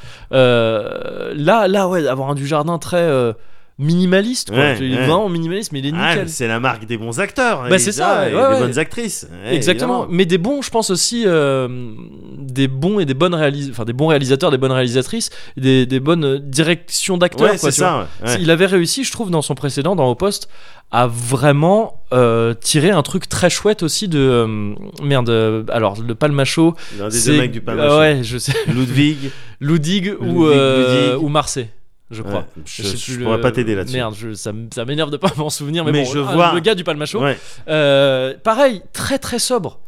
A: Euh, là là ouais avoir un du jardin très euh, minimaliste quoi.
B: Ouais,
A: il est
B: ouais.
A: vraiment minimaliste mais il est
B: Ah,
A: nickel
B: mais c'est la marque des bons acteurs.
A: Bah,
B: et
A: c'est
B: là,
A: ça,
B: et
A: ouais,
B: des
A: ouais.
B: bonnes actrices. Ouais,
A: Exactement,
B: évidemment.
A: mais des bons, je pense aussi, euh, des bons et des bonnes réalis- enfin des bons réalisateurs, des bonnes réalisatrices, des, des bonnes euh, directions d'acteurs.
B: ouais,
A: quoi,
B: c'est
A: tu vois.
B: ça. ouais. Ouais.
A: Il avait réussi, je trouve, dans son précédent, dans Au Poste, à vraiment euh, tirer un truc très chouette aussi de. euh, merde, euh, alors le Palmacho.
B: L'un des
A: c'est-
B: deux mecs du Palma.
A: euh, ouais, je sais.
B: Ludwig.
A: Ludig, ou,
B: Ludwig,
A: euh,
B: Ludig.
A: ou Marseille, je crois.
B: Ouais, je
A: sais
B: je
A: plus
B: pourrais
A: le-
B: pas t'aider là-dessus.
A: Merde, je- ça, m- ça m'énerve de pas m'en souvenir, mais,
B: Mais
A: bon,
B: je
A: un-
B: vois.
A: le gars du Palmacho.
B: Ouais.
A: Euh, pareil, très très sobre.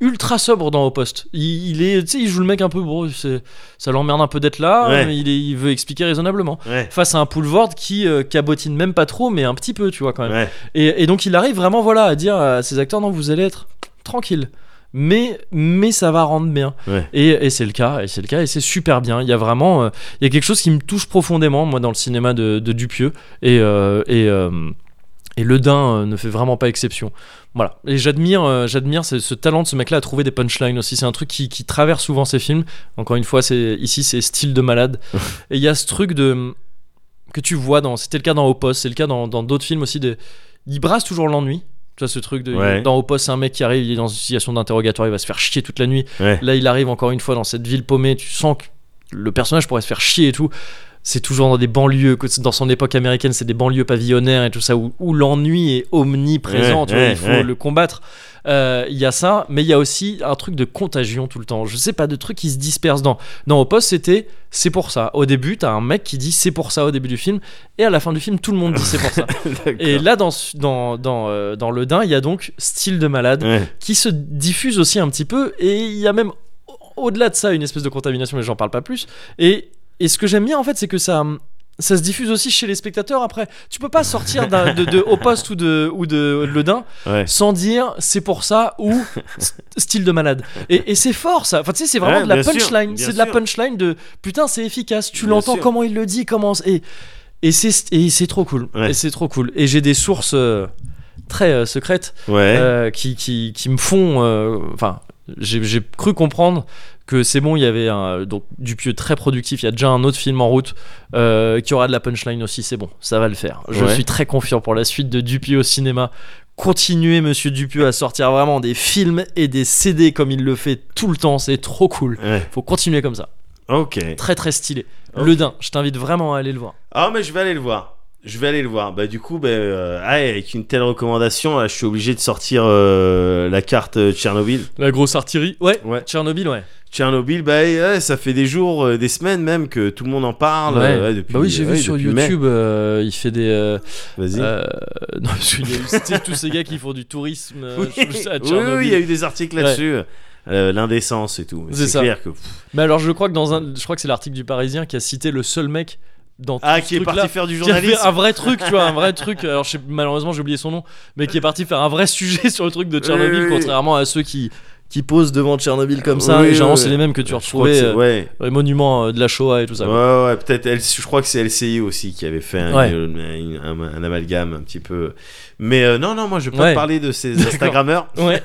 A: Ultra sobre dans Au Poste. Il, il est, tu sais, il joue le mec un peu, bro, c'est- ça l'emmerde un peu d'être là,
B: Ouais.
A: mais il, est- il veut expliquer raisonnablement.
B: Ouais.
A: Face à un Poulvord qui euh, cabotine même pas trop, mais un petit peu, tu vois, quand même.
B: Ouais.
A: Et, et donc il arrive vraiment, voilà, à dire à ses acteurs, non, vous allez être tranquille. Mais, mais ça va rendre bien.
B: Ouais.
A: Et, et c'est le cas, et c'est le cas, et c'est super bien. Il y a vraiment, euh, il y a quelque chose qui me touche profondément, moi, dans le cinéma de, de Dupieux. Et, euh, et, euh, et Le Dain euh, ne fait vraiment pas exception. Voilà. Et j'admire, euh, j'admire ce, ce talent de ce mec-là à trouver des punchlines aussi. C'est un truc qui, qui traverse souvent ses films. Encore une fois, c'est ici, c'est style de malade. et il y a ce truc de que tu vois dans. C'était le cas dans Au Poste, c'est le cas dans dans d'autres films aussi. Des, il brasse toujours l'ennui. Tu vois ce truc de
B: Ouais.
A: dans Au Poste, c'est un mec qui arrive, il est dans une situation d'interrogatoire, il va se faire chier toute la nuit.
B: Ouais.
A: Là, il arrive encore une fois dans cette ville paumée. Tu sens que le personnage pourrait se faire chier et tout. C'est toujours dans des banlieues, que- dans son époque américaine, c'est des banlieues pavillonnaires et tout ça, où, où l'ennui est omniprésent,
B: Ouais,
A: tu vois,
B: ouais,
A: il faut
B: ouais.
A: le combattre. Euh, Il y a ça, mais il y a aussi un truc de contagion tout le temps. Je sais pas, de trucs qui se dispersent dans. Non, au poste, c'était c'est pour ça. Au début, t'as un mec qui dit c'est pour ça au début du film, et à la fin du film, tout le monde dit c'est pour ça. et là, dans, ce- dans, dans, euh, dans Le Dain, il y a donc style de malade
B: Ouais.
A: qui se diffuse aussi un petit peu et il y a même au- au-delà de ça une espèce de contamination mais j'en parle pas plus et, et ce que j'aime bien en fait c'est que ça ça se diffuse aussi chez les spectateurs après tu peux pas sortir d'un- de, de au poste ou de ou de le Dain
B: Ouais.
A: sans dire c'est pour ça ou st- style de malade et, et c'est fort ça enfin tu sais c'est vraiment
B: Ouais,
A: de la
B: bien sûr,
A: punchline
B: bien
A: c'est de la
B: sûr.
A: punchline de putain c'est efficace tu
B: Bien
A: l'entends
B: sûr.
A: comment il le dit comment et et c'est et c'est trop cool
B: Ouais.
A: et c'est trop cool et j'ai des sources euh, très euh, secrètes
B: Ouais.
A: euh, qui, qui, qui me font. euh, Enfin, j'ai j'ai cru comprendre que c'est bon, il y avait un, donc Dupieux très productif. Il y a déjà un autre film en route euh, qui aura de la punchline aussi. C'est bon, ça va le faire. Je
B: Ouais.
A: suis très confiant pour la suite de Dupieux au cinéma. Continuez, monsieur Dupieux, à sortir vraiment des films et des CD comme il le fait tout le temps. C'est trop cool.
B: Ouais.
A: Faut continuer comme ça.
B: Ok.
A: Très très stylé.
B: Ok.
A: Le Dain, je t'invite vraiment à aller le voir.
B: Ah mais je vais aller le voir. Je vais aller le voir. Bah du coup, bah, euh, ah, et avec une telle recommandation, là, je suis obligé de sortir euh, la carte euh, Tchernobyl.
A: La grosse artillerie. Ouais.
B: Ouais.
A: Tchernobyl, ouais.
B: Tchernobyl, bah ouais, ça fait des jours, euh, des semaines même que tout le monde en parle.
A: Ouais.
B: euh, ouais, depuis,
A: bah oui, j'ai
B: ouais,
A: vu sur
B: depuis mai.
A: YouTube, euh, il fait des. euh,
B: Vas-y.
A: Euh, non, parce qu'il y a eu tu sais, tous ces gars qui font du tourisme euh,
B: oui,
A: je- à
B: oui,
A: Tchernobyl.
B: oui, il y a eu des articles là-dessus. Euh, L'indécence et tout. Mais
A: C'est
B: C'est
A: ça.
B: clair que.
A: Mais alors, je crois que dans un, je crois que c'est l'article du Parisien qui a cité le seul mec dans
B: Ah,
A: tout ce
B: qui est
A: truc-là,
B: parti faire du
A: qui a fait
B: journalisme.
A: un vrai truc, tu vois, un vrai truc. Alors, je sais- malheureusement, j'ai oublié son nom, mais qui est parti faire un vrai sujet sur le truc de Tchernobyl,
B: Oui, oui, oui.
A: contrairement à ceux qui qui posent devant Tchernobyl comme ça. et
B: Oui,
A: généralement,
B: oui,
A: c'est
B: oui.
A: les mêmes que tu
B: Je crois que
A: retrouvais
B: c'est-
A: euh,
B: ouais.
A: les monuments euh, de la Shoah et tout ça. quoi.
B: Ouais, ouais, peut-être. L- Je crois que c'est LCI aussi qui avait fait un,
A: Ouais.
B: une- une- un- un amalgame un petit peu. Mais euh, non, non, moi je vais pas
A: Ouais.
B: te parler de ces
A: D'accord.
B: Instagrammeurs.
A: Ouais,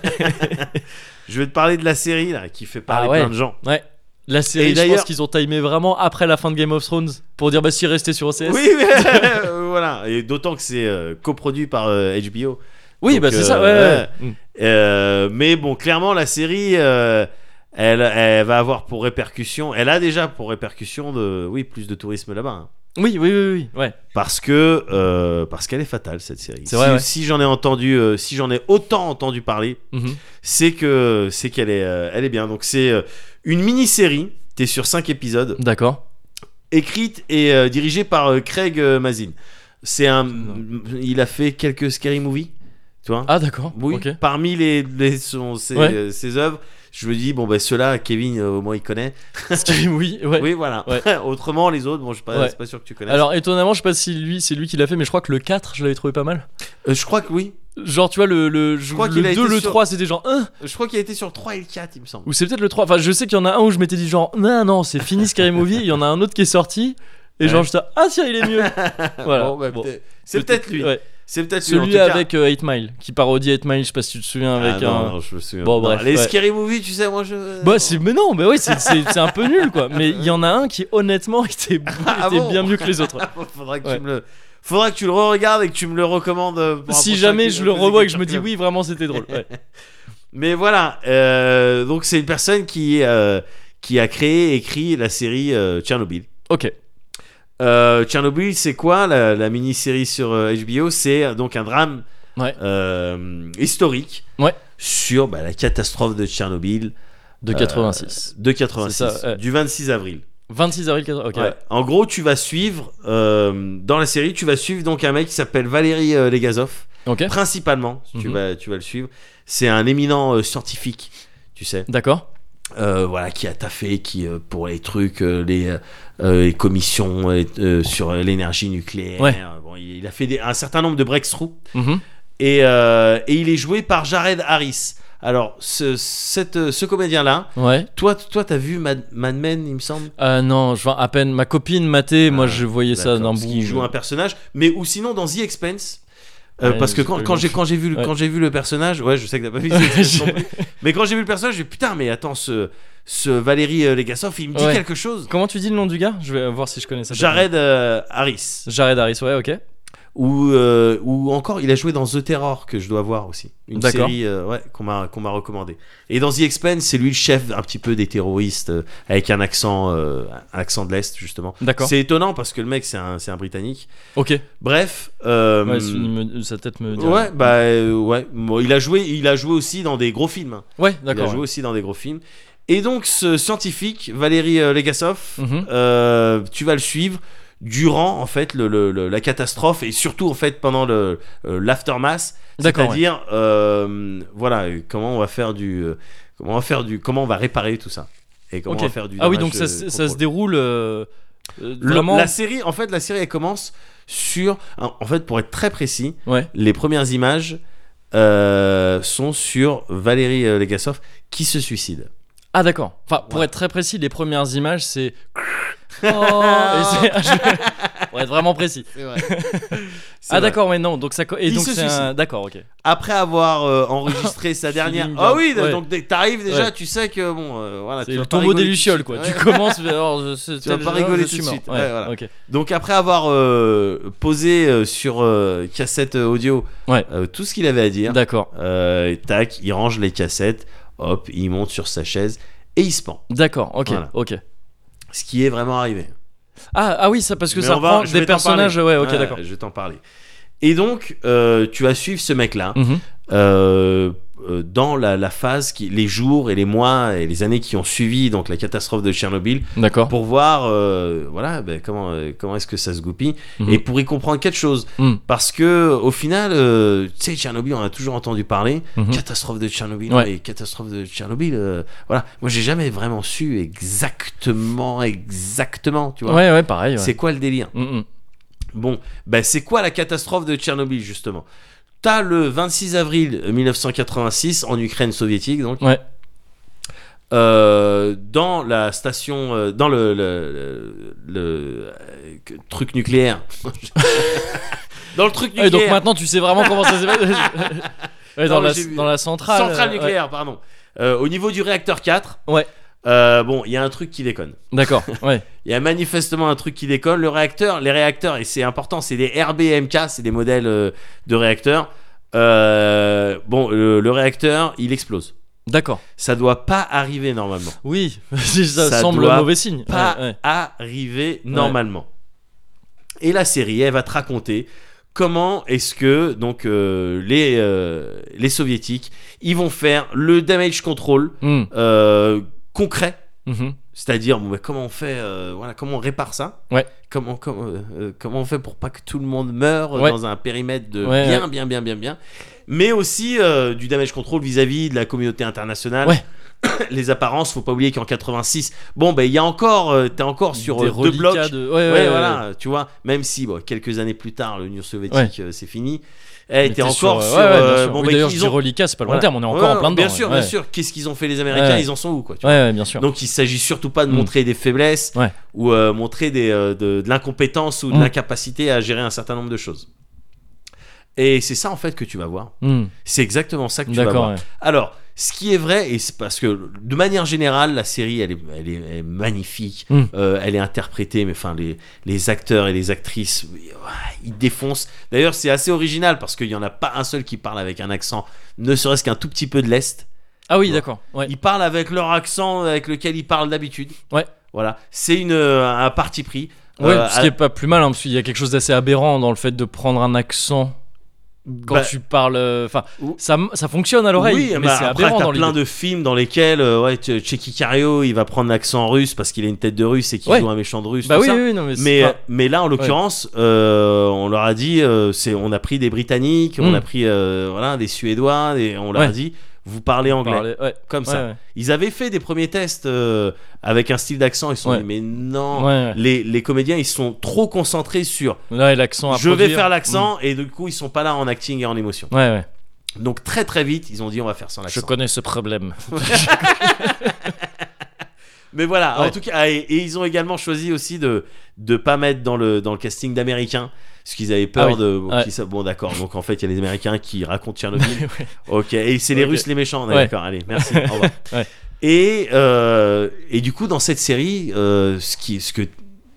B: Je vais te parler de la série là, qui fait parler
A: Ah ouais.
B: plein de gens.
A: ouais. La série,
B: Et
A: je pense
B: d'ailleurs-
A: qu'ils ont timé vraiment après la fin de Game of Thrones pour dire bah si restez sur OCS.
B: Oui, mais, euh, voilà. Et d'autant que c'est euh, coproduit par euh, HBO.
A: Oui,
B: Donc,
A: bah c'est
B: euh,
A: ça. ouais, ouais. Mm.
B: Euh, mais bon, clairement, la série, euh, elle, elle va avoir pour répercussion. Elle a déjà pour répercussion de, oui, plus de tourisme là-bas. hein.
A: Oui, oui, oui, oui. Ouais.
B: Parce que euh, parce qu'elle est fatale cette série.
A: C'est vrai,
B: si
A: ouais.
B: si j'en ai entendu, euh, si j'en ai autant entendu parler,
A: Mhm.
B: c'est que c'est qu'elle est euh, elle est bien. Donc c'est euh, une mini série. T'es sur 5 épisodes,
A: D'accord.
B: écrite et euh, dirigée par euh, Craig euh, Mazin. C'est un, il a fait quelques scary movies, tu vois.
A: Ah d'accord.
B: Oui,
A: Ok.
B: parmi les, les- son- ses,
A: Ouais.
B: euh, ses œuvres, je me dis, bon, ben ceux-là, Kevin, euh, au moins, il connaît.
A: Scream, oui. Ouais.
B: Oui, voilà.
A: Ouais.
B: Autrement, les autres, bon, je suis pas,
A: Ouais.
B: c'est pas sûr que tu connais.
A: Alors étonnamment, je sais pas si lui, c'est lui qui l'a fait, mais je crois que le 4, je l'avais trouvé pas mal.
B: Euh, je crois que oui.
A: Genre, tu vois, le, le, je
B: crois
A: le
B: qu'il a
A: 2,
B: été
A: le
B: sur-
A: 3, c'était genre 1.
B: Je crois qu'il a été sur 3 et le 4, il me semble.
A: Ou c'est peut-être le 3. Enfin, je sais qu'il y en a un où je m'étais dit genre, non, non, c'est fini Scary Movie. Il y en a un autre qui est sorti. Et genre,
B: Ouais.
A: j'étais, ah tiens, il est mieux. voilà.
B: Bon, bah,
A: Bon.
B: peut-être- C'est peut-être lui.
A: Ouais.
B: C'est peut-être lui. en
A: Celui
B: tout cas.
A: avec euh, 8 Mile, qui parodie 8 Mile, je sais pas si tu te souviens,
B: Ah,
A: avec
B: non,
A: un.
B: non, je me souviens.
A: Bon,
B: Non,
A: bref,
B: Les
A: ouais.
B: scary movies, tu sais, moi je.
A: Bah, c'est, mais non, mais oui, c'est, c'est, c'est un peu nul quoi. Mais il y en a un qui, honnêtement, était,
B: Ah
A: était
B: bon
A: bien mieux que les autres.
B: Faudra que
A: Ouais.
B: tu me le. Faudra que tu le re-regardes et que tu me le recommandes. euh, pour un
A: si
B: prochain
A: jamais
B: qui-
A: je le
B: qui-
A: revois et que
B: qui-
A: je me dis, oui, vraiment, c'était drôle. Ouais.
B: Mais voilà, euh, donc c'est une personne qui, euh, qui a créé et écrit la série euh, Tchernobyl.
A: Ok.
B: Euh, Tchernobyl, c'est quoi la, la mini-série sur euh, HBO C'est euh, donc un drame
A: Ouais.
B: euh, historique
A: Ouais.
B: sur bah, la catastrophe de Tchernobyl
A: De
B: Euh,
A: 86.
B: de 86,
A: C'est ça, ouais.
B: du 26 avril.
A: 26 avril 80. Ok.
B: Ouais. En gros, tu vas suivre euh, dans la série, tu vas suivre donc un mec qui s'appelle Valérie euh, Legazov,
A: Ok.
B: principalement. Tu
A: Mhm.
B: vas, tu vas le suivre. C'est un éminent euh, scientifique, tu sais.
A: D'accord.
B: Euh, voilà, qui a taffé, qui euh, pour les trucs, euh, les, euh, les commissions euh, euh, sur euh, l'énergie nucléaire.
A: Ouais.
B: Bon, il, il a fait des- un certain nombre de breakthroughs
A: Mhm.
B: et, euh, et il est joué par Jared Harris. Alors, ce, cette- euh, ce comédien-là,
A: Ouais.
B: toi, toi, t'as vu Mad, Mad Men, il me semble.
A: Euh, non, je vois à peine ma copine maté. moi,
B: Ah,
A: je voyais ça d'un
B: D'accord,
A: bout.
B: parce qu'il joue un personnage, mais ou sinon dans The Expense. Euh,
A: Ouais,
B: parce que
A: j'ai pas
B: quand,
A: vu
B: quand
A: non
B: j'ai quand j'ai vu le,
A: Ouais.
B: quand j'ai vu le personnage ouais je sais que t'as pas vu The Expense non plus. mais quand j'ai vu le personnage j'ai dit, putain mais attends ce ce Valérie euh, Legasov il me dit
A: Ouais.
B: quelque chose
A: Comment tu dis le nom du gars Je vais voir si je connais ça.
B: Jared euh, Harris
A: Jared Harris, ouais, ok.
B: ou euh, ou encore il a joué dans The Terror que je dois voir aussi une
A: D'accord.
B: série euh, ouais, qu'on m'a qu'on m'a recommandé et dans The Expense c'est lui le chef un petit peu des terroristes euh, avec un accent euh, un accent de l'est justement
A: D'accord.
B: c'est étonnant parce que le mec c'est un c'est un britannique
A: Ok.
B: bref euh,
A: Ouais, si il me- sa tête me dit.
B: ouais, bah euh, ouais Bon, il a joué il a joué aussi dans des gros films hein.
A: Ouais,
B: il a
A: d'accord. Ah
B: joué aussi dans des gros films et donc ce scientifique Valérie euh, Legasov
A: Mhm.
B: euh, tu vas le suivre durant en fait le- le- le- la catastrophe et surtout en fait pendant le euh, l'aftermath
A: D'accord. ouais.
B: c'est-à-dire euh, voilà euh, comment on va faire du euh, comment on va faire du comment on va réparer tout ça et comment
A: Ok.
B: on va faire du
A: Ah oui, donc
B: damage,
A: ça,
B: euh,
A: se- ça
B: control.
A: se déroule euh, euh,
B: Le-
A: vraiment.
B: la série en fait la série elle commence sur en en fait pour être très précis
A: Ouais.
B: les premières images euh, sont sur Valérie euh, Legasov qui se suicide
A: Ah d'accord. Enfin, pour
B: Ouais.
A: être très précis, les premières images, c'est. Oh, et c'est- pour être vraiment précis.
B: C'est
A: Ah
B: vrai.
A: d'accord, mais non. Donc ça. co- Et
B: Il
A: donc
B: se
A: c'est un.
B: suicide.
A: D'accord, ok.
B: après avoir euh, enregistré sa dernière.
A: Feeling,
B: Ah oui,
A: ouais.
B: donc dès- t'arrives déjà,
A: Ouais.
B: tu sais que bon, euh, voilà.
A: C'est
B: tu vas
A: le
B: pas
A: tombeau des
B: rigoler tout de
A: lucioles,
B: suite.
A: quoi.
B: Ouais.
A: Tu commences. Alors, je, c'est-
B: Tu vas
A: tel
B: pas
A: genre, je
B: rigoler tout de
A: suis mort.
B: suite.
A: Ouais,
B: Ouais, voilà.
A: ok.
B: Donc après avoir euh, posé euh, sur euh, cassette audio
A: Ouais.
B: euh, tout ce qu'il avait à dire,
A: D'accord.
B: euh, et tac, il range les cassettes, hop, il monte sur sa chaise et il se pend.
A: D'accord. Ok.
B: Voilà.
A: Ok.
B: Ce qui est vraiment arrivé.
A: Ah, ah oui, ça parce que
B: Mais
A: ça
B: on va-
A: prend
B: je
A: des
B: vais t'en
A: personnages. Ouais,
B: parler.
A: ok, d'accord.
B: Je vais t'en parler. Et donc, euh, tu vas suivre ce mec-là.
A: Mhm.
B: euh, euh, dans la, la phase, qui, les jours et les mois et les années qui ont suivi donc la catastrophe de Tchernobyl,
A: D'accord.
B: pour voir euh, voilà ben, comment euh, comment est-ce que ça se goupille
A: Mhm.
B: et pour y comprendre quelque chose
A: Mhm.
B: parce que au final euh, tu sais Tchernobyl on a toujours entendu parler
A: Mhm.
B: catastrophe de Tchernobyl
A: Ouais.
B: et catastrophe de Tchernobyl euh, voilà moi j'ai jamais vraiment su exactement exactement tu vois
A: Ouais, ouais, pareil. ouais.
B: c'est quoi le délire
A: Mm, mm.
B: Bon, ben c'est quoi la catastrophe de Tchernobyl justement T'as le 26 avril 1986 en Ukraine soviétique donc.
A: Ouais.
B: Euh, dans la station, euh, dans le, le, le- le, euh, que- truc nucléaire. dans le truc
A: Ah oui,
B: nucléaire.
A: donc maintenant, tu sais vraiment comment ça s'est passé. Ouais, dans,
B: Non, mais
A: la,
B: j'ai vu.
A: dans la centrale.
B: centrale
A: euh, ouais.
B: nucléaire, pardon. Euh, au niveau du réacteur 4.
A: Ouais.
B: euh, bon, il y a un truc qui déconne.
A: D'accord. Ouais.
B: Il y a manifestement un truc qui décolle. Le réacteur, les réacteurs, et c'est important, c'est des RBMK, c'est des modèles euh, de réacteurs. Euh, bon, le, le réacteur, il explose.
A: D'accord.
B: Ça doit pas arriver normalement.
A: Oui, ça,
B: Ça
A: semble
B: doit
A: mauvais signe.
B: Pas
A: Ouais, ouais.
B: arriver normalement. Et la série, elle va te raconter comment est-ce que donc euh, les euh, les soviétiques, ils vont faire le damage control
A: Mm,
B: euh, concret
A: mhm.
B: C'est-à-dire, bon, bah, comment on fait, euh, voilà, comment on répare ça
A: Ouais.
B: Comment, comment, euh, euh, comment on fait pour pas que tout le monde meure euh,
A: Ouais.
B: dans un périmètre de
A: Ouais,
B: bien, bien, bien, bien, bien, mais aussi euh, du damage control vis-à-vis de la communauté internationale.
A: Ouais.
B: Les apparences, faut pas oublier qu'en 86, bon, ben il y a encore, euh, t'es encore sur
A: Des
B: euh, deux blocs.
A: reliquats de- ouais,
B: Ouais,
A: ouais, ouais, ouais.
B: voilà, tu vois, même si bon, quelques années plus tard, l'Union soviétique, euh, c'est fini.
A: Mais
B: Eh, t'es
A: t'es
B: encore sur.
A: ouais, ouais, bien
B: euh,
A: sûr.
B: bon,
A: Oui,
B: ben,
A: D'ailleurs, je
B: ils
A: dis
B: ont-
A: reliquat, c'est pas le
B: voilà.
A: bon terme, on est encore
B: Ouais,
A: en plein dedans.
B: Bien sûr,
A: ouais.
B: bien sûr. Qu'est-ce qu'ils ont fait les Américains
A: Ouais.
B: Ils en sont où, quoi tu
A: Ouais, ouais, bien sûr.
B: donc il s'agit surtout pas de
A: Mm.
B: montrer des faiblesses
A: Ouais.
B: ou euh, montrer des, euh, de, de l'incompétence ou de
A: Mm.
B: l'incapacité à gérer un certain nombre de choses. Et c'est ça en fait que tu vas voir.
A: Mm,
B: C'est exactement ça que tu vas
A: D'accord.
B: voir.
A: ouais.
B: Alors, ce qui est vrai, et c'est parce que de manière générale, la série, elle est, elle est- elle est magnifique,
A: Mm.
B: Euh, elle est interprétée, mais enfin, les, les acteurs et les actrices, ouais, ils défoncent. D'ailleurs, c'est assez original parce qu'il n'y en a pas un seul qui parle avec un accent, ne serait-ce qu'un tout petit peu de l'Est.
A: Ah oui, d'accord. Ouais.
B: Ils parlent avec leur accent avec lequel ils parlent d'habitude.
A: Ouais.
B: Voilà. C'est une euh, un parti pris.
A: Ouais,
B: Euh,
A: ce qui est pas plus mal, hein, parce qu'il y a quelque chose d'assez aberrant dans le fait de prendre un accent quand
B: bah,
A: tu parles. euh, Enfin,
B: Ou-
A: ça, ça fonctionne à l'oreille,
B: Oui,
A: mais
B: bah,
A: c'est
B: après
A: aberrant
B: t'as
A: dans l'idée.
B: plein de films dans lesquels euh, ouais, tu- Checky Cario il va prendre l'accent russe parce qu'il a une tête de russe et qu'il
A: Ouais.
B: joue un méchant de russe.
A: Bah
B: tout
A: oui,
B: ça.
A: oui, oui, non, mais, c'est
B: Mais, euh,
A: pas-
B: mais là, en l'occurrence, euh, on leur a dit, euh, c'est, on a pris des Britanniques, on
A: Mm.
B: a pris euh, voilà, des Suédois, et on leur a
A: Ouais.
B: dit, vous parlez anglais.
A: parler- ouais,
B: Comme
A: ouais,
B: ça.
A: ouais.
B: Ils avaient fait des premiers tests euh, avec un style d'accent, ils se sont
A: Ouais.
B: dit, mais non.
A: Ouais,
B: Les, les comédiens, ils sont trop concentrés sur
A: ouais. Là, et l'accent à
B: je vais
A: produire.
B: faire l'accent, et du coup, ils sont pas là en acting et en émotion.
A: Mm. Ouais, ouais.
B: Donc, très très vite, ils ont dit, on va faire sans
A: Je
B: l'accent.
A: connais ce problème.
B: Mais voilà,
A: Ouais.
B: en tout cas, ah, et, et ils ont également choisi aussi de de pas mettre dans le dans le casting d'américains, parce qu'ils avaient peur
A: Ah oui.
B: de bon,
A: Ouais.
B: qu'ils sa- bon d'accord. Donc en fait, il y a les Américains qui racontent Tchernobyl.
A: Ouais.
B: ok, et c'est les
A: Ok.
B: Russes les méchants. on est
A: Ouais.
B: D'accord, allez, merci. au revoir.
A: Ouais.
B: Et euh, et du coup, dans cette série, euh, ce qui ce que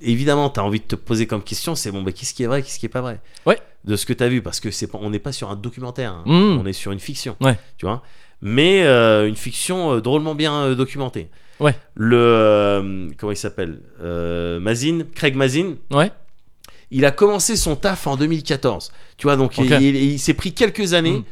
B: évidemment, t'as envie de te poser comme question, c'est bon, bah, qu'est-ce qui est vrai, qu'est-ce qui est pas vrai
A: Ouais.
B: De ce que t'as vu, parce que c'est pas- on n'est pas sur un documentaire, hein.
A: Mm.
B: on est sur une fiction.
A: Ouais.
B: Tu vois Mais euh, une fiction euh, drôlement bien euh, documentée.
A: Ouais.
B: Le euh, comment il s'appelle Euh, Mazin, Craig Mazin.
A: Ouais.
B: Il a commencé son taf en 2014. Tu vois, donc
A: Ok.
B: il, il- il s'est pris quelques années.
A: Mm.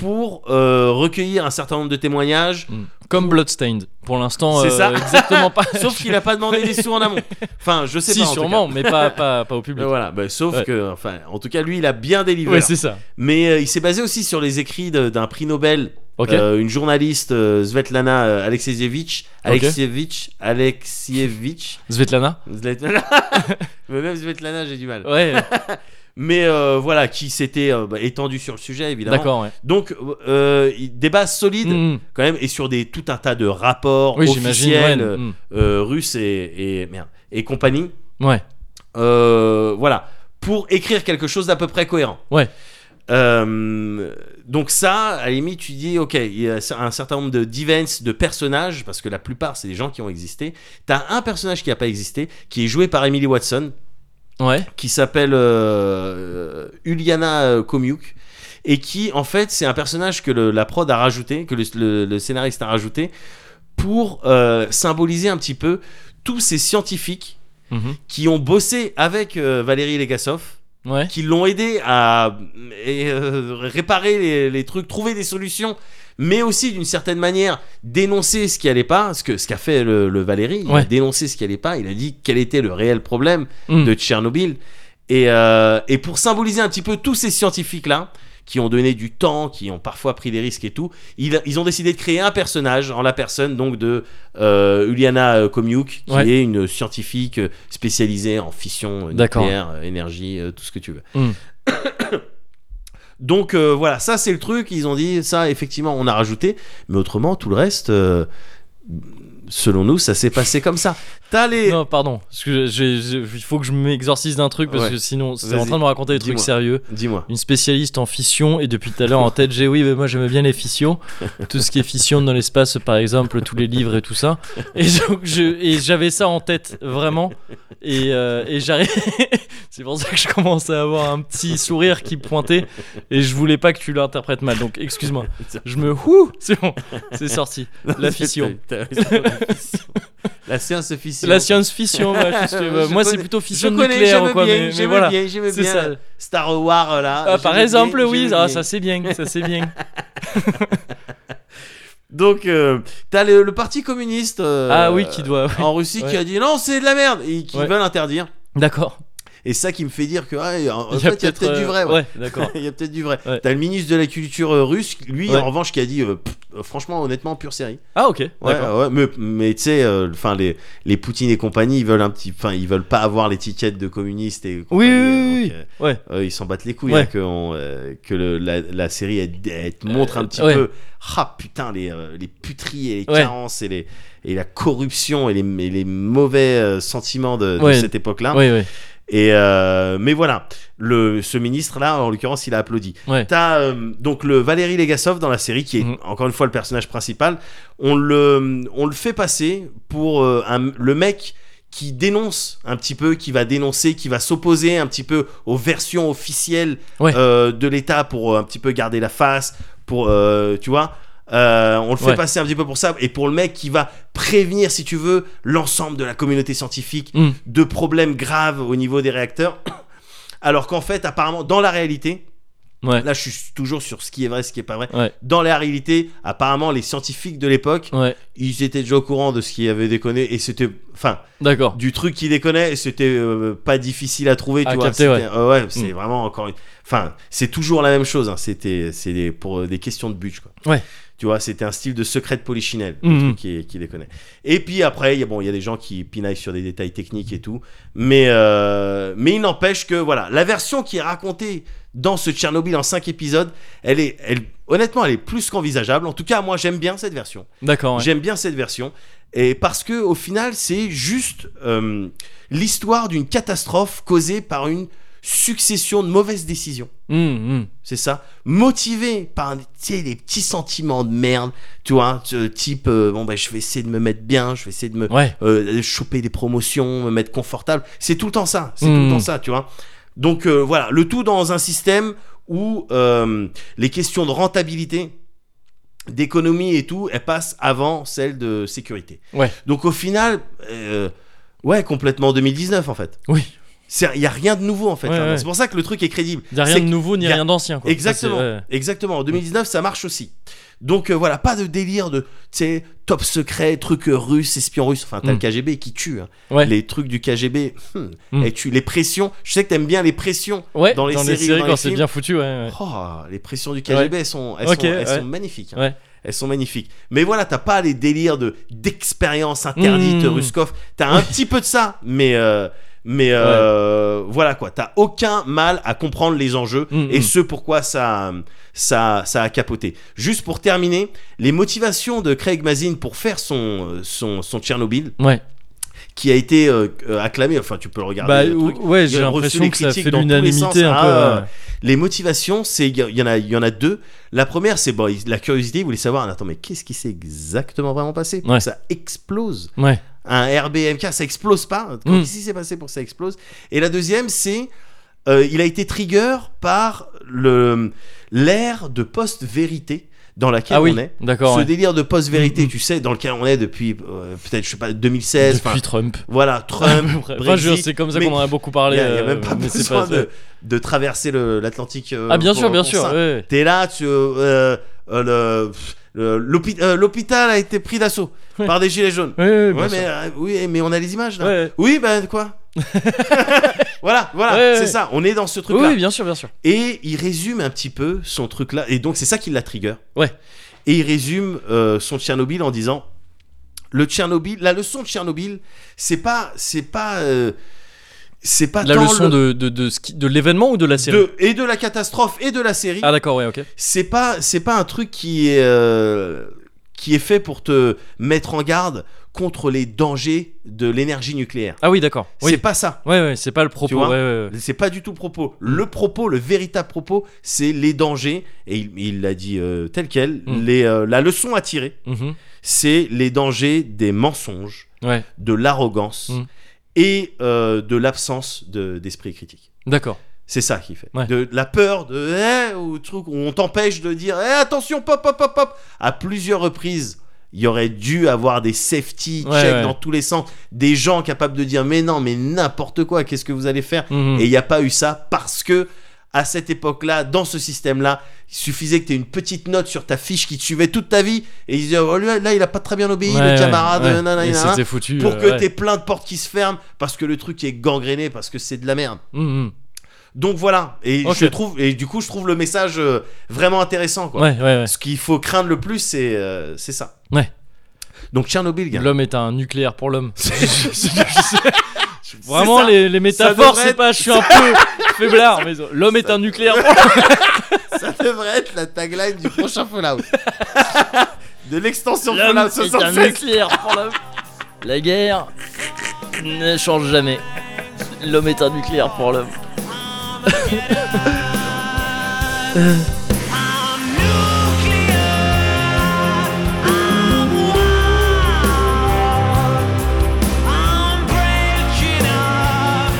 B: Pour euh, recueillir un certain nombre de témoignages,
A: Mm. Comme Bloodstained. Pour l'instant,
B: C'est
A: euh,
B: ça.
A: exactement pas.
B: sauf qu'il a pas demandé les sous en amont. Enfin, je sais
A: si,
B: pas. en tout
A: sûrement,
B: cas.
A: mais pas, pas, pas au public.
B: Mais voilà, bah, sauf
A: Ouais.
B: que, enfin, en tout cas, lui, il a bien délivré.
A: Ouais, c'est ça.
B: Mais euh, il s'est basé aussi sur les écrits de- d'un prix Nobel
A: Ok.
B: Euh, une journaliste euh, Svetlana euh, Alexievich
A: Ok.
B: Alexievich Alexievich
A: Svetlana
B: Svetlana mais même Svetlana j'ai du mal
A: Ouais,
B: mais euh, voilà qui s'était euh, bah, étendue sur le sujet évidemment
A: d'accord, ouais.
B: donc euh, il- des bases solides
A: Mm.
B: quand même et sur des tout un tas de rapports
A: Oui, j'imagine. Ouais.
B: officiels euh,
A: Mm.
B: euh, russes et, et merde et compagnie
A: Ouais.
B: euh, voilà, pour écrire quelque chose d'à peu près cohérent.
A: Ouais.
B: Euh, donc ça, à la limite, tu dis, ok, il y a un certain nombre de d'events, de personnages, parce que la plupart, c'est des gens qui ont existé. T'as un personnage qui n'a pas existé, qui est joué par Emily Watson,
A: Ouais.
B: qui s'appelle euh, euh, Uliana euh, Komiuk. Et qui, en fait, c'est un personnage que le- la prod a rajouté, que le, le- le scénariste a rajouté, pour euh, symboliser un petit peu tous ces scientifiques
A: Mhm.
B: qui ont bossé avec euh, Valérie Legasov,
A: Mm-hmm. Ouais.
B: qui l'ont aidé à et, euh, réparer les, les trucs, trouver des solutions, mais aussi d'une certaine manière dénoncer ce qui allait pas, ce que ce qu'a fait le, le Valérie, il a
A: Ouais.
B: dénoncé ce qui allait pas, il a dit quel était le réel problème
A: Mm.
B: de Tchernobyl, et, euh, et pour symboliser un petit peu tous ces scientifiques là qui ont donné du temps, qui ont parfois pris des risques et tout, ils, ils ont décidé de créer un personnage en la personne donc de euh, Uliana euh, Komiuk, qui
A: Ouais.
B: est une scientifique euh, spécialisée en fission euh,
A: D'accord.
B: nucléaire, euh, énergie, euh, tout ce que tu veux.
A: Mm.
B: Donc euh, voilà, ça c'est le truc, ils ont dit ça, effectivement, on a rajouté, mais autrement, tout le reste, euh, selon nous, ça s'est passé comme ça. T'as les...
A: Non, pardon. Parce que j'ai- j'ai- il faut que je m'exorcise d'un truc parce
B: Ouais.
A: que sinon, c'est en
B: Vas-y.
A: train de me raconter des trucs
B: Dis-moi.
A: sérieux.
B: Dis-moi.
A: Une spécialiste en fission et depuis tout à l'heure en tête, j'ai oui, mais moi j'aime bien les fissions. Tout ce qui est fission dans l'espace, par exemple, tous les livres et tout ça. Et donc, je- et j'avais ça en tête vraiment. Et, euh, et j'arrive. c'est pour ça que je commençais à avoir un petit sourire qui pointait et je voulais pas que tu l'interprètes mal. Donc, excuse-moi. Je me. Ouh, c'est bon, c'est sorti. La fission.
B: T'as- t'as- la fission. La science fission.
A: La science-fiction, ouais, tout ce que-
B: Je
A: moi c'est
B: connais-
A: plutôt
B: Je
A: fiction
B: connais,
A: nucléaire
B: j'aime
A: ou quoi,
B: bien,
A: mais, mais
B: j'aime
A: voilà.
B: bien, j'aime
A: C'est
B: bien
A: ça.
B: Star Wars euh, là.
A: Ah, par
B: j'aime
A: exemple,
B: bien,
A: oui,
B: j'aime
A: ah,
B: bien.
A: ça c'est bien, ça c'est bien.
B: Donc, euh, t'as le, le parti communiste euh,
A: ah oui, qui doit. ouais.
B: en Russie qui
A: Ouais.
B: a dit non, c'est de la merde et qui
A: Ouais.
B: veulent interdire.
A: D'accord.
B: Et ça qui me fait dire que, ouais, en, en fait, il y a peut-être
A: euh,
B: du vrai. ouais.
A: Ouais, d'accord.
B: Il y a peut-être du vrai.
A: Ouais.
B: T'as le ministre de la culture euh, russe, lui
A: Ouais.
B: en revanche, qui a dit euh, pff, euh, franchement, honnêtement, pure série.
A: Ah ok,
B: Ouais,
A: d'accord.
B: ouais, mais mais tu sais, euh, enfin les les Poutine et compagnie, ils veulent un petit, enfin ils veulent pas avoir l'étiquette de communiste et compagnie,
A: Oui,
B: euh,
A: oui, oui,
B: donc, euh,
A: Ouais.
B: euh, ils s'en battent les couilles
A: Ouais. Euh,
B: hein, que, on, euh, que le- la, la série elle, elle te montre un petit
A: ouais.
B: peu ah putain les, euh, les puteries et les
A: Ouais.
B: carences et, les, et la corruption et les, et les mauvais euh, sentiments de, de
A: Ouais.
B: cette époque là
A: Oui, oui.
B: et euh, mais voilà le, ce ministre là en l'occurrence il a applaudi
A: Ouais.
B: t'as euh, donc le Valérie Legasov dans la série qui est
A: Mhm.
B: encore une fois le personnage principal on le, on le fait passer pour euh, un- le mec qui dénonce un petit peu, qui va dénoncer, qui va s'opposer un petit peu aux versions officielles
A: Ouais.
B: euh, de l'État pour euh, un petit peu garder la face, pour, euh, tu vois, Euh, on le fait
A: Ouais.
B: passer un petit peu pour ça et pour le mec qui va prévenir, si tu veux, l'ensemble de la communauté scientifique
A: Mm.
B: de problèmes graves au niveau des réacteurs. Alors qu'en fait, apparemment, dans la réalité,
A: Ouais.
B: là je suis toujours sur ce qui est vrai, ce qui est pas vrai.
A: Ouais.
B: Dans la réalité, apparemment, les scientifiques de l'époque,
A: Ouais.
B: ils étaient déjà au courant de ce qui avait déconné et c'était, enfin,
A: D'accord.
B: du truc qui déconnait et c'était euh, pas difficile à trouver
A: À
B: tu vois
A: capter,
B: C'était- euh, ouais, c'est
A: Mm.
B: vraiment encore une enfin c'est toujours la même chose hein. c'était c'est des- pour euh, des questions de but quoi
A: Ouais.
B: tu vois c'était un style de secret de polichinelle le
A: Mm,
B: truc
A: mm.
B: qui, qui déconnait et puis après il y a bon il y a des gens qui pinaillent sur des détails techniques et tout mais euh, mais il n'empêche que voilà la version qui est racontée dans ce Tchernobyl en 5 épisodes elle est elle honnêtement elle est plus qu'envisageable en tout cas moi j'aime bien cette version
A: D'accord. ouais.
B: J'aime bien cette version. Et parce que au final, c'est juste euh, l'histoire d'une catastrophe causée par une succession de mauvaises décisions.
A: Mm, mm.
B: C'est ça, motivé par tu sais, des petits sentiments de merde, tu vois, ce type euh, bon ben je vais essayer de me mettre bien, je vais essayer de me
A: Ouais.
B: euh, choper des promotions, me mettre confortable. C'est tout le temps ça, c'est tout
A: Mm.
B: le temps ça, tu vois. Donc euh, voilà, le tout dans un système où euh, les questions de rentabilité, d'économie et tout, elles passent avant celles de sécurité.
A: Ouais.
B: Donc au final, euh, ouais, complètement 2019 en fait.
A: Oui.
B: C'est- Il n'y a rien de nouveau en fait.
A: Ouais,
B: là-dedans.
A: ouais.
B: C'est pour ça que le truc est crédible.
A: Il n'y a
B: C'est
A: rien de nouveau ni
B: y a-
A: rien d'ancien. quoi. Ça,
B: Exactement,
A: c'est- ouais.
B: exactement. En 2019, ça marche aussi. Donc euh, voilà, pas de délire de, tu sais, top secret, truc euh, russe, espion russe. Enfin, t'as
A: Mm.
B: le KGB qui tue. hein.
A: Ouais.
B: Les trucs du KGB, hmm,
A: Mm.
B: et tu les pressions. Je sais que t'aimes bien les pressions.
A: Ouais,
B: dans les séries ou dans
A: quand
B: les
A: c'est
B: films.
A: bien foutu, ouais. ouais.
B: Oh, les pressions du KGB, elles sont, elles sont-
A: Ok,
B: elles
A: ouais.
B: sont magnifiques. hein.
A: Ouais.
B: Elles sont magnifiques. Mais voilà, t'as pas les délires de d'expérience interdite
A: Mm.
B: Ruskov. T'as un petit peu de ça, mais euh, mais euh, voilà quoi. T'as aucun mal à comprendre les enjeux
A: Mm,
B: et
A: mm.
B: ce pourquoi ça ça ça a capoté. Juste pour terminer, les motivations de Craig Mazin pour faire son son son Tchernobyl
A: Ouais.
B: qui a été euh, euh, acclamé. Enfin, tu peux le regarder.
A: Bah,
B: le truc.
A: ouais, j'ai
B: Il a reçu les
A: l'impression que ça
B: critiques
A: fait
B: dans tous les sens.
A: l'unanimité un peu.
B: Ah,
A: ouais.
B: Les motivations, c'est il y en a, il y en a deux. La première, c'est bon, il- la curiosité, il voulait savoir. Attends, mais qu'est-ce qui s'est exactement vraiment passé pour
A: Ouais.
B: que Ça explose.
A: Ouais.
B: Un RBMK, ça explose pas.
A: Mm.
B: Qu'est-ce qui s'est passé pour que ça explose Et la deuxième, c'est euh, il a été trigger par le l'ère de post-vérité dans laquelle
A: Ah oui,
B: on est.
A: d'accord.
B: Ce
A: ouais.
B: délire de post-vérité,
A: Mm, mm.
B: tu sais, dans lequel on est depuis euh, peut-être je sais pas 2016. enfin,
A: Depuis Trump.
B: voilà, Trump,
A: Après,
B: Brexit,
A: je- c'est comme ça
B: mais-
A: qu'on en a beaucoup parlé.
B: il y a, il y a
A: euh,
B: même pas
A: mais c'est
B: besoin
A: pas-
B: de, de traverser le- l'Atlantique. euh,
A: Ah, bien
B: pour-
A: sûr, bien
B: pour
A: sûr.
B: ça.
A: ouais.
B: T'es là, tu, euh, euh, le- pff, le- l'hôpi- euh, l'hôpital a été pris d'assaut
A: Ouais.
B: par des gilets jaunes.
A: Ouais, ouais,
B: Ouais,
A: bien
B: mais,
A: sûr.
B: euh, oui, mais on a les images là.
A: Ouais.
B: Oui, ben quoi Voilà, voilà,
A: Ouais,
B: c'est
A: ouais.
B: ça. On est dans ce
A: Oui,
B: truc-là.
A: oui, bien sûr, bien sûr.
B: Et il résume un petit peu son truc-là. Et donc, c'est ça qui la trigger.
A: Ouais.
B: Et il résume euh, son Tchernobyl en disant le Tchernobyl, la leçon de Tchernobyl, c'est pas, c'est pas, euh, c'est pas
A: La
B: tant
A: leçon de,
B: le-
A: de, de, ce qui- de l'événement ou de la série
B: de- et de la catastrophe et de la série.
A: Ah, d'accord, ouais, ok.
B: C'est pas c'est pas un truc qui est euh, qui est fait pour te mettre en garde contre les dangers de l'énergie nucléaire.
A: Ah, oui, d'accord.
B: C'est
A: Oui.
B: pas ça.
A: Ouais, ouais, c'est pas le propos.
B: vois
A: ouais, ouais, ouais.
B: C'est pas du tout le propos.
A: Mm.
B: Le propos, le véritable propos, c'est les dangers, et il il l'a dit euh, tel quel,
A: Mm.
B: les, euh, la leçon à tirer,
A: Mhm.
B: c'est les dangers des mensonges,
A: Ouais,
B: de l'arrogance
A: Mm.
B: et euh, de l'absence de- d'esprit critique.
A: d'accord.
B: C'est ça qui fait.
A: Ouais.
B: De, de la peur de eh, ou truc où on t'empêche de dire eh, attention pop pop pop pop à plusieurs reprises. Il y aurait dû avoir des safety
A: Ouais,
B: checks
A: ouais.
B: dans tous les sens, des gens capables de dire mais non mais n'importe quoi, qu'est-ce que vous allez faire
A: Mhm.
B: Et il n'y a pas eu ça parce que à cette époque-là, dans ce système-là, il suffisait que tu aies une petite note sur ta fiche qui te suivait toute ta vie et ils disaient oh, lui, là il a pas très bien obéi
A: Ouais,
B: le camarade
A: ouais, ouais.
B: nanana,
A: Et
B: nanana,
A: c'était foutu.
B: pour
A: euh,
B: que
A: ouais.
B: t'aies plein de portes qui se ferment parce que le truc est gangréné parce que c'est de la merde.
A: Mhm.
B: Donc voilà, et
A: Ok.
B: je trouve et du coup je trouve le message euh, vraiment intéressant quoi.
A: Ouais, ouais, ouais.
B: Ce qu'il faut craindre le plus c'est euh, c'est ça.
A: Ouais.
B: Donc Tchernobyl gars.
A: L'homme est un nucléaire pour l'homme.
B: C'est
A: Vraiment,
B: ça.
A: les, les métaphores,
B: devrait
A: c'est
B: être-
A: pas, je suis un peu faiblard, mais l'homme est un nucléaire pour l'homme.
B: Ça devrait être la tagline du prochain Fallout. De l'extension
A: L'homme
B: Fallout
A: est un
B: 76.
A: nucléaire pour l'homme. La guerre ne change jamais. L'homme est un nucléaire pour l'homme.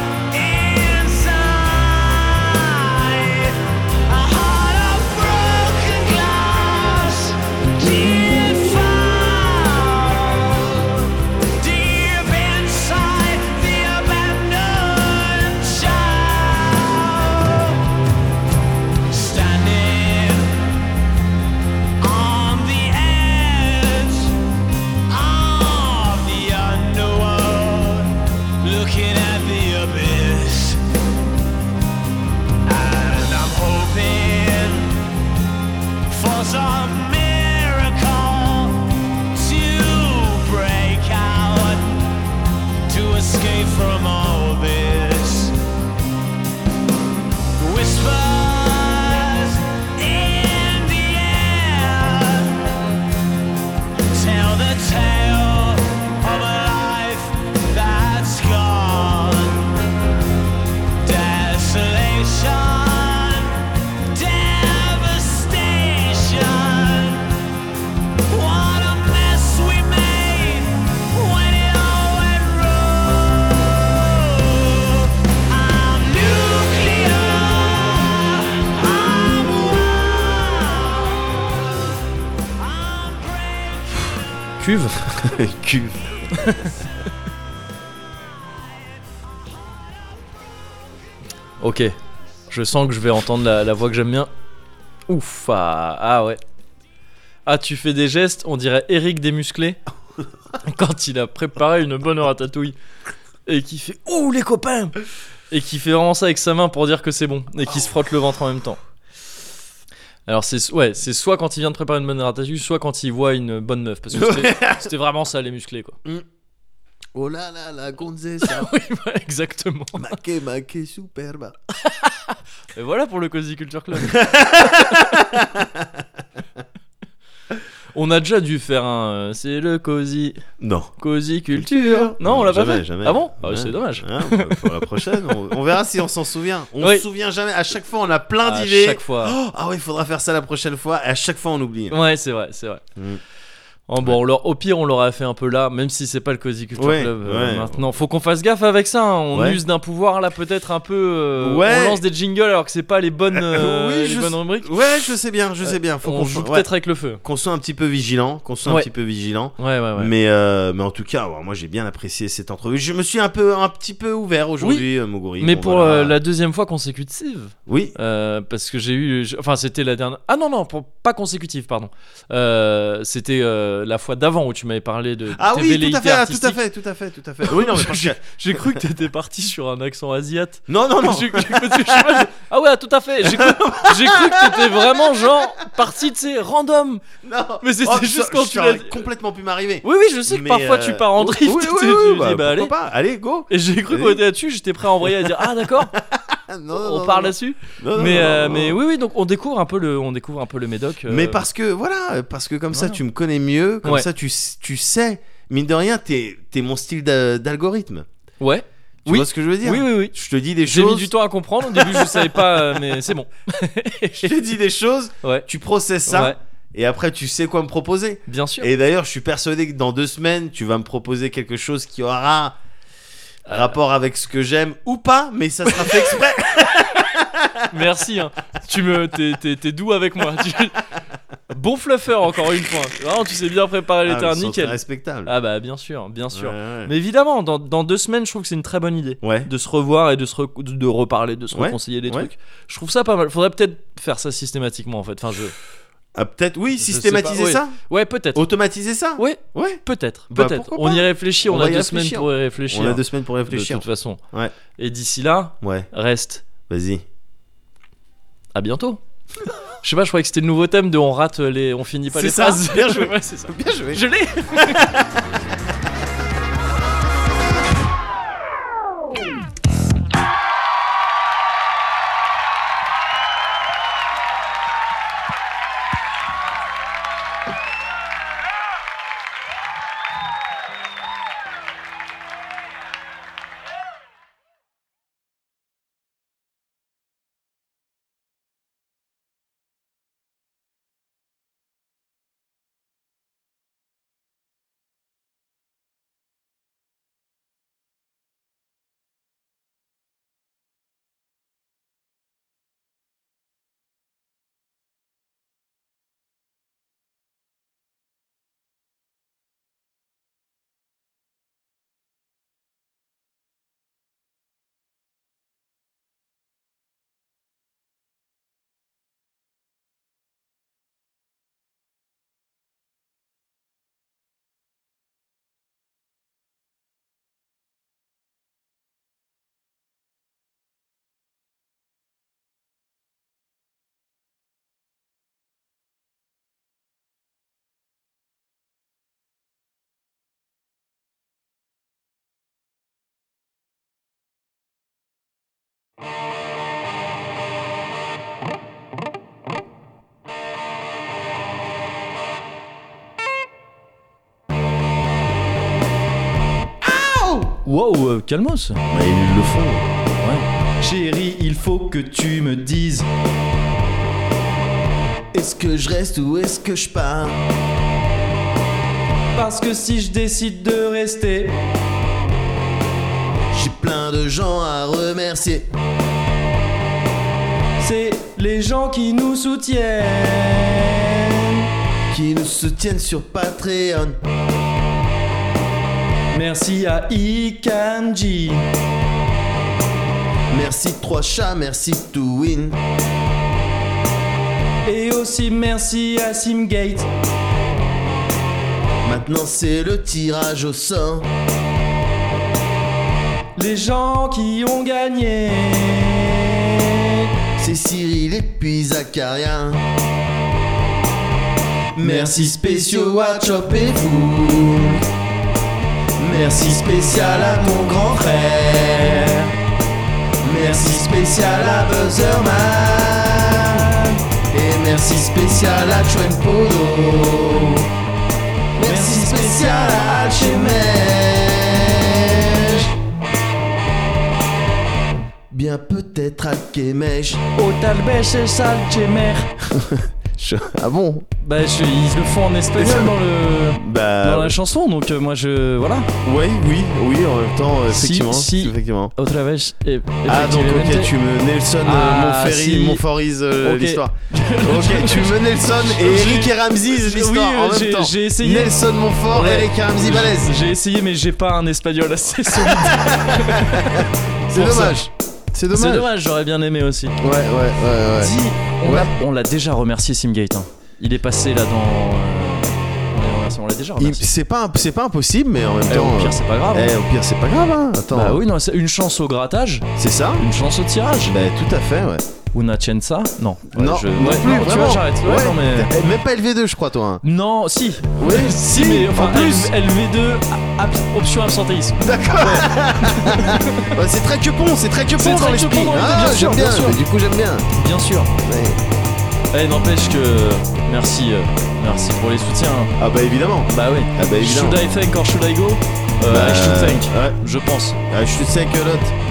D: Inside a heart of broken glass.
A: cuve.
B: Cuve.
A: Ok, je sens que je vais entendre la, la voix que j'aime bien. Ouf, ah, ah ouais. Ah, tu fais des gestes, on dirait Eric Desmusclé quand il a préparé une bonne ratatouille et qui fait Ouh, les copains Et qui fait vraiment ça avec sa main pour dire que c'est bon et qui se frotte le ventre en même temps. Alors, c'est ouais, c'est soit quand il vient de préparer une bonne ratatouille, soit quand il voit une bonne meuf parce que c'était- c'était vraiment ça, les musclés quoi.
B: Oh là là, la gonzessa.
A: Oui, bah, exactement.
B: maqué, maqué, superba.
A: Et voilà pour le Cozy Culture Club. on a déjà dû faire un. euh, C'est le Cozy.
B: Non.
A: Cozy Culture. Non, on l'a pas
B: Jamais,
A: fait.
B: jamais.
A: Ah bon Ah,
B: Ouais.
A: C'est dommage.
B: Hein, bah, pour la prochaine, on, on verra si on s'en souvient. On
A: Oui.
B: se souvient jamais. À chaque fois, on a plein
A: À
B: d'idées.
A: chaque fois.
B: Oh, ah oui, il faudra faire ça la prochaine fois. Et à chaque fois, on oublie.
A: Ouais, c'est vrai, c'est vrai.
B: Mm.
A: Oh, bon, on leur- au pire, on l'aura fait un peu là, même si c'est pas le Cozy Culture
B: Ouais,
A: Club euh,
B: ouais.
A: maintenant. Faut qu'on fasse gaffe avec ça. hein. On
B: Ouais.
A: use d'un pouvoir là, peut-être un peu. euh,
B: Ouais.
A: On lance des jingles alors que c'est pas les bonnes, euh,
B: Oui,
A: les
B: je
A: bonnes
B: sais-
A: rubriques.
B: Ouais, je sais bien, je sais bien. Faut
A: Euh, on
B: qu'on
A: joue
B: ouais,
A: peut-être avec le feu.
B: qu'on soit un petit peu vigilant, qu'on soit
A: Ouais.
B: un petit peu vigilant.
A: Ouais, ouais, ouais.
B: Mais, euh, mais en tout cas, ouais, moi j'ai bien apprécié cette entrevue. Je me suis un peu, un petit peu ouvert aujourd'hui, euh, Moguri.
A: Mais
B: Bon,
A: pour
B: voilà.
A: euh, la deuxième fois consécutive,
B: Oui.
A: Euh, parce que j'ai eu. je- Enfin, c'était la dernière. Ah non, non, pour- pas consécutive, pardon. Euh, c'était euh, la fois d'avant où tu m'avais parlé de. de
B: Ah
A: tes
B: oui, tout
A: velléités
B: à fait, ah, tout
A: artistiques. Ah
B: à fait, tout à fait, tout à fait. Oui, non, mais parce que-
A: J'ai cru que t'étais parti sur un accent asiate.
B: non, non, non.
A: J'ai- j'ai cru- je sais pas, j'ai- ah ouais, tout à fait. J'ai cru, j'ai cru que t'étais vraiment genre parti, tu sais, random.
B: non.
A: Mais c'était
B: Oh, je-
A: juste quand
B: je-
A: tu
B: ça
A: l'as
B: aurait
A: dit.
B: complètement pu m'arriver.
A: Oui, oui, je sais que
B: Mais,
A: parfois
B: euh,
A: tu pars en
B: oui,
A: drift.
B: Oui,
A: tu
B: oui,
A: sais,
B: oui,
A: tu dis,
B: bah,
A: bah, allez.
B: pourquoi pas Allez, go.
A: Et j'ai cru
B: Vas-y.
A: qu'on était là-dessus, j'étais prêt à embrayer à dire Ah d'accord,
B: Non, non,
A: on
B: non,
A: part
B: non.
A: là-dessus.
B: Non, non,
A: mais,
B: non,
A: euh,
B: non,
A: mais
B: non.
A: oui, oui, donc on découvre un peu le, on découvre un peu le Médoc. euh,
B: Mais parce que voilà, parce que comme ça
A: voilà.
B: tu me connais mieux, comme
A: Ouais.
B: ça tu, s- tu sais, mine de rien, t'es es mon style d'a- d'algorithme.
A: ouais.
B: Tu
A: Oui.
B: vois ce que je veux dire
A: Oui, oui, oui.
B: Je te dis des
A: J'ai
B: choses.
A: mis du temps à comprendre. Au début, je savais pas, euh, mais c'est bon.
B: Je te dis des choses,
A: Ouais.
B: tu processes ça,
A: Ouais,
B: et après tu sais quoi me proposer.
A: bien sûr.
B: Et d'ailleurs, je suis persuadé que dans deux semaines, tu vas me proposer quelque chose qui aura
A: Euh.
B: rapport avec ce que j'aime ou pas, mais ça sera fait exprès.
A: Merci. hein. Tu me, t'es, t'es- t'es doux avec moi. Tu- Bon fluffeur encore une fois. Vraiment, tu sais bien préparer les
B: Ah,
A: terres,
B: ils sont très
A: nickel.
B: respectables.
A: Ah bah bien sûr, bien sûr.
B: Ouais, ouais.
A: Mais évidemment, dans, dans deux semaines, je trouve que c'est une très bonne idée
B: Ouais.
A: de se revoir et de se re- de reparler, de se
B: Ouais,
A: reconseiller des
B: ouais.
A: trucs. Je trouve ça pas mal. Faudrait peut-être faire ça systématiquement en fait. Enfin, je.
B: Ah, peut-être, oui,
A: Je sais
B: systématiser
A: pas, ouais.
B: ça,
A: Ouais, peut-être.
B: automatiser ça.
A: Ouais,
B: Ouais.
A: peut-être,
B: Bah,
A: peut-être.
B: pourquoi
A: On y
B: pas
A: réfléchit. On,
B: On
A: a
B: va y
A: deux
B: réfléchir.
A: semaines pour y réfléchir.
B: On a deux semaines pour réfléchir.
A: De toute façon.
B: Ouais.
A: Et d'ici là,
B: Ouais,
A: reste
B: vas-y.
A: à bientôt. je sais pas, je croyais que c'était le nouveau thème de on rate les, on finit pas
B: C'est
A: les
B: ça,
A: phrases.
B: bien joué.
A: Ouais, c'est ça.
B: Bien joué.
A: Je l'ai. Wow, euh, calmos.
B: Mais ils le font.
A: Chérie, il faut que tu me dises.
C: Est-ce que je reste ou est-ce que je pars
A: Parce que si je décide de rester,
C: J'ai plein de gens à remercier.
A: c'est les gens qui nous soutiennent.
C: qui nous soutiennent sur Patreon.
A: Merci à Ikanji.
D: Merci de trois chats, merci de tout win.
A: Et aussi merci à Simgate.
D: Maintenant c'est le tirage au sort.
A: Les gens qui ont gagné.
D: C'est Cyril et puis Zacharia. Merci spéciaux à Chop et vous. Merci spécial à mon grand frère. Merci spécial à Buzzerman. Et merci spécial à Chuen Podo. Merci spécial à Alchemèche. Bien peut-être Alchemèche.
A: Otalbèche et Salchemer.
D: Je- Ah bon
A: Bah, je- ils le font en espagnol dans le.
B: Bah.
A: Dans la chanson, donc euh, moi je. Voilà.
B: Ouais, oui, oui, en même temps, euh,
A: Si,
B: effectivement.
A: si.
B: effectivement.
A: Otra vez. e-
B: Ah, donc ok,
A: efectivamente.
B: tu me Nelson,
A: Ah,
B: mon Monferry,
A: si.
B: Monforis, euh,
A: Ok.
B: l'histoire. ok, tu me Nelson et
A: J'ai-
B: Eric et Ramsey,
A: Oui, euh,
B: l'histoire en même
A: j'ai-
B: temps.
A: j'ai essayé.
B: Nelson Montfort,
A: Ouais.
B: Eric et Ramsey balèze.
A: J'ai essayé, mais j'ai pas un espagnol assez solide.
B: C'est
A: pour ça.
B: dommage. C'est dommage.
A: C'est dommage, j'aurais bien aimé aussi.
B: Ouais, ouais, ouais, ouais.
A: Dis, on
B: Ouais.
A: l'a- on l'a déjà remercié Simgate. hein. Il est passé là dans. euh, on l'a remercié, on l'a déjà
B: Il-
A: remercié.
B: C'est pas, imp- c'est pas impossible, mais en même
A: Eh,
B: temps.
A: au
B: euh,
A: pire, c'est pas grave.
B: eh, au pire, c'est pas grave, hein. Attends,
A: Bah oui, non, c'est une chance au grattage,
B: c'est ça
A: une chance au tirage.
B: Bah, tout à fait, ouais.
A: Una chenza Non. Ouais,
B: non,
A: je-
B: non
A: ouais,
B: plus,
A: tu vois,
B: vraiment.
A: j'arrête. Ouais, non, mais.
B: t'es- Eh, Même pas LV2, je crois, toi. hein.
A: Non, si.
B: Oui,
A: Si, mais enfin,
B: en plus.
A: LV2, ab- option absentéisme.
B: Ouais, Bah, c'est très que pont, c'est très que
A: Ah, C'est
B: pont dans
A: très
B: l'esprit.
A: quepon dans l'idée, bien
B: Ah,
A: sûr,
B: j'aime
A: bien
B: bien,
A: sûr.
B: mais du coup, j'aime bien.
A: Bien sûr.
B: Ouais.
A: Eh, n'empêche que. Merci, euh, merci pour les soutiens.
B: Ah, bah, évidemment.
A: Bah oui.
B: Ah, bah, évidemment.
A: Should I thank or should I go Euh,
B: Bah,
A: I should thank.
B: ouais.
A: Je pense.
B: Ah, je suis sec, l'autre.